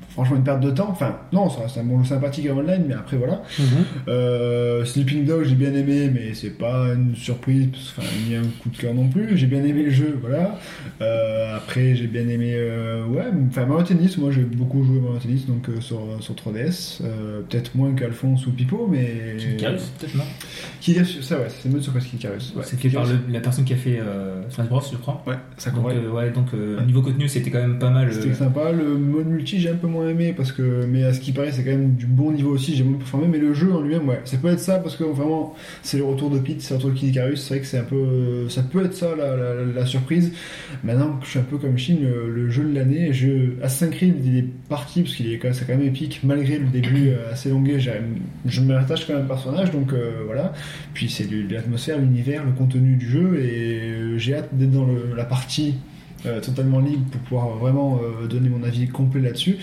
F: franchement une perte de temps, enfin non, ça reste un bon jeu sympathique en online mais après voilà.
C: Mhm.
F: Euh, Sleeping Dog, j'ai bien aimé, mais c'est pas une surprise, parce que, enfin, ni un coup de cœur non plus. J'ai bien aimé le jeu, voilà. Euh, après, j'ai bien aimé, euh, ouais, enfin Mario Tennis, moi j'ai beaucoup joué Mario Tennis, donc euh, sur, sur 3DS, euh, peut-être moins qu'Alphonse ou Pipo, mais.
D: Carus, peut-être non.
F: Kikarus, ça ouais, c'est mieux sur quoi c'est Kikarus. Ouais,
D: c'est fait par le- la personne qui a fait euh, Smash Bros, je crois.
F: Ouais, ça
D: Donc
F: correct.
D: euh, ouais, donc euh, niveau contenu, c'était quand même pas mal. euh,
F: C'était sympa. Le mode multi, j'ai un peu moins aimé parce que, mais à ce qui paraît, c'est quand même du bon niveau aussi. J'ai moins performé, mais le jeu en lui-même, ouais, ça peut être ça parce que vraiment, c'est le retour de Pete, c'est le retour de Kid Icarus. C'est vrai que c'est un peu, ça peut être ça la, la- la surprise. Maintenant que je suis un peu comme Shin, le, le jeu de l'année, je, Assassin's Creed, il est parti parce qu'il est quand même, c'est quand même épique malgré le début euh, assez longué. j'ai- Je me rattache quand même au personnage, donc euh, voilà. Puis c'est du- de l'atmosphère, l'univers, le contenu du jeu et euh, j'ai hâte d'être dans le- la partie euh, totalement libre pour pouvoir vraiment euh, donner mon avis complet là-dessus.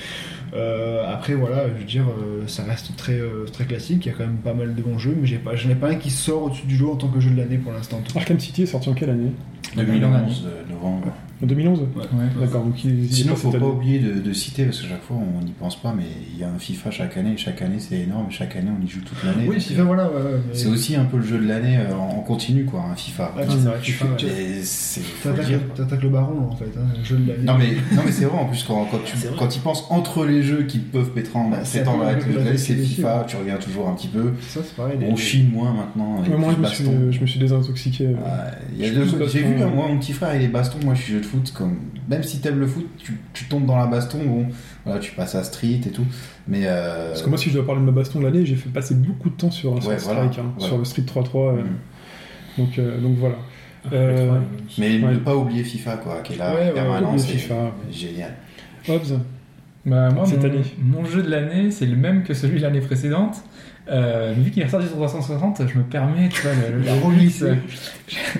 F: Euh, après, voilà, je veux dire, euh, ça reste très, euh, très classique. Il y a quand même pas mal de bons jeux, mais j'ai pas, je n'ai pas un qui sort au-dessus du lot en tant que jeu de l'année pour l'instant. en tout cas.
C: Arkham City est sorti en quelle année
H: 2011, euh, novembre.
C: En 2011
G: Ouais.
C: D'accord, donc il- il est
H: Sinon,
C: pas
H: faut
C: cette
H: pas
C: année.
H: oublier de, de citer, parce que chaque fois on n'y pense pas, mais il y a un FIFA chaque année, et chaque année c'est énorme, et chaque année on y joue toute l'année.
F: Oui,
H: Donc,
F: FIFA,
H: euh,
F: voilà. ouais, ouais, mais-
H: C'est aussi un peu le jeu de l'année euh, en en continu, quoi, un FIFA.
F: Ah, c'est vrai,
H: Tu
F: FIFA,
H: fais-
F: ouais.
H: mais c'est- faut le
F: T'attaques
H: dire.
F: le- T'attaques le baron en fait, hein, le jeu de l'année.
H: Non mais, non mais c'est vrai en plus quand, quand tu
D: C'est vrai.
H: quand ils pensent entre les jeux qui peuvent pétendre
F: Bah, c'est
H: pétendre
F: un peu
H: la
F: le jeu de la
H: tête, c'est
F: télé,
H: FIFA, tu reviens toujours un petit peu.
F: ça c'est pareil. les-
H: On chine moins maintenant. avec
C: Ouais, Moi,
H: les
C: je me, suis,
H: bastons.
C: je me suis désintoxiqué. euh,
H: Ouais, il y a
C: Je
H: deux
C: suis
H: choses. J'ai
C: baston,
H: vu, hein,
C: ouais.
H: moi, mon petit frère, il est baston. Moi, je suis jeu de foot. Comme... Même si t'aimes le foot, tu, tu tombes dans la baston. Bon, voilà, tu passes à street et tout. Mais. euh,
C: Parce que moi, si je dois parler de ma baston de l'année, j'ai fait passer beaucoup de temps sur un
H: Ouais,
C: Street
H: voilà,
C: Strike, hein,
H: voilà.
C: sur le Street 3-3. euh,
H: Mhm.
C: donc, euh, donc voilà.
H: Ah,
D: le trois,
C: Euh,
H: Mais
C: Ouais.
H: ne pas oublier FIFA, quoi, qui est là
F: Ouais, ouais,
H: en permanence.
C: oublier
H: c'est
C: FIFA.
H: Génial.
C: Hobbs,
G: Bah, moi,
C: Cette
G: mon,
C: année.
G: mon jeu de l'année, c'est le même que celui de l'année précédente. Euh, mais vu qu'il est ressorti sur 360, je me permets tu vois,
F: [laughs]
G: le, le- la remix, euh,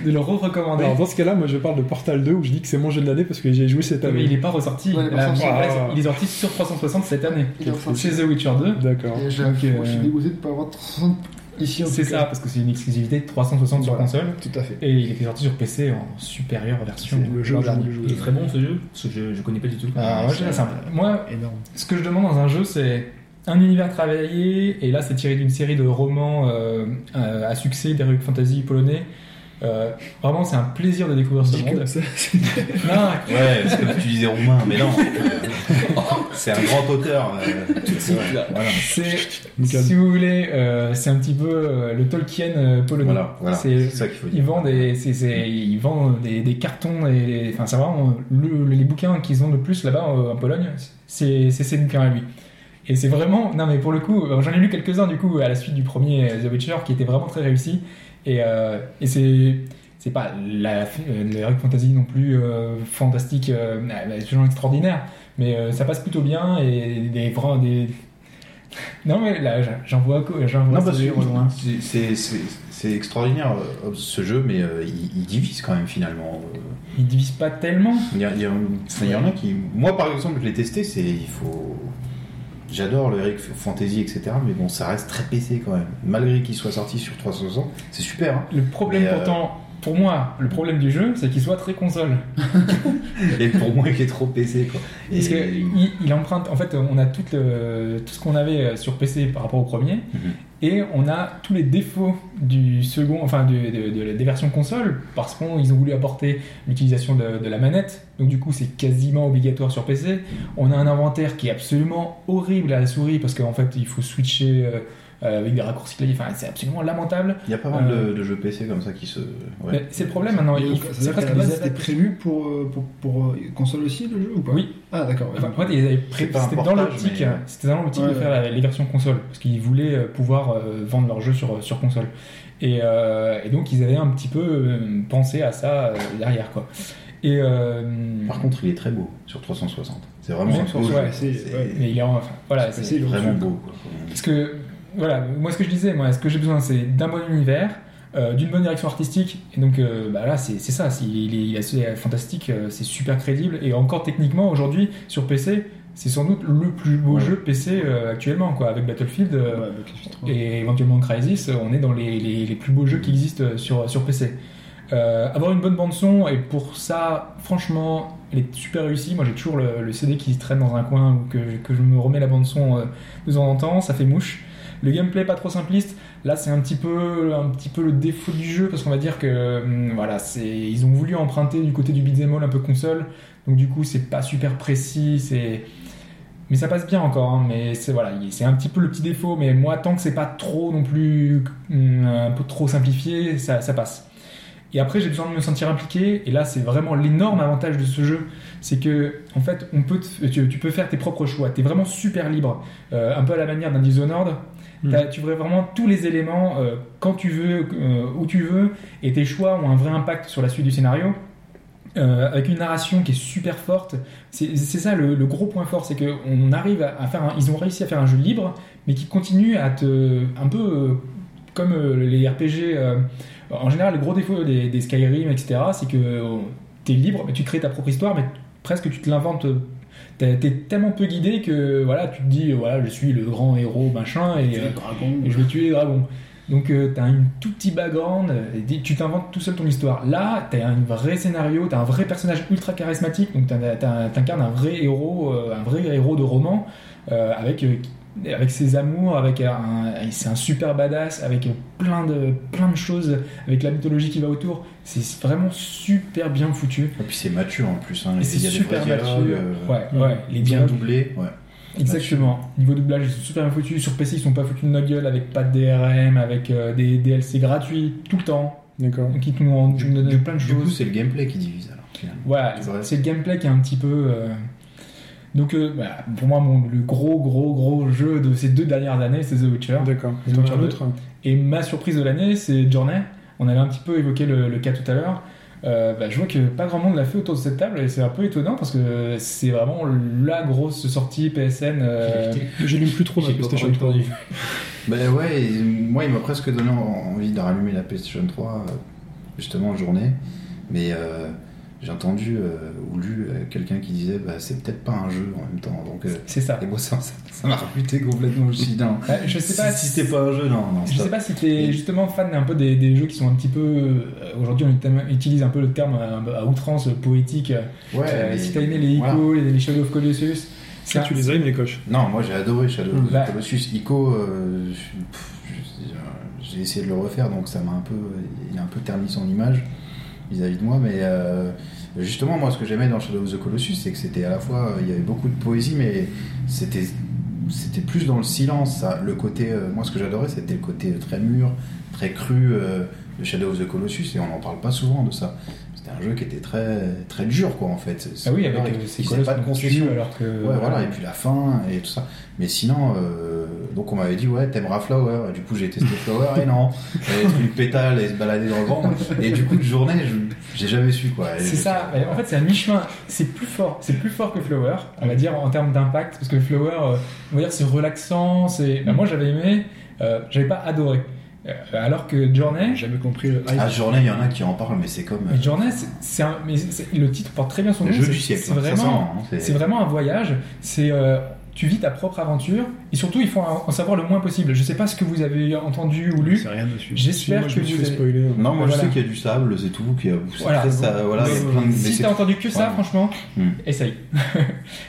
G: de le re-recommander.
C: Alors, dans ce cas-là, moi, je parle de Portal 2 où je dis que c'est mon jeu de l'année parce que j'ai joué cette
G: Mais il
C: année.
G: n'est pas ressorti.
F: Ouais, il est pas
G: Là,
F: ressorti.
G: voilà,
C: Ah.
G: il est sorti sur 360 cette année.
F: Il est ressorti.
G: Chez The Witcher 2.
C: D'accord.
F: Et je,
G: Donc, euh,
F: moi, je suis dégoûté de pas avoir 360 ici en
G: C'est
F: tout
G: ça,
F: cas.
G: parce que c'est une exclusivité 360 sur
F: Voilà.
G: console.
F: Tout à fait.
G: Et il était sorti sur PC en supérieure version.
F: C'est le jeu
G: l'an
F: que je voulais
G: dernier.
F: jouer.
D: Il est très bon ce jeu, euh, parce que je, je connais pas du tout.
G: Ah, moi, je dirais simple. Moi,
F: Énorme.
G: Ce que je demande dans un jeu, c'est un univers travaillé, et là c'est tiré d'une série de romans euh, euh, à succès d'Heroic Fantasy polonais. Euh, vraiment, c'est un plaisir de découvrir ce
F: Dit
G: monde.
F: comme ça.
G: [laughs] Non,
H: Ouais, parce que tu disais roumain, mais [laughs] non. c'est un grand auteur. euh, c'est vrai. Voilà.
G: c'est,
C: Nickel.
G: si vous voulez, euh, c'est un petit peu euh, le Tolkien euh, polonais.
H: Voilà, voilà.
G: C'est-
H: C'est ça qu'il faut dire.
G: Ils vendent des, c'est- c'est- ils vendent des, des cartons, et, enfin c'est vraiment le- les bouquins qu'ils ont le plus là-bas euh, en Pologne, c'est c'est ces bouquins à lui. Et c'est vraiment, non mais pour le coup, euh, j'en ai lu quelques-uns du coup à la suite du premier euh, The Witcher qui était vraiment très réussi. Et, euh, et c'est c'est pas la, euh, le Heroic Fantasy non plus euh, fantastique, euh, euh, toujours extraordinaire, mais euh, ça passe plutôt bien et des grands des [laughs] non mais là j'en vois j'en vois
H: Non, parce
G: ce
H: que
G: livre loin.
H: c'est- c'est- c'est- c'est extraordinaire euh, ce jeu, mais euh, il, il divise quand même finalement. euh,
G: Ils divisent pas tellement.
H: Il y, a- il y a- enfin, il y en a qui. Moi, par exemple, je l'ai testé, c'est. Il faut. J'adore le Eric Fantasy, etc. Mais bon, ça reste très PC quand même. Malgré qu'il soit sorti sur 360, c'est super. hein.
G: [laughs] Le problème
H: Mais, euh,
G: pourtant pour moi, le problème du jeu, c'est qu'il soit très console.
H: Et pour moi, qui est trop PC, quoi. Et-
G: Parce que il, il emprunte. En fait, on a tout, le, tout ce qu'on avait euh, sur PC par rapport au premier,
H: Mhm.
G: et on a tous les défauts du second, enfin du- de- de- des versions console, parce qu'ils ont voulu apporter l'utilisation de, de la manette. Donc du coup, c'est quasiment obligatoire sur PC. On a un inventaire qui est absolument horrible à la souris, parce qu'en fait, il faut switcher. euh, euh, avec des raccourcis clavier, enfin c'est absolument lamentable.
H: Il y a pas mal de, de jeux PC comme ça qui se. ouais.
G: Euh. Mais C'est le problème maintenant. il-
F: C'est
G: presque
F: qu'à la
G: des
F: base, c'était
G: adaptations.
F: prévu pour, euh, pour, pour, euh, console aussi le jeu ou pas
G: Oui.
F: Ah d'accord. ouais.
G: Enfin, en fait, ils avaient pré-
H: C'est pas un
G: c'était dans
H: portage,
G: l'optique,
H: mais- euh,
G: hein, c'était dans l'optique
F: Ouais,
G: de faire la- les versions console, parce qu'ils voulaient euh, pouvoir euh, vendre leurs jeux sur, sur console. Et, euh, et donc, ils avaient un petit peu euh, pensé à ça euh, derrière, quoi. Et euh,
H: Par contre, il est très beau sur 360. C'est vraiment
G: Même
H: un
G: sur-
H: beau jeu.
G: ouais,
F: c'est-
H: C'est-
F: ouais.
G: mais il est en- enfin, voilà,
F: C'est
G: c'est-
F: passé, ils l'ont
H: vraiment
F: su.
H: beau. Quoi.
G: parce que voilà, moi ce que je disais, moi, ce que j'ai besoin, c'est d'un bon univers. euh, d'une bonne direction artistique et donc euh, bah là c'est c'est ça c'est- il est, il est assez fantastique euh, c'est super crédible et encore techniquement aujourd'hui sur PC c'est sans doute le plus beau
H: Ouais.
G: jeu PC euh, actuellement quoi avec Battlefield euh,
F: Ouais, bah, donc, je trouve.
G: et éventuellement Crysis, euh, on est dans les, les- les plus beaux jeux qui existent euh, sur, sur PC. Euh, avoir une bonne bande son et pour ça franchement elle est super réussie moi j'ai toujours le, le CD qui traîne dans un coin ou que, je- que je me remets la bande son euh, de temps en temps ça fait mouche le gameplay pas trop simpliste là c'est un petit peu un petit peu le défaut du jeu parce qu'on va dire que hum, voilà c'est ils ont voulu emprunter du côté du beat'em all un peu console donc du coup c'est pas super précis c'est mais ça passe bien encore, hein, mais c'est voilà, il- c'est un petit peu le petit défaut. Mais moi, tant que c'est pas trop non plus hum, un peu trop simplifié, ça, ça passe. Et après, j'ai besoin de me sentir impliqué. Et là, c'est vraiment l'énorme avantage de ce jeu, c'est que en fait, on peut te- tu, tu peux faire tes propres choix. T'es vraiment super libre, Euh, un peu à la manière d'un Dishonored.
C: Mm.
G: T'as- Tu vois vraiment tous les éléments euh, quand tu veux, euh, où tu veux, et tes choix ont un vrai impact sur la suite du scénario. Euh, avec une narration qui est super forte. C'est c'est ça le, le gros point fort, c'est qu'on arrive à, à faire. un- ils ont réussi à faire un jeu libre, mais qui continue à te un peu euh, comme euh, les RPG. euh, en général, le gros défaut des, des Skyrim, etc., c'est que tu es libre, mais tu crées ta propre histoire, mais presque tu te l'inventes. euh, T'es t'es tellement peu guidé que voilà, tu te dis voilà, je suis le grand héros machin et euh,
F: dragon.
G: et je vais tuer les dragons. Donc euh, t'as un tout petit background, euh, et dis- tu t'inventes tout seul ton histoire. Là, t'as un vrai scénario, t'as un vrai personnage ultra charismatique, donc t'as- t'as- t'incarnes un vrai héros, euh, un vrai héros de roman, euh, avec, euh, qui- avec ses amours, avec un, et c'est un super badass, avec euh, plein de, plein de choses, avec la mythologie qui va autour. C'est vraiment super bien foutu.
H: Et puis c'est mature en plus. Hein.
G: Et c'est
H: Il y a des
G: super
H: vrais
G: mature.
H: dialogues. euh,
G: ouais, ouais, les
H: Bien
G: dialogues.
H: doublé. Ouais.
G: Exactement. Niveau doublage, ils sont super bien foutus. Sur PC, ils sont pas foutus de notre gueule avec pas de DRM, avec euh, des DLC gratuits tout le temps.
C: D'accord.
G: Donc ils nous ont ils nous donnent plein de
H: Du coup,
G: choses.
H: c'est le gameplay qui divise alors. finalement.
G: Voilà,
H: c'est vrai.
G: c'est le gameplay qui est un petit peu. euh, Donc euh, voilà, pour moi, mon, le gros, gros, gros jeu de ces deux dernières années, c'est The Witcher.
C: D'accord. Il y en
G: Donc,
C: a
G: un
C: un autre
G: Et ma surprise de l'année, c'est Journey. On avait un petit peu évoqué le, le cas tout à l'heure. Euh, bah, je vois que pas grand monde l'a fait autour de cette table et c'est un peu étonnant parce que c'est vraiment la grosse sortie PSN. euh,
C: Je l'ai plus trop ma
D: J'ai pas
C: PlayStation
D: encore
C: 3.
D: entendu.
H: Ben ouais, et moi il m'a presque donné en- envie de rallumer la PlayStation 3 euh, justement en journée, mais euh, j'ai entendu euh, ou lu euh, quelqu'un qui disait bah c'est peut-être pas un jeu en même temps. Donc euh,
G: c'est ça.
H: et moi ça ça- ça m'a rebuté complètement. Je me suis dit, non.
G: Bah, je sais pas
H: si, si c'est pas un jeu, non, non.
G: Je sais
H: stop.
G: pas si tu es justement fan un peu des, des jeux qui sont un petit peu. euh, Aujourd'hui, on utem- utilise un peu le terme à, à outrance euh, poétique.
H: Ouais,
G: Euh,
H: mais-
G: si t'as aimé les Ico,
H: voilà.
G: les, les Shadow of Colossus, c'est
C: Ça,
G: un-
C: tu les as aimés, les coches.
H: Non, moi j'ai adoré Shadow of
G: Bah.
H: the Colossus. Ico, euh, je suis- pff, je- j'ai essayé de le refaire, donc ça m'a un peu, il a un peu terni son image vis-à-vis de moi. Mais euh, justement, moi, ce que j'aimais dans Shadow of the Colossus, c'est que c'était à la fois, il y avait beaucoup de poésie, mais c'était c'était plus dans le silence. ça. Le côté, euh, moi, ce que j'adorais, c'était le côté très mûr, très cru euh, de Shadow of the Colossus, et on n'en parle pas souvent de ça. C'était un jeu qui était très très dur, quoi, en fait.
G: Ah oui, avec
H: Il
G: euh, ces
H: faisait
G: colosses
H: pas de
G: qu'on tue,
H: concession.
G: alors que.
H: Ouais, voilà, et puis la fin et tout ça. Mais sinon, euh, donc on m'avait dit, ouais, t'aimeras Flower. Et du coup, j'ai testé Flower,
G: [laughs]
H: et non. Et être une pétale et se balader dans le vent. Et du coup, de journée, je- j'ai jamais su quoi. Et
G: C'est ça, mais en fait c'est à mi-chemin, c'est plus fort, c'est plus fort que Flower, on va dire en termes d'impact, parce que Flower, euh, on va dire c'est relaxant, c'est... bah, moi j'avais aimé, euh, j'avais pas adoré. Euh, alors que Journey,
F: J'ai jamais compris le
G: Ah,
F: hype.
H: À journée, il y en a qui en parlent, mais c'est comme euh,
G: Mais Journey, c'est- c'est un- mais c'est- le titre porte très bien son
H: le
G: nom.
H: jeu
G: c'est-
H: du siècle.
G: C'est
H: hein,
G: vraiment,
H: sincèrement, hein,
G: c'est vraiment un voyage. C'est euh, tu vis ta propre aventure et surtout il faut en en savoir le moins possible. Je sais pas ce que vous avez entendu ou lu.
F: C'est rien dessus.
C: Si, moi,
G: J'espère
C: je
G: que
C: me suis
G: vous
C: fait
G: avez...
C: spoiler. hein.
H: Non, moi je
G: Voilà.
H: sais qu'il y a du sable, c'est tout. qu'il y a- c'est
G: Voilà.
H: très ça- voilà,
G: Mais
H: il y a plein de- mais
G: si
H: c'est-
G: t'as entendu que ça,
H: Ouais.
G: franchement,
H: Hmm.
G: essaye. [laughs]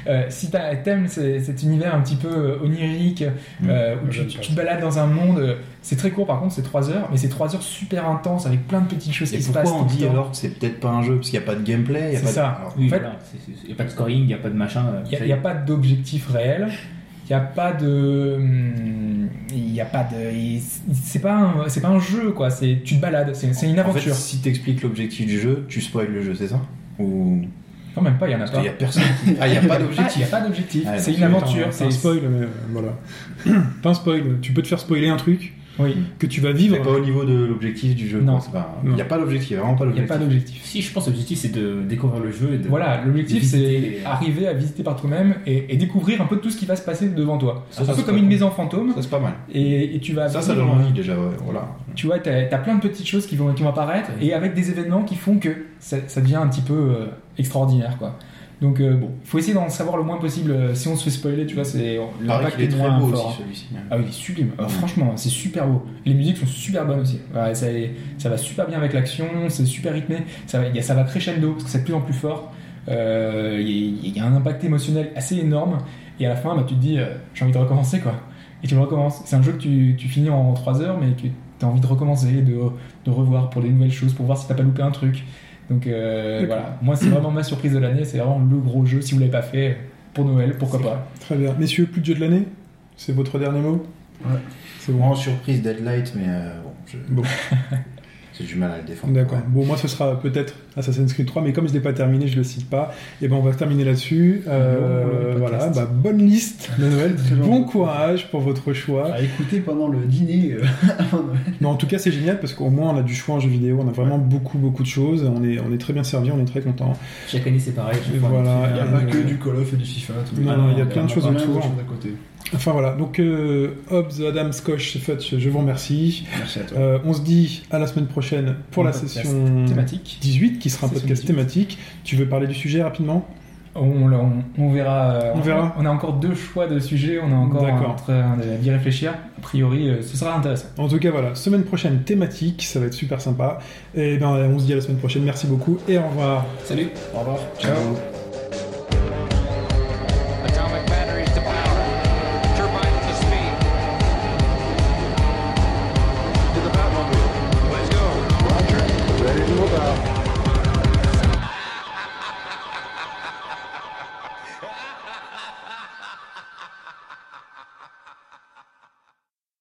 G: Euh, si t'as- t'aimes ce- cet univers un petit peu euh, onirique, euh, où tu,
F: j'aime
G: tu
F: pas
G: te balades dans un monde, euh, c'est très court par contre, c'est 3 heures, mais c'est 3 heures super intenses avec plein de petites choses
H: Et
G: qui se passent.
H: pourquoi on
G: tout le
H: dit
G: temps.
H: alors que c'est peut-être pas un jeu Parce qu'il n'y a pas de gameplay, il y a
G: C'est
H: pas de-
G: ça.
H: alors,
D: Oui,
G: En fait-
D: voilà, c'est- c'est- il n'y a pas de scoring, il n'y a pas de machin. euh,
G: Il
D: ça y
G: n'y a,
D: est.
G: pas d'objectif réel. Il n'y a pas de. hmm, Il n'y a pas de. il- C'est pas, un- c'est pas un jeu, quoi. C'est, tu te balades, c'est, c'est une
H: en fait,
G: aventure.
H: si t'expliques l'objectif du jeu, tu spoil le jeu, c'est ça Ou.
G: non, même pas, il n'y en a
H: Parce
G: pas.
H: qu'il n'y a personne. qui- Ah, il
G: [laughs]
H: n'y a pas
G: Ah, il y a
H: d'objectif.
G: pas d'objectif.
H: Ah,
G: c'est
H: donc
G: une
H: c'est
G: aventure.
C: Pas
G: C'est
C: un spoil, mais euh, voilà. [clears throat] pas un spoil. Tu peux te faire spoiler un truc
G: Oui,
C: que tu vas
H: Mais pas
C: vivre.
H: au niveau de l'objectif du jeu.
G: Non.
H: quoi, c'est pas-
C: Non.
H: Il n'y a pas d'objectif, vraiment pas
G: il n'y a
H: d'objectif.
G: pas d'objectif.
D: Si, je pense que l'objectif c'est de découvrir le jeu et de.
G: Voilà, l'objectif
D: Visiter
G: c'est
D: les-
G: arriver à visiter par toi-même et, et découvrir un peu tout ce qui va se passer devant toi.
H: Ça,
G: un
H: ça,
G: peu
H: c'est
G: comme
H: pas
G: une
H: con.
G: maison fantôme.
H: Ça, c'est pas mal.
G: Et, et tu vas.
H: Ça, ça donne
G: vivre,
H: envie déjà, ouais, voilà.
G: Tu vois, t'as as plein de petites choses qui vont, qui vont apparaître
D: Oui.
G: et avec des événements qui font que ça, ça devient un petit peu euh, extraordinaire quoi. Donc euh, bon, faut essayer d'en savoir le moins possible. Euh, Si on se fait spoiler, tu vois, c'est
H: Il paraît
G: l'impact
H: qu'il est très
G: moins
H: beau
G: fort.
H: aussi celui-ci. hein.
G: Ah oui, il est sublime. Ah, franchement, c'est super beau. Les musiques sont super bonnes aussi. Ouais, ça, ça va super bien avec l'action, c'est super rythmé. Ça, va- il y a- ça va crescendo parce que c'est de plus en plus fort. Euh, Il y, a- il y a un impact émotionnel assez énorme. Et à la fin, bah, tu te dis, euh, j'ai envie de recommencer quoi. Et tu le recommences. C'est un jeu que tu, tu finis en 3 heures, mais tu as envie de recommencer, de, de revoir pour des nouvelles choses, pour voir si t'as pas loupé un truc. Donc euh, voilà, moi c'est vraiment ma surprise de l'année. C'est vraiment le gros jeu. Si vous l'avez pas fait pour Noël, pourquoi pas.
C: Très bien. Messieurs, plus de jeu de l'année C'est votre dernier mot
F: Ouais.
C: C'est
H: Moi,
C: bon.
H: en surprise, Deadlight, mais euh, bon, je-
C: Bon.
H: [laughs] j'ai du mal à le défendre.
C: D'accord.
H: Ouais.
C: Bon, moi, ce sera peut-être Assassin's Creed 3, mais comme je ne l'ai pas terminé, je le cite pas. Et ben, on va terminer là-dessus. Euh,
G: Long, long
C: voilà.
G: podcast.
C: Bah, bonne liste de Noël.
F: Très long.
C: bon courage pour votre choix.
F: À écouter pendant le dîner. euh, avant Noël.
C: Mais en tout cas, c'est génial parce qu'au moins, on a du choix en jeu vidéo. On a vraiment beaucoup, beaucoup de choses. On est, on est très bien servi. On est très content.
D: Chaque année c'est pareil. chaque
C: Et
D: fois, on
C: voilà.
G: Ah,
D: fait,
F: Il n'y a
D: euh,
F: pas que du Call of et du FIFA. tout.
C: Non,
F: Ah,
C: non, il y a
F: on
C: plein de choses
F: plein
C: autour.
F: d'autres choses à côté.
C: Enfin, voilà. Donc, euh, Hobbs, Adam, Scotch, Futch, je vous remercie.
F: Merci à toi.
C: Euh, on se dit à la semaine prochaine pour
G: Un
C: la
G: podcast
C: session
G: Thématique.
C: 18, qui sera un
G: Session
C: podcast
G: 18.
C: thématique. Tu veux parler du sujet rapidement
G: On, l'a- on- on verra. euh,
C: On verra.
G: On a encore deux choix de sujets. On est encore
C: D'accord.
G: en train de- d'y réfléchir. A priori, euh, ce sera intéressant.
C: En tout cas, voilà, semaine prochaine thématique, ça va être Eh super sympa. Et ben, on se dit à la semaine prochaine. Merci beaucoup et au revoir.
G: Salut.
F: Au revoir.
C: Ciao.
F: Ciao.